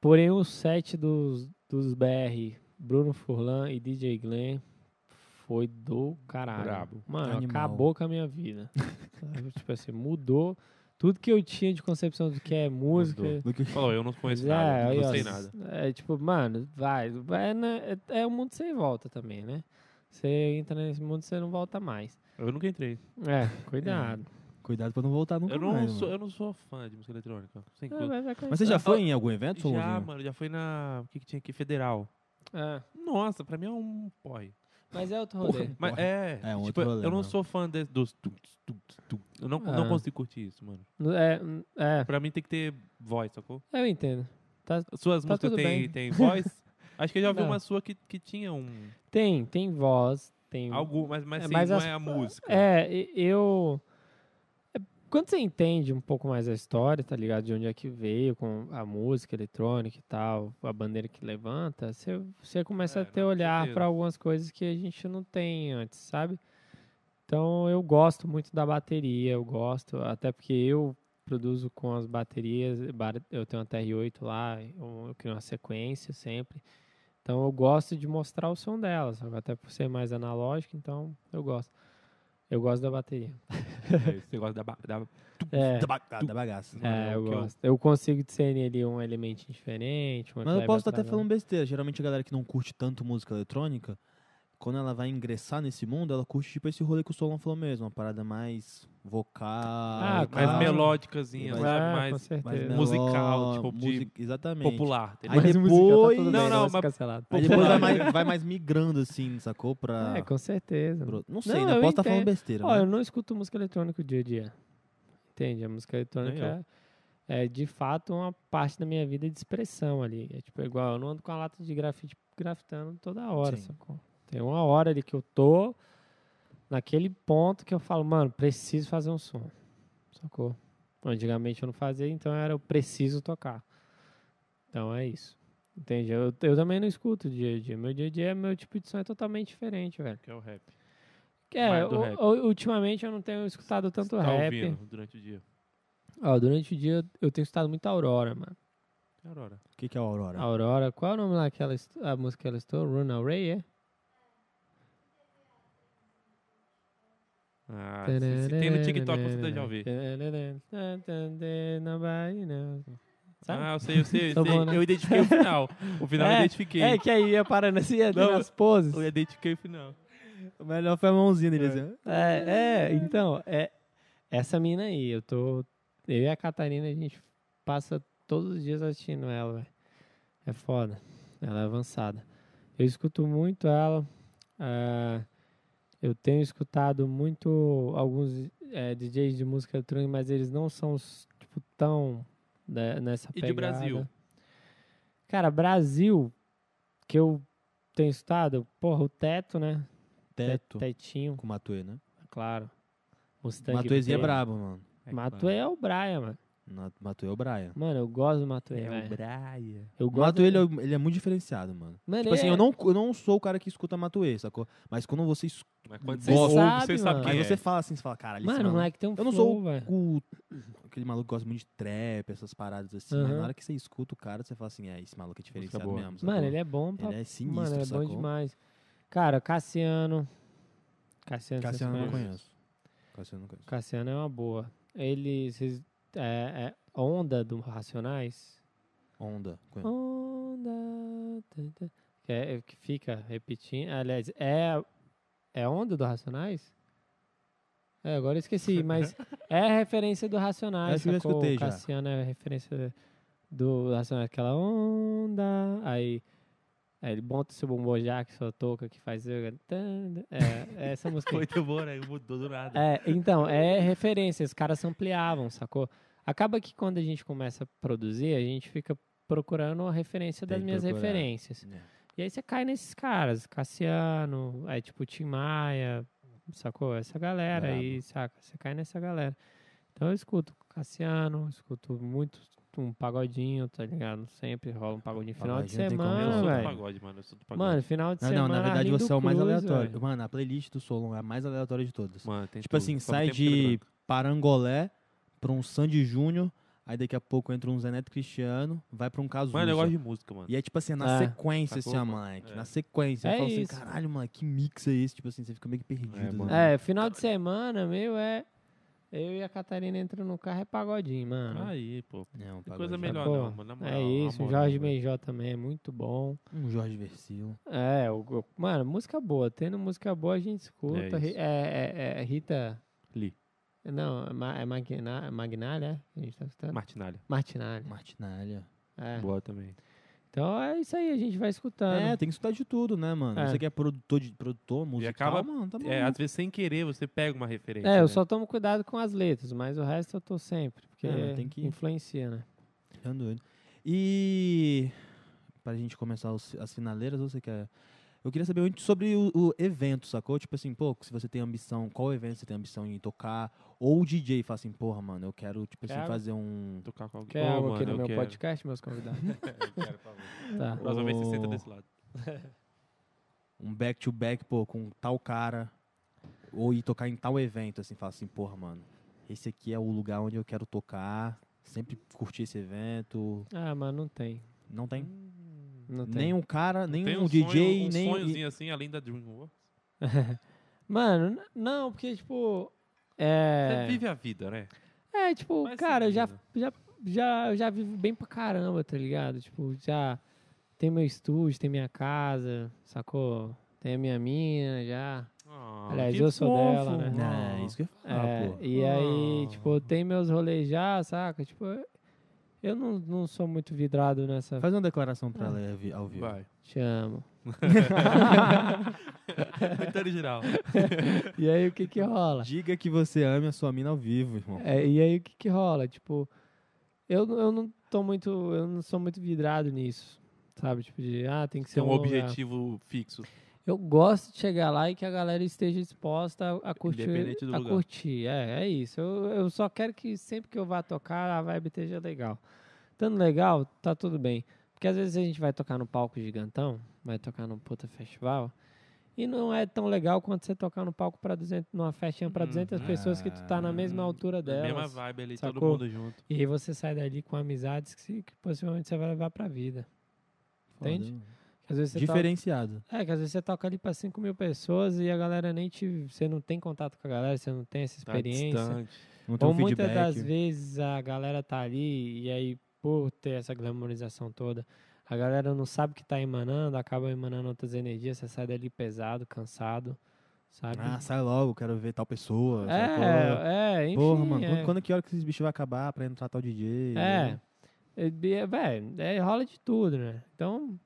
[SPEAKER 3] Porém, o set dos, dos BR, Bruno Furlan e DJ Glenn, foi do caralho.
[SPEAKER 1] Brabo.
[SPEAKER 3] Mano,
[SPEAKER 2] Animal.
[SPEAKER 3] acabou com a minha vida. Sabe? tipo assim, mudou tudo que eu tinha de concepção do que é música.
[SPEAKER 1] Mudou. Falou, eu não conheço
[SPEAKER 3] Mas é,
[SPEAKER 1] nada,
[SPEAKER 3] aí,
[SPEAKER 1] não
[SPEAKER 3] ó,
[SPEAKER 1] sei nada.
[SPEAKER 3] É tipo, mano, vai. vai né? é, é um mundo sem volta também, né? Você entra nesse mundo, você não volta mais.
[SPEAKER 1] Eu nunca entrei.
[SPEAKER 3] É, cuidado.
[SPEAKER 2] Cuidado pra não voltar nunca
[SPEAKER 1] Eu não,
[SPEAKER 2] mais,
[SPEAKER 1] sou,
[SPEAKER 2] mano.
[SPEAKER 1] eu não sou fã de música eletrônica. Sem
[SPEAKER 3] Ah,
[SPEAKER 1] coisa.
[SPEAKER 3] vai- vai
[SPEAKER 2] Mas você
[SPEAKER 3] conhecer.
[SPEAKER 2] já foi em algum evento,
[SPEAKER 1] Já,
[SPEAKER 3] né?
[SPEAKER 2] Solonzinho?
[SPEAKER 1] mano, já foi na. O que, que tinha aqui? Federal.
[SPEAKER 3] Ah,
[SPEAKER 1] Nossa, pra mim é um porre.
[SPEAKER 3] mas é outro rolê.
[SPEAKER 1] Mas é.
[SPEAKER 2] É um
[SPEAKER 1] tipo,
[SPEAKER 2] outro rolê,
[SPEAKER 1] eu não
[SPEAKER 2] mano.
[SPEAKER 1] sou fã de, dos. tum, tum, tum. Eu não, não
[SPEAKER 3] Ah.
[SPEAKER 1] consigo curtir isso, mano.
[SPEAKER 3] É, é,
[SPEAKER 1] Pra mim tem que ter voz, sacou?
[SPEAKER 3] Eu entendo. Tá-
[SPEAKER 1] Suas
[SPEAKER 3] Tá
[SPEAKER 1] músicas
[SPEAKER 3] tudo
[SPEAKER 1] tem,
[SPEAKER 3] bem.
[SPEAKER 1] tem voz? Acho que eu já ouvi
[SPEAKER 3] Não.
[SPEAKER 1] uma sua que, que tinha um.
[SPEAKER 3] tem, tem voz, tem.
[SPEAKER 1] Algo, mas, mas,
[SPEAKER 3] É,
[SPEAKER 1] assim,
[SPEAKER 3] mas
[SPEAKER 1] não
[SPEAKER 3] as-
[SPEAKER 1] é a música.
[SPEAKER 3] É, e- eu. é, Quando você entende um pouco mais a história, tá ligado? De onde é que veio, com a música eletrônica e tal, a bandeira que levanta, você, você começa
[SPEAKER 1] É,
[SPEAKER 3] a ter
[SPEAKER 1] não, com
[SPEAKER 3] olhar
[SPEAKER 1] certeza.
[SPEAKER 3] para algumas coisas que a gente não tem antes, sabe? Então eu gosto muito da bateria, eu gosto, até porque eu produzo com as baterias, bar- eu tenho uma TR8 lá, eu, eu crio uma sequência sempre. Então eu gosto de mostrar o som delas, sabe? até por ser mais analógico, então eu gosto. Eu gosto da bateria.
[SPEAKER 1] É Esse negócio da. ba- da
[SPEAKER 3] É,
[SPEAKER 2] Da, baga- da bagaça.
[SPEAKER 1] mano,
[SPEAKER 3] é,
[SPEAKER 1] é o
[SPEAKER 3] eu
[SPEAKER 1] que eu-
[SPEAKER 3] gosto. Eu consigo discernir ali um elemento diferente. uma
[SPEAKER 2] Mas eu
[SPEAKER 3] que
[SPEAKER 2] posso estar
[SPEAKER 3] vai
[SPEAKER 2] até um
[SPEAKER 3] pra-
[SPEAKER 2] falando besteira. Geralmente a galera que não curte tanto música eletrônica, quando ela vai ingressar nesse mundo, ela curte tipo esse rolê que o Solon falou mesmo, uma parada mais vocal.
[SPEAKER 3] Ah,
[SPEAKER 1] mais
[SPEAKER 3] claro.
[SPEAKER 1] melódicazinha,
[SPEAKER 2] Mas-
[SPEAKER 1] sabe?
[SPEAKER 3] É, com
[SPEAKER 1] Mais
[SPEAKER 2] mais
[SPEAKER 3] certeza.
[SPEAKER 1] melódico, musical,
[SPEAKER 2] meló-
[SPEAKER 1] tipo, de
[SPEAKER 2] exatamente.
[SPEAKER 1] popular. tá
[SPEAKER 2] Aí
[SPEAKER 1] ligado?
[SPEAKER 3] Mas musical tá tudo
[SPEAKER 2] depois-
[SPEAKER 3] bem,
[SPEAKER 1] Não, não,
[SPEAKER 3] vai ser
[SPEAKER 1] mas-
[SPEAKER 3] cancelado.
[SPEAKER 2] né? Aí depois vai mais, vai mais migrando, assim, sacou? Pra.
[SPEAKER 3] É, com certeza.
[SPEAKER 2] pro- Não sei,
[SPEAKER 3] Não,
[SPEAKER 2] né?
[SPEAKER 3] eu
[SPEAKER 2] Posso estar falando
[SPEAKER 3] entendo.
[SPEAKER 2] besteira.
[SPEAKER 3] Ó,
[SPEAKER 2] né?
[SPEAKER 3] eu não escuto música eletrônica o dia a dia. Entende? A música eletrônica é, é, de fato uma parte da minha vida de expressão ali. É tipo igual, eu não ando com a lata de grafite grafitando toda hora,
[SPEAKER 2] Sim.
[SPEAKER 3] sacou? Tem uma hora ali que eu tô naquele ponto que eu falo, mano, preciso fazer um som. Sacou? Antigamente eu não fazia, então era eu preciso tocar. Então é isso. Entende? Eu, eu também não escuto o dia a dia. Meu dia a dia, meu tipo de som é totalmente diferente, velho.
[SPEAKER 1] Que é o rap.
[SPEAKER 3] É,
[SPEAKER 1] Mais do
[SPEAKER 3] u-
[SPEAKER 1] rap.
[SPEAKER 3] u- ultimamente eu não tenho escutado tanto
[SPEAKER 1] Tá
[SPEAKER 3] rap.
[SPEAKER 1] ouvindo durante o dia.
[SPEAKER 3] Ó, durante o dia eu tenho escutado muito Aurora, mano.
[SPEAKER 1] Que Aurora.
[SPEAKER 2] O que, que é o Aurora?
[SPEAKER 3] Aurora, qual é o nome daquela est- a música que ela estou? Runaway, é?
[SPEAKER 1] Ah, se, se tem no TikTok, você já ouviu.
[SPEAKER 3] Sabe?
[SPEAKER 1] Ah, eu sei, eu sei. Eu,
[SPEAKER 3] Tá
[SPEAKER 1] sei.
[SPEAKER 3] bom, né?
[SPEAKER 1] eu identifiquei o final. O final eu
[SPEAKER 3] É,
[SPEAKER 1] identifiquei.
[SPEAKER 3] É, que aí ia parando assim, ia
[SPEAKER 1] Não,
[SPEAKER 3] dando as poses.
[SPEAKER 1] Eu identifiquei o final.
[SPEAKER 2] O melhor foi a mãozinha dele, assim.
[SPEAKER 3] É, é, então, é essa mina aí, eu tô. Eu e a Catarina, a gente passa todos os dias assistindo ela, velho. É foda. Ela é avançada. Eu escuto muito ela. ah, eu tenho escutado muito alguns eh, DJs de música eletrônica, mas eles não são os, tipo, tão né, nessa
[SPEAKER 1] E
[SPEAKER 3] pegada.
[SPEAKER 1] de Brasil?
[SPEAKER 3] Cara, Brasil, que eu tenho escutado, porra, o teto, né?
[SPEAKER 2] Teto.
[SPEAKER 3] Tetinho.
[SPEAKER 2] Com o Matue, né?
[SPEAKER 3] Claro. Mustang
[SPEAKER 2] Matuezinho é
[SPEAKER 3] Brahma.
[SPEAKER 2] brabo, mano.
[SPEAKER 3] Matuê é o Brian, mano.
[SPEAKER 2] Na- Matue é o Brian.
[SPEAKER 3] Mano, eu gosto do Matuê,
[SPEAKER 1] É o
[SPEAKER 3] velho.
[SPEAKER 1] Braia.
[SPEAKER 3] Eu
[SPEAKER 2] O
[SPEAKER 3] gosto
[SPEAKER 2] Matuê, ele, é- ele é muito diferenciado, mano.
[SPEAKER 3] Mano,
[SPEAKER 2] Tipo assim,
[SPEAKER 3] ele é-
[SPEAKER 2] eu não, eu não sou o cara que escuta Matuê, sacou? Mas quando você escuta,
[SPEAKER 1] Mas quando
[SPEAKER 2] Você
[SPEAKER 1] você ouve,
[SPEAKER 3] é sabe,
[SPEAKER 1] você sabe
[SPEAKER 3] mano.
[SPEAKER 1] quem é.
[SPEAKER 2] mas você fala assim, você fala, caralho,
[SPEAKER 3] Mano, o
[SPEAKER 2] esse maluco
[SPEAKER 3] moleque tem um
[SPEAKER 2] Eu não
[SPEAKER 3] flow,
[SPEAKER 2] sou
[SPEAKER 3] velho.
[SPEAKER 2] cu- aquele maluco que gosta muito de trap, essas paradas assim. Mas
[SPEAKER 3] Aham.
[SPEAKER 2] na hora que você escuta o cara, você fala assim, é, esse maluco é diferenciado
[SPEAKER 1] boa.
[SPEAKER 2] mesmo.
[SPEAKER 3] Mano,
[SPEAKER 2] sacou?
[SPEAKER 3] ele é bom pra...
[SPEAKER 2] Ele é sinistro,
[SPEAKER 3] Mano, ele é
[SPEAKER 2] sacou?
[SPEAKER 3] bom demais. Cara, Cassiano... Cassiano,
[SPEAKER 2] Cassiano eu não
[SPEAKER 3] você conhece?
[SPEAKER 2] conheço. Cassiano não conheço.
[SPEAKER 3] Cassiano é uma boa. Eles. eles- é, é onda do Racionais?
[SPEAKER 2] Onda. Conheço.
[SPEAKER 3] Onda. tan, tan. Que, é, que fica repetindo. Aliás, é. É onda do Racionais? É, agora eu esqueci, mas é referência do Racionais.
[SPEAKER 4] Acho que eu já
[SPEAKER 3] sacou?
[SPEAKER 4] escutei já.
[SPEAKER 3] Cassiano é referência do Racionais, aquela onda. Aí, aí ele monta seu bombojac, sua touca que faz. tan, É, é essa música. aí.
[SPEAKER 1] Muito bom, né? Mudou do nada.
[SPEAKER 3] É, então, é referência, os caras ampliavam, sacou? Acaba que quando a gente começa a produzir, a gente fica procurando a referência das
[SPEAKER 2] que
[SPEAKER 3] minhas
[SPEAKER 2] procurar.
[SPEAKER 3] referências.
[SPEAKER 2] É.
[SPEAKER 3] E aí você cai nesses caras, Cassiano, é tipo Tim Maia, sacou? Essa galera aí, saca? Você cai nessa galera. Então eu escuto Cassiano, escuto muito um pagodinho, tá ligado? Sempre rola um pagodinho. Final de
[SPEAKER 2] Pagodinho não tem
[SPEAKER 1] eu
[SPEAKER 2] como,
[SPEAKER 3] semana,
[SPEAKER 1] sou do
[SPEAKER 3] velho.
[SPEAKER 1] pagode, mano. Eu sou do pagode.
[SPEAKER 3] Mano, final de
[SPEAKER 2] Ah,
[SPEAKER 3] semana.
[SPEAKER 2] não, na verdade
[SPEAKER 3] Arlindo
[SPEAKER 2] você é o mais
[SPEAKER 3] Cruz,
[SPEAKER 2] aleatório.
[SPEAKER 3] velho.
[SPEAKER 2] Mano, a playlist do Solon é a mais aleatória de todas.
[SPEAKER 1] Mano, tem
[SPEAKER 2] tipo
[SPEAKER 1] tudo.
[SPEAKER 2] assim,
[SPEAKER 1] Só não
[SPEAKER 2] sai
[SPEAKER 1] tem preto e
[SPEAKER 2] de
[SPEAKER 1] branco.
[SPEAKER 2] Parangolé pra um Sandy Júnior, aí daqui a pouco entra um Zeneto Cristiano, vai pra um Cazuza.
[SPEAKER 1] Mano, eu gosto de música, mano.
[SPEAKER 2] E é tipo assim, na
[SPEAKER 3] É.
[SPEAKER 2] sequência,
[SPEAKER 1] Sacou,
[SPEAKER 2] assim, ó,
[SPEAKER 1] mano?
[SPEAKER 2] moleque.
[SPEAKER 1] É.
[SPEAKER 2] Na sequência.
[SPEAKER 3] É
[SPEAKER 2] eu falo
[SPEAKER 3] isso.
[SPEAKER 2] assim, caralho, mano, que mix é esse? Tipo assim, você fica meio que perdido.
[SPEAKER 1] É,
[SPEAKER 2] né?
[SPEAKER 1] mano.
[SPEAKER 3] É, final de semana, meu, é. Eu e a Catarina entrando no carro é pagodinho, mano.
[SPEAKER 1] Aí, pô.
[SPEAKER 2] É um
[SPEAKER 1] Tem
[SPEAKER 2] pagode.
[SPEAKER 1] coisa Ah, melhor
[SPEAKER 3] Pô,
[SPEAKER 1] não, mano. Na moral,
[SPEAKER 3] é isso,
[SPEAKER 1] na
[SPEAKER 3] o
[SPEAKER 1] moral, né,
[SPEAKER 3] Jorge
[SPEAKER 1] velho.
[SPEAKER 3] Benjó também é muito bom.
[SPEAKER 2] Um Jorge Versilo.
[SPEAKER 3] É, o- o- mano, música boa. Tendo música boa, a gente escuta.
[SPEAKER 1] É
[SPEAKER 3] Ri-
[SPEAKER 1] isso.
[SPEAKER 3] É, é- é Rita.
[SPEAKER 1] Lee.
[SPEAKER 3] Não, é, Ma- é Magna, Magnália, é? que a gente tá escutando.
[SPEAKER 1] Martinalha.
[SPEAKER 2] um
[SPEAKER 3] Martinalha.
[SPEAKER 2] Martinalha.
[SPEAKER 3] é.
[SPEAKER 1] Boa também.
[SPEAKER 3] Então é isso aí, a gente vai escutando.
[SPEAKER 2] É, tem que escutar de tudo, né, mano?
[SPEAKER 3] É.
[SPEAKER 2] Você que é produtor, de, produtor musical,
[SPEAKER 1] acaba-
[SPEAKER 2] mano, tá bom.
[SPEAKER 1] É, às vezes sem querer você pega uma referência.
[SPEAKER 3] É,
[SPEAKER 1] né?
[SPEAKER 3] eu só tomo cuidado com as letras, mas o resto eu tô sempre, porque
[SPEAKER 2] É, mas tem que-
[SPEAKER 3] influencia, né?
[SPEAKER 2] Tá doido. E pra gente começar os- as finaleiras, você quer. Eu queria saber antes sobre o, o evento, sacou? Tipo assim, pô, se você tem ambição, qual evento você tem ambição em tocar? Ou o DJ fala assim, porra, mano, eu quero, tipo assim,
[SPEAKER 3] Quer água?
[SPEAKER 2] fazer um.
[SPEAKER 1] Tocar com alguém.
[SPEAKER 3] Quer
[SPEAKER 1] Ô,
[SPEAKER 3] algo
[SPEAKER 1] mano,
[SPEAKER 3] aqui no
[SPEAKER 1] eu
[SPEAKER 3] meu
[SPEAKER 1] quero.
[SPEAKER 3] podcast, meus convidados?
[SPEAKER 1] Eu quero, por favor.
[SPEAKER 3] tá.
[SPEAKER 1] Próxima vez você senta
[SPEAKER 2] Ô.
[SPEAKER 1] desse lado.
[SPEAKER 2] Um back-to-back, pô, com tal cara. Ou ir tocar em tal evento, assim, fala assim, porra, mano, esse aqui é o lugar onde eu quero tocar. Sempre curti esse evento.
[SPEAKER 3] Ah, mano, não tem.
[SPEAKER 2] Não tem.
[SPEAKER 3] Não tem.
[SPEAKER 2] Nem um cara, nem
[SPEAKER 1] Tem
[SPEAKER 2] um, DJ,
[SPEAKER 1] sonho, um
[SPEAKER 2] nem.
[SPEAKER 1] sonhozinho assim, além da DreamWorks.
[SPEAKER 3] Mano, n- não, porque, tipo.
[SPEAKER 1] Você
[SPEAKER 3] É.
[SPEAKER 1] vive a vida, né?
[SPEAKER 3] É, tipo,
[SPEAKER 1] Faz
[SPEAKER 3] cara, eu já,
[SPEAKER 1] sentido.
[SPEAKER 3] já, já, eu já vivo bem pra caramba, tá ligado? Tipo, já tem meu estúdio, tem minha casa, sacou? Tem a minha minha, já.
[SPEAKER 1] Ah,
[SPEAKER 3] Aliás,
[SPEAKER 1] que
[SPEAKER 3] eu sou
[SPEAKER 1] fofo.
[SPEAKER 3] dela, né?
[SPEAKER 2] Ah, isso que eu ia falar,
[SPEAKER 3] É,
[SPEAKER 2] pô.
[SPEAKER 3] e aí,
[SPEAKER 1] Ah.
[SPEAKER 3] tipo, tem meus rolês já, saca? Tipo, eu não, não sou muito vidrado nessa.
[SPEAKER 2] Faz uma declaração
[SPEAKER 3] É.
[SPEAKER 2] pra ela ao vi- ao vivo.
[SPEAKER 1] Vai.
[SPEAKER 3] Te amo.
[SPEAKER 1] Coitado geral.
[SPEAKER 3] E aí, o que que rola?
[SPEAKER 2] Diga que você ame a sua mina ao vivo, irmão.
[SPEAKER 3] É, e aí o que que rola? Tipo, eu, n- eu não tô muito, eu não sou muito vidrado nisso, sabe? Tipo de, ah, tem que ser
[SPEAKER 1] Tem um
[SPEAKER 3] lugar.
[SPEAKER 1] objetivo fixo.
[SPEAKER 3] Eu gosto de chegar lá e que a galera esteja disposta a, a curtir,
[SPEAKER 1] Independente do
[SPEAKER 3] a
[SPEAKER 1] lugar.
[SPEAKER 3] curtir. É, é isso. Eu, eu só quero que sempre que eu vá tocar a vibe esteja legal. Tando legal, tá tudo bem. Porque às vezes a gente vai tocar no palco gigantão, vai tocar num puta festival, e não é tão legal quanto você tocar no palco para 200, numa festinha para 200 pessoas que tu tá na mesma altura
[SPEAKER 1] Da
[SPEAKER 3] delas.
[SPEAKER 1] Uhum. Ah, é mesma vibe ali, todo
[SPEAKER 3] sacou?
[SPEAKER 1] mundo junto.
[SPEAKER 3] E aí você sai dali com amizades que, se- que possivelmente você vai levar pra vida.
[SPEAKER 2] Foda,
[SPEAKER 3] Entende?
[SPEAKER 2] mano.
[SPEAKER 3] Que às vezes você tá
[SPEAKER 2] Diferenciado.
[SPEAKER 3] toca- é, que às vezes você toca ali pra 5 mil pessoas e a galera nem te. Você não tem contato com a galera, você não tem essa
[SPEAKER 1] Tá
[SPEAKER 3] experiência.
[SPEAKER 1] distante.
[SPEAKER 2] Não tem
[SPEAKER 3] Ou
[SPEAKER 2] um
[SPEAKER 3] muitas
[SPEAKER 2] feedback.
[SPEAKER 3] das vezes a galera tá ali e aí, por ter essa glamorização toda, a galera não sabe o que tá emanando, acaba emanando outras energias, você sai dali pesado, cansado, sabe?
[SPEAKER 2] Ah, sai logo, quero ver tal pessoa. sacou?
[SPEAKER 3] é, é, enfim.
[SPEAKER 2] Porra, mano,
[SPEAKER 3] é.
[SPEAKER 2] quando, quando que hora que esses bichos vão acabar pra entrar tal DJ?
[SPEAKER 3] É.
[SPEAKER 2] né?
[SPEAKER 3] É, bi- é, Véi, é, rola de tudo, né? Então,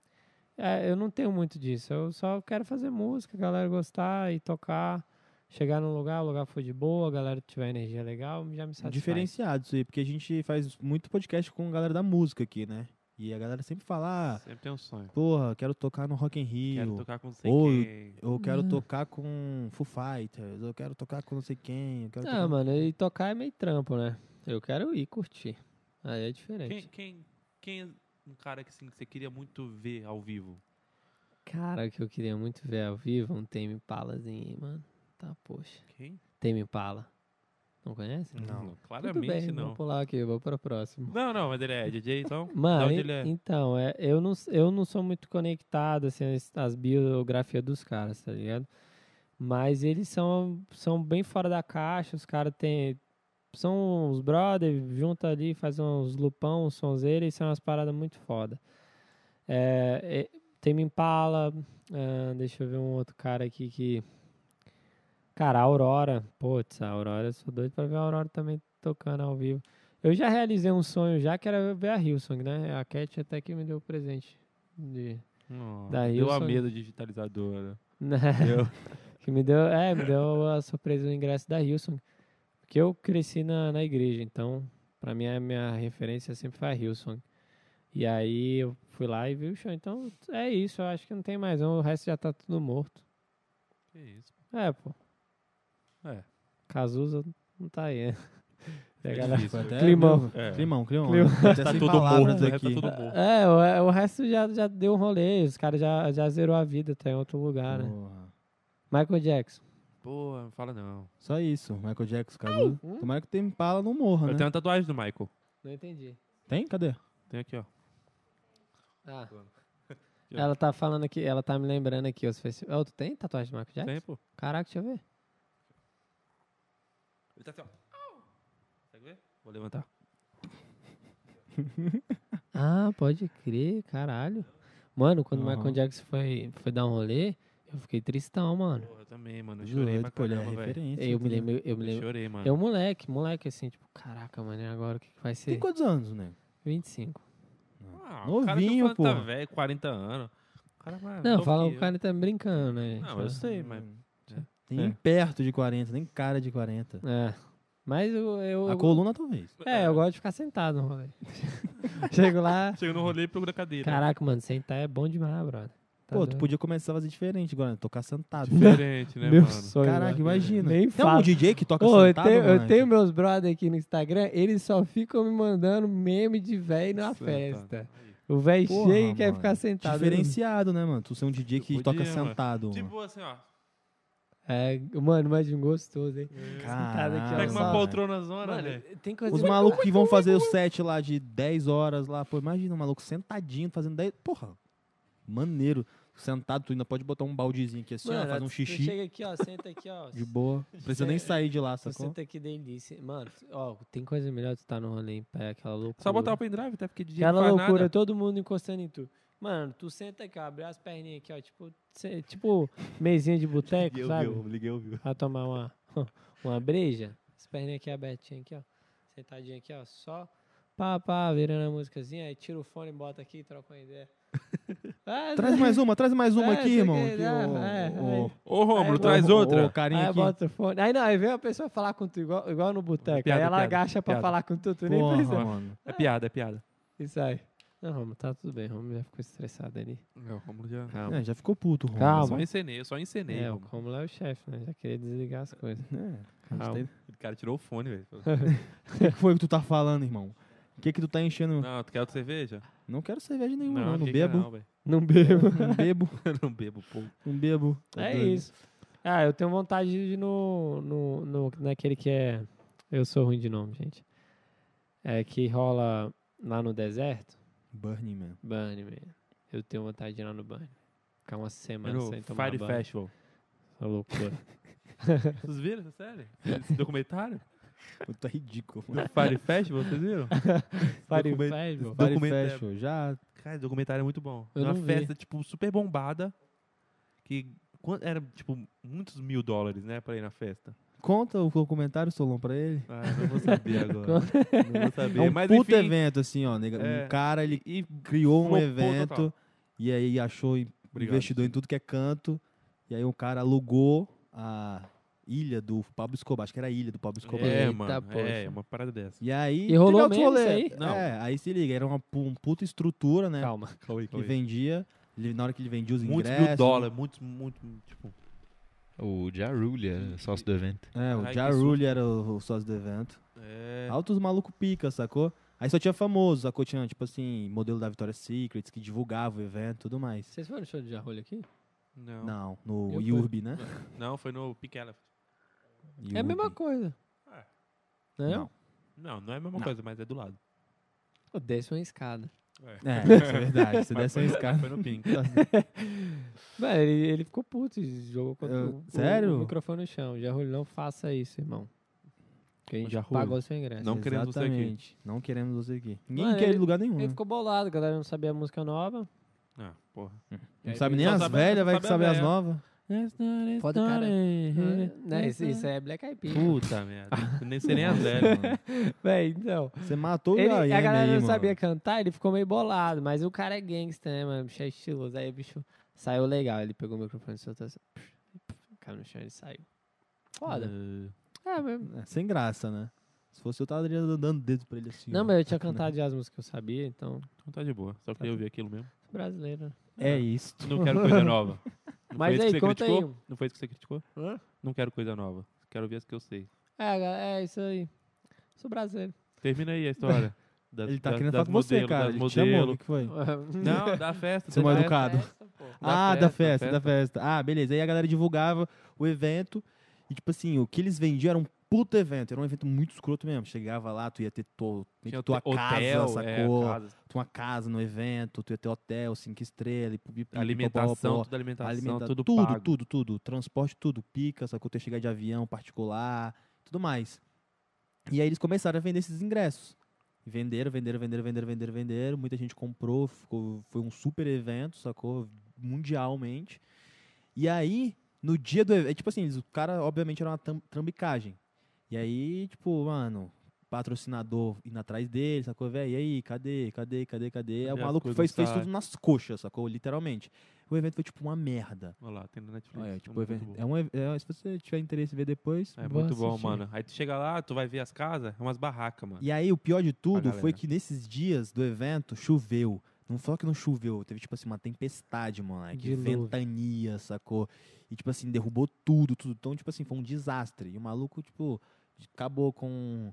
[SPEAKER 3] é, eu não tenho muito disso. Eu só quero fazer música, a galera gostar e tocar. Chegar num lugar, o lugar for de boa, a galera tiver energia legal, já me satisfaz.
[SPEAKER 2] Diferenciado isso aí, porque a gente faz muito podcast com a galera da música aqui, né? E a galera sempre fala, ah,
[SPEAKER 1] Sempre tem um sonho.
[SPEAKER 2] porra, quero tocar no Rock in
[SPEAKER 1] Quero
[SPEAKER 2] Rio.
[SPEAKER 1] tocar com sei
[SPEAKER 2] Ou-
[SPEAKER 1] quem.
[SPEAKER 2] Eu quero
[SPEAKER 3] Ah.
[SPEAKER 2] tocar com Foo Fighters, eu quero tocar com não sei quem, eu quero
[SPEAKER 3] Ah,
[SPEAKER 2] tocar-
[SPEAKER 3] mano, e tocar é meio trampo, né? Eu quero ir curtir. Aí é diferente.
[SPEAKER 1] Quem, quem, quem é um cara que assim, que você queria muito ver ao vivo?
[SPEAKER 3] Cara, que eu queria muito ver ao vivo um Tame Impalazinho aí, mano. Tá, poxa.
[SPEAKER 1] Quem?
[SPEAKER 3] Tame Impala. Não conhece?
[SPEAKER 2] Não.
[SPEAKER 3] Tudo
[SPEAKER 1] Claramente
[SPEAKER 3] bem,
[SPEAKER 1] não.
[SPEAKER 3] vou pular aqui, vou para o próximo.
[SPEAKER 1] Não, não, mas ele é DJ, então. Da
[SPEAKER 3] Mano,
[SPEAKER 1] onde
[SPEAKER 3] en-
[SPEAKER 1] ele é?
[SPEAKER 3] então, é, eu, não, s- eu não sou muito conectado assim, às, às biografias dos caras, tá ligado? Mas eles são, são bem fora da caixa, os caras têm. São os brothers, junta ali, faz uns lupão, uns sonzeira, e são umas paradas muito foda. É, é, tem Impala, ah, deixa eu ver um outro cara aqui que. Cara, a Aurora. Putz, a Aurora, eu sou doido pra ver a Aurora também tocando ao vivo. Eu já realizei um sonho já, que era ver a Hillsong, né? A Cat até que me deu o presente de,
[SPEAKER 1] Nossa,
[SPEAKER 3] Da
[SPEAKER 1] deu a
[SPEAKER 3] Wilson.
[SPEAKER 1] mesa digitalizadora.
[SPEAKER 3] né? que me deu, é, me deu a surpresa do ingresso da Hillsong. Porque eu cresci na, na igreja, então, pra mim, a minha referência sempre foi a Hillsong. E aí eu fui lá e vi o show. Então, é isso, eu acho que não tem mais não, o resto já tá tudo morto.
[SPEAKER 1] Que isso.
[SPEAKER 3] É, pô.
[SPEAKER 1] É.
[SPEAKER 3] Cazuza não tá aí, né? É, galera,
[SPEAKER 1] difícil.
[SPEAKER 2] Até
[SPEAKER 3] Climão.
[SPEAKER 2] meu-
[SPEAKER 1] É.
[SPEAKER 2] Climão, climão.
[SPEAKER 3] Climão.
[SPEAKER 2] Até
[SPEAKER 1] Tá
[SPEAKER 2] sem
[SPEAKER 1] tudo
[SPEAKER 2] palavras
[SPEAKER 1] morto, né? Tá
[SPEAKER 2] aqui.
[SPEAKER 1] tudo morto.
[SPEAKER 3] É, o, o resto já, já deu um rolê, os caras já, já zerou a vida, tá em outro lugar, né?
[SPEAKER 2] Porra.
[SPEAKER 3] Michael Jackson.
[SPEAKER 1] Pô, não fala não.
[SPEAKER 2] Só isso. Michael Jackson, Cazuza. Tomara que tem Impala não morra,
[SPEAKER 1] hum. Eu
[SPEAKER 2] né?
[SPEAKER 1] tenho uma tatuagem do Michael.
[SPEAKER 3] Não entendi.
[SPEAKER 2] Tem? Cadê?
[SPEAKER 1] Tem aqui, ó.
[SPEAKER 3] Ah. Ela tá falando aqui, ela tá me lembrando aqui os festivais. Oh, tu tem tatuagem de Michael Jackson?
[SPEAKER 1] Tem, pô.
[SPEAKER 3] Caraca, deixa eu ver.
[SPEAKER 1] Ele tá assim, ó. Consegue ver? Vou levantar.
[SPEAKER 3] Ah, pode crer, caralho. Mano, quando o Michael
[SPEAKER 2] Aham.
[SPEAKER 3] Jackson foi, foi dar um rolê, eu fiquei tristão, mano.
[SPEAKER 1] Porra, eu também, mano. Eu chorei pra
[SPEAKER 2] Doido, pô, ele é
[SPEAKER 1] caramba, velho.
[SPEAKER 2] referência,
[SPEAKER 3] Eu me
[SPEAKER 2] entendeu?
[SPEAKER 3] lembro, eu me
[SPEAKER 1] Eu
[SPEAKER 3] lembro.
[SPEAKER 1] chorei, mano.
[SPEAKER 3] Eu, moleque, moleque, assim, tipo, caraca, mano, e agora o que, que vai ser?
[SPEAKER 2] Tem quantos anos, né?
[SPEAKER 3] 25.
[SPEAKER 1] Ah,
[SPEAKER 2] Novinho,
[SPEAKER 1] o cara tem 40
[SPEAKER 2] pô.
[SPEAKER 1] velho, 40 anos. O cara, mano,
[SPEAKER 3] Não,
[SPEAKER 1] novo
[SPEAKER 3] fala,
[SPEAKER 1] que
[SPEAKER 3] o
[SPEAKER 1] eu.
[SPEAKER 3] cara tá brincando, né?
[SPEAKER 1] Não, eu
[SPEAKER 3] Tipo,
[SPEAKER 1] sei, mas.
[SPEAKER 2] um
[SPEAKER 1] é.
[SPEAKER 2] Tem nem perto de 40, nem cara de 40.
[SPEAKER 3] É. Mas eu. eu
[SPEAKER 2] A coluna talvez.
[SPEAKER 3] é, eu gosto de ficar sentado no rolê. Chego lá.
[SPEAKER 1] Chega no rolê e procura cadeira.
[SPEAKER 3] Caraca, mano, sentar é bom demais, brother. Tá
[SPEAKER 2] Pô,
[SPEAKER 3] doido.
[SPEAKER 2] tu podia começar a fazer diferente agora, né? tocar sentado.
[SPEAKER 1] Diferente, né,
[SPEAKER 3] Meu
[SPEAKER 1] mano?
[SPEAKER 3] sonho.
[SPEAKER 2] Caraca,
[SPEAKER 3] mano.
[SPEAKER 2] imagina.
[SPEAKER 3] Nem
[SPEAKER 2] tem
[SPEAKER 3] fala.
[SPEAKER 2] um DJ que toca
[SPEAKER 3] Ô, eu,
[SPEAKER 2] sentado,
[SPEAKER 3] tenho, eu
[SPEAKER 2] moleque?
[SPEAKER 3] tenho meus brother aqui no Instagram, eles só ficam me mandando meme de velho na
[SPEAKER 1] Sentado.
[SPEAKER 3] festa. O velho chega
[SPEAKER 2] Porra,
[SPEAKER 3] e quer
[SPEAKER 2] mano.
[SPEAKER 3] ficar sentado.
[SPEAKER 2] Diferenciado, né, mano? Tu ser um DJ que
[SPEAKER 1] Podia,
[SPEAKER 2] toca
[SPEAKER 1] mano.
[SPEAKER 2] sentado. mano.
[SPEAKER 1] Tipo assim, ó.
[SPEAKER 3] É, mano, imagina um gostoso, hein? Sentado aqui, ó,
[SPEAKER 2] Caraca.
[SPEAKER 1] Pega uma
[SPEAKER 3] só-
[SPEAKER 1] poltrona zona,
[SPEAKER 3] Mano,
[SPEAKER 1] velho.
[SPEAKER 3] tem coisa
[SPEAKER 2] é. Os malucos que vão fazer o set lá de 10 horas lá, pô, imagina um maluco sentadinho fazendo 10. Porra, maneiro. Sentado, tu ainda pode botar um baldezinho aqui assim, ó, faz um
[SPEAKER 3] tu
[SPEAKER 2] xixi
[SPEAKER 3] Chega aqui, ó, senta aqui, ó.
[SPEAKER 2] de boa. Não precisa nem sair de lá,
[SPEAKER 3] Tu
[SPEAKER 2] sacou?
[SPEAKER 3] senta aqui delícia. Mano, ó, tem coisa melhor de estar no rolê em pé, aquela loucura.
[SPEAKER 1] Só botar o pendrive, até porque DJ
[SPEAKER 3] Aquela
[SPEAKER 1] não faz
[SPEAKER 3] loucura,
[SPEAKER 1] nada.
[SPEAKER 3] todo mundo encostando em tu. Mano, tu senta aqui, ó, abre as perninhas aqui, ó, tipo, cê- tipo mesinha de
[SPEAKER 2] É,
[SPEAKER 3] boteco, sabe?
[SPEAKER 5] liguei, ouviu.
[SPEAKER 3] Pra tomar uma, uma breja, as perninhas aqui abertinhas aqui, ó, sentadinha aqui, ó, só pá, pá, virando a musicazinha, aí tira o fone, bota aqui, troca uma ideia. Ah,
[SPEAKER 2] Traz mais um uma, traz mais uma
[SPEAKER 3] É,
[SPEAKER 2] aqui,
[SPEAKER 3] sei
[SPEAKER 2] irmão.
[SPEAKER 3] que-
[SPEAKER 2] Aqui,
[SPEAKER 3] é,
[SPEAKER 2] ô,
[SPEAKER 3] é,
[SPEAKER 2] ô,
[SPEAKER 3] é.
[SPEAKER 1] Ô, Romulo,
[SPEAKER 3] Aí,
[SPEAKER 1] traz
[SPEAKER 2] ô,
[SPEAKER 1] outra.
[SPEAKER 2] ô, carinha
[SPEAKER 3] Aí
[SPEAKER 2] aqui.
[SPEAKER 3] bota o fone. Aí não, aí vem a pessoa falar com tu, igual, igual no boteco. Aí
[SPEAKER 1] Piada,
[SPEAKER 3] ela
[SPEAKER 1] piada,
[SPEAKER 3] agacha pra
[SPEAKER 1] piada.
[SPEAKER 3] falar com tu, tu nem
[SPEAKER 2] Porra,
[SPEAKER 3] precisa.
[SPEAKER 2] mano.
[SPEAKER 1] É piada, é piada.
[SPEAKER 3] E sai. Não, Romulo, tá tudo bem. Romulo já ficou estressado ali.
[SPEAKER 1] Não, Romulo já...
[SPEAKER 3] Calma.
[SPEAKER 2] É, já ficou puto, Romulo.
[SPEAKER 1] Eu
[SPEAKER 3] Calma.
[SPEAKER 1] só encenei, eu só encenei,
[SPEAKER 3] É, o
[SPEAKER 1] Romulo.
[SPEAKER 3] Romulo é o chefe, né? Já queria desligar as coisas.
[SPEAKER 2] É,
[SPEAKER 3] Calma.
[SPEAKER 1] O cara tirou o fone, velho.
[SPEAKER 2] O que foi que tu tá falando, irmão? O que que tu tá enchendo? Não,
[SPEAKER 1] Não, tu quer outra cerveja?
[SPEAKER 2] quero cerveja nenhuma, não. Não
[SPEAKER 1] fica
[SPEAKER 2] bebo,
[SPEAKER 1] Não, velho.
[SPEAKER 3] Não bebo.
[SPEAKER 2] não bebo,
[SPEAKER 1] não bebo, pô.
[SPEAKER 2] não bebo. Tá
[SPEAKER 3] É
[SPEAKER 2] doido.
[SPEAKER 3] isso. Ah, eu tenho vontade de ir no, no, no, naquele que é. Eu sou ruim de nome, gente. É que rola lá no deserto.
[SPEAKER 2] Burning Man.
[SPEAKER 3] Burning Man. Eu tenho vontade de ir lá no Burning. Ficar uma semana
[SPEAKER 1] Mano,
[SPEAKER 3] sem tomar
[SPEAKER 1] Fire
[SPEAKER 3] banho. Tá
[SPEAKER 1] Festival.
[SPEAKER 3] Essa loucura.
[SPEAKER 1] Vocês viram essa série? Esse documentário?
[SPEAKER 2] Tá ridículo, mano.
[SPEAKER 1] Do Fire Festival, vocês viram?
[SPEAKER 3] Fire
[SPEAKER 1] Document- Documentário.
[SPEAKER 3] Festival.
[SPEAKER 2] Document Fashion, já
[SPEAKER 1] Cara, esse documentário é muito bom.
[SPEAKER 3] Eu
[SPEAKER 1] é uma
[SPEAKER 3] não vi.
[SPEAKER 1] festa, tipo, super bombada. Que quan- era, tipo, muitos mil dólares, né? Pra ir na festa.
[SPEAKER 2] Conta o comentário, Solon, pra ele.
[SPEAKER 1] Ah, eu não vou saber agora. não vou saber.
[SPEAKER 2] É um
[SPEAKER 1] Mas,
[SPEAKER 2] puto
[SPEAKER 1] enfim,
[SPEAKER 2] evento, assim, ó. nega-
[SPEAKER 1] é.
[SPEAKER 2] Um cara, ele
[SPEAKER 1] E
[SPEAKER 2] criou um
[SPEAKER 1] Flopou
[SPEAKER 2] evento
[SPEAKER 1] total.
[SPEAKER 2] e aí achou em-
[SPEAKER 1] Obrigado.
[SPEAKER 2] investidor em tudo que é canto. E aí um cara alugou a ilha do Pablo Escobar. Acho que era a ilha do Pablo Escobar.
[SPEAKER 1] É,
[SPEAKER 3] Eita,
[SPEAKER 1] mano. É,
[SPEAKER 3] poxa.
[SPEAKER 1] uma parada dessa.
[SPEAKER 2] E aí...
[SPEAKER 3] E rolou
[SPEAKER 2] teve
[SPEAKER 3] mesmo
[SPEAKER 2] outro
[SPEAKER 3] isso
[SPEAKER 2] rolê.
[SPEAKER 3] aí?
[SPEAKER 1] Não.
[SPEAKER 2] É, aí se liga. Era uma, pu- um puta estrutura, né?
[SPEAKER 3] Calma.
[SPEAKER 1] Calma aí,
[SPEAKER 2] Que vendia. Ele- na hora que ele vendia os
[SPEAKER 1] Muitos
[SPEAKER 2] ingressos...
[SPEAKER 1] mil dólares, muitos, muito, tipo...
[SPEAKER 5] O Jarulli é sócio do evento.
[SPEAKER 2] É,
[SPEAKER 1] Ai,
[SPEAKER 2] o
[SPEAKER 1] que
[SPEAKER 2] Ja
[SPEAKER 1] susto.
[SPEAKER 2] Rule era o, o sócio do evento.
[SPEAKER 1] É,
[SPEAKER 2] Altos maluco pica, sacou? Aí só tinha famoso, sacou? Tinha, tipo assim, modelo da Vitória Secrets, que divulgava o evento e tudo mais.
[SPEAKER 3] Vocês foram no show de Jarulho aqui?
[SPEAKER 1] não. não.
[SPEAKER 2] Não, no
[SPEAKER 3] Eu fui.
[SPEAKER 2] Yurbi, né?
[SPEAKER 1] foi no Pink Elephant.
[SPEAKER 3] É a
[SPEAKER 2] Yurbi.
[SPEAKER 3] mesma né? coisa.
[SPEAKER 1] É.
[SPEAKER 3] Não?
[SPEAKER 2] Não.
[SPEAKER 1] Não, não é a mesma
[SPEAKER 2] Não.
[SPEAKER 1] coisa, mas é do lado.
[SPEAKER 3] Pô, Desce uma escada.
[SPEAKER 2] É, isso é verdade. Você
[SPEAKER 1] Mas
[SPEAKER 2] desce
[SPEAKER 1] foi
[SPEAKER 2] uma
[SPEAKER 1] no-
[SPEAKER 2] escada.
[SPEAKER 1] Foi no pink.
[SPEAKER 3] Velho, ele, ele ficou puto, e jogou contra
[SPEAKER 2] Eu-
[SPEAKER 3] o, o-
[SPEAKER 2] sério?
[SPEAKER 3] o microfone no chão. Já Rulho, não faça isso, irmão. Que a gente
[SPEAKER 1] Já
[SPEAKER 3] já
[SPEAKER 1] Rulho.
[SPEAKER 3] pagou seu ingresso.
[SPEAKER 1] Não queremos você aqui.
[SPEAKER 2] Exatamente. Não queremos você aqui. Ninguém
[SPEAKER 3] Mano,
[SPEAKER 2] quer ele
[SPEAKER 3] ele-
[SPEAKER 2] em lugar nenhum.
[SPEAKER 3] Ele
[SPEAKER 2] né?
[SPEAKER 3] ficou bolado, a galera não sabia a música nova.
[SPEAKER 1] Ah, porra.
[SPEAKER 2] Não
[SPEAKER 3] Aí
[SPEAKER 2] sabe
[SPEAKER 3] ele
[SPEAKER 2] nem
[SPEAKER 1] é, só
[SPEAKER 2] as
[SPEAKER 1] sabe-
[SPEAKER 2] velhas, vai
[SPEAKER 1] sabe
[SPEAKER 2] que
[SPEAKER 1] a
[SPEAKER 2] sabe as
[SPEAKER 1] velha.
[SPEAKER 2] novas.
[SPEAKER 3] é,
[SPEAKER 2] É,
[SPEAKER 3] Foda, cara. Né, isso, isso é Black Eyed Peas.
[SPEAKER 1] Puta merda. Nem sei nem a velha, mano.
[SPEAKER 3] Véi, então.
[SPEAKER 2] Você matou
[SPEAKER 3] Ele-
[SPEAKER 2] o
[SPEAKER 3] a
[SPEAKER 2] IAM
[SPEAKER 3] galera
[SPEAKER 2] aí, né,
[SPEAKER 3] não
[SPEAKER 2] mano.
[SPEAKER 3] sabia cantar, ele ficou meio bolado. Mas o cara é gangsta, né, mano? O bicho é estiloso. Aí o bicho saiu legal. Ele pegou o microfone e soltou assim. Caiu no chão e saiu. Foda.
[SPEAKER 1] Eh,
[SPEAKER 3] É, mas...
[SPEAKER 2] É, sem graça, né? Se fosse eu, tava dando dedo pra ele assim.
[SPEAKER 3] Não,
[SPEAKER 2] ó.
[SPEAKER 3] mas eu tinha cantado já as músicas que eu sabia, então.
[SPEAKER 1] Então tá de boa. Só queria ouvir aquilo mesmo.
[SPEAKER 3] Brasileiro. né?
[SPEAKER 2] É isso.
[SPEAKER 1] Não quero coisa nova. Não foi
[SPEAKER 3] Mas
[SPEAKER 1] isso que
[SPEAKER 3] aí,
[SPEAKER 1] você
[SPEAKER 3] conta aí
[SPEAKER 1] criticou?
[SPEAKER 3] um.
[SPEAKER 1] Não foi isso que você criticou? Não quero coisa nova. Quero ouvir as que eu sei.
[SPEAKER 3] É, ga- é isso aí. Sou brasileiro.
[SPEAKER 1] Termina aí a história. Das,
[SPEAKER 2] Ele tá
[SPEAKER 1] das-
[SPEAKER 2] querendo
[SPEAKER 1] das
[SPEAKER 2] falar com você,
[SPEAKER 1] modelo,
[SPEAKER 2] cara.
[SPEAKER 1] das
[SPEAKER 2] Ele te chamou, o
[SPEAKER 1] modelo.
[SPEAKER 2] que foi?
[SPEAKER 1] Não, da festa.
[SPEAKER 2] Seu
[SPEAKER 1] da
[SPEAKER 2] mal
[SPEAKER 1] festa.
[SPEAKER 2] educado.
[SPEAKER 3] Essa, pô.
[SPEAKER 1] Da
[SPEAKER 2] ah, da
[SPEAKER 1] festa,
[SPEAKER 2] festa,
[SPEAKER 1] da
[SPEAKER 2] da festa. Ah, beleza. Aí a galera divulgava o evento e, tipo assim, o que eles vendiam era um puto evento. Era um evento muito escroto mesmo. Chegava lá, tu ia ter to, meio
[SPEAKER 1] Tinha
[SPEAKER 2] que tua
[SPEAKER 1] hotel,
[SPEAKER 2] casa,
[SPEAKER 1] é,
[SPEAKER 2] sacou?
[SPEAKER 1] casa,
[SPEAKER 2] Tua casa no evento, tu ia ter hotel, cinco estrelas, e pipi, pipi,
[SPEAKER 1] alimentação,
[SPEAKER 2] popopó,
[SPEAKER 1] tudo alimentação,
[SPEAKER 2] alimenta-
[SPEAKER 1] tudo,
[SPEAKER 2] tudo,
[SPEAKER 1] pago.
[SPEAKER 2] tudo, tudo. Transporte, tudo. Pica, sacou? Tu ia chegar de avião particular, tudo mais. E aí eles começaram a vender esses ingressos. Venderam, venderam, venderam, venderam, venderam, venderam. Muita gente comprou, ficou, foi um super evento, sacou? Mundialmente. E aí, no dia do evento, tipo assim, eles- o cara, obviamente, era uma tam- trambicagem. E aí, tipo, mano, patrocinador indo atrás dele, sacou? Véi, e aí, cadê, cadê, cadê, cadê? Aí o
[SPEAKER 1] Cadê as
[SPEAKER 2] maluco
[SPEAKER 1] coisas
[SPEAKER 2] fez,
[SPEAKER 1] do
[SPEAKER 2] fez
[SPEAKER 1] site?
[SPEAKER 2] tudo nas coxas, sacou? Literalmente. O evento foi, tipo, uma merda.
[SPEAKER 1] Olha lá, tem na Netflix.
[SPEAKER 2] Olha, tipo,
[SPEAKER 1] muito
[SPEAKER 2] evento-
[SPEAKER 1] bom.
[SPEAKER 2] é um, ev- é- se você tiver interesse em ver depois.
[SPEAKER 1] É
[SPEAKER 3] Vou
[SPEAKER 1] muito bom,
[SPEAKER 3] assistir.
[SPEAKER 1] mano. Aí tu chega lá, tu vai ver as casas, é umas barracas, mano.
[SPEAKER 2] E aí, o pior de tudo
[SPEAKER 1] galera.
[SPEAKER 2] foi que nesses dias do evento choveu. Não foi que não choveu, teve tipo assim uma tempestade, moleque.
[SPEAKER 3] Dilúvio.
[SPEAKER 2] Ventania, sacou? E tipo assim, derrubou tudo, tudo. Então, tipo assim, foi um desastre. E o maluco, tipo, acabou com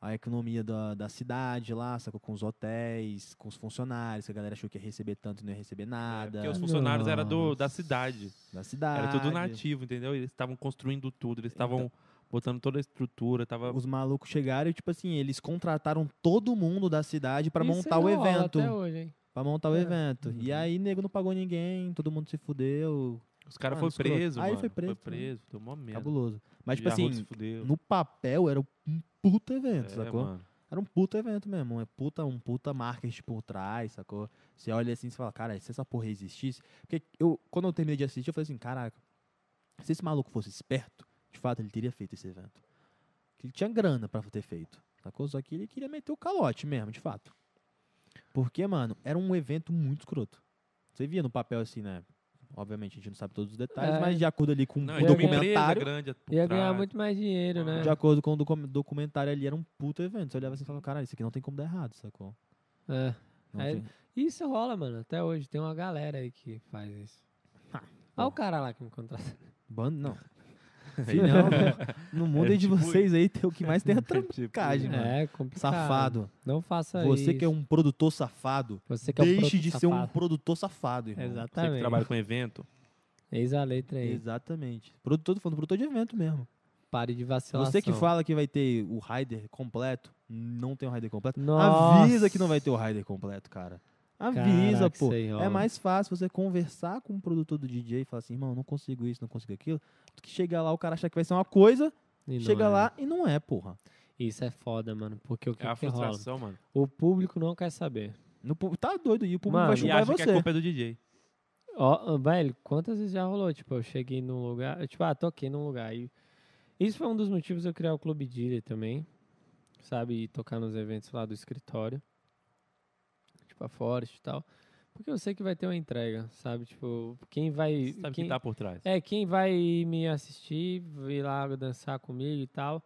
[SPEAKER 2] a economia da, da cidade lá, sacou? Com os hotéis, com os funcionários, que a galera achou que ia receber tanto e não ia receber
[SPEAKER 1] É,
[SPEAKER 2] nada.
[SPEAKER 1] porque os funcionários eram do, da cidade.
[SPEAKER 2] Da cidade.
[SPEAKER 1] Era tudo nativo, entendeu? Eles estavam construindo tudo, eles
[SPEAKER 2] Então
[SPEAKER 1] estavam botando toda a estrutura, tava
[SPEAKER 2] Os malucos chegaram e, tipo assim, eles contrataram todo mundo da cidade pra
[SPEAKER 3] Isso
[SPEAKER 2] montar
[SPEAKER 3] aí
[SPEAKER 2] o
[SPEAKER 3] rola
[SPEAKER 2] evento.
[SPEAKER 3] Até hoje, hein?
[SPEAKER 2] Pra montar o
[SPEAKER 3] É.
[SPEAKER 2] evento. E
[SPEAKER 1] Uhum.
[SPEAKER 2] aí, nego não pagou ninguém, todo mundo se fudeu.
[SPEAKER 1] Os caras
[SPEAKER 2] Ah,
[SPEAKER 1] foram
[SPEAKER 2] no escroto.
[SPEAKER 1] presos,
[SPEAKER 2] Aí
[SPEAKER 1] mano.
[SPEAKER 2] foi preso
[SPEAKER 1] Foi preso, deu mó merda.
[SPEAKER 2] Cabuloso. Mas, tipo
[SPEAKER 1] Villarro se
[SPEAKER 2] assim,
[SPEAKER 1] fudeu.
[SPEAKER 2] no papel era um puta evento,
[SPEAKER 1] É,
[SPEAKER 2] sacou?
[SPEAKER 1] mano.
[SPEAKER 2] Era um puta evento mesmo. É puta, um puta marketing por trás, sacou? Você olha assim e fala, cara, se essa porra existisse. Porque eu, quando eu terminei de assistir, eu falei assim, caraca, se esse maluco fosse esperto, de fato ele teria feito esse evento. Que ele tinha grana pra ter feito. Sacou? Só que ele queria meter o calote mesmo, de fato. Porque, mano, era um evento muito escroto. Você via no papel assim, né? Obviamente a gente não sabe todos os detalhes,
[SPEAKER 3] É.
[SPEAKER 2] mas de acordo ali com
[SPEAKER 1] Não,
[SPEAKER 2] o
[SPEAKER 1] e tem uma empresa
[SPEAKER 2] Um documentário.
[SPEAKER 1] grande por
[SPEAKER 3] Ia ganhar
[SPEAKER 1] trás.
[SPEAKER 3] muito mais dinheiro, né?
[SPEAKER 2] De acordo com o docu- documentário ali, era um puta evento. Você olhava assim e falava, caralho, isso aqui não tem como dar errado, sacou?
[SPEAKER 3] É.
[SPEAKER 2] Não
[SPEAKER 3] Aí-
[SPEAKER 2] tem-
[SPEAKER 3] Isso rola, mano, até hoje. Tem uma galera aí que faz isso.
[SPEAKER 2] Ah,
[SPEAKER 3] Olha o cara lá que me contratou.
[SPEAKER 2] Bando, não. Filhão, no mundo
[SPEAKER 1] É
[SPEAKER 2] aí de
[SPEAKER 1] tipo
[SPEAKER 2] vocês aí, tem o que mais tem a trancagem, mano.
[SPEAKER 3] tipo É complicado.
[SPEAKER 2] Safado.
[SPEAKER 3] Não faça isso.
[SPEAKER 2] Você que é um produtor safado,
[SPEAKER 3] Você que é um
[SPEAKER 2] deixe
[SPEAKER 3] produto
[SPEAKER 2] de ser um
[SPEAKER 3] safado.
[SPEAKER 2] produtor safado, irmão.
[SPEAKER 1] Você que
[SPEAKER 3] Exatamente.
[SPEAKER 1] trabalha com evento,
[SPEAKER 3] Eis a letra aí.
[SPEAKER 2] Exatamente. Produtor, tô falando produtor de evento mesmo.
[SPEAKER 3] Pare de vacilação.
[SPEAKER 2] Você que fala que vai ter o rider completo, não tem o rider completo,
[SPEAKER 3] Nossa.
[SPEAKER 2] avisa que não vai ter o rider completo, cara. Avisa,
[SPEAKER 3] Caraca,
[SPEAKER 2] pô.
[SPEAKER 3] isso aí rola.
[SPEAKER 2] É mais fácil você conversar com um produtor do DJ e falar assim, irmão, não consigo isso, não consigo aquilo, do que chegar lá, o cara achar que vai ser uma coisa,
[SPEAKER 3] E não
[SPEAKER 2] chega
[SPEAKER 3] é.
[SPEAKER 2] lá e não é, porra.
[SPEAKER 3] Isso é foda, mano. Porque o que,
[SPEAKER 1] é a
[SPEAKER 3] que rola?
[SPEAKER 1] frustração, mano.
[SPEAKER 3] O público não quer saber.
[SPEAKER 2] No pu- tá doido, e o público
[SPEAKER 3] Mano,
[SPEAKER 2] vai
[SPEAKER 3] e
[SPEAKER 1] E
[SPEAKER 2] chutar
[SPEAKER 1] acha
[SPEAKER 2] você.
[SPEAKER 1] que a culpa é do DJ.
[SPEAKER 3] Ó, ó, velho, quantas vezes já rolou? Tipo, eu cheguei num lugar. eu, Tipo, ah, toquei num lugar. E isso foi um dos motivos de eu criar o Clube Dealer também. Sabe? E tocar nos eventos lá do escritório. Tipo, a Forest e tal. Porque eu sei que vai ter uma entrega, sabe? Tipo, quem vai.
[SPEAKER 1] Você sabe
[SPEAKER 3] quem-
[SPEAKER 1] quem tá por trás.
[SPEAKER 3] É, quem vai me assistir, vir lá dançar comigo e tal,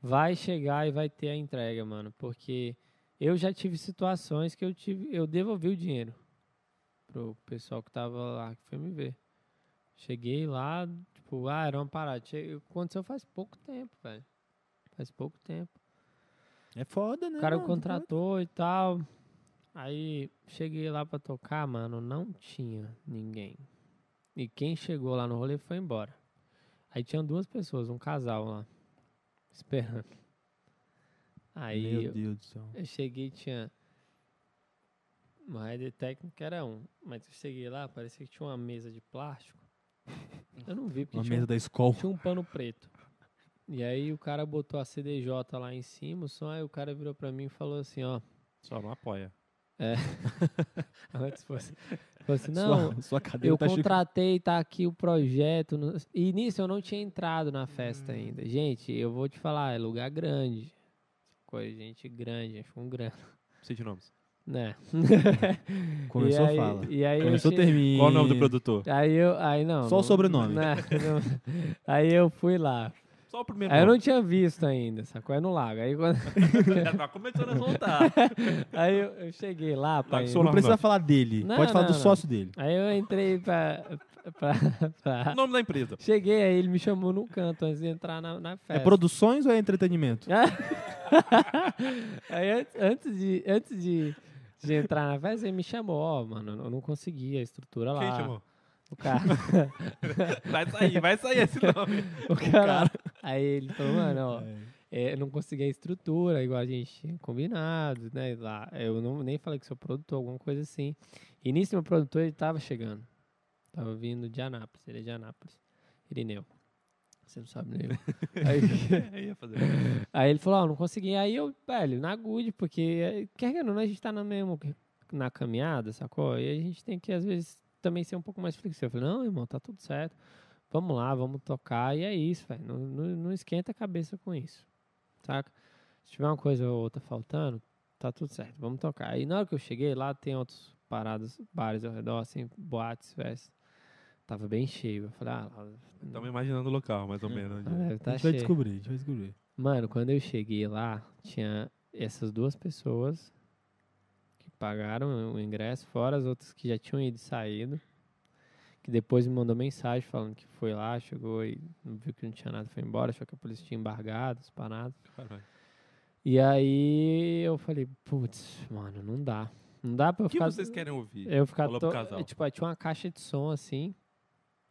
[SPEAKER 3] vai chegar e vai ter a entrega, mano. Porque eu já tive situações que eu tive. Eu devolvi o dinheiro pro pessoal que tava lá, que foi me ver. Cheguei lá, tipo, ah, era uma parada. Che- Aconteceu faz pouco tempo, velho. Faz pouco tempo.
[SPEAKER 2] É foda, né?
[SPEAKER 3] O cara
[SPEAKER 2] mano?
[SPEAKER 3] contratou e tal. Aí cheguei lá pra tocar, mano, não tinha ninguém. E quem chegou lá no rolê foi embora. Aí tinham duas pessoas, um casal lá, esperando. Aí
[SPEAKER 2] Meu
[SPEAKER 3] eu,
[SPEAKER 2] Deus do céu.
[SPEAKER 3] eu cheguei e tinha Uma rede técnica era um. Mas eu cheguei lá, parecia que tinha uma mesa de plástico. Eu não vi, porque
[SPEAKER 4] Uma
[SPEAKER 3] tinha,
[SPEAKER 4] mesa da escola.
[SPEAKER 3] tinha um pano preto. E aí o cara botou a CDJ lá em cima, o som, aí o cara virou pra mim e falou assim, ó.
[SPEAKER 1] Só não apoia.
[SPEAKER 3] Antes fosse. Falou assim, não,
[SPEAKER 4] sua, sua cadeira
[SPEAKER 3] eu
[SPEAKER 4] tá chique-
[SPEAKER 3] contratei, tá aqui o projeto. não- E nisso eu não tinha entrado na
[SPEAKER 2] Hum.
[SPEAKER 3] festa ainda. Gente, eu vou te falar, é lugar grande. Coisa, gente grande, acho um grana.
[SPEAKER 1] Cite nomes.
[SPEAKER 3] Né?
[SPEAKER 2] É, Começou,
[SPEAKER 3] e aí,
[SPEAKER 2] fala.
[SPEAKER 3] E aí assim, eu
[SPEAKER 4] Começou,
[SPEAKER 3] che-
[SPEAKER 4] termina.
[SPEAKER 1] Qual o nome do produtor?
[SPEAKER 3] Aí eu, aí não.
[SPEAKER 2] Só o
[SPEAKER 3] não-
[SPEAKER 2] sobrenome.
[SPEAKER 3] né, não- aí eu fui lá.
[SPEAKER 1] Só o primeiro
[SPEAKER 2] É
[SPEAKER 3] Aí eu não
[SPEAKER 1] nome.
[SPEAKER 3] tinha visto ainda, sacou? É no lago. Aí, quando,
[SPEAKER 1] Já tá começando a soltar.
[SPEAKER 3] aí eu, eu cheguei lá, pai.
[SPEAKER 1] que
[SPEAKER 2] Não
[SPEAKER 1] sou- Não,
[SPEAKER 2] precisa
[SPEAKER 1] não.
[SPEAKER 2] falar dele.
[SPEAKER 3] Não,
[SPEAKER 2] Pode falar
[SPEAKER 3] não,
[SPEAKER 2] do
[SPEAKER 3] não.
[SPEAKER 2] sócio dele.
[SPEAKER 3] Aí eu entrei pra. pra, pra-
[SPEAKER 1] o nome da empresa.
[SPEAKER 3] Cheguei, aí ele me chamou num canto antes de entrar na, na
[SPEAKER 2] É
[SPEAKER 3] festa.
[SPEAKER 2] produções ou é entretenimento?
[SPEAKER 3] Aí an- antes de, antes de, de entrar na festa, ele me chamou, ó, mano, eu não consegui a estrutura lá.
[SPEAKER 1] Quem chamou?
[SPEAKER 3] O cara.
[SPEAKER 1] Vai sair, vai sair esse nome.
[SPEAKER 3] O cara. Aí ele falou, mano, ó, é, eu não consegui a estrutura, igual a gente tinha combinado, né? Lá. Eu não, nem falei que sou produtor, alguma coisa assim. E nisso, meu produtor, ele tava chegando. Tava vindo de Anápolis, ele é de Anápolis. Irineu. Você não sabe nem. aí,
[SPEAKER 1] Aí ia fazer.
[SPEAKER 2] Hum.
[SPEAKER 3] aí ele falou, ó, não consegui. Aí eu, velho, na good, porque é, quer que não, a gente tá na mesmo na caminhada, sacou? E a gente tem que, às vezes, também ser um pouco mais flexível. Eu falei, não, irmão, tá tudo certo. Vamos lá, vamos tocar. E é isso, velho. Não, não, não esquenta a cabeça com isso, saca? Se tiver uma coisa ou outra faltando, tá tudo certo, vamos tocar. Aí na hora que eu cheguei, lá tem outros parados, bares ao redor, assim, boates, festas. Tava bem cheio. Eu falei, ah, lá,
[SPEAKER 1] Tava imaginando o local, mais ou menos. né?
[SPEAKER 3] lá deve
[SPEAKER 2] a
[SPEAKER 3] tá
[SPEAKER 2] gente vai
[SPEAKER 3] cheio.
[SPEAKER 2] descobrir, a gente vai descobrir.
[SPEAKER 3] Mano, quando eu cheguei lá, tinha essas duas pessoas que pagaram o ingresso, fora as outras que já tinham ido e saído, que depois me mandou mensagem falando que foi lá, chegou e não viu que não tinha nada, foi embora, achou que a polícia tinha embargado, as paradas.
[SPEAKER 1] Caralho.
[SPEAKER 3] E aí eu falei, putz, mano, não dá. Não dá pra eu
[SPEAKER 1] O que
[SPEAKER 3] ficar...
[SPEAKER 1] vocês querem ouvir?
[SPEAKER 3] Eu ficar
[SPEAKER 1] Falou pro
[SPEAKER 3] to...
[SPEAKER 1] casal.
[SPEAKER 3] é, Tipo, aí tinha uma caixa de som assim,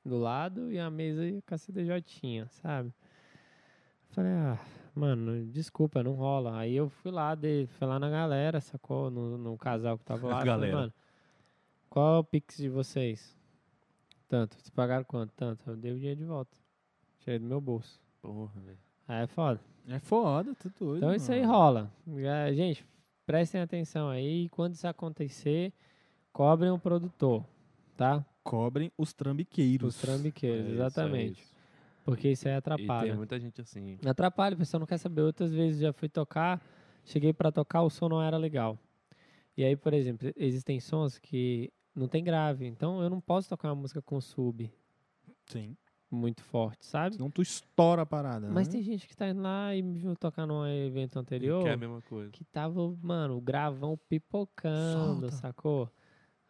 [SPEAKER 3] do lado, e a mesa com a CDJ, sabe? Falei, ah, mano, desculpa, não rola. Aí eu fui lá, dei, fui lá na galera, sacou? No, no casal que tava lá. Falei,
[SPEAKER 1] Galera.
[SPEAKER 3] mano, qual é o pix de vocês? Tanto. Vocês pagaram quanto? Tanto. Eu dei o dinheiro de volta. Tirei do meu bolso.
[SPEAKER 1] Porra, velho.
[SPEAKER 3] Aí é foda.
[SPEAKER 2] É foda, tu doido.
[SPEAKER 3] Então isso aí rola. É, Gente, prestem atenção aí. e Quando isso acontecer, cobrem o produtor, tá?
[SPEAKER 2] Cobrem os trambiqueiros.
[SPEAKER 3] Os
[SPEAKER 1] É
[SPEAKER 2] é
[SPEAKER 3] trambiqueiros, exatamente. Porque isso aí
[SPEAKER 1] E tem
[SPEAKER 3] atrapalha.
[SPEAKER 1] muita gente assim.
[SPEAKER 3] Atrapalha, o pessoal não quer saber. Outras vezes já fui tocar, cheguei pra tocar, o som não era legal. E aí, por exemplo, existem sons que não tem grave, então eu não posso tocar uma música com sub
[SPEAKER 2] Sim.
[SPEAKER 3] muito forte, sabe?
[SPEAKER 2] Senão tu estoura a parada.
[SPEAKER 3] Mas
[SPEAKER 2] né?
[SPEAKER 3] tem gente que tá indo lá e me viu tocar num evento anterior.
[SPEAKER 1] Que é a mesma coisa.
[SPEAKER 3] que tava, mano, o gravão pipocando,
[SPEAKER 2] Solta.
[SPEAKER 3] sacou?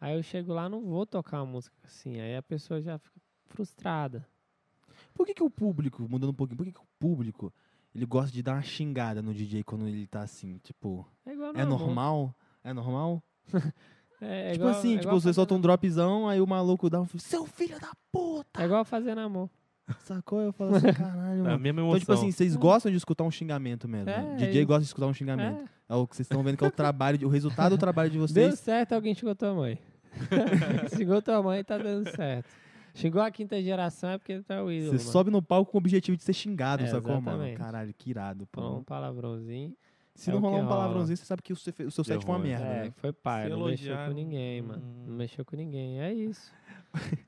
[SPEAKER 3] Aí eu chego lá, não vou tocar uma música assim. Aí a pessoa já fica frustrada.
[SPEAKER 2] Por que, que o público, mudando um pouquinho, por que, que o público ele gosta de dar uma xingada no DJ quando ele tá assim, tipo,
[SPEAKER 3] É igual
[SPEAKER 2] é
[SPEAKER 3] na mão.
[SPEAKER 2] normal? É normal?
[SPEAKER 3] É, é
[SPEAKER 2] tipo
[SPEAKER 3] igual-
[SPEAKER 2] assim,
[SPEAKER 3] é
[SPEAKER 2] tipo,
[SPEAKER 3] igual
[SPEAKER 2] você
[SPEAKER 3] fazer
[SPEAKER 2] solta um
[SPEAKER 3] na-
[SPEAKER 2] dropzão, aí o maluco dá um. Seu filho da puta!
[SPEAKER 3] É igual fazer na mão.
[SPEAKER 2] Sacou? Eu falo assim, caralho,
[SPEAKER 1] É a
[SPEAKER 2] mano.
[SPEAKER 1] mesma emoção.
[SPEAKER 2] Então, tipo assim, vocês gostam de escutar um xingamento mesmo. né?
[SPEAKER 3] É,
[SPEAKER 2] DJ
[SPEAKER 3] e-
[SPEAKER 2] gosta de escutar um xingamento.
[SPEAKER 3] É.
[SPEAKER 2] É, o que vocês estão vendo que é o trabalho, de- o resultado do trabalho de
[SPEAKER 3] Deu
[SPEAKER 2] vocês.
[SPEAKER 3] certo, alguém xingou tua mãe. xingou tua mãe, tá dando certo. Xingou a quinta geração, é porque tu é o ídolo.
[SPEAKER 2] Você
[SPEAKER 3] mano.
[SPEAKER 2] sobe no palco com o objetivo de ser xingado,
[SPEAKER 3] É,
[SPEAKER 2] sacou, mano?
[SPEAKER 3] exatamente.
[SPEAKER 2] Caralho, que irado, pô.
[SPEAKER 3] Falou um palavrãozinho.
[SPEAKER 2] Se
[SPEAKER 3] é
[SPEAKER 2] não
[SPEAKER 3] o que
[SPEAKER 2] rolar um
[SPEAKER 3] rola.
[SPEAKER 2] palavrãozinho, você sabe que o seu, o seu set
[SPEAKER 1] Deu
[SPEAKER 2] foi uma
[SPEAKER 1] ruim.
[SPEAKER 2] merda,
[SPEAKER 3] É,
[SPEAKER 2] né?
[SPEAKER 3] foi pai,
[SPEAKER 1] Se
[SPEAKER 3] não mexeu
[SPEAKER 1] elogiar,
[SPEAKER 3] com ninguém, mano. Não
[SPEAKER 1] hum.
[SPEAKER 3] mexeu com ninguém. É isso.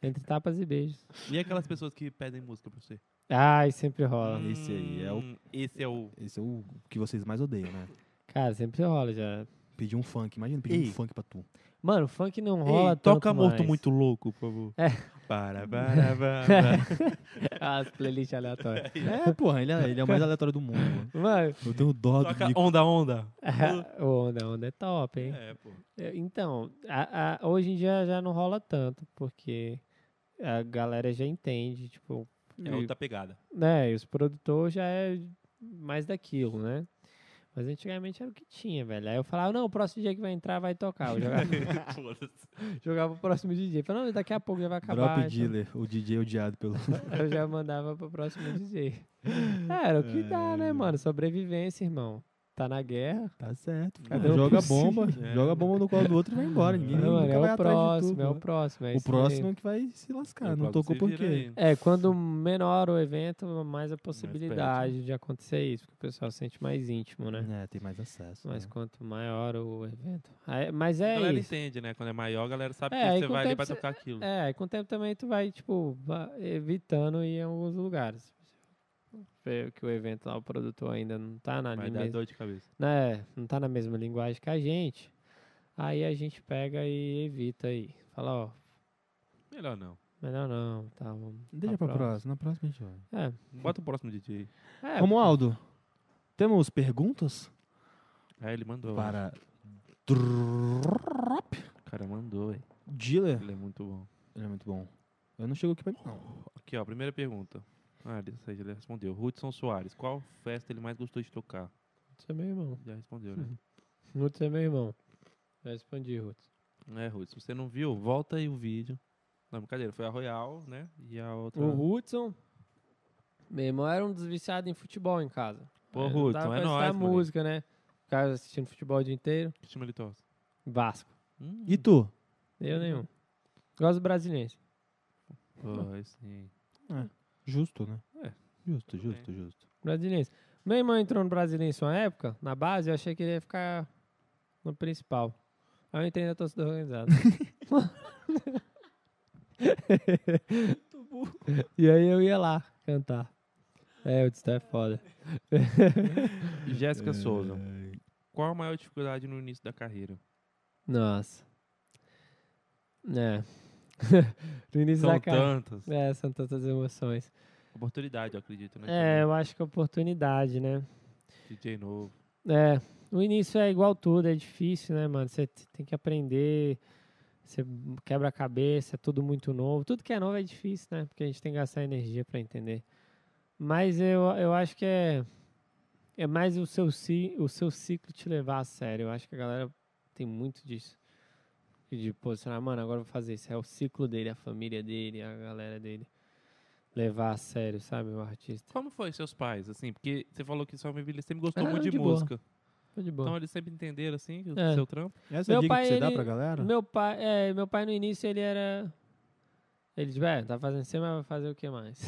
[SPEAKER 3] Entre tapas e beijos.
[SPEAKER 1] E aquelas pessoas que pedem música pra você?
[SPEAKER 3] Ai, sempre rola.
[SPEAKER 2] esse aí é o-
[SPEAKER 1] Hum, Esse é o.
[SPEAKER 2] Esse é o que vocês mais odeiam, né?
[SPEAKER 3] Cara, sempre rola já.
[SPEAKER 2] Pedir um funk, imagina pedir um
[SPEAKER 1] Ei.
[SPEAKER 2] funk pra tu.
[SPEAKER 3] Mano, funk não rola
[SPEAKER 1] Ei,
[SPEAKER 3] tanto
[SPEAKER 1] toca morto
[SPEAKER 3] mais.
[SPEAKER 1] muito louco, por favor.
[SPEAKER 3] É.
[SPEAKER 1] Para, para, para.
[SPEAKER 2] né?
[SPEAKER 3] Ah, As playlists aleatórias.
[SPEAKER 2] É, porra, ele é, ele é o mais aleatório do mundo. mano.
[SPEAKER 3] Mano,
[SPEAKER 2] Eu tenho dó do
[SPEAKER 1] Toca
[SPEAKER 2] Nico.
[SPEAKER 1] onda, onda.
[SPEAKER 3] o onda, onda é top, hein?
[SPEAKER 1] É, pô.
[SPEAKER 3] É, Então, a- a- hoje em dia já não rola tanto, porque a galera já entende, tipo...
[SPEAKER 1] É
[SPEAKER 3] e-
[SPEAKER 1] outra pegada.
[SPEAKER 3] né, e os produtores já é mais daquilo, né? Mas antigamente era o que tinha, velho. Aí eu falava, não, o próximo dia que vai entrar vai tocar. Eu jogava,
[SPEAKER 1] Foda-se.
[SPEAKER 3] jogava pro próximo DJ. Falava, não, daqui a pouco já vai acabar.
[SPEAKER 2] Drop
[SPEAKER 3] então-
[SPEAKER 2] Dealer, o DJ odiado pelo.
[SPEAKER 3] Eu já mandava pro próximo DJ. É, Era o que dá, né, mano? Sobrevivência, irmão. Tá na guerra.
[SPEAKER 2] Tá certo.
[SPEAKER 3] Cadê
[SPEAKER 2] Ah,
[SPEAKER 3] o
[SPEAKER 2] joga a
[SPEAKER 3] possível?
[SPEAKER 2] bomba, joga a bomba no colo do outro e vai embora. Ninguém
[SPEAKER 3] Não, mano,
[SPEAKER 2] nunca
[SPEAKER 3] é
[SPEAKER 2] vai
[SPEAKER 3] o
[SPEAKER 2] atrás de
[SPEAKER 3] próximo,
[SPEAKER 2] tudo,
[SPEAKER 3] é o
[SPEAKER 2] né?
[SPEAKER 3] próximo. é
[SPEAKER 2] O
[SPEAKER 3] isso aí.
[SPEAKER 2] próximo é que vai se lascar, não tocou por quê?
[SPEAKER 3] É, quando menor o evento, mais a possibilidade de acontecer isso, porque o pessoal se sente mais íntimo, né?
[SPEAKER 2] É, tem mais acesso.
[SPEAKER 3] Mas
[SPEAKER 2] né?
[SPEAKER 3] quanto maior o evento. Aí- mas
[SPEAKER 1] A
[SPEAKER 3] é
[SPEAKER 1] galera
[SPEAKER 3] isso.
[SPEAKER 1] entende, né? Quando é maior, a galera sabe
[SPEAKER 3] É,
[SPEAKER 1] que você
[SPEAKER 3] aí com o
[SPEAKER 1] vai ali
[SPEAKER 3] tempo
[SPEAKER 1] pra
[SPEAKER 3] você-
[SPEAKER 1] tocar aquilo.
[SPEAKER 3] É, aí com o tempo também tu vai, tipo, va- evitando ir em alguns lugares. Vê Que o evento lá, o produtor ainda não tá na
[SPEAKER 1] vai
[SPEAKER 3] linha
[SPEAKER 1] dar
[SPEAKER 3] mesma,
[SPEAKER 1] dor de cabeça.
[SPEAKER 3] né? Não tá na mesma linguagem que a gente. Aí a gente pega e evita aí. Fala, ó,
[SPEAKER 1] Melhor não.
[SPEAKER 3] melhor não, tá? Vamos
[SPEAKER 2] Deixa pra próxima, na próxima a gente vai.
[SPEAKER 3] É.
[SPEAKER 1] Bota o próximo DJ.
[SPEAKER 3] É,
[SPEAKER 2] Romualdo, temos perguntas?
[SPEAKER 1] Aí ele mandou.
[SPEAKER 2] Para
[SPEAKER 1] O cara mandou, velho.
[SPEAKER 2] Dealer?
[SPEAKER 1] Ele é muito bom.
[SPEAKER 2] Ele é muito bom. Eu não chegou aqui pra mim, não.
[SPEAKER 1] Aqui, ó, primeira pergunta. Ah, ele, ou seja, ele respondeu. Hudson Soares, qual festa ele mais gostou de tocar?
[SPEAKER 3] Você é meu irmão.
[SPEAKER 1] Já respondeu, né?
[SPEAKER 3] Ruth é meu irmão. Já respondi, Ruth. Uhum.
[SPEAKER 1] É, Hudson, se você não viu, volta aí o vídeo. Não, brincadeira, foi a Royal, né? E a outra.
[SPEAKER 3] O Hudson, meu irmão era um dos viciados em futebol em casa.
[SPEAKER 1] Pô,
[SPEAKER 3] Ele não
[SPEAKER 1] Hudson,
[SPEAKER 3] tava
[SPEAKER 1] é
[SPEAKER 3] pra escutar
[SPEAKER 1] nóis, moleque.
[SPEAKER 3] música, né? Ficava assistindo futebol o dia inteiro.
[SPEAKER 1] Que time ele torce?
[SPEAKER 3] Vasco.
[SPEAKER 1] Hum,
[SPEAKER 2] E tu?
[SPEAKER 3] Eu nenhum. Gosto do brasileiro.
[SPEAKER 1] pô, aí sim.
[SPEAKER 2] Justo, né?
[SPEAKER 1] É.
[SPEAKER 2] Justo,
[SPEAKER 1] Tudo
[SPEAKER 2] justo, justo.
[SPEAKER 3] Brasiliense. Meu irmão entrou no Brasiliense uma época, na base, eu achei que ele ia ficar no principal. Aí eu entrei na torcida organizada. e aí eu ia lá cantar. É, o Distá é foda. É.
[SPEAKER 1] Jéssica Souza. Qual a maior dificuldade no início da carreira?
[SPEAKER 3] Nossa. É. no início
[SPEAKER 1] São
[SPEAKER 3] da cara.
[SPEAKER 1] tantas.
[SPEAKER 3] É, são tantas emoções.
[SPEAKER 1] Oportunidade, eu acredito, né?
[SPEAKER 3] É, eu acho que oportunidade, né?
[SPEAKER 1] também. DJ novo.
[SPEAKER 3] É, o início é igual tudo, é difícil, né, mano? Você t- tem que aprender, você quebra a cabeça, é tudo muito novo. Tudo que é novo é difícil, né? Porque a gente tem que gastar energia pra entender. Mas eu, eu acho que é, é mais o seu, ci- o seu ciclo te levar a sério. Eu acho que a galera tem muito disso. De posicionar, mano, agora eu vou fazer isso. É o ciclo dele, a família dele, a galera dele. Levar a sério, sabe, o artista.
[SPEAKER 1] Como foi seus pais, assim? Porque você falou que sua família sempre gostou
[SPEAKER 3] Ah,
[SPEAKER 1] muito de,
[SPEAKER 3] de boa.
[SPEAKER 1] música.
[SPEAKER 3] Foi Tá de boa.
[SPEAKER 1] Então eles sempre entenderam, assim, o
[SPEAKER 3] É.
[SPEAKER 1] seu trampo.
[SPEAKER 2] Essa é
[SPEAKER 3] Meu
[SPEAKER 2] a dica
[SPEAKER 3] pai,
[SPEAKER 2] que você dá
[SPEAKER 3] ele-
[SPEAKER 2] pra galera?
[SPEAKER 3] Meu pai, é, meu pai no início ele era. Ele tipo, é, tá fazendo isso, mas vai fazer o que mais?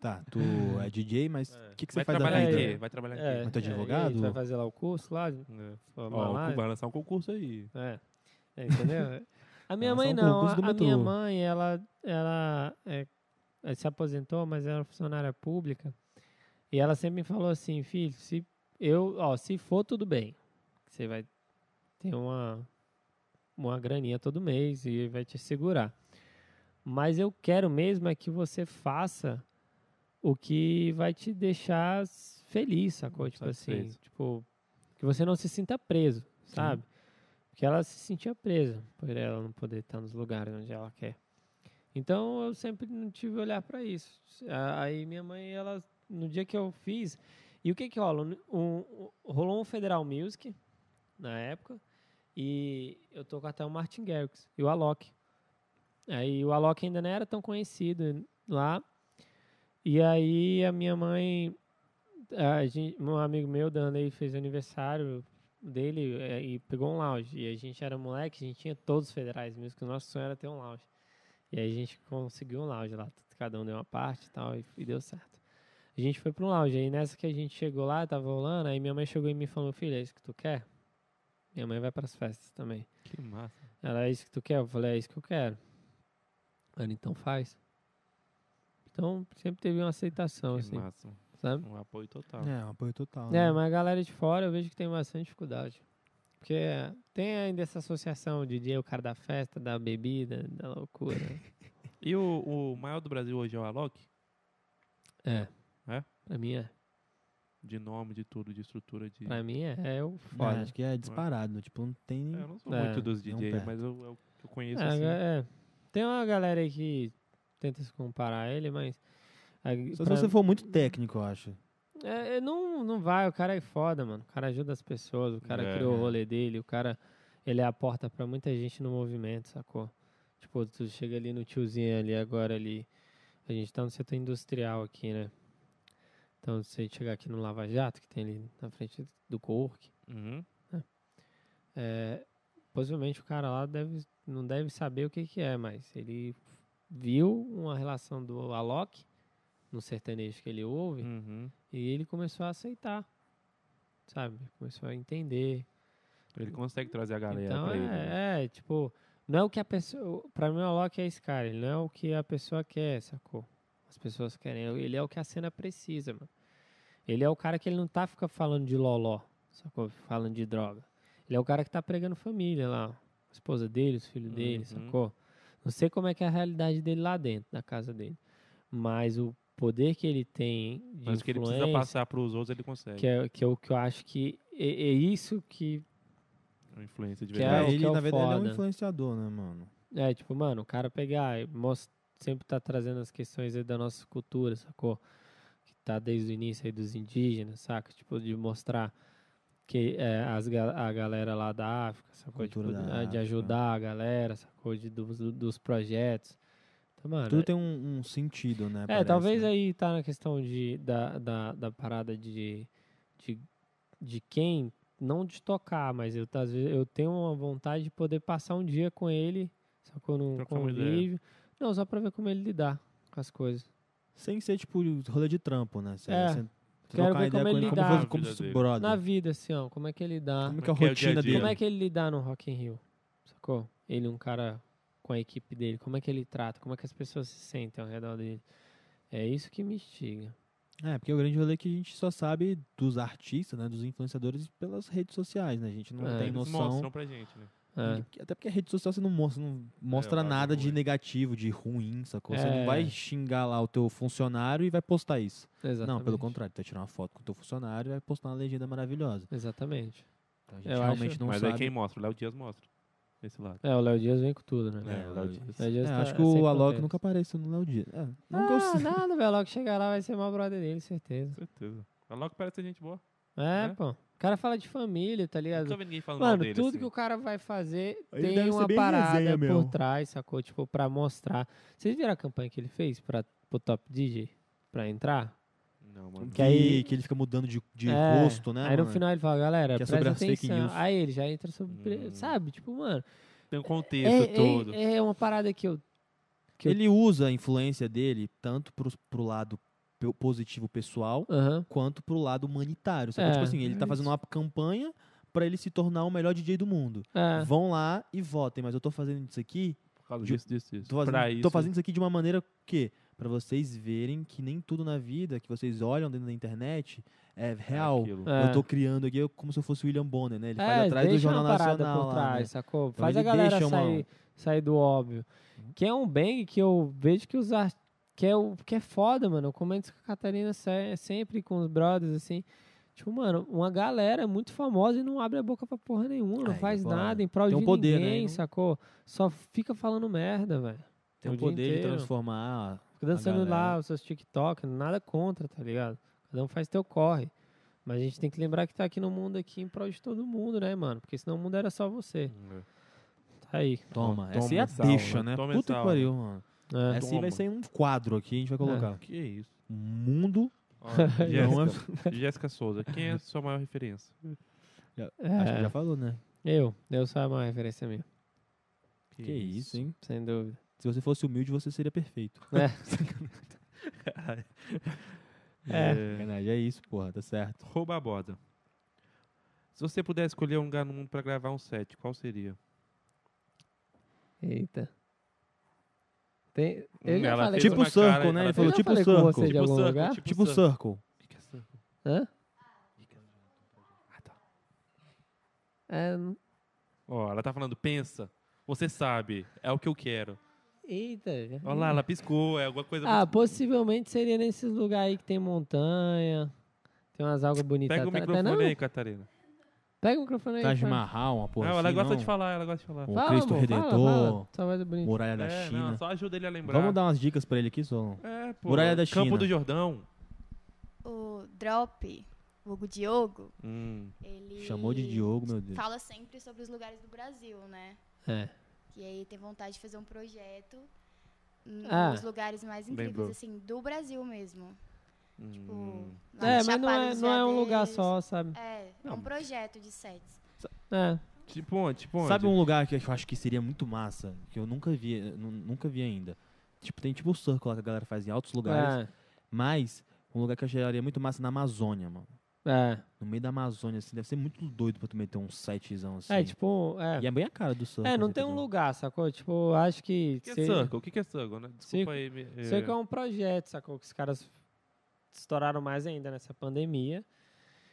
[SPEAKER 2] Tá, tu é DJ, mas o que, que você
[SPEAKER 1] vai
[SPEAKER 2] faz da
[SPEAKER 1] trabalhar
[SPEAKER 2] vida?
[SPEAKER 1] em quê? Vai trabalhar
[SPEAKER 3] é,
[SPEAKER 1] em quê?
[SPEAKER 2] Mas tu é
[SPEAKER 3] e aí,
[SPEAKER 2] advogado?
[SPEAKER 3] tu vai fazer lá o curso lá? de
[SPEAKER 1] É.
[SPEAKER 3] formar
[SPEAKER 1] Ó,
[SPEAKER 3] lá?
[SPEAKER 1] vai lançar um concurso aí.
[SPEAKER 3] É. É, entendeu? A minha
[SPEAKER 2] Ah,
[SPEAKER 3] mãe
[SPEAKER 2] só um
[SPEAKER 3] não.
[SPEAKER 2] concurso do
[SPEAKER 3] A, a minha
[SPEAKER 2] metrô.
[SPEAKER 3] mãe, ela, ela, é, ela se aposentou, mas era funcionária pública. E ela sempre me falou assim, filho, se eu, ó, se for tudo bem, você vai ter uma uma graninha todo mês e vai te segurar. Mas eu quero mesmo é que você faça o que vai te deixar s- feliz, sacou?
[SPEAKER 2] Hum,
[SPEAKER 3] Tipo assim,
[SPEAKER 1] Satisfeito.
[SPEAKER 3] tipo, que você não se sinta preso, sabe? Porque ela se sentia presa por ela não poder estar nos lugares onde ela quer. Então eu sempre não tive olhar para isso. A- Aí minha mãe, ela no dia que eu fiz, e o que que rola? Um- um- rolou um Federal Music na época e eu tô com até o Martin Garrix e o Alok. Aí o Alok ainda não era tão conhecido lá. E aí a minha mãe, a gente, um amigo meu, Danley, fez aniversário dele eh, e pegou um lounge. E a gente era moleque, a gente tinha todos os federais mesmo, que o nosso sonho era ter um lounge. E aí a gente conseguiu um lounge lá, cada um deu uma parte e tal, e, e deu certo. A gente foi para um lounge, aí nessa que a gente chegou lá, tava rolando, aí minha mãe chegou em mim e falou, filha, é isso que tu quer? Minha mãe vai para as festas também.
[SPEAKER 1] Que massa.
[SPEAKER 3] Ela, é isso que tu quer? Eu falei, é isso que eu quero. Ela, então faz. Então, sempre teve uma aceitação,
[SPEAKER 1] que
[SPEAKER 3] assim,
[SPEAKER 1] massa.
[SPEAKER 3] sabe?
[SPEAKER 1] Um apoio total.
[SPEAKER 2] É, um apoio total.
[SPEAKER 3] É,
[SPEAKER 2] né?
[SPEAKER 3] mas a galera de fora eu vejo que tem bastante dificuldade. Porque tem ainda essa associação de DJ, o cara da festa, da bebida, da loucura.
[SPEAKER 1] E o, o maior do Brasil hoje é o Alok?
[SPEAKER 3] é.
[SPEAKER 1] É?
[SPEAKER 3] Pra mim é.
[SPEAKER 1] De nome, de tudo, de estrutura, de...
[SPEAKER 3] Pra mim é. É o
[SPEAKER 2] É,
[SPEAKER 3] foda.
[SPEAKER 2] acho que é disparado, tipo, não tem
[SPEAKER 1] É,
[SPEAKER 2] nem...
[SPEAKER 1] eu não sou
[SPEAKER 3] É,
[SPEAKER 1] muito dos
[SPEAKER 2] não
[SPEAKER 1] DJs,
[SPEAKER 2] perto.
[SPEAKER 1] mas eu, é o que eu conheço,
[SPEAKER 3] É,
[SPEAKER 1] assim.
[SPEAKER 3] é. Tem uma galera aí que tenta se comparar a ele, mas... a-
[SPEAKER 2] Só
[SPEAKER 3] pra-
[SPEAKER 2] se você for muito técnico, eu acho.
[SPEAKER 3] É, é, não, não vai, o cara é foda, mano. O cara ajuda as pessoas, o cara
[SPEAKER 1] É.
[SPEAKER 3] criou o rolê dele, o cara ele é a porta pra muita gente no movimento, sacou? Tipo, tu chega ali no tiozinho ali agora ali. A gente tá no setor industrial aqui, né? Então, se você chegar aqui no Lava Jato, que tem ali na frente do Cork,
[SPEAKER 1] Uhum.
[SPEAKER 3] é, possivelmente o cara lá deve, não deve saber o que, que é, mas ele viu uma relação do Alok no sertanejo que ele ouve
[SPEAKER 1] Uhum.
[SPEAKER 3] e ele começou a aceitar, sabe? Começou a entender.
[SPEAKER 1] Ele consegue trazer a galera
[SPEAKER 3] Então,
[SPEAKER 1] pra
[SPEAKER 3] é,
[SPEAKER 1] ele. né?
[SPEAKER 3] é, tipo, não é o que a pessoa. Pra mim, o Alok é esse cara, ele não é o que a pessoa quer, sacou? As pessoas querem. Ele é o que a cena precisa, mano. Ele é o cara que ele não tá fica falando de loló, sacou? Falando de droga. Ele é o cara que tá pregando família lá. A esposa dele, os filhos dele,
[SPEAKER 1] Uhum.
[SPEAKER 3] sacou? Não sei como é que é a realidade dele lá dentro, da casa dele. Mas o poder que ele tem de
[SPEAKER 1] Mas o que ele precisa
[SPEAKER 3] influência,
[SPEAKER 1] passar pros outros, ele consegue.
[SPEAKER 3] que é, que é o que eu acho que é, é isso que
[SPEAKER 1] É Uma influência de
[SPEAKER 3] que
[SPEAKER 1] verdade.
[SPEAKER 3] o
[SPEAKER 2] ele,
[SPEAKER 3] que é o
[SPEAKER 2] na verdade, ele é
[SPEAKER 3] foda.
[SPEAKER 2] um influenciador, né, mano?
[SPEAKER 3] É, tipo, mano, o cara pegar e mostra, sempre tá trazendo as questões aí da nossa cultura, sacou? Que tá desde o início aí dos indígenas, saca? Tipo, de mostrar que é, as, ga- a galera lá da África, sacou?
[SPEAKER 2] Cultura
[SPEAKER 3] Tipo,
[SPEAKER 2] da
[SPEAKER 3] de, de
[SPEAKER 2] África.
[SPEAKER 3] ajudar a galera, sacou? De, dos, dos projetos. Então, mano,
[SPEAKER 2] Tudo tem um, um sentido, né?
[SPEAKER 3] é,
[SPEAKER 2] parece,
[SPEAKER 3] talvez
[SPEAKER 2] né?
[SPEAKER 3] aí tá na questão de, da, da, da parada de, de, de quem, não de tocar, mas eu, às vezes, eu tenho uma vontade de poder passar um dia com ele, só que eu não
[SPEAKER 1] Trocar uma ideia.
[SPEAKER 3] convívio. Não, só pra ver como ele lidar com as coisas.
[SPEAKER 2] Sem ser, tipo, rolê de trampo, né? Você,
[SPEAKER 3] É.
[SPEAKER 2] você
[SPEAKER 3] Quero
[SPEAKER 2] trocar
[SPEAKER 3] ver
[SPEAKER 2] ideia
[SPEAKER 3] como
[SPEAKER 2] com
[SPEAKER 3] ele
[SPEAKER 2] como,
[SPEAKER 3] dá.
[SPEAKER 2] fosse- como
[SPEAKER 1] Na vida
[SPEAKER 2] se fosse
[SPEAKER 1] dele.
[SPEAKER 2] brother.
[SPEAKER 3] Na vida, assim, ó, como é que ele dá.
[SPEAKER 2] Como que é a
[SPEAKER 1] Como é que é o
[SPEAKER 2] rotina
[SPEAKER 1] dia a dia?
[SPEAKER 2] dele?
[SPEAKER 3] Como é que ele lidar no Rock in Rio? Sacou? Ele, um cara com a equipe dele, como é que ele trata? Como é que as pessoas se sentem ao redor dele? É isso que me instiga.
[SPEAKER 2] É, porque o grande rolê é que a gente só sabe dos artistas, né? Dos influenciadores pelas redes sociais, né? A gente não
[SPEAKER 3] É.
[SPEAKER 2] tem
[SPEAKER 1] Eles
[SPEAKER 2] noção.
[SPEAKER 1] mostram pra gente, né?
[SPEAKER 3] É.
[SPEAKER 2] Até porque a rede social você não mostra, não mostra
[SPEAKER 1] eu acho
[SPEAKER 2] nada de
[SPEAKER 1] ruim.
[SPEAKER 2] negativo, de ruim, sacou? Você
[SPEAKER 3] É.
[SPEAKER 2] não vai xingar lá o teu funcionário e vai postar isso. Não, pelo
[SPEAKER 3] exatamente.
[SPEAKER 2] contrário, tu vai tirar uma foto com o teu funcionário e vai postar uma legenda maravilhosa.
[SPEAKER 3] Exatamente.
[SPEAKER 2] Então a gente
[SPEAKER 3] Eu
[SPEAKER 2] realmente
[SPEAKER 3] acho-
[SPEAKER 2] não
[SPEAKER 1] Mas
[SPEAKER 2] sabe. É,
[SPEAKER 1] aí quem mostra? O Léo Dias mostra. Esse lado.
[SPEAKER 3] É, o Léo Dias vem com tudo, né?
[SPEAKER 1] É, o Léo Dias.
[SPEAKER 3] Léo Dias
[SPEAKER 2] É,
[SPEAKER 3] tá
[SPEAKER 2] acho que
[SPEAKER 3] sem
[SPEAKER 2] o Alok
[SPEAKER 3] fronteiras.
[SPEAKER 2] nunca apareceu no Léo Dias. É, não que eu
[SPEAKER 3] Ah,
[SPEAKER 2] sei.
[SPEAKER 3] nada, velho. Alok chegar lá vai ser mal brother dele, certeza.
[SPEAKER 1] Certeza. O Léo que parece ser gente boa.
[SPEAKER 3] É,
[SPEAKER 1] É?
[SPEAKER 3] pô. O cara fala de família, tá ligado?
[SPEAKER 1] Nunca vi ninguém falando mal
[SPEAKER 3] Mano,
[SPEAKER 1] dele
[SPEAKER 3] tudo
[SPEAKER 1] assim.
[SPEAKER 3] que o cara vai fazer
[SPEAKER 2] Ele
[SPEAKER 3] tem
[SPEAKER 2] deve ser
[SPEAKER 3] uma
[SPEAKER 2] bem
[SPEAKER 3] parada
[SPEAKER 2] resenha
[SPEAKER 3] por
[SPEAKER 2] mesmo.
[SPEAKER 3] trás, sacou? Tipo, pra mostrar. Vocês viram a campanha que ele fez pra, pro Top DJ? Pra entrar?
[SPEAKER 1] Não, mano.
[SPEAKER 2] Que,
[SPEAKER 3] aí-
[SPEAKER 2] que ele fica mudando de, de
[SPEAKER 3] É,
[SPEAKER 2] rosto, né?
[SPEAKER 3] Aí no
[SPEAKER 2] mano?
[SPEAKER 3] final ele fala, galera,
[SPEAKER 2] Que é sobre
[SPEAKER 3] presta
[SPEAKER 2] as fake
[SPEAKER 3] atenção.
[SPEAKER 2] news.
[SPEAKER 3] Aí ele já entra sobre.
[SPEAKER 1] Hum.
[SPEAKER 3] Sabe? Tipo, mano.
[SPEAKER 1] Tem um
[SPEAKER 3] É,
[SPEAKER 1] contexto
[SPEAKER 3] é-
[SPEAKER 1] todo.
[SPEAKER 3] é, uma parada que eu. que eu-
[SPEAKER 2] Ele usa a influência dele tanto pro, pro lado pe- positivo pessoal,
[SPEAKER 3] Aham.
[SPEAKER 2] quanto pro lado humanitário. Sabe?
[SPEAKER 3] É,
[SPEAKER 2] tipo assim, ele
[SPEAKER 1] é
[SPEAKER 2] tá fazendo uma campanha pra ele se tornar o melhor DJ do mundo.
[SPEAKER 3] é.
[SPEAKER 2] Vão lá e votem, mas eu tô fazendo isso aqui,
[SPEAKER 1] Por causa
[SPEAKER 2] de-
[SPEAKER 1] disso, disso, disso.
[SPEAKER 2] tô fazendo,
[SPEAKER 1] pra
[SPEAKER 2] tô
[SPEAKER 1] isso,
[SPEAKER 2] fazendo isso aqui de uma maneira que para vocês verem que nem tudo na vida que vocês olham dentro da internet é
[SPEAKER 1] é
[SPEAKER 2] real.
[SPEAKER 1] aquilo.
[SPEAKER 3] É.
[SPEAKER 2] Eu tô criando aqui como se eu fosse o William Bonner, né? Ele faz
[SPEAKER 3] É,
[SPEAKER 2] atrás do
[SPEAKER 3] deixa uma
[SPEAKER 2] Jornal
[SPEAKER 3] parada
[SPEAKER 2] Nacional
[SPEAKER 3] por
[SPEAKER 2] lá,
[SPEAKER 3] trás,
[SPEAKER 2] né?
[SPEAKER 3] sacou?
[SPEAKER 2] Então
[SPEAKER 3] Faz a
[SPEAKER 2] ele
[SPEAKER 3] galera
[SPEAKER 2] deixa uma- Uhum.
[SPEAKER 3] sair, sair do óbvio. Que é um bang que eu vejo que os ar- que é o que é foda, mano. Eu comento isso com a Catarina se- sempre com os brothers assim. Tipo, mano, uma galera muito famosa e não abre a boca pra porra nenhuma, não
[SPEAKER 2] Aí,
[SPEAKER 3] faz
[SPEAKER 2] bora.
[SPEAKER 3] nada em prol
[SPEAKER 2] É, Tem um
[SPEAKER 3] de
[SPEAKER 2] poder, né?
[SPEAKER 3] ninguém,
[SPEAKER 2] Não-
[SPEAKER 3] sacou? Só fica falando merda, velho.
[SPEAKER 2] Tem
[SPEAKER 3] o
[SPEAKER 2] o
[SPEAKER 3] dia
[SPEAKER 2] poder de
[SPEAKER 3] inteiro.
[SPEAKER 2] transformar.
[SPEAKER 3] Fica dançando
[SPEAKER 2] galera.
[SPEAKER 3] lá os seus TikTok, nada contra, tá ligado? Cada um faz teu corre. Mas a gente tem que lembrar que tá aqui no mundo aqui em prol de todo mundo, né, mano? Porque senão o mundo era só você.
[SPEAKER 1] É.
[SPEAKER 3] Tá aí.
[SPEAKER 2] Toma,
[SPEAKER 1] Toma
[SPEAKER 2] essa aí é a
[SPEAKER 1] essa aula,
[SPEAKER 2] deixa, né?
[SPEAKER 1] toma
[SPEAKER 2] Puta
[SPEAKER 1] essa
[SPEAKER 2] que
[SPEAKER 1] aula.
[SPEAKER 2] pariu, mano.
[SPEAKER 3] É.
[SPEAKER 2] Essa aí
[SPEAKER 1] Toma.
[SPEAKER 2] vai sair um quadro aqui, a gente vai colocar.
[SPEAKER 1] Que isso.
[SPEAKER 2] Mundo.
[SPEAKER 1] Ó,
[SPEAKER 2] Não é-
[SPEAKER 1] Jéssica, Jéssica Souza, quem é a sua maior referência?
[SPEAKER 2] Acho que
[SPEAKER 3] É,
[SPEAKER 2] já falou, né?
[SPEAKER 3] eu, eu sou a maior referência minha,
[SPEAKER 2] Que, isso, hein?
[SPEAKER 3] sem dúvida.
[SPEAKER 2] Se você fosse humilde, você seria perfeito.
[SPEAKER 1] É.
[SPEAKER 2] Sacanagem, é isso, porra, tá certo.
[SPEAKER 1] Rouba a borda. Se você pudesse escolher um lugar no mundo pra gravar um set, qual seria?
[SPEAKER 3] Eita. Tem, eu já
[SPEAKER 1] Ela
[SPEAKER 3] falei
[SPEAKER 1] fez
[SPEAKER 2] Tipo
[SPEAKER 1] uma
[SPEAKER 2] Circle,
[SPEAKER 1] cara, ela
[SPEAKER 2] né? Ele
[SPEAKER 3] eu
[SPEAKER 1] fez-
[SPEAKER 2] falou,
[SPEAKER 3] já
[SPEAKER 2] tipo
[SPEAKER 3] falei com
[SPEAKER 2] circo.
[SPEAKER 3] você de
[SPEAKER 1] Tipo
[SPEAKER 3] algum
[SPEAKER 1] circo,
[SPEAKER 3] lugar?
[SPEAKER 1] tipo-
[SPEAKER 2] Tipo
[SPEAKER 1] circle.
[SPEAKER 2] Circle.
[SPEAKER 1] O que que é circle?
[SPEAKER 3] Hã?
[SPEAKER 1] Ah, tá.
[SPEAKER 3] É, não-
[SPEAKER 1] Ó, ela tá falando, pensa, você sabe, é o que eu quero.
[SPEAKER 3] eita. já-
[SPEAKER 1] Olha lá, ela piscou, é alguma coisa...
[SPEAKER 3] Ah,
[SPEAKER 1] muito-
[SPEAKER 3] possivelmente seria nesses lugares aí que tem montanha, tem umas algas bonitas.
[SPEAKER 1] Pega o
[SPEAKER 3] atrás.
[SPEAKER 1] microfone
[SPEAKER 3] tá, não,
[SPEAKER 1] aí, Catarina.
[SPEAKER 3] Pega o microfone aí.
[SPEAKER 2] Taj
[SPEAKER 3] fala.
[SPEAKER 2] Mahal, uma porra
[SPEAKER 1] não,
[SPEAKER 2] assim,
[SPEAKER 1] ela gosta
[SPEAKER 2] não?
[SPEAKER 1] de falar, ela gosta de falar.
[SPEAKER 2] O
[SPEAKER 3] Fala,
[SPEAKER 2] Cristo
[SPEAKER 3] amor, fala,
[SPEAKER 2] Redentor,
[SPEAKER 3] fala. Sua voz é bonita.
[SPEAKER 2] Muralha da
[SPEAKER 1] É,
[SPEAKER 2] China.
[SPEAKER 1] não, só ajuda ele a lembrar.
[SPEAKER 2] Vamos dar umas dicas pra ele aqui, Solon?
[SPEAKER 1] É, pô.
[SPEAKER 2] Muralha da
[SPEAKER 1] Campo
[SPEAKER 2] China.
[SPEAKER 1] do Jordão.
[SPEAKER 6] O Drop, o Hugo Diogo,
[SPEAKER 1] Hum.
[SPEAKER 6] ele.
[SPEAKER 2] Chamou de Diogo, meu Deus.
[SPEAKER 6] Fala sempre sobre os lugares do Brasil, né?
[SPEAKER 3] É.
[SPEAKER 6] E aí tem vontade de fazer um projeto
[SPEAKER 3] Ah.
[SPEAKER 2] Ah,
[SPEAKER 6] nos lugares mais incríveis,
[SPEAKER 1] Lembrou.
[SPEAKER 6] assim, do Brasil mesmo. Tipo,
[SPEAKER 1] Hum.
[SPEAKER 6] lá
[SPEAKER 3] É,
[SPEAKER 6] na
[SPEAKER 3] mas não
[SPEAKER 6] Chapada
[SPEAKER 3] é,
[SPEAKER 6] dos
[SPEAKER 3] não é um lugar
[SPEAKER 6] Veadeiros.
[SPEAKER 3] só, sabe?
[SPEAKER 6] É, é
[SPEAKER 1] Não.
[SPEAKER 6] um projeto de sets.
[SPEAKER 3] É.
[SPEAKER 1] Tipo onde? Tipo onde?
[SPEAKER 2] Sabe um lugar que eu acho que seria muito massa, que eu nunca vi, eh, nu- nunca vi ainda? Tipo, tem tipo o circo lá que a galera faz em altos lugares,
[SPEAKER 3] É.
[SPEAKER 2] mas um lugar que eu acharia muito massa na Amazônia, mano.
[SPEAKER 3] É.
[SPEAKER 2] No meio da Amazônia, assim, deve ser muito doido pra tu meter um setezão assim.
[SPEAKER 3] É, tipo. É.
[SPEAKER 2] E é bem a cara do surf.
[SPEAKER 3] É, não tem um lugar, sacou? Tipo, acho que.
[SPEAKER 1] O que é
[SPEAKER 3] se-
[SPEAKER 1] circle? O que que é circle, né?
[SPEAKER 3] Circle-
[SPEAKER 1] Desculpa aí. me- é,
[SPEAKER 3] Sei que é um projeto, sacou? Que os caras estouraram mais ainda nessa pandemia.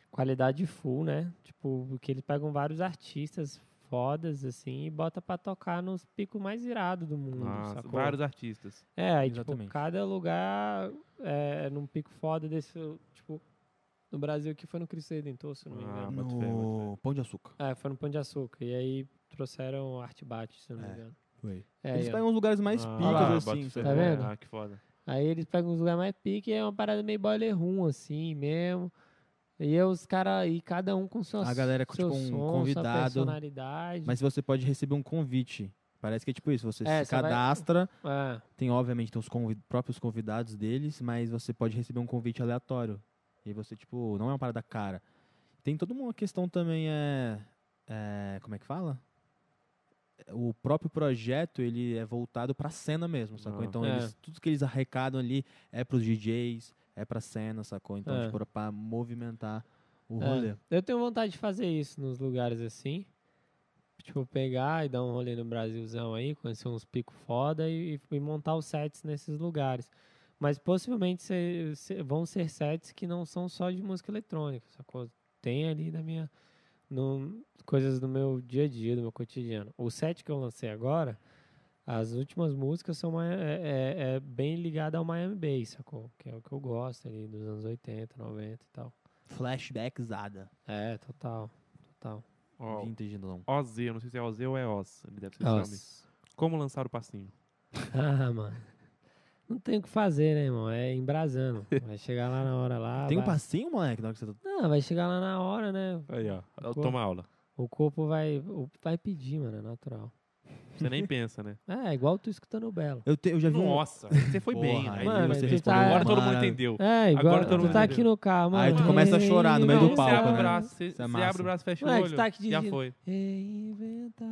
[SPEAKER 3] Qualidade full, né? Tipo, que eles pegam vários artistas fodas, assim, e bota pra tocar nos picos mais irados
[SPEAKER 2] é
[SPEAKER 3] do
[SPEAKER 2] um
[SPEAKER 3] mundo,
[SPEAKER 1] Nossa,
[SPEAKER 3] sacou?
[SPEAKER 1] ah, vários artistas.
[SPEAKER 3] É, aí,
[SPEAKER 2] Exatamente.
[SPEAKER 3] tipo, cada lugar é num pico foda desse, tipo, no Brasil aqui foi no Cristo Redentor, se eu não me
[SPEAKER 1] Ah,
[SPEAKER 3] engano.
[SPEAKER 1] bota fé, bota
[SPEAKER 2] No Pão de Açúcar.
[SPEAKER 3] É, foi no Pão de Açúcar. E aí trouxeram Artbate, se eu não me
[SPEAKER 2] É,
[SPEAKER 3] engano.
[SPEAKER 2] Foi.
[SPEAKER 3] É,
[SPEAKER 2] Eles
[SPEAKER 3] aí, ó.
[SPEAKER 2] pegam uns lugares mais
[SPEAKER 1] Ah,
[SPEAKER 2] picas,
[SPEAKER 1] lá,
[SPEAKER 2] assim.
[SPEAKER 1] bota fé.
[SPEAKER 2] sabe?
[SPEAKER 3] Tá vendo?
[SPEAKER 1] Ah, que foda.
[SPEAKER 3] Aí eles pegam os lugares mais pique e é uma parada meio boiler room, assim mesmo. E aí os caras aí, cada um com sua
[SPEAKER 2] A galera com,
[SPEAKER 3] seu
[SPEAKER 2] tipo, um
[SPEAKER 3] som, sua
[SPEAKER 2] convidado.
[SPEAKER 3] personalidade.
[SPEAKER 2] Mas você pode receber um convite. Parece que é tipo isso, você
[SPEAKER 3] É,
[SPEAKER 2] se
[SPEAKER 3] você vai-
[SPEAKER 2] cadastra,
[SPEAKER 3] É,
[SPEAKER 2] tem obviamente tem os convi- próprios convidados deles, mas você pode receber um convite aleatório. E você, tipo, não é uma parada cara. Tem toda uma questão também, é, é, como é que fala? O próprio projeto, ele é voltado pra cena mesmo, sacou?
[SPEAKER 1] Ah.
[SPEAKER 2] Então,
[SPEAKER 3] É.
[SPEAKER 2] eles, tudo que eles arrecadam ali é pros DJs, é pra cena, sacou? Então,
[SPEAKER 3] É.
[SPEAKER 2] tipo, era pra movimentar o
[SPEAKER 3] é.
[SPEAKER 2] rolê.
[SPEAKER 3] Eu tenho vontade de fazer isso nos lugares assim. Tipo, pegar e dar um rolê no Brasilzão aí, conhecer uns picos foda e, e montar os sets nesses lugares. Mas possivelmente se- se- vão ser sets que não são só de música eletrônica, sacou? Tem ali na minha. no- coisas do meu dia a dia, do meu cotidiano. O set que eu lancei agora, as últimas músicas são mai- é, é- é bem ligada ao Miami Bass, sacou? Que é o que eu gosto ali dos anos 80, 90 e tal.
[SPEAKER 2] Flashbackzada.
[SPEAKER 3] É, total. Total.
[SPEAKER 1] Ó,
[SPEAKER 2] Vintage, não.
[SPEAKER 1] OZ, eu não sei se é OZ ou é OZ. Ele deve ser nome.
[SPEAKER 3] Nossa.
[SPEAKER 1] Como lançar o passinho?
[SPEAKER 3] Ah, mano. Não tem o que fazer, né, irmão? É embrasando. Vai chegar lá na hora lá.
[SPEAKER 2] Tem um
[SPEAKER 3] vai...
[SPEAKER 2] passinho, moleque, na hora que você tá...
[SPEAKER 3] Não, vai chegar lá na hora, né?
[SPEAKER 1] Aí, ó. Ó,
[SPEAKER 3] Ficou?
[SPEAKER 1] Toma aula.
[SPEAKER 3] O corpo vai, o- vai pedir, mano, é natural.
[SPEAKER 1] Você nem pensa, né?
[SPEAKER 3] É, igual tu escutando o Belo.
[SPEAKER 2] Eu, te- eu já vi um...
[SPEAKER 1] Nossa, você foi bem.
[SPEAKER 2] Porra,
[SPEAKER 1] né?
[SPEAKER 2] aí
[SPEAKER 3] Mano,
[SPEAKER 2] você
[SPEAKER 3] tu
[SPEAKER 2] respondeu
[SPEAKER 3] tá-
[SPEAKER 1] Agora todo mundo
[SPEAKER 2] maravilha.
[SPEAKER 1] entendeu.
[SPEAKER 3] É, igual
[SPEAKER 1] Agora todo
[SPEAKER 3] tu
[SPEAKER 1] mundo
[SPEAKER 3] tá
[SPEAKER 1] entendeu.
[SPEAKER 3] aqui no carro, mano.
[SPEAKER 2] Aí tu começa a chorar no meio do
[SPEAKER 1] Não,
[SPEAKER 2] palco,
[SPEAKER 1] Então Você abre
[SPEAKER 2] né?
[SPEAKER 1] o braço, você,
[SPEAKER 2] Isso é
[SPEAKER 1] você
[SPEAKER 2] massa.
[SPEAKER 1] abre o braço, fecha
[SPEAKER 3] Moleque,
[SPEAKER 1] o olho.
[SPEAKER 3] tá aqui
[SPEAKER 1] já
[SPEAKER 3] dirigindo.
[SPEAKER 1] foi.
[SPEAKER 3] Reinventar.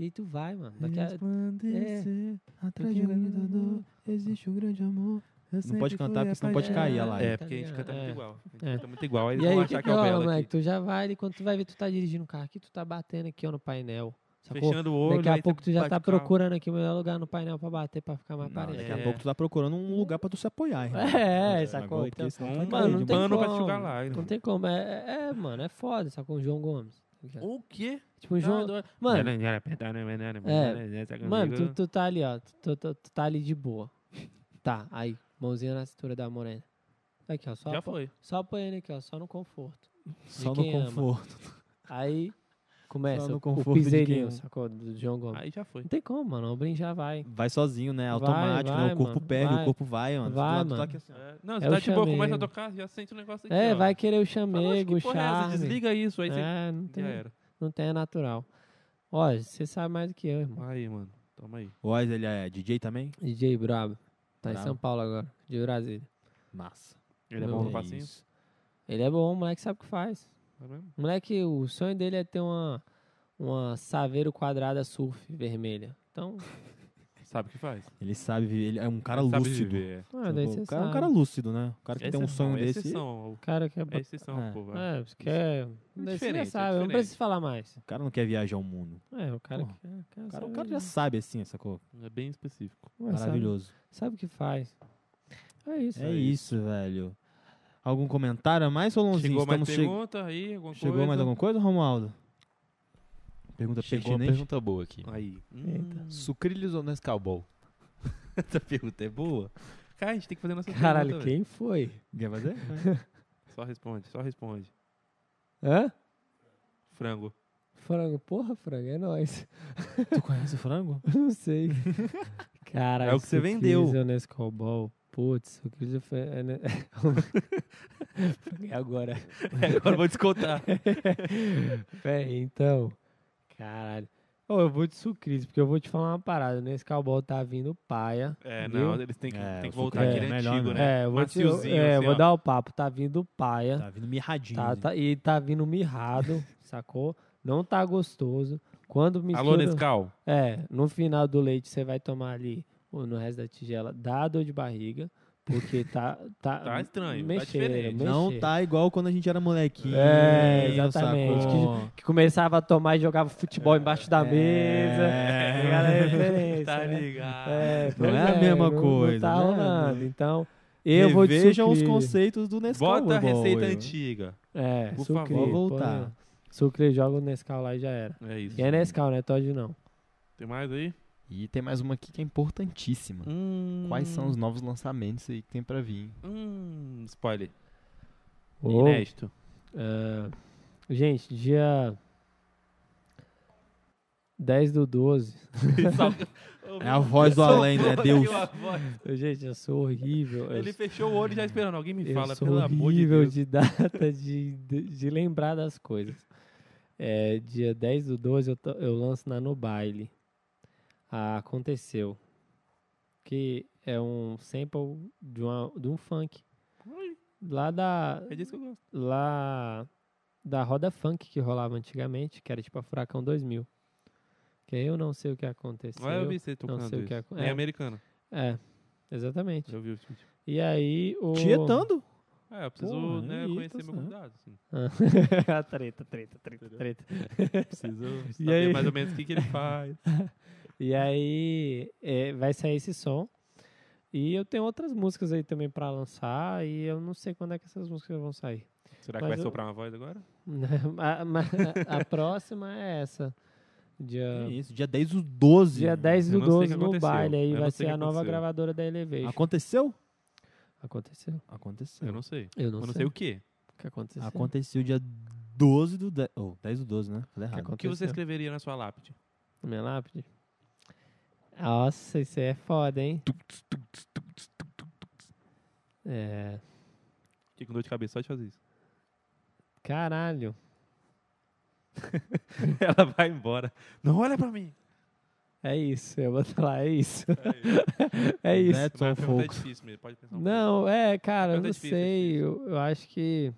[SPEAKER 3] E tu vai, mano. Daqui a... É.
[SPEAKER 2] Resplandecer, atrás de um
[SPEAKER 3] Eu quero-
[SPEAKER 2] grande existe um grande amor. Não pode cantar porque senão pode
[SPEAKER 3] apaixonado.
[SPEAKER 2] cair a
[SPEAKER 3] Ah,
[SPEAKER 2] live.
[SPEAKER 1] É,
[SPEAKER 3] tá
[SPEAKER 1] porque a gente
[SPEAKER 3] ligado.
[SPEAKER 1] canta
[SPEAKER 3] É.
[SPEAKER 1] muito igual. A gente
[SPEAKER 3] É.
[SPEAKER 1] canta muito igual. Aí eles
[SPEAKER 3] E aí,
[SPEAKER 1] vão
[SPEAKER 3] o que,
[SPEAKER 1] achar
[SPEAKER 3] que
[SPEAKER 1] que é o
[SPEAKER 3] rola,
[SPEAKER 1] Belo
[SPEAKER 3] moleque?
[SPEAKER 1] aqui.
[SPEAKER 3] Tu já vai, e quando tu vai ver, tu tá dirigindo o carro aqui, tu tá batendo aqui, ó, no painel. Sacou?
[SPEAKER 1] Fechando o olho.
[SPEAKER 3] Daqui
[SPEAKER 1] aí
[SPEAKER 3] a
[SPEAKER 1] você
[SPEAKER 3] pouco tu já
[SPEAKER 1] bate
[SPEAKER 3] tá
[SPEAKER 1] o carro.
[SPEAKER 3] procurando aqui o melhor lugar no painel pra bater, pra ficar mais
[SPEAKER 2] Não,
[SPEAKER 3] parecido.
[SPEAKER 2] daqui
[SPEAKER 1] É.
[SPEAKER 2] a pouco tu tá procurando um lugar pra tu se apoiar, irmão.
[SPEAKER 3] É, sacou?
[SPEAKER 2] Porque
[SPEAKER 3] Então-
[SPEAKER 2] senão tá tu vai
[SPEAKER 1] Um
[SPEAKER 2] cair
[SPEAKER 3] Mano, não
[SPEAKER 2] de
[SPEAKER 3] tem
[SPEAKER 1] pano pra te
[SPEAKER 3] como.
[SPEAKER 1] jogar lá.
[SPEAKER 3] Não tem como. É, é- é, mano, é foda, sacou? O João Gomes.
[SPEAKER 1] O quê? é-
[SPEAKER 3] Tipo, o João. Mano, É. mano
[SPEAKER 1] né?
[SPEAKER 3] tu, tu tá ali, ó. Tu, tu- tu- tu tá ali de boa. Tá, aí, mãozinha na cintura da morena. Aqui, ó. Só,
[SPEAKER 1] Já
[SPEAKER 3] apo-
[SPEAKER 1] foi.
[SPEAKER 3] só apanhando aqui, ó. Só no conforto.
[SPEAKER 2] Só
[SPEAKER 3] de
[SPEAKER 2] no
[SPEAKER 3] quem ama.
[SPEAKER 2] conforto.
[SPEAKER 3] Aí começa
[SPEAKER 2] Só no
[SPEAKER 3] o- o
[SPEAKER 2] conforto de quem
[SPEAKER 3] piseirinho,
[SPEAKER 2] ama.
[SPEAKER 3] sacou? Do João Gomes.
[SPEAKER 1] Aí já foi.
[SPEAKER 3] Não tem como, mano. O Brin já vai.
[SPEAKER 2] Vai sozinho, né? Automático,
[SPEAKER 3] vai,
[SPEAKER 2] né? O corpo
[SPEAKER 3] mano,
[SPEAKER 2] pega,
[SPEAKER 3] vai.
[SPEAKER 2] o corpo vai, mano.
[SPEAKER 3] Vai,
[SPEAKER 2] tu, tu
[SPEAKER 3] mano.
[SPEAKER 2] Tá aqui assim, ó.
[SPEAKER 1] É, Não,
[SPEAKER 3] É
[SPEAKER 1] você
[SPEAKER 3] o
[SPEAKER 1] tá de boa,
[SPEAKER 3] chamego.
[SPEAKER 1] começa a tocar, já sente o negócio aqui.
[SPEAKER 3] é,
[SPEAKER 1] ó.
[SPEAKER 3] vai querer o
[SPEAKER 1] Fala, mas
[SPEAKER 3] chamego,
[SPEAKER 1] que
[SPEAKER 3] o
[SPEAKER 1] porra é essa?
[SPEAKER 3] charme.
[SPEAKER 1] Desliga isso, aí você
[SPEAKER 3] É, não tem,
[SPEAKER 1] já era.
[SPEAKER 3] não tem, é natural. Ó, você sabe mais do que eu, irmão.
[SPEAKER 1] Aí, mano. Toma aí.
[SPEAKER 2] O Oz, ele é DJ também?
[SPEAKER 3] DJ Brabo. Tá em
[SPEAKER 2] Brabo.
[SPEAKER 3] São Paulo agora, de Brasília.
[SPEAKER 2] Massa.
[SPEAKER 1] Ele é
[SPEAKER 3] Não,
[SPEAKER 2] um
[SPEAKER 1] bom no
[SPEAKER 3] é
[SPEAKER 1] passinho?
[SPEAKER 2] isso.
[SPEAKER 3] Ele é bom, o moleque sabe o que faz.
[SPEAKER 1] Tá mesmo?
[SPEAKER 3] O moleque, o sonho dele é ter uma, uma saveiro quadrada surf vermelha. Então,
[SPEAKER 1] Sabe o que faz.
[SPEAKER 2] Ele sabe viver, ele é um cara
[SPEAKER 1] Sabe
[SPEAKER 2] lúcido.
[SPEAKER 1] viver, é.
[SPEAKER 3] ah, daí
[SPEAKER 2] Sacou?
[SPEAKER 3] você
[SPEAKER 2] o cara é
[SPEAKER 3] sabe.
[SPEAKER 2] um cara lúcido, né? O cara que
[SPEAKER 1] É
[SPEAKER 2] tem um
[SPEAKER 1] exceção,
[SPEAKER 2] sonho
[SPEAKER 1] é
[SPEAKER 2] desse. O
[SPEAKER 1] Exceção,
[SPEAKER 3] cara que é...
[SPEAKER 1] é
[SPEAKER 3] bo-
[SPEAKER 1] exceção,
[SPEAKER 2] É.
[SPEAKER 1] pô. vai.
[SPEAKER 3] É, porque é... daí Você já
[SPEAKER 1] diferente, é
[SPEAKER 3] sabe, não
[SPEAKER 1] diferente.
[SPEAKER 3] precisa falar mais.
[SPEAKER 2] cara não quer viajar ao mundo.
[SPEAKER 3] É, o cara
[SPEAKER 2] Porra,
[SPEAKER 3] que... O cara,
[SPEAKER 2] O cara, o
[SPEAKER 3] sabe-
[SPEAKER 2] cara já sabe assim, essa cor.
[SPEAKER 1] É bem específico.
[SPEAKER 3] Ué, sabe,
[SPEAKER 2] Maravilhoso.
[SPEAKER 3] sabe o que faz. É isso.
[SPEAKER 2] É isso, velho. Algum comentário a mais, Solonzinho?
[SPEAKER 1] Chegou mais
[SPEAKER 2] che-
[SPEAKER 1] pergunta aí? Alguma
[SPEAKER 2] assim? Chegou
[SPEAKER 1] coisa?
[SPEAKER 2] mais alguma coisa, Romualdo? Pergunta
[SPEAKER 5] Chegou uma
[SPEAKER 2] pertinente.
[SPEAKER 5] pergunta boa aqui.
[SPEAKER 1] Aí. Hum.
[SPEAKER 3] Eita.
[SPEAKER 5] Sucrilhos ou Nescau Essa pergunta é boa.
[SPEAKER 1] Cara, a gente tem que fazer nossa
[SPEAKER 2] tá
[SPEAKER 3] Caralho,
[SPEAKER 1] pergunta,
[SPEAKER 3] quem foi?
[SPEAKER 2] Quer fazer?
[SPEAKER 1] velho. Só responde, só responde.
[SPEAKER 3] Hã?
[SPEAKER 1] Frango.
[SPEAKER 3] Frango, porra, frango, é nóis.
[SPEAKER 2] tu conhece o frango?
[SPEAKER 3] Não sei. Cara,
[SPEAKER 1] É o que você vendeu.
[SPEAKER 3] Nescobol. Putz, o Cris foi. é, né? E agora?
[SPEAKER 1] Agora eu vou descontar.
[SPEAKER 3] Véi, então. Caralho. Ô, Ô, eu vou de sucris, porque eu vou te falar uma parada. Nesse cowboy tá vindo paia.
[SPEAKER 1] É,
[SPEAKER 3] viu?
[SPEAKER 1] não, eles têm que,
[SPEAKER 2] É,
[SPEAKER 1] têm que
[SPEAKER 2] o
[SPEAKER 1] voltar
[SPEAKER 3] sucrilho
[SPEAKER 1] aquele
[SPEAKER 2] é melhor,
[SPEAKER 1] antigo,
[SPEAKER 2] né?
[SPEAKER 1] né?
[SPEAKER 3] É, eu vou, te, eu-
[SPEAKER 1] Maciozinho,
[SPEAKER 3] é,
[SPEAKER 1] assim,
[SPEAKER 3] vou
[SPEAKER 1] ó.
[SPEAKER 3] dar o papo. Tá vindo paia.
[SPEAKER 2] Tá vindo mirradinho.
[SPEAKER 3] Tá, tá- e tá vindo mirrado, sacou? Não tá gostoso. Quando mistura...
[SPEAKER 1] Alô, Nescau.
[SPEAKER 3] É, no final do leite você vai tomar ali, ou no resto da tigela, dá dor de barriga, porque tá... Tá,
[SPEAKER 1] Tá estranho, tá
[SPEAKER 3] mexeira,
[SPEAKER 1] diferente.
[SPEAKER 3] mexeira.
[SPEAKER 2] Não tá igual quando a gente era molequinho.
[SPEAKER 3] É, exatamente.
[SPEAKER 2] sacou?
[SPEAKER 3] Que começava a tomar e jogava
[SPEAKER 1] É,
[SPEAKER 3] futebol embaixo da mesa.
[SPEAKER 2] É.
[SPEAKER 3] Pegava a referência,
[SPEAKER 1] Tá
[SPEAKER 3] né?
[SPEAKER 1] ligado.
[SPEAKER 3] É,
[SPEAKER 2] Não
[SPEAKER 3] pois
[SPEAKER 2] é a mesma
[SPEAKER 3] não-
[SPEAKER 2] coisa,
[SPEAKER 3] Não tá
[SPEAKER 2] né?
[SPEAKER 3] rolando. Então, eu vou de
[SPEAKER 2] Revejam os
[SPEAKER 3] sucrilho.
[SPEAKER 2] conceitos do Nescau.
[SPEAKER 1] Bota a
[SPEAKER 2] boy.
[SPEAKER 1] receita antiga.
[SPEAKER 3] É,
[SPEAKER 1] Por
[SPEAKER 3] sucrilho.
[SPEAKER 1] favor,
[SPEAKER 3] pô,
[SPEAKER 2] voltar.
[SPEAKER 3] né? Sucrilho, joga o Nescau lá e já era.
[SPEAKER 1] É isso.
[SPEAKER 3] E é Nescau, né? Todd não.
[SPEAKER 1] Tem mais aí?
[SPEAKER 5] E tem mais uma aqui que é importantíssima. Quais são os novos lançamentos aí que tem pra vir?
[SPEAKER 1] Hum, spoiler.
[SPEAKER 3] Ô,
[SPEAKER 1] Inédito.
[SPEAKER 3] ah, gente, dia 10 do 12.
[SPEAKER 2] É a voz do além, né? Deus.
[SPEAKER 3] Gente, eu sou horrível. Eu
[SPEAKER 1] Ele fechou o olho já esperando. Alguém me
[SPEAKER 3] Eu
[SPEAKER 1] fala,
[SPEAKER 3] sou
[SPEAKER 1] pelo amor de
[SPEAKER 3] horrível
[SPEAKER 1] Deus.
[SPEAKER 3] data de, de, de lembrar das coisas. É, dia 10 do 12 eu, to- eu lanço na No Baile. Ah, aconteceu. Que é um sample de, uma, de um funk. Lá da,
[SPEAKER 1] É disso que eu gosto.
[SPEAKER 3] lá da roda funk que rolava antigamente, que era tipo a Furacão 2000. Que aí eu não sei o que aconteceu.
[SPEAKER 1] Olha, eu vi você
[SPEAKER 3] não
[SPEAKER 1] tocando
[SPEAKER 3] sei o que
[SPEAKER 1] isso.
[SPEAKER 3] acon-
[SPEAKER 1] É,
[SPEAKER 3] é.
[SPEAKER 1] americano.
[SPEAKER 3] É, exatamente.
[SPEAKER 1] Já vi o vídeo.
[SPEAKER 3] E aí o...
[SPEAKER 2] Tietando.
[SPEAKER 1] É, eu preciso
[SPEAKER 2] Porra,
[SPEAKER 1] né,
[SPEAKER 2] aí,
[SPEAKER 1] conhecer
[SPEAKER 2] tá
[SPEAKER 1] meu
[SPEAKER 2] certo.
[SPEAKER 1] convidado. Assim.
[SPEAKER 3] Ah, treta, treta, treta, treta.
[SPEAKER 1] Preciso
[SPEAKER 3] E
[SPEAKER 1] saber
[SPEAKER 3] aí?
[SPEAKER 1] mais um ou menos o que, que ele faz.
[SPEAKER 3] E aí é, vai sair esse som. E eu tenho outras músicas aí também pra lançar. E eu não sei quando é que essas músicas vão sair.
[SPEAKER 1] Será que
[SPEAKER 3] Mas
[SPEAKER 1] vai
[SPEAKER 3] eu-
[SPEAKER 1] soprar uma voz agora?
[SPEAKER 3] a, ma- a- a próxima é essa. ah, Dia,
[SPEAKER 2] Isso, dia 10 do 12.
[SPEAKER 3] É. dia 10
[SPEAKER 1] eu
[SPEAKER 3] do
[SPEAKER 1] não sei o que
[SPEAKER 3] 12 no
[SPEAKER 1] aconteceu.
[SPEAKER 3] baile. Aí
[SPEAKER 1] Eu
[SPEAKER 3] vai
[SPEAKER 1] não sei o
[SPEAKER 3] ser
[SPEAKER 1] que
[SPEAKER 3] a nova
[SPEAKER 1] aconteceu.
[SPEAKER 3] gravadora da Elevation.
[SPEAKER 2] Aconteceu?
[SPEAKER 3] Aconteceu.
[SPEAKER 2] Aconteceu.
[SPEAKER 1] Eu não sei.
[SPEAKER 3] Eu não,
[SPEAKER 1] Eu não
[SPEAKER 3] sei
[SPEAKER 1] sei o que.
[SPEAKER 3] o que aconteceu.
[SPEAKER 2] Aconteceu dia 12 do 10. Ou 10 do 12, né? Falei
[SPEAKER 3] que
[SPEAKER 1] O
[SPEAKER 2] errado.
[SPEAKER 1] que você
[SPEAKER 3] aconteceu.
[SPEAKER 1] escreveria na sua lápide?
[SPEAKER 3] Na minha lápide. Nossa, isso aí é foda, hein? É.
[SPEAKER 1] Fiquei com dor de cabeça só de fazer isso.
[SPEAKER 3] Caralho.
[SPEAKER 1] Ela vai embora. Não olha pra mim.
[SPEAKER 3] É isso, eu vou falar, é isso. é isso.
[SPEAKER 2] That's all,
[SPEAKER 1] Mas a pergunta é
[SPEAKER 2] folks.
[SPEAKER 1] difícil mesmo. Pode pensar um
[SPEAKER 3] Não, é, cara,
[SPEAKER 1] Mas é
[SPEAKER 3] eu não
[SPEAKER 1] difícil, é
[SPEAKER 3] sei.
[SPEAKER 1] difícil.
[SPEAKER 3] Eu, eu acho que.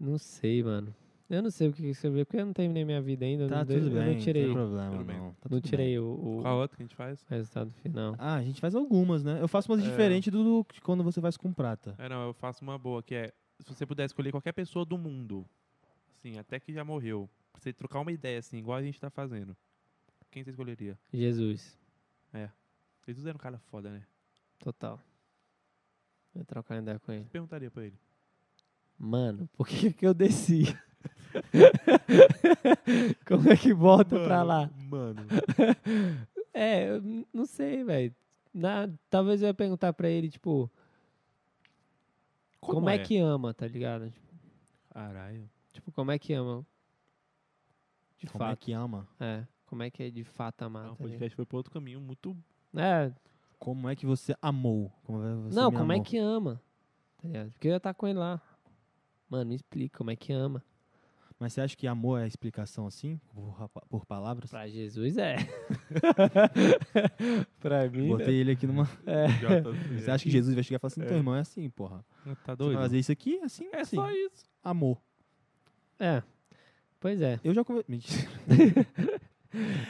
[SPEAKER 3] Não sei, mano. Eu não sei o que que escrever, porque eu não terminei minha vida ainda. eu
[SPEAKER 2] Tá
[SPEAKER 3] não, dei-
[SPEAKER 2] tudo
[SPEAKER 3] eu
[SPEAKER 2] bem,
[SPEAKER 3] não tirei,
[SPEAKER 2] não tem problema,
[SPEAKER 1] Tudo bem.
[SPEAKER 2] não. Tá
[SPEAKER 3] não
[SPEAKER 2] tudo bem.
[SPEAKER 3] tirei o, o
[SPEAKER 1] pouco. Qual outra que a gente faz?
[SPEAKER 3] resultado final.
[SPEAKER 2] Ah, a gente faz algumas, né? Eu faço umas
[SPEAKER 1] É.
[SPEAKER 2] diferentes do que quando você faz com prata.
[SPEAKER 1] É, não, eu faço uma boa, que é se você puder escolher qualquer pessoa do mundo, assim, até que já morreu, pra você trocar uma ideia, assim, igual a gente tá fazendo, quem você escolheria?
[SPEAKER 3] Jesus,
[SPEAKER 1] Jesus era um cara foda, né?
[SPEAKER 3] total. Vou trocar ideia com ele.
[SPEAKER 1] Você perguntaria pra ele.
[SPEAKER 3] Mano, por que, que eu desci? Como é que volta pra lá?
[SPEAKER 1] Mano.
[SPEAKER 3] É, eu n- não sei, velho. Na- Talvez eu ia perguntar pra ele, tipo, como, é? que ama, tá ligado? Tipo,
[SPEAKER 1] Caralho.
[SPEAKER 3] tipo, como é que ama? De
[SPEAKER 2] Como é
[SPEAKER 3] fato.
[SPEAKER 2] que um ama?
[SPEAKER 3] É, como é que é de fato amar?
[SPEAKER 1] Não, o
[SPEAKER 3] tá ligado?
[SPEAKER 1] podcast foi pro outro caminho, muito.
[SPEAKER 3] É,
[SPEAKER 2] Como é que você amou? Como é que você
[SPEAKER 3] não,
[SPEAKER 2] me
[SPEAKER 3] como é
[SPEAKER 2] amou?
[SPEAKER 3] que ama? Tá ligado? Porque eu ia estar com ele lá. Mano, me explica como é que ama.
[SPEAKER 2] Mas você acha que amor é explicação assim? Por, rapa- por palavras?
[SPEAKER 3] Pra Jesus é. pra mim. né?
[SPEAKER 2] Botei ele aqui numa. Você
[SPEAKER 1] É. Você
[SPEAKER 2] acha que Jesus vai chegar e falar assim, teu irmão é assim, porra.
[SPEAKER 1] assim. Tá
[SPEAKER 2] Você vai
[SPEAKER 1] doido?
[SPEAKER 2] fazer isso aqui, assim,
[SPEAKER 1] É
[SPEAKER 2] assim.
[SPEAKER 1] só isso.
[SPEAKER 2] Amor.
[SPEAKER 3] É. Pois é.
[SPEAKER 2] Eu já conversei.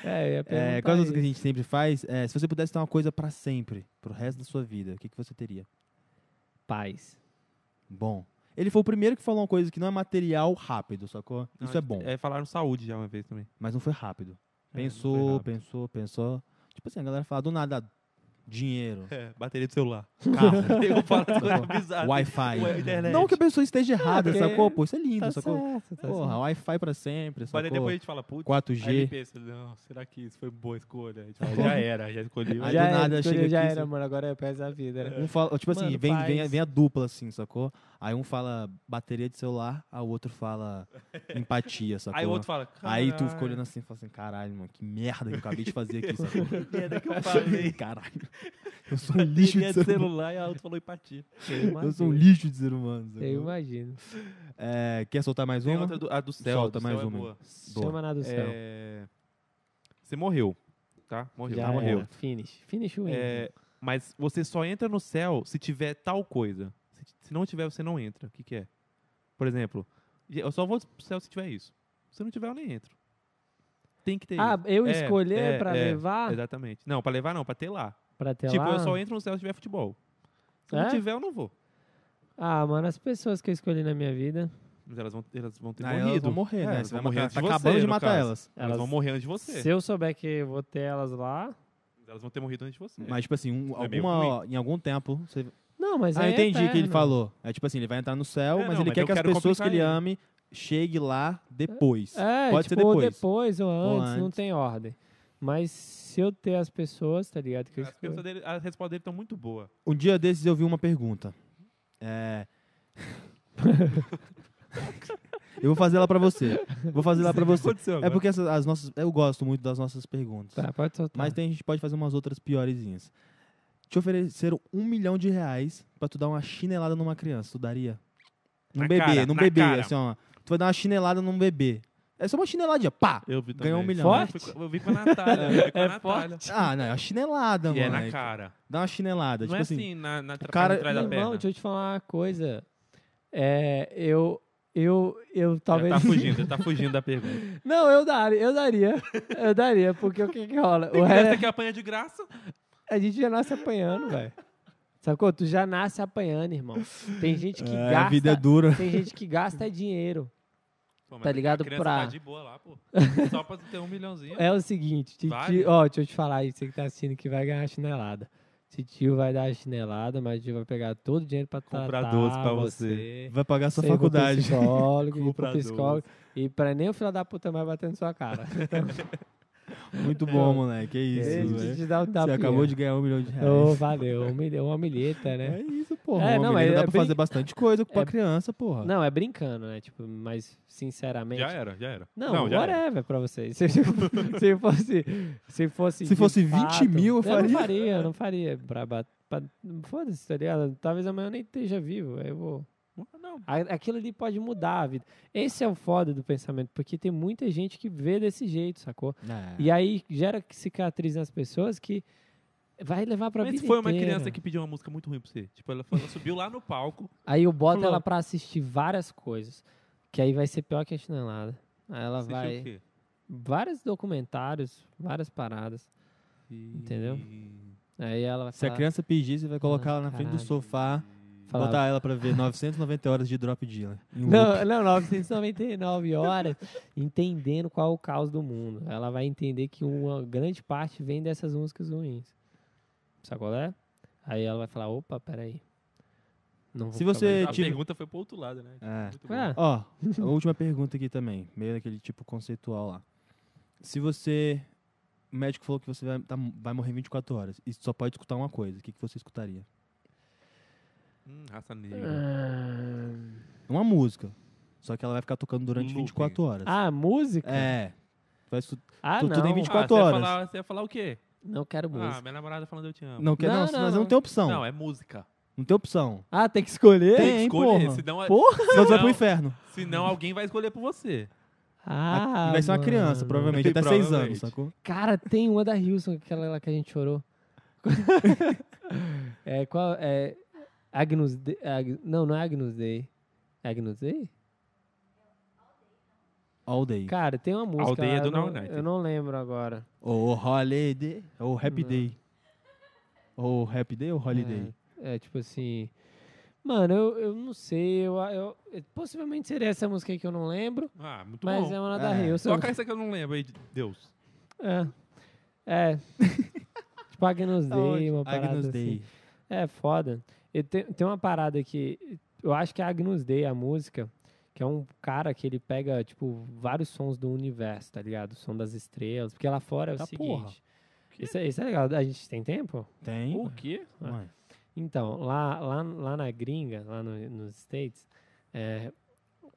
[SPEAKER 3] É, eu ia
[SPEAKER 2] É,
[SPEAKER 3] perguntar
[SPEAKER 2] qual das
[SPEAKER 3] isso.
[SPEAKER 2] que a gente sempre faz? É, se você pudesse ter uma coisa pra sempre, pro resto da sua vida, o que, que você teria?
[SPEAKER 3] Paz.
[SPEAKER 2] Bom. Ele foi o primeiro que falou uma coisa que não é material rápido, sacou? Isso é bom,
[SPEAKER 1] É, falaram saúde já uma vez também.
[SPEAKER 2] mas não foi
[SPEAKER 1] É,
[SPEAKER 2] rápido.
[SPEAKER 1] não foi
[SPEAKER 2] Pensou,
[SPEAKER 1] rápido.
[SPEAKER 2] pensou, pensou. Tipo assim, a galera fala do nada, dinheiro,
[SPEAKER 1] É, bateria do celular.
[SPEAKER 2] carro,
[SPEAKER 1] Eu falo as coisas bizarras.
[SPEAKER 2] Wi-fi.
[SPEAKER 1] Ué, internet.
[SPEAKER 2] Não que a pessoa esteja errada,
[SPEAKER 3] porque
[SPEAKER 2] sacou? Pô, isso é lindo,
[SPEAKER 3] Tá
[SPEAKER 2] sacou?
[SPEAKER 3] certo, tá certo.
[SPEAKER 2] Porra, Wi-Fi pra sempre,
[SPEAKER 1] Mas aí
[SPEAKER 2] sacou?
[SPEAKER 1] depois a gente fala, putz, Aí ele
[SPEAKER 2] 4G.
[SPEAKER 1] pensa, não, será que isso foi boa escolha? A gente fala, já era, já escolhi.
[SPEAKER 2] Aí
[SPEAKER 3] já
[SPEAKER 2] do nada
[SPEAKER 3] era,
[SPEAKER 2] chega
[SPEAKER 3] escolheu, já
[SPEAKER 2] aqui,
[SPEAKER 3] era,
[SPEAKER 2] assim.
[SPEAKER 3] mano. Agora é pés a vida. né?
[SPEAKER 2] Um fala, tipo assim,
[SPEAKER 3] Mano,
[SPEAKER 2] vem, vem, a-
[SPEAKER 3] faz.
[SPEAKER 2] vem a dupla, assim, sacou? Aí um fala bateria de celular, aí o outro fala empatia, sacou?
[SPEAKER 1] Aí o outro fala,
[SPEAKER 2] tá Aí tu
[SPEAKER 1] "Caralho,
[SPEAKER 2] fica olhando assim e fala assim, caralho, mano, que merda que eu acabei de fazer aqui, sacou?
[SPEAKER 1] que merda que eu falei.
[SPEAKER 2] caralho. Eu sou um lixo de
[SPEAKER 1] Bateria de
[SPEAKER 2] ser humano.
[SPEAKER 1] celular e a outra falou empatia.
[SPEAKER 2] Eu sou um lixo de ser humano. sacou?
[SPEAKER 3] Eu imagino.
[SPEAKER 2] É, quer soltar mais
[SPEAKER 1] Tem
[SPEAKER 2] uma?
[SPEAKER 1] outra do, a do céu,
[SPEAKER 2] Solta
[SPEAKER 1] do
[SPEAKER 2] tá mais
[SPEAKER 1] céu
[SPEAKER 2] uma.
[SPEAKER 1] é boa.
[SPEAKER 2] Boa.
[SPEAKER 3] Chama na do céu.
[SPEAKER 1] É, Você morreu, tá? Morreu,
[SPEAKER 3] Já
[SPEAKER 1] tá?
[SPEAKER 3] era,
[SPEAKER 1] morreu.
[SPEAKER 3] Finish. Finish win.
[SPEAKER 1] É, mas você só entra no céu se tiver tal coisa. Se, t- se não tiver, você não entra. O que, que é? Por exemplo, eu só vou pro céu se tiver isso. Se não tiver, eu nem entro. Tem que ter
[SPEAKER 3] ah,
[SPEAKER 1] isso.
[SPEAKER 3] eu
[SPEAKER 1] É,
[SPEAKER 3] escolher
[SPEAKER 1] é,
[SPEAKER 3] pra
[SPEAKER 1] é,
[SPEAKER 3] levar?
[SPEAKER 1] Exatamente. Não, pra levar não, pra ter lá.
[SPEAKER 3] Pra ter
[SPEAKER 1] tipo,
[SPEAKER 3] lá?
[SPEAKER 1] eu só entro no céu se tiver futebol. Se não
[SPEAKER 3] É?
[SPEAKER 1] tiver, eu não vou.
[SPEAKER 3] Ah, mano, as pessoas que eu escolhi na minha vida,
[SPEAKER 1] Mas elas vão, elas vão ter
[SPEAKER 2] Ah,
[SPEAKER 1] morrido.
[SPEAKER 2] elas vão morrer,
[SPEAKER 1] É,
[SPEAKER 2] né?
[SPEAKER 1] elas
[SPEAKER 2] Você
[SPEAKER 1] vão
[SPEAKER 2] vai
[SPEAKER 1] morrer
[SPEAKER 2] matar-
[SPEAKER 1] antes
[SPEAKER 2] tá
[SPEAKER 1] de você,
[SPEAKER 2] acabando de
[SPEAKER 1] no
[SPEAKER 2] matar
[SPEAKER 1] caso.
[SPEAKER 2] elas.
[SPEAKER 1] Elas,
[SPEAKER 3] Elas-
[SPEAKER 1] vão morrer antes de você.
[SPEAKER 3] se eu souber que eu vou ter elas lá...
[SPEAKER 1] Elas vão ter morrido antes de você.
[SPEAKER 2] Mas, tipo assim, um-
[SPEAKER 1] É meio
[SPEAKER 2] alguma, em algum tempo. Você...
[SPEAKER 3] Não, mas
[SPEAKER 2] Ah,
[SPEAKER 3] aí é
[SPEAKER 2] entendi o que ele
[SPEAKER 3] eterno.
[SPEAKER 2] falou. É tipo assim, ele vai entrar no
[SPEAKER 1] É,
[SPEAKER 2] céu, mas
[SPEAKER 1] não,
[SPEAKER 2] ele
[SPEAKER 1] mas
[SPEAKER 2] quer
[SPEAKER 1] eu
[SPEAKER 2] que as
[SPEAKER 1] quero
[SPEAKER 2] pessoas que ele
[SPEAKER 1] complicar
[SPEAKER 2] ame chegue lá depois.
[SPEAKER 3] É,
[SPEAKER 2] Pode ser
[SPEAKER 3] tipo, ou
[SPEAKER 2] depois.
[SPEAKER 3] ou
[SPEAKER 2] Ou
[SPEAKER 3] antes, não
[SPEAKER 2] antes.
[SPEAKER 3] tem ordem. Mas se eu ter as pessoas, tá ligado? Que eu
[SPEAKER 1] As,
[SPEAKER 3] escolho.
[SPEAKER 1] perguntas dele, as respostas dele estão muito boas.
[SPEAKER 2] Um dia desses eu vi uma pergunta. É. eu vou fazer ela pra você. Vou fazer ela pra você. É porque essas- as nossas. Eu gosto muito das nossas perguntas.
[SPEAKER 3] Tá, pode soltar.
[SPEAKER 2] Mas tem, a gente pode fazer umas outras piorezinhas. Te ofereceram um milhão de reais pra tu dar uma chinelada numa criança. Tu daria? Num
[SPEAKER 1] Na
[SPEAKER 2] bebê,
[SPEAKER 1] cara,
[SPEAKER 2] num
[SPEAKER 1] na
[SPEAKER 2] bebê,
[SPEAKER 1] cara.
[SPEAKER 2] assim, ó. Tu vai dar uma chinelada num bebê. É só uma chineladinha, pá!
[SPEAKER 1] Eu vi
[SPEAKER 2] Ganhou um
[SPEAKER 1] também.
[SPEAKER 2] milhão.
[SPEAKER 1] Eu fui com- Eu vi com a Natália. Eu vi com a
[SPEAKER 3] É
[SPEAKER 1] Natália.
[SPEAKER 2] Ah, não, é uma chinelada,
[SPEAKER 1] E é
[SPEAKER 2] mano.
[SPEAKER 1] na cara.
[SPEAKER 2] Dá uma chinelada.
[SPEAKER 1] Não
[SPEAKER 2] tipo
[SPEAKER 1] é
[SPEAKER 2] assim,
[SPEAKER 1] assim, na, na tra-
[SPEAKER 2] cara-
[SPEAKER 1] pra trás da
[SPEAKER 3] Irmão,
[SPEAKER 1] perna.
[SPEAKER 3] deixa eu te falar uma coisa. É, eu. Eu, eu talvez.
[SPEAKER 1] Ele tá fugindo, ele tá fugindo da pergunta.
[SPEAKER 3] Não, eu daria, eu daria. Eu daria, porque o que que rola? O
[SPEAKER 2] É.
[SPEAKER 1] Tem criança
[SPEAKER 3] resto-
[SPEAKER 1] que é apanha de graça.
[SPEAKER 3] a gente já nasce apanhando, velho. Sacou? Tu já nasce apanhando, irmão. Tem gente que
[SPEAKER 2] é,
[SPEAKER 3] gasta.
[SPEAKER 2] a vida é dura.
[SPEAKER 3] Tem gente que gasta dinheiro.
[SPEAKER 1] Pô, mas
[SPEAKER 3] Tá ligado?
[SPEAKER 1] A criança
[SPEAKER 3] Pra-
[SPEAKER 1] tá de boa lá, pô. Só pra ter um milhãozinho.
[SPEAKER 3] É o seguinte, titio,
[SPEAKER 1] Vale.
[SPEAKER 3] ó, deixa eu te falar aí, você que tá assistindo que vai ganhar a chinelada. Titio vai dar a chinelada, mas tio vai pegar todo o dinheiro pra
[SPEAKER 1] Comprar
[SPEAKER 3] tratar
[SPEAKER 1] doce pra
[SPEAKER 3] você.
[SPEAKER 2] Vai pagar sua
[SPEAKER 3] Você ir pro
[SPEAKER 2] faculdade.
[SPEAKER 3] psicólogo, ir pro
[SPEAKER 1] Comprar doce.
[SPEAKER 3] psicólogo, e pra nem o filho da puta mais bater na sua cara.
[SPEAKER 2] Muito bom, moleque. É isso,
[SPEAKER 3] Ele
[SPEAKER 2] velho.
[SPEAKER 3] te dá um
[SPEAKER 2] Você
[SPEAKER 3] tapinha.
[SPEAKER 2] acabou de ganhar um milhão de reais.
[SPEAKER 3] Ô, valeu, um milhão- uma milheta, né?
[SPEAKER 2] É isso, porra.
[SPEAKER 3] É,
[SPEAKER 2] Uma
[SPEAKER 3] não,
[SPEAKER 2] menina
[SPEAKER 3] é-
[SPEAKER 2] dá
[SPEAKER 3] é
[SPEAKER 2] pra
[SPEAKER 3] brin-
[SPEAKER 2] fazer bastante coisa pra
[SPEAKER 3] é-
[SPEAKER 2] criança, porra.
[SPEAKER 3] Não, é brincando, né? Tipo, mas sinceramente.
[SPEAKER 1] Já era, já era.
[SPEAKER 3] Não,
[SPEAKER 1] já era.
[SPEAKER 3] whatever pra vocês. Se, se fosse. Se fosse,
[SPEAKER 2] Se
[SPEAKER 3] de
[SPEAKER 2] fosse 20 mil, eu
[SPEAKER 3] Não
[SPEAKER 2] faria.
[SPEAKER 3] faria, eu não faria. Pra, ba- pra, Foda-se, tá ligado? Talvez amanhã eu nem esteja vivo. Aí eu vou.
[SPEAKER 1] Não,
[SPEAKER 3] A- Aquilo ali pode mudar a vida. Esse é o foda do pensamento, porque tem muita gente que vê desse jeito, sacou?
[SPEAKER 2] É.
[SPEAKER 3] E aí gera cicatriz nas pessoas que vai levar pra
[SPEAKER 1] mas
[SPEAKER 3] vida
[SPEAKER 1] foi uma
[SPEAKER 3] inteira.
[SPEAKER 1] criança que pediu uma música muito ruim pra você. Tipo, ela, foi- ela subiu lá no palco.
[SPEAKER 3] Aí eu boto
[SPEAKER 1] Falou.
[SPEAKER 3] ela pra assistir várias coisas, que aí vai ser pior que a chinelada. Aí ela
[SPEAKER 1] assistiu
[SPEAKER 3] vai...
[SPEAKER 1] o quê?
[SPEAKER 3] Vários documentários, várias paradas. Entendeu? Aí ela vai
[SPEAKER 2] Se a
[SPEAKER 3] falar-
[SPEAKER 2] criança pedir, você é vai colocar ela na frente do
[SPEAKER 3] Ah. caralho.
[SPEAKER 2] sofá,
[SPEAKER 3] falar-
[SPEAKER 2] botar ela pra ver 990 horas de Drop Dylan. Em um loop.
[SPEAKER 3] Não, não, 999 horas entendendo qual é o caos do mundo. Ela vai entender que uma grande parte vem dessas músicas ruins. Sabe qual é? Aí ela vai falar, opa, peraí. Não
[SPEAKER 2] Se
[SPEAKER 3] vou ficar
[SPEAKER 2] você
[SPEAKER 1] A
[SPEAKER 2] tive-
[SPEAKER 1] pergunta foi pro outro lado, né?
[SPEAKER 2] tipo- É.
[SPEAKER 1] Muito bom.
[SPEAKER 3] mais- Ah,
[SPEAKER 2] Ó, a última pergunta aqui também, meio daquele tipo conceitual lá. Se você. O médico falou que você vai, tá- vai morrer em 24 horas e só pode escutar uma coisa, o que, que você escutaria?
[SPEAKER 1] Hum, raça negra.
[SPEAKER 3] ah,
[SPEAKER 2] Uma música. Só que ela vai ficar tocando durante
[SPEAKER 1] Um Looping.
[SPEAKER 2] 24 horas.
[SPEAKER 3] ah, música?
[SPEAKER 2] É. Vai escu-
[SPEAKER 3] ah,
[SPEAKER 2] tu-
[SPEAKER 3] não.
[SPEAKER 2] tu tem 24
[SPEAKER 1] ah, você ia
[SPEAKER 2] horas.
[SPEAKER 1] falar- Você ia falar o quê?
[SPEAKER 3] Não quero
[SPEAKER 1] Ah,
[SPEAKER 3] música.
[SPEAKER 1] minha namorada falando eu te amo.
[SPEAKER 2] Não, quer,
[SPEAKER 3] Não,
[SPEAKER 2] não,
[SPEAKER 3] não,
[SPEAKER 2] mas
[SPEAKER 3] não.
[SPEAKER 2] não tem opção.
[SPEAKER 1] Não,
[SPEAKER 2] Não,
[SPEAKER 1] é música.
[SPEAKER 2] tem opção.
[SPEAKER 3] Ah, tem que escolher?
[SPEAKER 2] Tem,
[SPEAKER 1] que
[SPEAKER 2] hein,
[SPEAKER 1] escolher,
[SPEAKER 2] porra.
[SPEAKER 1] senão,
[SPEAKER 3] Porra!
[SPEAKER 2] Senão você vai pro
[SPEAKER 1] Não.
[SPEAKER 2] inferno.
[SPEAKER 1] senão alguém vai escolher por você.
[SPEAKER 3] Ah,
[SPEAKER 2] e vai ser uma
[SPEAKER 3] mano.
[SPEAKER 2] criança, provavelmente, até 6 anos,
[SPEAKER 1] Provavelmente.
[SPEAKER 2] sacou?
[SPEAKER 3] Cara, tem uma da Hilson, aquela lá que a gente chorou. é, qual, é, Agnus Dei. Ag- não, não é Agnus Dei. É Agnus Dei?
[SPEAKER 2] All day.
[SPEAKER 3] Cara, tem uma música.
[SPEAKER 1] Aldeia
[SPEAKER 3] lá,
[SPEAKER 1] do
[SPEAKER 3] eu, não,
[SPEAKER 1] Now United.
[SPEAKER 3] eu não lembro agora.
[SPEAKER 2] Ou holiday. Ou
[SPEAKER 1] Hum.
[SPEAKER 2] happy
[SPEAKER 3] Não.
[SPEAKER 2] day. Ou happy day ou holiday.
[SPEAKER 3] É, é, tipo assim. Mano, eu, eu não sei. Eu, eu- possivelmente seria essa música aí que eu não lembro.
[SPEAKER 1] Ah, muito
[SPEAKER 3] mas
[SPEAKER 1] bom.
[SPEAKER 3] é uma da
[SPEAKER 2] É.
[SPEAKER 3] Hilson.
[SPEAKER 1] Toca essa que eu não lembro aí, de Deus.
[SPEAKER 3] É. É. tipo Agnus
[SPEAKER 1] É, tá
[SPEAKER 3] Dei, uma parada.
[SPEAKER 2] Agnus
[SPEAKER 3] assim.
[SPEAKER 2] Day.
[SPEAKER 3] É foda. E tem, tem uma parada que eu acho que é Agnus Day, a música, que é um cara que ele pega, tipo, vários sons do universo, tá ligado? O som das estrelas. Porque lá fora é o
[SPEAKER 2] Tá porra.
[SPEAKER 3] seguinte. Isso é, isso é legal. A gente tem tempo?
[SPEAKER 2] Tem.
[SPEAKER 3] Uh,
[SPEAKER 1] O quê?
[SPEAKER 2] Ué.
[SPEAKER 3] Então, lá, lá, lá na gringa, lá no- nos States, é,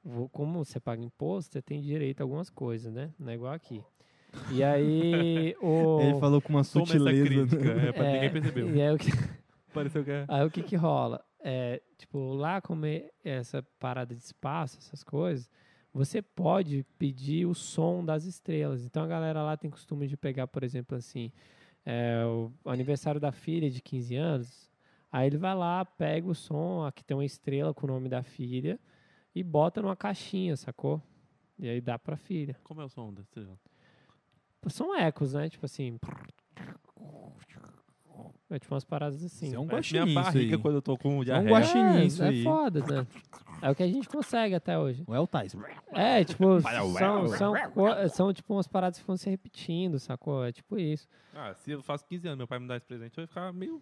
[SPEAKER 3] vo- como você paga imposto, você tem direito a algumas coisas, né? Não é igual aqui. E aí. O...
[SPEAKER 2] Ele falou com uma
[SPEAKER 1] Toma essa
[SPEAKER 2] sutileza. né?
[SPEAKER 1] crítica. É, pra
[SPEAKER 3] é,
[SPEAKER 1] ninguém percebeu.
[SPEAKER 3] E aí o que
[SPEAKER 1] Pareceu que é.
[SPEAKER 3] Aí o que que rola? É, tipo, lá como é essa parada de espaço, essas coisas, você pode pedir o som das estrelas. Então a galera lá tem costume de pegar, por exemplo, assim, é, o aniversário da filha de 15 anos. Aí ele vai lá, pega o som, aqui tem uma estrela com o nome da filha, e bota numa caixinha, sacou? E aí dá pra filha.
[SPEAKER 1] Como é o som da estrela?
[SPEAKER 3] São ecos, né? Tipo assim. É tipo umas paradas assim.
[SPEAKER 2] Isso é um
[SPEAKER 1] Parece minha
[SPEAKER 2] guaxinim isso
[SPEAKER 1] barriga
[SPEAKER 2] aí.
[SPEAKER 1] quando eu tô com
[SPEAKER 2] É um
[SPEAKER 1] diarreia.
[SPEAKER 2] guaxinim
[SPEAKER 3] é,
[SPEAKER 2] isso
[SPEAKER 3] é
[SPEAKER 2] aí.
[SPEAKER 3] foda, né? É o que a gente consegue até hoje.
[SPEAKER 2] Ou é o Tais.
[SPEAKER 3] É, tipo, são, são, co- são tipo umas paradas que vão se repetindo, sacou? É tipo isso.
[SPEAKER 1] Ah, se eu faço 15 anos, meu pai me dá esse presente, eu ia ficar meio...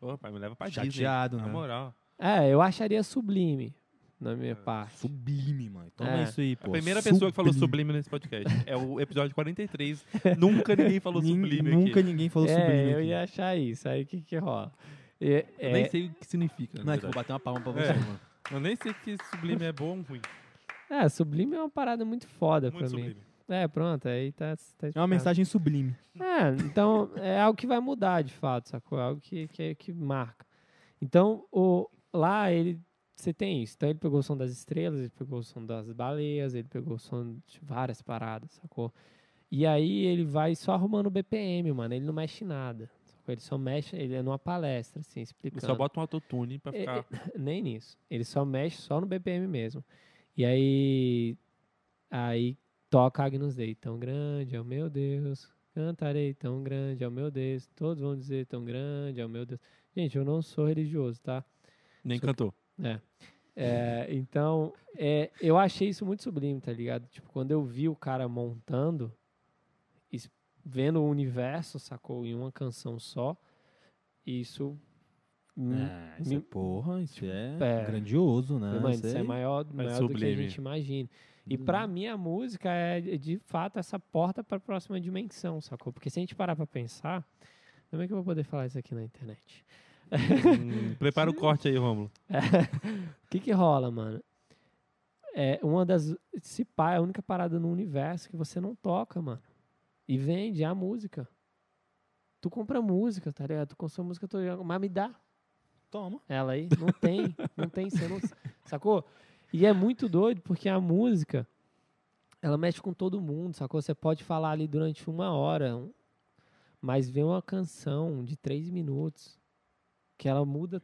[SPEAKER 1] Ô, pai, me leva pra Disney.
[SPEAKER 2] Chateado,
[SPEAKER 1] Na
[SPEAKER 2] né?
[SPEAKER 1] moral.
[SPEAKER 3] É, eu acharia sublime na
[SPEAKER 1] É,
[SPEAKER 3] minha parte.
[SPEAKER 2] Sublime, mano. Toma
[SPEAKER 3] É.
[SPEAKER 2] isso aí, pô.
[SPEAKER 1] A primeira pessoa que falou sublime nesse podcast é o episódio 43. Nunca ninguém falou
[SPEAKER 2] Nin-
[SPEAKER 1] sublime
[SPEAKER 2] Nunca
[SPEAKER 1] aqui.
[SPEAKER 2] ninguém falou
[SPEAKER 3] é,
[SPEAKER 2] sublime
[SPEAKER 3] eu
[SPEAKER 2] aqui.
[SPEAKER 3] ia achar isso. Aí o que que rola? É,
[SPEAKER 1] Eu
[SPEAKER 3] é,
[SPEAKER 1] nem sei o que significa. na
[SPEAKER 2] Não, é que eu
[SPEAKER 1] verdade.
[SPEAKER 2] vou bater uma palma pra
[SPEAKER 1] É.
[SPEAKER 2] você, mano.
[SPEAKER 1] Eu nem sei que sublime é bom ou ruim.
[SPEAKER 3] é, sublime é uma parada muito foda
[SPEAKER 1] Muito
[SPEAKER 3] pra mim.
[SPEAKER 1] sublime.
[SPEAKER 3] É, pronto, aí tá, tá
[SPEAKER 2] É uma
[SPEAKER 3] explicado.
[SPEAKER 2] mensagem sublime.
[SPEAKER 3] É, então é algo que vai mudar de fato, sacou? É algo que, que, que marca. Então, o, lá ele. Você tem isso. Então ele pegou o som das estrelas, ele pegou o som das baleias, ele pegou o som de várias paradas, sacou? E aí ele vai só arrumando o BPM, mano. Ele não mexe em nada. sacou? Ele só mexe, ele é numa palestra, assim,
[SPEAKER 1] Eu
[SPEAKER 3] explicando.
[SPEAKER 1] só bota um autotune pra
[SPEAKER 3] É,
[SPEAKER 1] ficar...
[SPEAKER 3] Nem nisso. Ele só mexe só no BPM mesmo. E aí. Aí toca Agnus Dei. Tão grande é o meu Deus. Cantarei tão grande é o meu Deus. Todos vão dizer tão grande é o meu Deus. Gente, eu não sou religioso, tá?
[SPEAKER 1] Nem
[SPEAKER 3] só que-
[SPEAKER 1] cantou.
[SPEAKER 3] É, então, é, eu achei isso muito sublime, tá ligado? Tipo, quando eu vi o cara montando, es- vendo o universo, sacou? Em uma canção só, isso. me-
[SPEAKER 2] Ah, isso é
[SPEAKER 3] me-
[SPEAKER 2] porra, isso é,
[SPEAKER 3] é.
[SPEAKER 2] grandioso, né?
[SPEAKER 3] Falei, Mano, isso
[SPEAKER 2] aí-
[SPEAKER 3] é maior, maior do que a
[SPEAKER 1] sublime.
[SPEAKER 3] gente imagina. E pra mim a música é de- de fato essa porta pra próxima dimensão, sacou? Porque se a gente parar pra pensar, como é que eu vou poder falar isso aqui na internet?
[SPEAKER 1] Hum, prepara o corte aí, Rômulo.
[SPEAKER 3] O que que rola, mano? É uma das se pá, é a única parada no universo que você não toca, mano. E vende é a música. Tu compra música, tá ligado? Tu consome música todo dia, mas me dá.
[SPEAKER 2] Toma.
[SPEAKER 3] Ela aí não tem, não tem, você não, sacou? E é muito doido porque a música ela mexe com todo mundo, sacou? Você pode falar ali durante uma hora, um- mas vem uma canção de três minutos que ela muda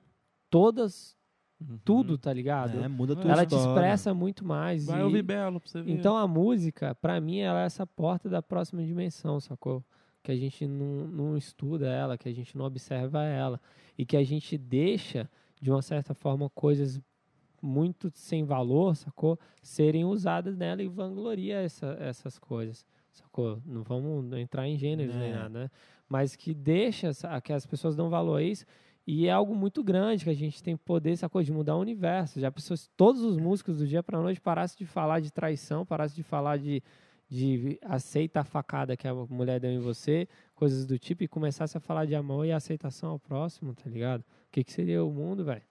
[SPEAKER 3] todas,
[SPEAKER 1] Uhum.
[SPEAKER 3] tudo, tá ligado?
[SPEAKER 2] É, muda tudo.
[SPEAKER 3] ela te expressa muito mais.
[SPEAKER 1] Vai
[SPEAKER 3] e-
[SPEAKER 1] ouvir Belo pra você ver.
[SPEAKER 3] então a música, pra mim, ela é essa porta da próxima dimensão, sacou? Que a gente não, não estuda ela, que a gente não observa ela. E que a gente deixa, de uma certa forma, coisas muito sem valor, sacou? Serem usadas nela e vangloria essa- essas coisas, sacou? Não vamos entrar em gêneros nem
[SPEAKER 2] É.
[SPEAKER 3] nada, né? Mas que deixa essa- que as pessoas dão valor a isso. E é algo muito grande que a gente tem poder, sacou? De mudar o universo. Já pessoas, se todos os músicos do dia pra noite parassem de falar de traição, parassem de falar de, de aceita a facada que a mulher deu em você, coisas do tipo, e começassem a falar de amor e aceitação ao próximo, tá ligado? O que, que seria o mundo, velho?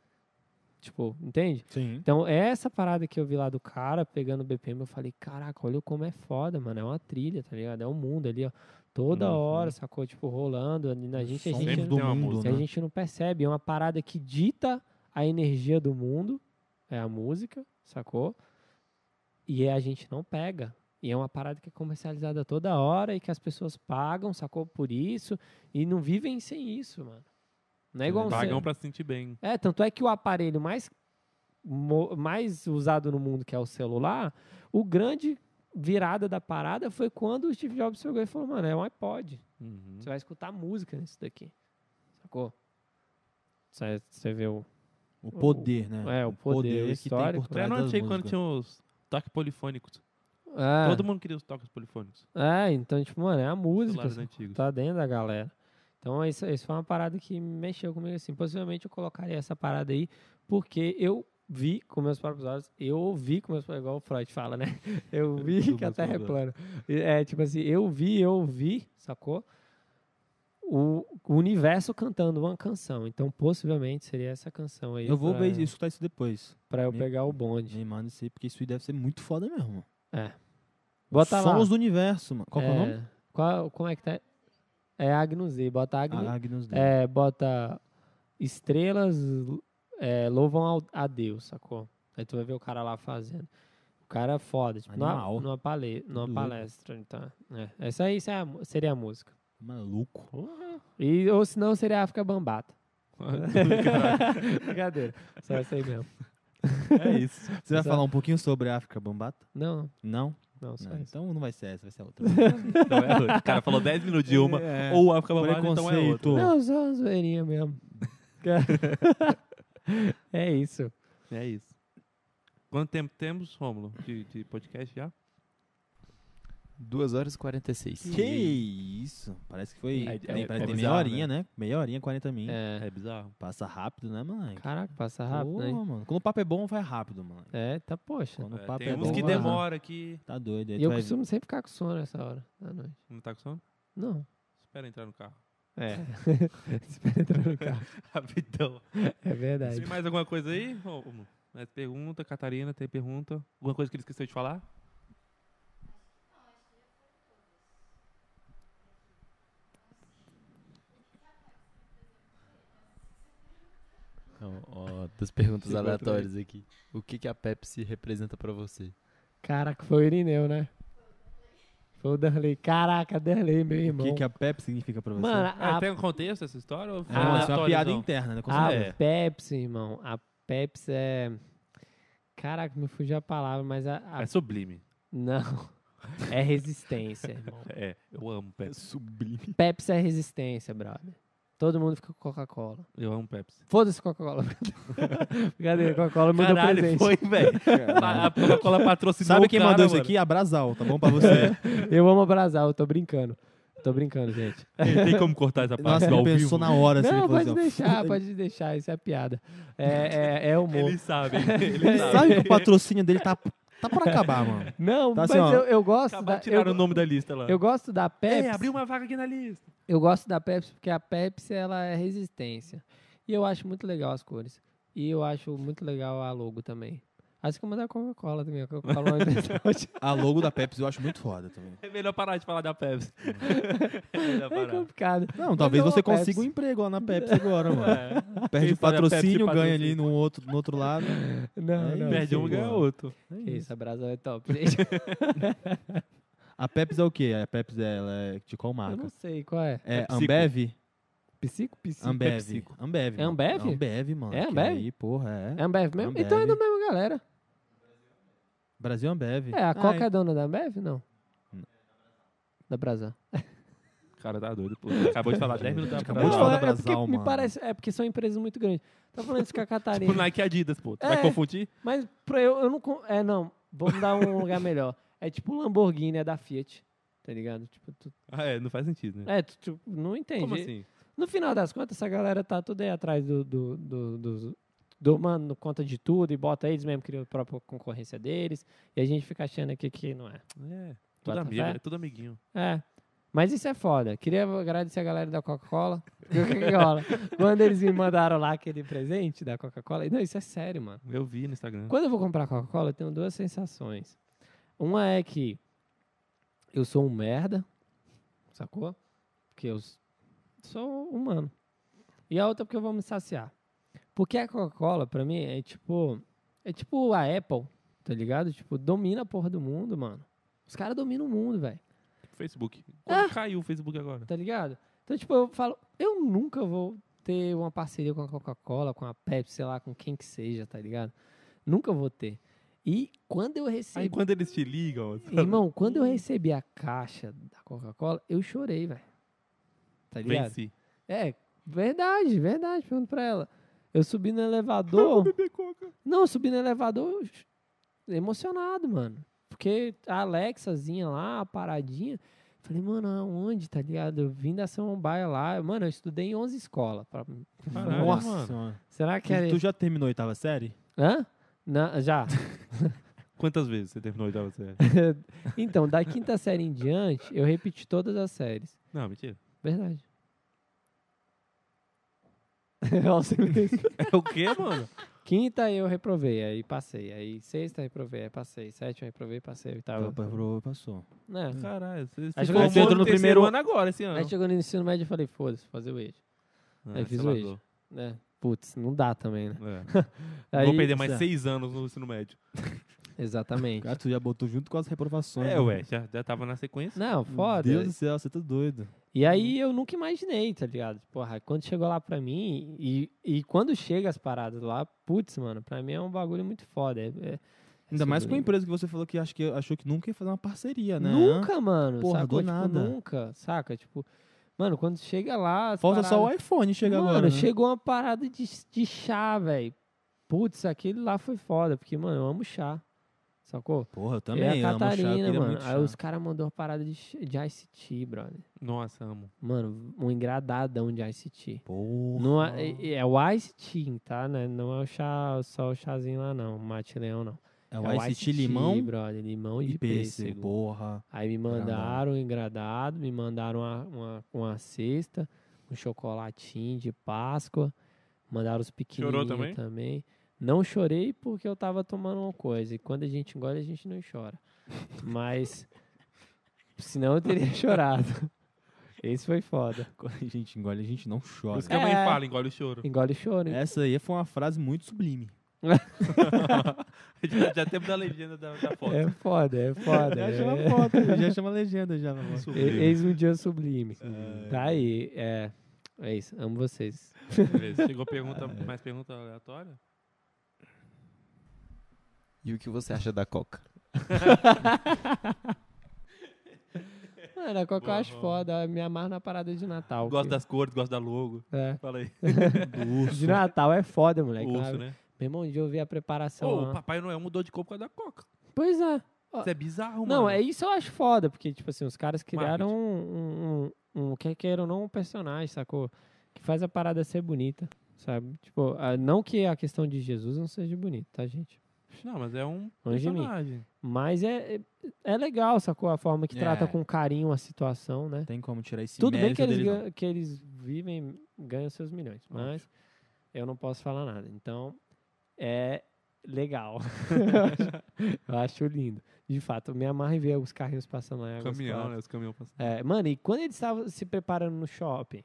[SPEAKER 3] Tipo, entende?
[SPEAKER 2] Sim.
[SPEAKER 3] Então, essa parada que eu vi lá do cara pegando o BPM, eu falei, caraca, olha como é foda, mano. É uma trilha, tá ligado? É um mundo ali, ó. Toda hora, sacou? Tipo, rolando. ali Na gente, a
[SPEAKER 2] Uhum. Som
[SPEAKER 3] gente,
[SPEAKER 1] Sempre
[SPEAKER 3] não,
[SPEAKER 1] tem uma
[SPEAKER 2] mundo, né?
[SPEAKER 1] música.
[SPEAKER 3] a gente não percebe. É uma parada que dita a energia do mundo. É a música, sacou? E a gente não pega. E é uma parada que é comercializada toda hora e que as pessoas pagam, sacou? Por isso. E não vivem sem isso, mano. Não é igual um
[SPEAKER 1] Pagam pra se sentir bem.
[SPEAKER 3] é, tanto é que o aparelho mais, mo- mais usado no mundo, que é o celular, o grande virada da parada foi quando o Steve Jobs chegou e falou, mano, é um iPod.
[SPEAKER 1] Uhum.
[SPEAKER 3] Você vai escutar música nisso daqui. Sacou? Você você vê o...
[SPEAKER 2] O poder, né?
[SPEAKER 3] É, o poder,
[SPEAKER 2] que tem
[SPEAKER 3] histórico.
[SPEAKER 2] por
[SPEAKER 1] Eu
[SPEAKER 2] trás
[SPEAKER 1] não
[SPEAKER 2] das
[SPEAKER 1] achei quando
[SPEAKER 2] músicas.
[SPEAKER 1] tinha os toques polifônicos.
[SPEAKER 3] É,
[SPEAKER 1] Todo mundo queria os toques polifônicos.
[SPEAKER 3] é, então, tipo, mano, é a música.
[SPEAKER 1] Celulares
[SPEAKER 3] sacou?
[SPEAKER 1] antigos.
[SPEAKER 3] Tá dentro da galera. Então, isso, isso foi uma parada que mexeu comigo, assim. Possivelmente eu colocaria essa parada aí, porque eu vi com meus próprios olhos, eu ouvi com meus próprios igual o Freud fala, né? Eu vi
[SPEAKER 2] Com
[SPEAKER 3] que a
[SPEAKER 2] meus
[SPEAKER 3] Terra é
[SPEAKER 2] próprios
[SPEAKER 3] plana. E, É, tipo assim, eu vi, eu ouvi, sacou? O, o universo cantando uma canção. Então, possivelmente, seria essa canção aí.
[SPEAKER 2] Eu vou
[SPEAKER 3] pra,
[SPEAKER 2] ver e escutar isso depois.
[SPEAKER 3] Pra eu
[SPEAKER 2] Me-
[SPEAKER 3] pegar o bonde.
[SPEAKER 2] Me manda isso aí, porque isso aí deve ser muito foda mesmo.
[SPEAKER 3] Bota lá.
[SPEAKER 2] Sons do universo, mano. Qual que é o nome?
[SPEAKER 3] Qual, como é que tá? É Agnus Z. Bota Agnus
[SPEAKER 2] Agnus Dei.
[SPEAKER 3] É, bota estrelas é, louvam ao- a Deus, sacou? Aí tu vai ver o cara lá fazendo. O cara foda. Tipo, numa,
[SPEAKER 2] Animal.
[SPEAKER 3] numa, pale- numa
[SPEAKER 2] Louco.
[SPEAKER 3] palestra. Então, é. Essa aí seria a, mu- seria a música.
[SPEAKER 2] Maluco.
[SPEAKER 3] E, ou se não, seria a África Bambata. Brincadeira. Só essa aí mesmo.
[SPEAKER 2] É isso. Você vai
[SPEAKER 3] Exato.
[SPEAKER 2] falar um pouquinho sobre a África Bambata?
[SPEAKER 3] Não,
[SPEAKER 2] Não?
[SPEAKER 3] não, só
[SPEAKER 2] Não,
[SPEAKER 3] essa.
[SPEAKER 2] então não vai ser essa, vai ser outra.
[SPEAKER 1] Não, é outra. o cara falou 10 minutos de uma,
[SPEAKER 3] É.
[SPEAKER 1] ou a África Bambata, então é outra.
[SPEAKER 2] Preconceito.
[SPEAKER 3] Não, só uma zoeirinha mesmo. é isso.
[SPEAKER 1] É isso. Quanto tempo temos, Rômulo, de, de podcast já?
[SPEAKER 5] 2 horas e 46.
[SPEAKER 2] Que isso? Parece que foi.
[SPEAKER 3] É,
[SPEAKER 2] tem, parece
[SPEAKER 3] é, é
[SPEAKER 2] que tem meia
[SPEAKER 1] bizarro,
[SPEAKER 2] horinha, né? Meia horinha, 40 minutos.
[SPEAKER 3] É.
[SPEAKER 1] bizarro.
[SPEAKER 2] Passa rápido, né, mano?
[SPEAKER 3] Caraca, passa rápido,
[SPEAKER 2] Porra,
[SPEAKER 3] hein?
[SPEAKER 2] mano. Quando o papo é bom, vai rápido, mano.
[SPEAKER 3] É, tá poxa.
[SPEAKER 2] Quando o
[SPEAKER 1] É,
[SPEAKER 2] papo
[SPEAKER 1] tem
[SPEAKER 2] é
[SPEAKER 1] uns
[SPEAKER 2] bom.
[SPEAKER 1] que
[SPEAKER 2] vai rápido.
[SPEAKER 1] demora que...
[SPEAKER 2] Tá doido. aí
[SPEAKER 3] E
[SPEAKER 2] tu
[SPEAKER 3] eu
[SPEAKER 2] vai-
[SPEAKER 3] costumo sempre ficar com sono essa hora da noite.
[SPEAKER 1] Não tá com sono?
[SPEAKER 3] Não.
[SPEAKER 1] Espera entrar no carro.
[SPEAKER 3] É. Espera entrar no carro.
[SPEAKER 1] Rapidão.
[SPEAKER 3] É
[SPEAKER 2] Tá
[SPEAKER 3] verdade.
[SPEAKER 1] Tem mais alguma coisa aí, Rômulo? Mais pergunta, Catarina, tem pergunta? Alguma coisa que ele esqueceu de falar?
[SPEAKER 5] Ó, Então, ó, das perguntas aleatórias aqui. O que, que a Pepsi representa pra você?
[SPEAKER 3] Caraca, foi o Irineu, né? Foi o Darley. Caraca, Darley, meu irmão.
[SPEAKER 2] O que, É, que a Pepsi significa pra você?
[SPEAKER 3] Mano,
[SPEAKER 1] Ah,
[SPEAKER 3] a,
[SPEAKER 1] tem um contexto essa história? Ou foi
[SPEAKER 2] Não,
[SPEAKER 3] Ah,
[SPEAKER 1] uma
[SPEAKER 2] isso é uma
[SPEAKER 1] história,
[SPEAKER 2] piada
[SPEAKER 1] não?
[SPEAKER 2] interna, né? Com
[SPEAKER 3] a
[SPEAKER 2] certeza.
[SPEAKER 3] Pepsi, irmão. A Pepsi é. Caraca, me fugiu a palavra, mas a. a-
[SPEAKER 1] É sublime.
[SPEAKER 3] Não. É resistência, irmão.
[SPEAKER 1] É, eu amo Pepsi.
[SPEAKER 3] Pepsi é resistência, brother. Todo mundo fica com Coca-Cola.
[SPEAKER 1] Eu amo Pepsi.
[SPEAKER 3] Foda-se Coca-Cola. Brincadeira, Coca-Cola mandou presente.
[SPEAKER 1] velho. A Coca-Cola patrocinou
[SPEAKER 2] Sabe
[SPEAKER 1] o
[SPEAKER 2] quem
[SPEAKER 1] cara,
[SPEAKER 2] mandou isso
[SPEAKER 1] mano.
[SPEAKER 2] aqui? Abrasal, tá bom pra você?
[SPEAKER 3] Eu amo abrasar, eu tô brincando. Tô brincando, gente.
[SPEAKER 1] Ei, Tem como cortar essa parte do
[SPEAKER 2] Nossa, ele
[SPEAKER 1] ao vivo?
[SPEAKER 2] pensou na hora, assim,
[SPEAKER 3] Não,
[SPEAKER 2] ele falou assim,
[SPEAKER 3] pode
[SPEAKER 2] ó,
[SPEAKER 3] deixar, pode deixar. Isso é piada. É, é, é humor.
[SPEAKER 1] Eles sabem.
[SPEAKER 2] Ele
[SPEAKER 1] Eles sabem.
[SPEAKER 2] sabe que o patrocínio dele tá, tá pra acabar, mano.
[SPEAKER 3] Não,
[SPEAKER 2] Tá
[SPEAKER 3] mas
[SPEAKER 2] assim, ó.
[SPEAKER 3] eu, eu gosto
[SPEAKER 1] Acabaram
[SPEAKER 3] da...
[SPEAKER 1] de tirar o
[SPEAKER 3] Eu,
[SPEAKER 1] nome da lista lá.
[SPEAKER 3] eu gosto da Pepsi.
[SPEAKER 1] É, abriu uma vaga aqui na lista.
[SPEAKER 3] Eu gosto da Pepsi porque a Pepsi ela é resistência. E eu acho muito legal as cores. E eu acho muito legal a logo também. Assim como a da Coca-Cola também. A Coca-Cola é uma empresa ótima.
[SPEAKER 2] A logo da Pepsi eu acho muito foda também.
[SPEAKER 1] É melhor parar de falar da Pepsi. É melhor
[SPEAKER 3] é
[SPEAKER 1] parar.
[SPEAKER 3] complicado.
[SPEAKER 2] Não, talvez
[SPEAKER 3] eu amo
[SPEAKER 2] você
[SPEAKER 3] a é Pepsi.
[SPEAKER 2] consiga um emprego lá na Pepsi agora, mano.
[SPEAKER 1] É,
[SPEAKER 2] Perde
[SPEAKER 1] Quem
[SPEAKER 2] o
[SPEAKER 1] sabe a Pepsi
[SPEAKER 2] patrocínio, ganha ali
[SPEAKER 1] patrocina.
[SPEAKER 2] no outro, no outro lado.
[SPEAKER 3] Não,
[SPEAKER 2] É
[SPEAKER 3] não.
[SPEAKER 2] isso.
[SPEAKER 1] perde um, ganha
[SPEAKER 2] boa.
[SPEAKER 1] outro.
[SPEAKER 3] Que isso, a Brasa é top, gente.
[SPEAKER 2] A Pepsi é o quê? A Pepsi ela é de qual
[SPEAKER 3] eu não
[SPEAKER 2] marca?
[SPEAKER 3] sei qual é.
[SPEAKER 2] É
[SPEAKER 1] Pepsico.
[SPEAKER 2] Ambev?
[SPEAKER 3] Psico, psico.
[SPEAKER 2] Ambev.
[SPEAKER 1] Pepsico.
[SPEAKER 2] Ambev.
[SPEAKER 3] É
[SPEAKER 2] mano.
[SPEAKER 3] Ambev?
[SPEAKER 2] Ambev, mano.
[SPEAKER 3] É
[SPEAKER 2] Que
[SPEAKER 3] Ambev?
[SPEAKER 2] Aí, porra, é.
[SPEAKER 3] É Ambev mesmo?
[SPEAKER 2] Ambev.
[SPEAKER 3] Então é da mesma galera.
[SPEAKER 2] Brasil Ambev.
[SPEAKER 3] É, a
[SPEAKER 2] Ah, Hum.
[SPEAKER 3] Coca é dona da Ambev? Não. Da Brasa.
[SPEAKER 1] Cara, tá doido. Pô. Acabou de falar 10 minutos.
[SPEAKER 2] Acabou
[SPEAKER 1] atrás.
[SPEAKER 2] de
[SPEAKER 3] Não,
[SPEAKER 2] falar
[SPEAKER 3] é
[SPEAKER 2] da
[SPEAKER 3] porque
[SPEAKER 2] Brasal,
[SPEAKER 3] me
[SPEAKER 2] mano.
[SPEAKER 3] parece, é porque são empresas muito grandes. Tá falando isso com a Catarina.
[SPEAKER 1] Tipo Nike e Adidas, pô. Tu
[SPEAKER 3] É.
[SPEAKER 1] Vai confundir?
[SPEAKER 3] Mas pra eu, eu não. con- É, não. Vamos dar um lugar melhor. É tipo o Lamborghini, é da Fiat. Tá ligado? Tipo, tu,
[SPEAKER 1] Ah, é, não faz sentido, né?
[SPEAKER 3] é, tu, tu não entende.
[SPEAKER 1] Como assim?
[SPEAKER 3] No final das contas, essa galera tá tudo aí atrás do. do, do, do do, mano, conta de tudo e bota eles mesmo, cria a própria concorrência deles. E a gente fica achando aqui que não é.
[SPEAKER 1] É, tudo
[SPEAKER 3] Bota
[SPEAKER 1] amigo,
[SPEAKER 3] fé?
[SPEAKER 1] é tudo amiguinho.
[SPEAKER 3] É. Mas isso é foda. Queria agradecer a galera da Coca-Cola. Porque o que que rola? Quando eles me mandaram lá aquele presente da Coca-Cola. Não, isso é sério, mano.
[SPEAKER 1] Eu vi no Instagram.
[SPEAKER 3] Quando eu vou comprar Coca-Cola, eu tenho duas sensações. Uma é que eu sou um merda, sacou? Porque eu s- sou humano. E a outra é porque eu vou me saciar. Porque a Coca-Cola, pra mim, é tipo. É tipo a Apple, tá ligado? Tipo, domina a porra do mundo, mano. Os caras dominam o mundo, velho.
[SPEAKER 1] Facebook. Como caiu o Facebook agora?
[SPEAKER 3] Tá ligado? Então, tipo, eu falo, eu nunca vou ter uma parceria com a Coca-Cola, com a Pepsi, sei lá, com quem que seja, tá ligado? Nunca vou ter. E quando eu
[SPEAKER 1] Aí
[SPEAKER 3] recebi.
[SPEAKER 1] quando eles te ligam... assim,
[SPEAKER 3] Irmão, quando eu recebi a caixa da Coca-Cola, eu chorei, velho. Tá ligado?
[SPEAKER 1] Venci.
[SPEAKER 3] É, verdade, verdade. Pergunto pra ela. Eu subi no elevador. Não, eu subi no elevador eu ch- emocionado, mano. Porque a Alexazinha lá, a paradinha. Falei, mano, aonde, tá ligado? Eu vim da Samambaia lá. Mano, eu estudei em 11 escolas. pra-
[SPEAKER 1] Caralho,
[SPEAKER 3] Nossa.
[SPEAKER 1] mano.
[SPEAKER 2] mano.
[SPEAKER 3] Será que
[SPEAKER 2] Tu,
[SPEAKER 3] é.
[SPEAKER 2] tu já terminou a oitava série?
[SPEAKER 3] Hã? Não, já.
[SPEAKER 1] Quantas vezes você terminou a oitava série?
[SPEAKER 3] então, da quinta série em diante, eu repeti todas as séries.
[SPEAKER 1] Não, mentira.
[SPEAKER 3] Verdade. Olha o silêncio.
[SPEAKER 1] É o quê, mano?
[SPEAKER 3] Quinta eu reprovei, aí passei. Aí sexta reprovei, aí passei. Sétima reprovei, passei. Oitava.
[SPEAKER 2] Aprovou, passou.
[SPEAKER 3] Né?
[SPEAKER 1] Caralho, você, você
[SPEAKER 3] Aí chegou-
[SPEAKER 1] formou
[SPEAKER 2] entrou no
[SPEAKER 1] terceiro
[SPEAKER 2] primeiro-
[SPEAKER 1] ano agora, esse ano.
[SPEAKER 3] Aí chegou no ensino médio e falei, foda-se, fazer o EJA.
[SPEAKER 1] Ah,
[SPEAKER 3] aí fiz
[SPEAKER 1] você
[SPEAKER 3] o
[SPEAKER 1] largou.
[SPEAKER 3] Né? Putz, não dá também, né?
[SPEAKER 1] É.
[SPEAKER 3] Aí, é.
[SPEAKER 1] Vou perder mais
[SPEAKER 2] Zé.
[SPEAKER 1] seis anos no ensino médio.
[SPEAKER 3] Exatamente.
[SPEAKER 2] Cara, Ah, tu já botou junto com as
[SPEAKER 3] Uhum.
[SPEAKER 2] reprovações.
[SPEAKER 1] É,
[SPEAKER 2] né?
[SPEAKER 1] ué, já, já tava na sequência.
[SPEAKER 3] Não, foda.
[SPEAKER 2] Deus do céu, você tá doido.
[SPEAKER 3] E aí eu nunca imaginei, tá ligado? Porra, quando chegou lá pra mim, e, e quando chega as paradas lá, putz, mano, pra mim é um bagulho muito foda. é- é-
[SPEAKER 2] Ainda mais com a
[SPEAKER 3] sobre-
[SPEAKER 2] empresa que você tá falou que, acho que achou que nunca ia fazer uma parceria, né?
[SPEAKER 3] Nunca, mano.
[SPEAKER 2] Porra,
[SPEAKER 3] sacou?
[SPEAKER 2] do
[SPEAKER 3] Tipo,
[SPEAKER 2] nada.
[SPEAKER 3] nunca, saca? Tipo, mano, quando chega lá. as
[SPEAKER 2] Falta só
[SPEAKER 3] paradas-
[SPEAKER 2] o iPhone chegar
[SPEAKER 3] mano,
[SPEAKER 2] agora. né?
[SPEAKER 3] chegou uma parada de, de chá, velho. Putz, aquele lá foi foda, porque, mano, eu amo chá. Sacou?
[SPEAKER 2] Porra, eu
[SPEAKER 3] e a
[SPEAKER 2] também amo
[SPEAKER 3] Catarina,
[SPEAKER 2] chá, queria
[SPEAKER 3] mano.
[SPEAKER 2] muito
[SPEAKER 3] Aí
[SPEAKER 2] chá.
[SPEAKER 3] os caras mandou uma parada de, ch- de ICT, brother.
[SPEAKER 1] Nossa, amo.
[SPEAKER 3] Mano, um engradadão de ICT.
[SPEAKER 2] Porra.
[SPEAKER 3] Não é, é- é o Ice Tea, tá? Né? Não é o chá, só o chazinho lá, não. O mate leão, não.
[SPEAKER 2] É o Ice Tea limão
[SPEAKER 3] brother. Limão e,
[SPEAKER 2] e pêssego.
[SPEAKER 3] pêssego.
[SPEAKER 2] Porra.
[SPEAKER 3] Aí me mandaram engradado, me mandaram uma, uma, uma cesta, um chocolatinho de Páscoa. Mandaram os pequenininhos
[SPEAKER 1] também?
[SPEAKER 3] Não chorei porque eu tava tomando uma coisa. E quando a gente engole, a gente não chora. Mas, senão eu teria chorado. Esse foi foda.
[SPEAKER 2] Quando a gente engole, a gente não
[SPEAKER 1] Por
[SPEAKER 2] chora.
[SPEAKER 1] isso que a mãe
[SPEAKER 3] É.
[SPEAKER 1] fala, engole o choro.
[SPEAKER 3] Engole e choro. hein?
[SPEAKER 2] Essa aí foi uma frase muito sublime.
[SPEAKER 1] já, já temos a legenda da, da foto.
[SPEAKER 3] É foda, é foda. é-
[SPEAKER 2] foto, já chama legenda já. meu amor.
[SPEAKER 1] Isso,
[SPEAKER 3] E-
[SPEAKER 1] beleza.
[SPEAKER 3] Eis um dia sublime. Tá aí. É, é isso. Amo vocês.
[SPEAKER 1] Beleza. né, Chegou pergunta,
[SPEAKER 3] É.
[SPEAKER 1] mais pergunta aleatória?
[SPEAKER 5] E o que você acha da Coca?
[SPEAKER 3] Mano, a Coca eu
[SPEAKER 1] Boa,
[SPEAKER 3] acho
[SPEAKER 1] boa.
[SPEAKER 3] foda. eu Me amarro na parada de Natal.
[SPEAKER 1] Gosto
[SPEAKER 3] que-
[SPEAKER 1] das cores, gosto da logo.
[SPEAKER 3] é.
[SPEAKER 1] Fala aí.
[SPEAKER 3] De Natal é foda, moleque.
[SPEAKER 1] O urso,
[SPEAKER 3] claro.
[SPEAKER 1] né?
[SPEAKER 3] Meu irmão, um dia eu vi a preparação.
[SPEAKER 1] Ô,
[SPEAKER 3] lá.
[SPEAKER 1] o Papai Noel mudou de cor por causa da Coca.
[SPEAKER 3] Pois é.
[SPEAKER 1] Isso é bizarro,
[SPEAKER 3] Não,
[SPEAKER 1] mano.
[SPEAKER 3] é isso eu acho foda, porque, tipo assim, os caras criaram
[SPEAKER 1] Marketing.
[SPEAKER 3] um, um, um, um, quer queira ou não, um personagem, sacou? Que faz a parada ser bonita, sabe? Tipo, ah, não que a questão de Jesus não seja bonita, tá, gente?
[SPEAKER 1] Não, mas é um
[SPEAKER 3] Longe de mim.
[SPEAKER 1] personagem.
[SPEAKER 3] Mas é, é, é legal, sacou? A forma que trata
[SPEAKER 2] É.
[SPEAKER 3] com carinho a situação, né?
[SPEAKER 2] Tem como tirar esse
[SPEAKER 3] Tudo bem
[SPEAKER 2] mérito
[SPEAKER 3] que eles,
[SPEAKER 2] dele, não.
[SPEAKER 3] gan- que eles vivem, ganham seus milhões, mas eu não posso falar nada. Então, é legal. eu acho lindo. De fato, eu me amarro em ver os carrinhos passando lá. em Águas
[SPEAKER 1] Caminhão,
[SPEAKER 3] Claras.
[SPEAKER 1] né? Os caminhões passando.
[SPEAKER 3] É, mano, e quando eles estavam se preparando no shopping,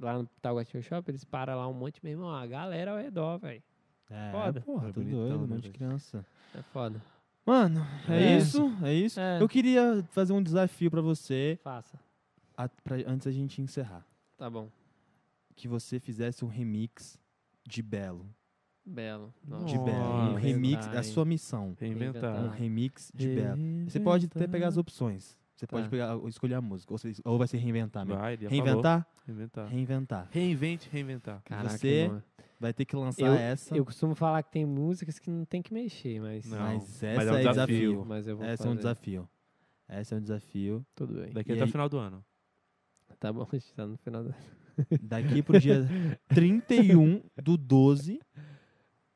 [SPEAKER 3] lá no Taguatinho Shopping, eles param lá um monte, meu irmão, a galera ao redor, velho.
[SPEAKER 2] É,
[SPEAKER 3] Foda.
[SPEAKER 2] Porra,
[SPEAKER 1] É
[SPEAKER 2] tudo
[SPEAKER 1] bonitão,
[SPEAKER 2] doido, um
[SPEAKER 1] né,
[SPEAKER 2] monte de
[SPEAKER 1] velho?
[SPEAKER 2] criança.
[SPEAKER 3] É foda.
[SPEAKER 2] Mano, é,
[SPEAKER 3] É.
[SPEAKER 2] isso, é isso.
[SPEAKER 3] É.
[SPEAKER 2] Eu queria fazer um desafio pra você,
[SPEAKER 3] Faça.
[SPEAKER 2] a- pra- antes da gente encerrar.
[SPEAKER 3] Tá bom.
[SPEAKER 2] Que você fizesse um remix de Belo.
[SPEAKER 3] Belo. é
[SPEAKER 2] De
[SPEAKER 1] Nossa.
[SPEAKER 2] Belo. Um
[SPEAKER 1] Reinventar,
[SPEAKER 2] remix, a sua missão. Um
[SPEAKER 1] Reinventar.
[SPEAKER 2] remix de Belo. Você pode até pegar as opções. Você pode
[SPEAKER 3] Tá.
[SPEAKER 2] pegar, ou escolher a música. Ou, você- ou vai ser reinventar mesmo.
[SPEAKER 1] Vai, ele já falou. Tá. Reinventar.
[SPEAKER 2] Reinventar? Reinventar.
[SPEAKER 1] Reinvente, reinventar.
[SPEAKER 3] Caraca,
[SPEAKER 2] Você-
[SPEAKER 3] mano.
[SPEAKER 2] Vai ter que lançar
[SPEAKER 3] Eu-
[SPEAKER 2] essa.
[SPEAKER 3] Eu costumo falar que tem músicas que não tem que mexer, mas.
[SPEAKER 1] Não,
[SPEAKER 2] mas
[SPEAKER 1] mas é
[SPEAKER 2] essa
[SPEAKER 1] um
[SPEAKER 2] é,
[SPEAKER 1] desafio.
[SPEAKER 2] desafio.
[SPEAKER 3] Mas eu vou
[SPEAKER 2] Essa é
[SPEAKER 3] fazer.
[SPEAKER 2] um desafio. Essa é um desafio.
[SPEAKER 3] Tudo bem.
[SPEAKER 1] Daqui
[SPEAKER 2] E
[SPEAKER 1] até
[SPEAKER 2] aí?
[SPEAKER 1] o final do ano.
[SPEAKER 3] Tá bom, a gente tá no final da.
[SPEAKER 2] Daqui pro dia 31 do 12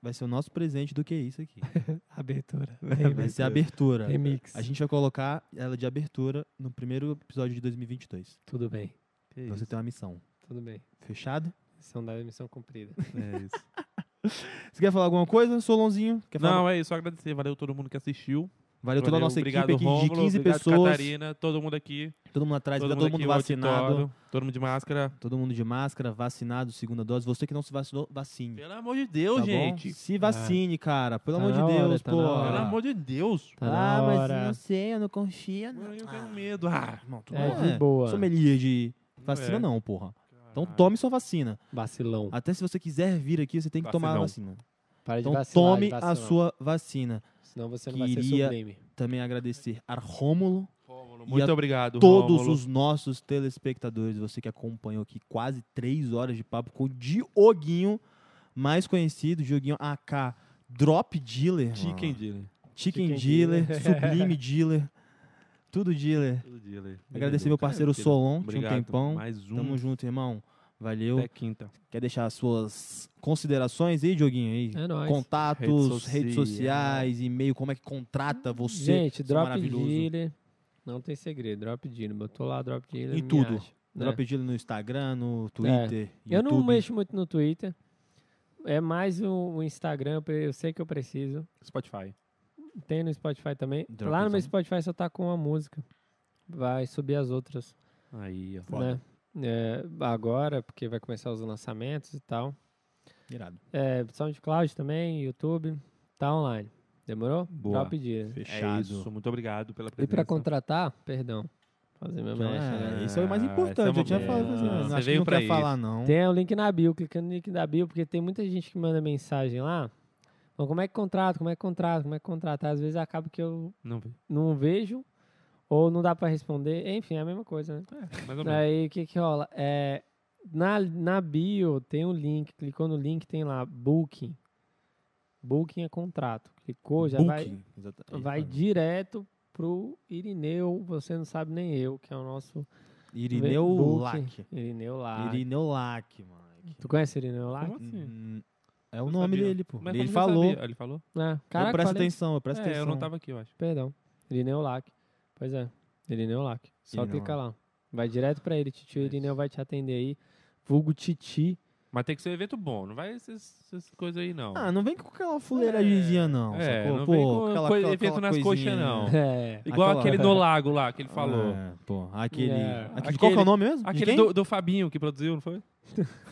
[SPEAKER 2] vai ser o nosso presente do que é isso aqui.
[SPEAKER 3] Abertura.
[SPEAKER 2] Vai ser a abertura.
[SPEAKER 3] Remix.
[SPEAKER 2] A gente vai colocar ela de abertura no primeiro episódio de 2022.
[SPEAKER 3] Tudo bem.
[SPEAKER 1] Que
[SPEAKER 2] Você tem uma missão.
[SPEAKER 3] Tudo bem.
[SPEAKER 2] Fechado?
[SPEAKER 3] Missão da missão cumprida.
[SPEAKER 1] É isso.
[SPEAKER 2] Você quer falar alguma coisa, Solonzinho? Quer falar?
[SPEAKER 1] Não, é isso. Só agradecer. Valeu todo mundo que assistiu.
[SPEAKER 2] Valeu toda a nossa
[SPEAKER 1] obrigado,
[SPEAKER 2] equipe aqui
[SPEAKER 1] Rômulo,
[SPEAKER 2] de 15
[SPEAKER 1] obrigado,
[SPEAKER 2] pessoas.
[SPEAKER 1] Catarina, todo mundo aqui.
[SPEAKER 2] Todo mundo atrás,
[SPEAKER 1] todo
[SPEAKER 2] todo,
[SPEAKER 1] mundo,
[SPEAKER 2] todo
[SPEAKER 1] aqui,
[SPEAKER 2] mundo
[SPEAKER 1] o
[SPEAKER 2] vacinado.
[SPEAKER 1] auditório, todo mundo de máscara.
[SPEAKER 2] Todo mundo de máscara, vacinado, segunda dose. Você que não se vacinou, vacine.
[SPEAKER 1] Pelo amor de Deus,
[SPEAKER 2] tá bom?
[SPEAKER 1] gente.
[SPEAKER 2] Se vacine, cara. Pelo
[SPEAKER 3] Tá
[SPEAKER 2] amor de
[SPEAKER 3] na hora,
[SPEAKER 2] Deus,
[SPEAKER 3] tá na
[SPEAKER 2] pô.
[SPEAKER 3] hora.
[SPEAKER 1] Pelo amor de Deus.
[SPEAKER 3] Tá
[SPEAKER 2] Ah,
[SPEAKER 3] na hora.
[SPEAKER 2] sei, eu não confio.
[SPEAKER 1] Mano, eu tenho medo. Ah, irmão, tudo
[SPEAKER 3] É,
[SPEAKER 1] bom.
[SPEAKER 3] de boa.
[SPEAKER 2] Sommelier de vacina
[SPEAKER 1] É.
[SPEAKER 2] não, porra. Então
[SPEAKER 1] Caralho.
[SPEAKER 2] tome sua vacina.
[SPEAKER 3] Vacilão.
[SPEAKER 2] Até se você quiser vir aqui, você tem que tomar a vacina.
[SPEAKER 3] Para
[SPEAKER 2] Ah, Então
[SPEAKER 3] É de vacilar.
[SPEAKER 2] tome
[SPEAKER 3] de
[SPEAKER 2] a
[SPEAKER 3] vacilão.
[SPEAKER 2] sua vacina.
[SPEAKER 3] Senão você não vai ser
[SPEAKER 2] Queria-
[SPEAKER 3] sublime.
[SPEAKER 2] Também agradecer a Rômulo,
[SPEAKER 1] Rômulo,
[SPEAKER 2] E
[SPEAKER 1] muito
[SPEAKER 2] a
[SPEAKER 1] obrigado,
[SPEAKER 2] todos
[SPEAKER 1] Rômulo.
[SPEAKER 2] os nossos telespectadores, você que acompanhou aqui quase três horas de papo com o Dioguinho, mais conhecido, Dioguinho AK, Drop Dealer,
[SPEAKER 1] Chicken
[SPEAKER 2] mano.
[SPEAKER 1] Dealer.
[SPEAKER 2] Chicken,
[SPEAKER 3] Chicken
[SPEAKER 2] Dealer, Sublime Dealer, tudo dealer.
[SPEAKER 1] Todo dealer.
[SPEAKER 2] Agradecer meu parceiro
[SPEAKER 1] Cara,
[SPEAKER 2] Solon,
[SPEAKER 1] obrigado.
[SPEAKER 2] tinha um tempão.
[SPEAKER 1] Mais um.
[SPEAKER 2] Tamo junto, irmão. Valeu.
[SPEAKER 1] Até quinta.
[SPEAKER 2] Quer deixar as suas considerações aí, Dioguinho? Aí?
[SPEAKER 3] É nóis.
[SPEAKER 2] Contatos,
[SPEAKER 1] Redes
[SPEAKER 2] redes,
[SPEAKER 1] sociais.
[SPEAKER 2] sociais, e-mail, como é que contrata você?
[SPEAKER 3] Gente,
[SPEAKER 2] seu
[SPEAKER 3] Drop
[SPEAKER 2] maravilhoso.
[SPEAKER 3] Dealer. Não tem segredo. Drop Dealer. Botou lá Drop Dealer.
[SPEAKER 2] Em
[SPEAKER 3] me
[SPEAKER 2] tudo.
[SPEAKER 3] acha.
[SPEAKER 2] Drop Dealer no Instagram, no Twitter,
[SPEAKER 3] né? É. Eu não
[SPEAKER 2] YouTube.
[SPEAKER 3] mexo muito no Twitter. É mais o, o Instagram, eu pre- eu sei que eu preciso.
[SPEAKER 1] Spotify.
[SPEAKER 3] Tem no Spotify também.
[SPEAKER 2] Dropzão.
[SPEAKER 3] Lá no meu Spotify só tá com uma música. Vai subir as outras.
[SPEAKER 1] Aí, ó.
[SPEAKER 2] Foda.
[SPEAKER 3] Né? É, agora, porque vai começar os lançamentos e tal.
[SPEAKER 2] Irado.
[SPEAKER 3] É, SoundCloud também, YouTube. Tá online. Demorou?
[SPEAKER 1] Boa.
[SPEAKER 3] Drop Dias.
[SPEAKER 1] É isso. Muito obrigado pela
[SPEAKER 3] E
[SPEAKER 1] presença.
[SPEAKER 3] pra contratar? Perdão. Fazer meu merchan, né?
[SPEAKER 2] É, isso é o mais
[SPEAKER 1] Ah,
[SPEAKER 2] importante.
[SPEAKER 1] essa é
[SPEAKER 2] eu tinha
[SPEAKER 1] uma
[SPEAKER 2] falado.
[SPEAKER 1] boa.
[SPEAKER 2] mas, né,
[SPEAKER 1] Você
[SPEAKER 2] acho que
[SPEAKER 1] veio
[SPEAKER 2] não
[SPEAKER 1] pra
[SPEAKER 2] quer
[SPEAKER 1] isso.
[SPEAKER 2] falar, não.
[SPEAKER 3] Tem o link na bio, clica no link da bio, porque tem muita gente que manda mensagem lá. Então, como é que contrato? Como é que contrato? Como é que contrato? Às vezes acaba que eu
[SPEAKER 1] Não vi.
[SPEAKER 3] não vejo ou não dá pra responder. Enfim, é a mesma coisa, né?
[SPEAKER 1] Mais ou menos.
[SPEAKER 3] Aí o que que rola? É, na, na bio tem um link, clicou no link, tem lá Booking. Booking é contrato. Clicou, já vai
[SPEAKER 4] Booking, exatamente.
[SPEAKER 3] vai direto pro Irineu, você não sabe nem eu, que é o nosso
[SPEAKER 2] Irineu
[SPEAKER 3] Booking.
[SPEAKER 2] Lac.
[SPEAKER 3] Irineu lá.
[SPEAKER 2] Irineu Lac, mano.
[SPEAKER 3] Tu conhece o Irineu lá?
[SPEAKER 1] Como assim?
[SPEAKER 2] Hum, É o
[SPEAKER 1] Não
[SPEAKER 2] nome
[SPEAKER 1] sabia.
[SPEAKER 2] dele, pô.
[SPEAKER 1] Mas como
[SPEAKER 2] ele
[SPEAKER 1] eu
[SPEAKER 2] falou.
[SPEAKER 1] sabia? Ele falou?
[SPEAKER 3] É,
[SPEAKER 2] Eu
[SPEAKER 3] caraca,
[SPEAKER 2] presto
[SPEAKER 3] falei-
[SPEAKER 2] atenção, eu presto
[SPEAKER 1] É,
[SPEAKER 2] atenção.
[SPEAKER 1] eu não tava aqui, eu acho.
[SPEAKER 3] perdão. Irineu Lac. Pois é, Irineu Lac. Só
[SPEAKER 2] Irineu É
[SPEAKER 3] clica lá. Vai direto pra ele, Titio Irineu vai te atender aí. Vulgo Titi.
[SPEAKER 1] Mas tem que ser um evento bom, não vai essas, essas coisas aí, não.
[SPEAKER 2] Ah, não vem com aquela fuleiragemzinha, não.
[SPEAKER 1] Então. é,
[SPEAKER 2] sacou?
[SPEAKER 1] não
[SPEAKER 2] pô,
[SPEAKER 1] vem com
[SPEAKER 2] aquela,
[SPEAKER 1] coisa-
[SPEAKER 2] aquela,
[SPEAKER 1] evento
[SPEAKER 2] aquela
[SPEAKER 1] nas
[SPEAKER 2] coisinha.
[SPEAKER 1] coxas, não.
[SPEAKER 3] É.
[SPEAKER 1] Igual
[SPEAKER 2] aquela-
[SPEAKER 1] aquele no lago lá, que ele falou.
[SPEAKER 2] É, pô, aquele,
[SPEAKER 3] É.
[SPEAKER 2] aquele, Qual que é
[SPEAKER 1] Aquele-
[SPEAKER 2] o nome mesmo? De
[SPEAKER 1] Aquele
[SPEAKER 2] quem?
[SPEAKER 1] do, do Fabinho que produziu, não foi?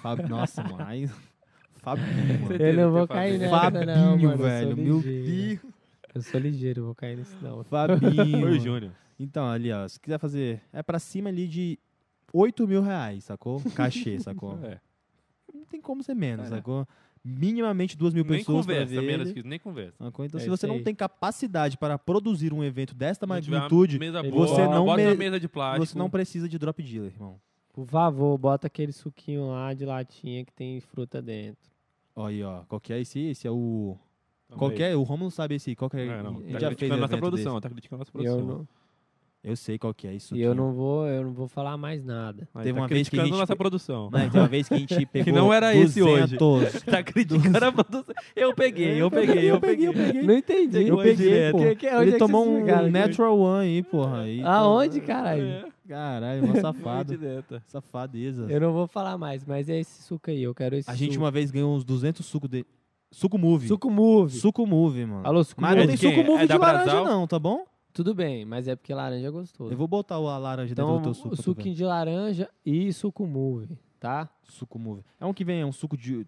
[SPEAKER 2] Fábio- Nossa, mano. aí- Fábio. mano.
[SPEAKER 1] Certeza
[SPEAKER 3] Eu não
[SPEAKER 1] que
[SPEAKER 3] vou
[SPEAKER 1] tem
[SPEAKER 3] cair
[SPEAKER 1] Fabinho.
[SPEAKER 3] nessa, não,
[SPEAKER 2] Fabinho,
[SPEAKER 3] mano.
[SPEAKER 2] velho,
[SPEAKER 3] Eu
[SPEAKER 2] meu
[SPEAKER 3] sou ligeiro. Eu sou ligeiro, eu vou cair nesse não.
[SPEAKER 2] Fabinho.
[SPEAKER 1] Foi o Júnior.
[SPEAKER 2] Então, ali, ó, se quiser fazer, é pra cima ali de 8 mil reais, sacou? Cachê, sacou?
[SPEAKER 1] É.
[SPEAKER 2] Não tem como ser menos, sacou? Minimamente 2 mil
[SPEAKER 1] Nem
[SPEAKER 2] pessoas pra
[SPEAKER 1] conversa,
[SPEAKER 2] ver
[SPEAKER 1] menos
[SPEAKER 2] ele,
[SPEAKER 1] que isso, nem conversa.
[SPEAKER 2] sacou? Então,
[SPEAKER 3] É
[SPEAKER 2] se você
[SPEAKER 3] isso
[SPEAKER 2] não
[SPEAKER 3] aí.
[SPEAKER 2] tem capacidade para produzir um evento desta
[SPEAKER 1] Se tiver uma
[SPEAKER 2] magnitude,
[SPEAKER 1] mesa
[SPEAKER 3] ele-
[SPEAKER 1] boa,
[SPEAKER 2] você não
[SPEAKER 1] bota uma
[SPEAKER 2] me-
[SPEAKER 1] mesa de plástico.
[SPEAKER 2] você não precisa de drop dealer, irmão.
[SPEAKER 3] Por favor, bota aquele suquinho lá de latinha que tem fruta dentro.
[SPEAKER 2] Ó, aí, ó, qual que é esse? Esse é o...
[SPEAKER 1] Também.
[SPEAKER 2] Qual que é? O Romulo sabe esse, qual que é?
[SPEAKER 1] É, não.
[SPEAKER 2] Ele
[SPEAKER 1] Tá
[SPEAKER 2] já fez
[SPEAKER 1] criticando a nossa
[SPEAKER 2] evento
[SPEAKER 1] produção, tá criticando a nossa
[SPEAKER 3] E eu
[SPEAKER 1] produção.
[SPEAKER 3] não,
[SPEAKER 2] desse. Eu sei qual que é isso
[SPEAKER 3] e
[SPEAKER 2] aqui.
[SPEAKER 3] eu não vou, eu não vou falar mais nada.
[SPEAKER 1] Aí
[SPEAKER 2] Teve
[SPEAKER 1] tá
[SPEAKER 2] uma vez que a
[SPEAKER 1] criticando
[SPEAKER 2] gente-
[SPEAKER 1] nossa produção.
[SPEAKER 2] Né, tem uma vez que a gente pegou
[SPEAKER 1] não era esse hoje.
[SPEAKER 2] 200.
[SPEAKER 1] Tá criticando a produção. Eu peguei, eu peguei, eu peguei.
[SPEAKER 2] eu peguei.
[SPEAKER 3] Não entendi.
[SPEAKER 2] Eu peguei, pô.
[SPEAKER 3] Que, que, onde é
[SPEAKER 2] Ele
[SPEAKER 3] que
[SPEAKER 2] tomou
[SPEAKER 3] vocês Ah.
[SPEAKER 2] um
[SPEAKER 3] pegaram?
[SPEAKER 2] Natural One aí, porra. Aí,
[SPEAKER 3] Aonde, caralho?
[SPEAKER 2] É. Caralho, mó
[SPEAKER 1] Foi
[SPEAKER 2] safado.
[SPEAKER 1] direta.
[SPEAKER 2] Safadeza.
[SPEAKER 3] Eu não vou falar mais, mas é esse suco aí. Eu quero esse
[SPEAKER 2] A gente
[SPEAKER 3] suco.
[SPEAKER 2] uma vez ganhou uns 200 suco de... Suco Move.
[SPEAKER 3] Suco Move.
[SPEAKER 2] Suco Move, mano.
[SPEAKER 3] Alô, suco
[SPEAKER 2] Mas
[SPEAKER 3] Move.
[SPEAKER 2] não
[SPEAKER 1] É
[SPEAKER 2] tem
[SPEAKER 1] de quem?
[SPEAKER 2] suco Move
[SPEAKER 1] É da
[SPEAKER 2] de laranja
[SPEAKER 1] Brasal?
[SPEAKER 2] não, tá bom?
[SPEAKER 3] Tudo bem, mas é porque laranja é
[SPEAKER 2] Eu
[SPEAKER 3] gostoso.
[SPEAKER 2] vou botar o- a laranja
[SPEAKER 3] Então,
[SPEAKER 2] dentro do teu suco.
[SPEAKER 3] o
[SPEAKER 2] pra tu ver.
[SPEAKER 3] suquinho de laranja e suco Move, tá?
[SPEAKER 2] Suco Move. É um que vem, é um suco de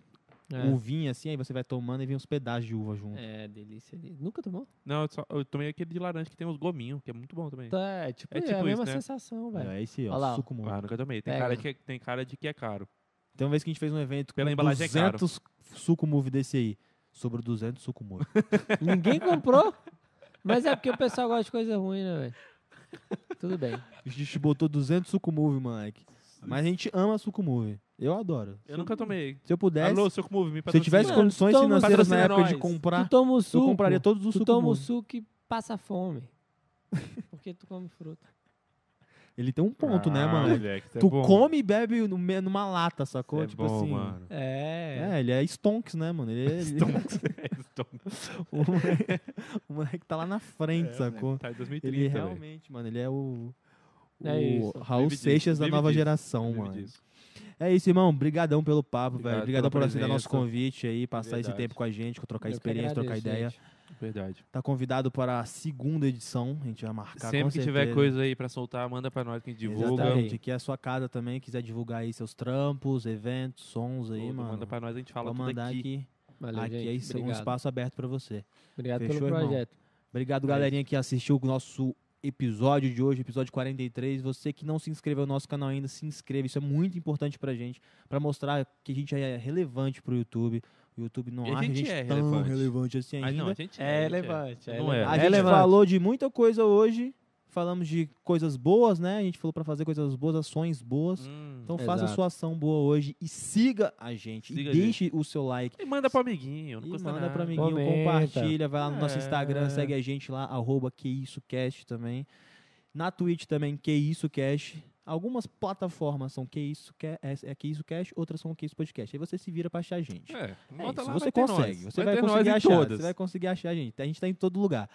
[SPEAKER 3] É.
[SPEAKER 2] uvinha assim, aí você vai tomando e vem uns pedaços de uva junto.
[SPEAKER 3] É, delícia. delícia. Nunca tomou?
[SPEAKER 1] Não, eu, só- eu tomei aquele de laranja que tem uns gominhos, que é muito bom também.
[SPEAKER 3] Tá, é tipo,
[SPEAKER 1] É
[SPEAKER 3] é,
[SPEAKER 1] tipo
[SPEAKER 3] a mesma
[SPEAKER 1] isso, né?
[SPEAKER 3] sensação, velho.
[SPEAKER 2] É esse,
[SPEAKER 3] Olha lá,
[SPEAKER 2] ó,
[SPEAKER 3] ó.
[SPEAKER 2] suco Move.
[SPEAKER 1] Ah, nunca tomei. Tem
[SPEAKER 3] Pega.
[SPEAKER 1] cara, de que, tem cara de que é caro.
[SPEAKER 2] Tem uma vez que a gente fez um evento
[SPEAKER 1] Pela
[SPEAKER 2] com
[SPEAKER 1] embalagem é caro.
[SPEAKER 2] 200 suco Move desse aí. Sobre 200 suco Move.
[SPEAKER 3] Ninguém comprou? Mas é porque o pessoal gosta de coisa ruim, né, velho? Tudo bem.
[SPEAKER 2] A gente botou 200 suco move, moleque. Mas a gente ama suco move. Eu adoro.
[SPEAKER 1] Eu nunca tomei.
[SPEAKER 2] Se eu pudesse,
[SPEAKER 1] Alô, seu Move, me
[SPEAKER 2] se eu tivesse
[SPEAKER 1] patrocina.
[SPEAKER 3] Mano,
[SPEAKER 2] condições
[SPEAKER 3] toma-
[SPEAKER 2] financeiras na
[SPEAKER 1] patrocina
[SPEAKER 2] época
[SPEAKER 1] nós.
[SPEAKER 2] de comprar,
[SPEAKER 3] tu toma o
[SPEAKER 2] eu
[SPEAKER 3] suco,
[SPEAKER 2] compraria todos os
[SPEAKER 3] tu
[SPEAKER 2] suco
[SPEAKER 3] toma o
[SPEAKER 2] move.
[SPEAKER 3] suco e passa fome. Porque tu come fruta.
[SPEAKER 2] Ele tem um ponto, né,
[SPEAKER 1] Ah,
[SPEAKER 2] mano?
[SPEAKER 1] moleque, isso é
[SPEAKER 2] tu
[SPEAKER 1] bom.
[SPEAKER 2] come e bebe no me- numa lata, sacou?
[SPEAKER 1] Isso é
[SPEAKER 2] tipo
[SPEAKER 1] bom,
[SPEAKER 2] assim.
[SPEAKER 1] Mano.
[SPEAKER 3] É.
[SPEAKER 2] É, ele é stonks, né, mano? Ele é,
[SPEAKER 1] Stonks, é Stonks.
[SPEAKER 2] o, moleque, o moleque tá lá na frente, sacou?
[SPEAKER 1] Tá em
[SPEAKER 2] Ele
[SPEAKER 1] 2030, velho.
[SPEAKER 2] realmente, mano, ele é o, o
[SPEAKER 3] É isso.
[SPEAKER 2] Raul
[SPEAKER 1] Vive disso,
[SPEAKER 2] Seixas da
[SPEAKER 1] vive
[SPEAKER 2] nova
[SPEAKER 1] disso,
[SPEAKER 2] geração,
[SPEAKER 1] Vive
[SPEAKER 2] um, mano.
[SPEAKER 1] disso.
[SPEAKER 2] É isso, irmão. Obrigadão pelo papo,
[SPEAKER 1] Obrigado
[SPEAKER 2] velho. Obrigadão por
[SPEAKER 1] pela
[SPEAKER 2] aceitar nosso
[SPEAKER 1] presença.
[SPEAKER 2] convite aí, passar esse
[SPEAKER 1] Verdade.
[SPEAKER 2] tempo com a gente, trocar
[SPEAKER 3] Eu que
[SPEAKER 2] experiência, trocar
[SPEAKER 3] agradeço,
[SPEAKER 2] ideia.
[SPEAKER 3] gente.
[SPEAKER 1] Verdade.
[SPEAKER 2] Tá convidado para a segunda edição. A gente vai marcar com
[SPEAKER 1] Sempre que
[SPEAKER 2] certeza.
[SPEAKER 1] tiver coisa aí pra soltar, manda pra nós que a gente divulga.
[SPEAKER 2] Exatamente. Aqui é a sua casa também. Quiser divulgar aí seus trampos, eventos, sons aí,
[SPEAKER 1] Tudo,
[SPEAKER 2] mano.
[SPEAKER 1] Manda pra nós, a gente fala
[SPEAKER 2] Vou
[SPEAKER 1] tudo
[SPEAKER 2] mandar
[SPEAKER 1] aqui.
[SPEAKER 2] aqui.
[SPEAKER 3] Valeu,
[SPEAKER 2] aqui
[SPEAKER 3] gente.
[SPEAKER 2] é isso, um
[SPEAKER 3] Obrigado.
[SPEAKER 2] espaço aberto para você.
[SPEAKER 3] Obrigado
[SPEAKER 2] Fechou,
[SPEAKER 3] pelo
[SPEAKER 2] irmão?
[SPEAKER 3] projeto.
[SPEAKER 2] Obrigado, galerinha, que assistiu o nosso episódio de hoje, episódio 43. Você que não se inscreveu no nosso canal ainda, se inscreva. Isso é muito importante pra gente, pra mostrar que a gente é relevante pro YouTube. O YouTube não
[SPEAKER 1] E a
[SPEAKER 2] acha
[SPEAKER 1] gente
[SPEAKER 2] a gente
[SPEAKER 1] é
[SPEAKER 2] tão
[SPEAKER 1] relevante.
[SPEAKER 2] relevante, assim
[SPEAKER 1] Ah,
[SPEAKER 2] ainda.
[SPEAKER 1] não, a gente
[SPEAKER 3] É
[SPEAKER 1] a gente
[SPEAKER 3] relevante, é
[SPEAKER 1] Não é.
[SPEAKER 2] a
[SPEAKER 3] É
[SPEAKER 2] gente
[SPEAKER 3] relevante.
[SPEAKER 2] falou de muita coisa hoje. Falamos de coisas boas, né? A gente falou pra fazer coisas boas, ações boas.
[SPEAKER 1] Hum.
[SPEAKER 2] Então faça a
[SPEAKER 3] Exato.
[SPEAKER 2] sua ação boa hoje e siga a gente.
[SPEAKER 1] Siga
[SPEAKER 2] e
[SPEAKER 1] a
[SPEAKER 2] deixe o seu like.
[SPEAKER 1] E manda pro amiguinho, não
[SPEAKER 2] E
[SPEAKER 1] custa
[SPEAKER 2] manda
[SPEAKER 1] nada.
[SPEAKER 2] pra amiguinho,
[SPEAKER 3] Comenta.
[SPEAKER 2] compartilha, vai lá no nosso
[SPEAKER 1] É.
[SPEAKER 2] Instagram, segue a gente lá, arroba que isso cast também. Na Twitch também, que isso cast. Algumas plataformas são que isso Ca- é, é que isso cast, outras são que isso podcast. Aí você se vira pra achar a gente.
[SPEAKER 1] É, bota
[SPEAKER 2] isso,
[SPEAKER 1] lá,
[SPEAKER 2] você
[SPEAKER 1] vai ter
[SPEAKER 2] consegue,
[SPEAKER 1] nós.
[SPEAKER 2] você vai,
[SPEAKER 1] ter nós
[SPEAKER 2] conseguir
[SPEAKER 1] em
[SPEAKER 2] achar,
[SPEAKER 1] todas.
[SPEAKER 2] você vai conseguir achar a gente. A gente tá em todo lugar.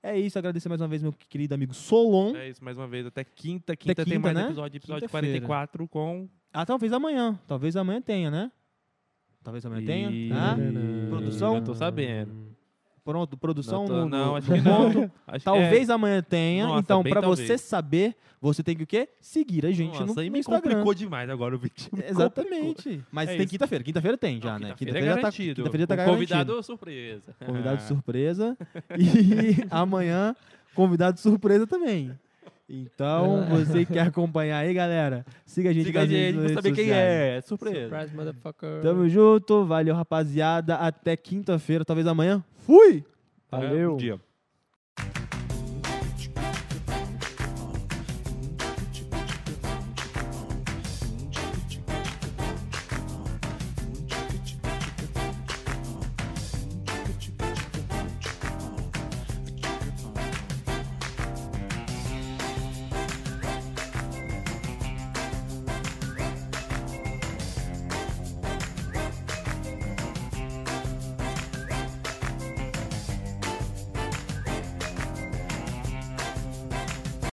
[SPEAKER 2] É isso, agradecer mais uma vez meu querido amigo Solon.
[SPEAKER 1] É isso, mais uma vez, até quinta. Quinta tem
[SPEAKER 2] quinta,
[SPEAKER 1] mais
[SPEAKER 2] né?
[SPEAKER 1] episódio, episódio
[SPEAKER 2] Quinta-feira.
[SPEAKER 1] 44 com...
[SPEAKER 2] Ah, talvez amanhã, talvez amanhã tenha, né? Talvez amanhã tenha,
[SPEAKER 1] E-
[SPEAKER 2] tá?
[SPEAKER 1] Produção? Já tô sabendo.
[SPEAKER 2] Pronto, produção
[SPEAKER 5] Não
[SPEAKER 2] não, no,
[SPEAKER 5] tô-
[SPEAKER 1] Não,
[SPEAKER 2] no-
[SPEAKER 1] acho
[SPEAKER 2] no
[SPEAKER 1] que não.
[SPEAKER 2] ponto.
[SPEAKER 1] Acho que- é.
[SPEAKER 2] Talvez amanhã tenha.
[SPEAKER 1] Nossa,
[SPEAKER 2] então,
[SPEAKER 1] bem
[SPEAKER 2] pra
[SPEAKER 1] talvez.
[SPEAKER 2] você saber, você tem que o quê? Seguir a
[SPEAKER 1] é.
[SPEAKER 2] gente
[SPEAKER 1] Nossa,
[SPEAKER 2] no,
[SPEAKER 1] aí
[SPEAKER 2] no
[SPEAKER 1] me
[SPEAKER 2] Instagram.
[SPEAKER 1] complicou demais agora o vídeo. Me complicou.
[SPEAKER 2] Exatamente. Mas
[SPEAKER 1] É
[SPEAKER 2] tem
[SPEAKER 1] isso.
[SPEAKER 2] quinta-feira. Quinta-feira tem já,
[SPEAKER 1] Não,
[SPEAKER 2] né?
[SPEAKER 1] Quinta-feira é
[SPEAKER 2] já tá,
[SPEAKER 1] garantido.
[SPEAKER 2] quinta-feira já tá
[SPEAKER 1] Um
[SPEAKER 2] garantido.
[SPEAKER 1] Convidado É. surpresa.
[SPEAKER 2] Convidado surpresa. E amanhã, convidado surpresa também. Então, você que quer acompanhar aí, galera, siga a gente
[SPEAKER 1] É. Siga a
[SPEAKER 2] nas
[SPEAKER 1] gente,
[SPEAKER 2] redes
[SPEAKER 1] vou saber quem
[SPEAKER 2] sociais.
[SPEAKER 1] é. É surpresa.
[SPEAKER 3] Surprise, motherfucker.
[SPEAKER 2] Tamo junto, valeu, rapaziada. Até quinta-feira, talvez amanhã. Fui!
[SPEAKER 1] É,
[SPEAKER 3] Valeu.
[SPEAKER 1] bom dia.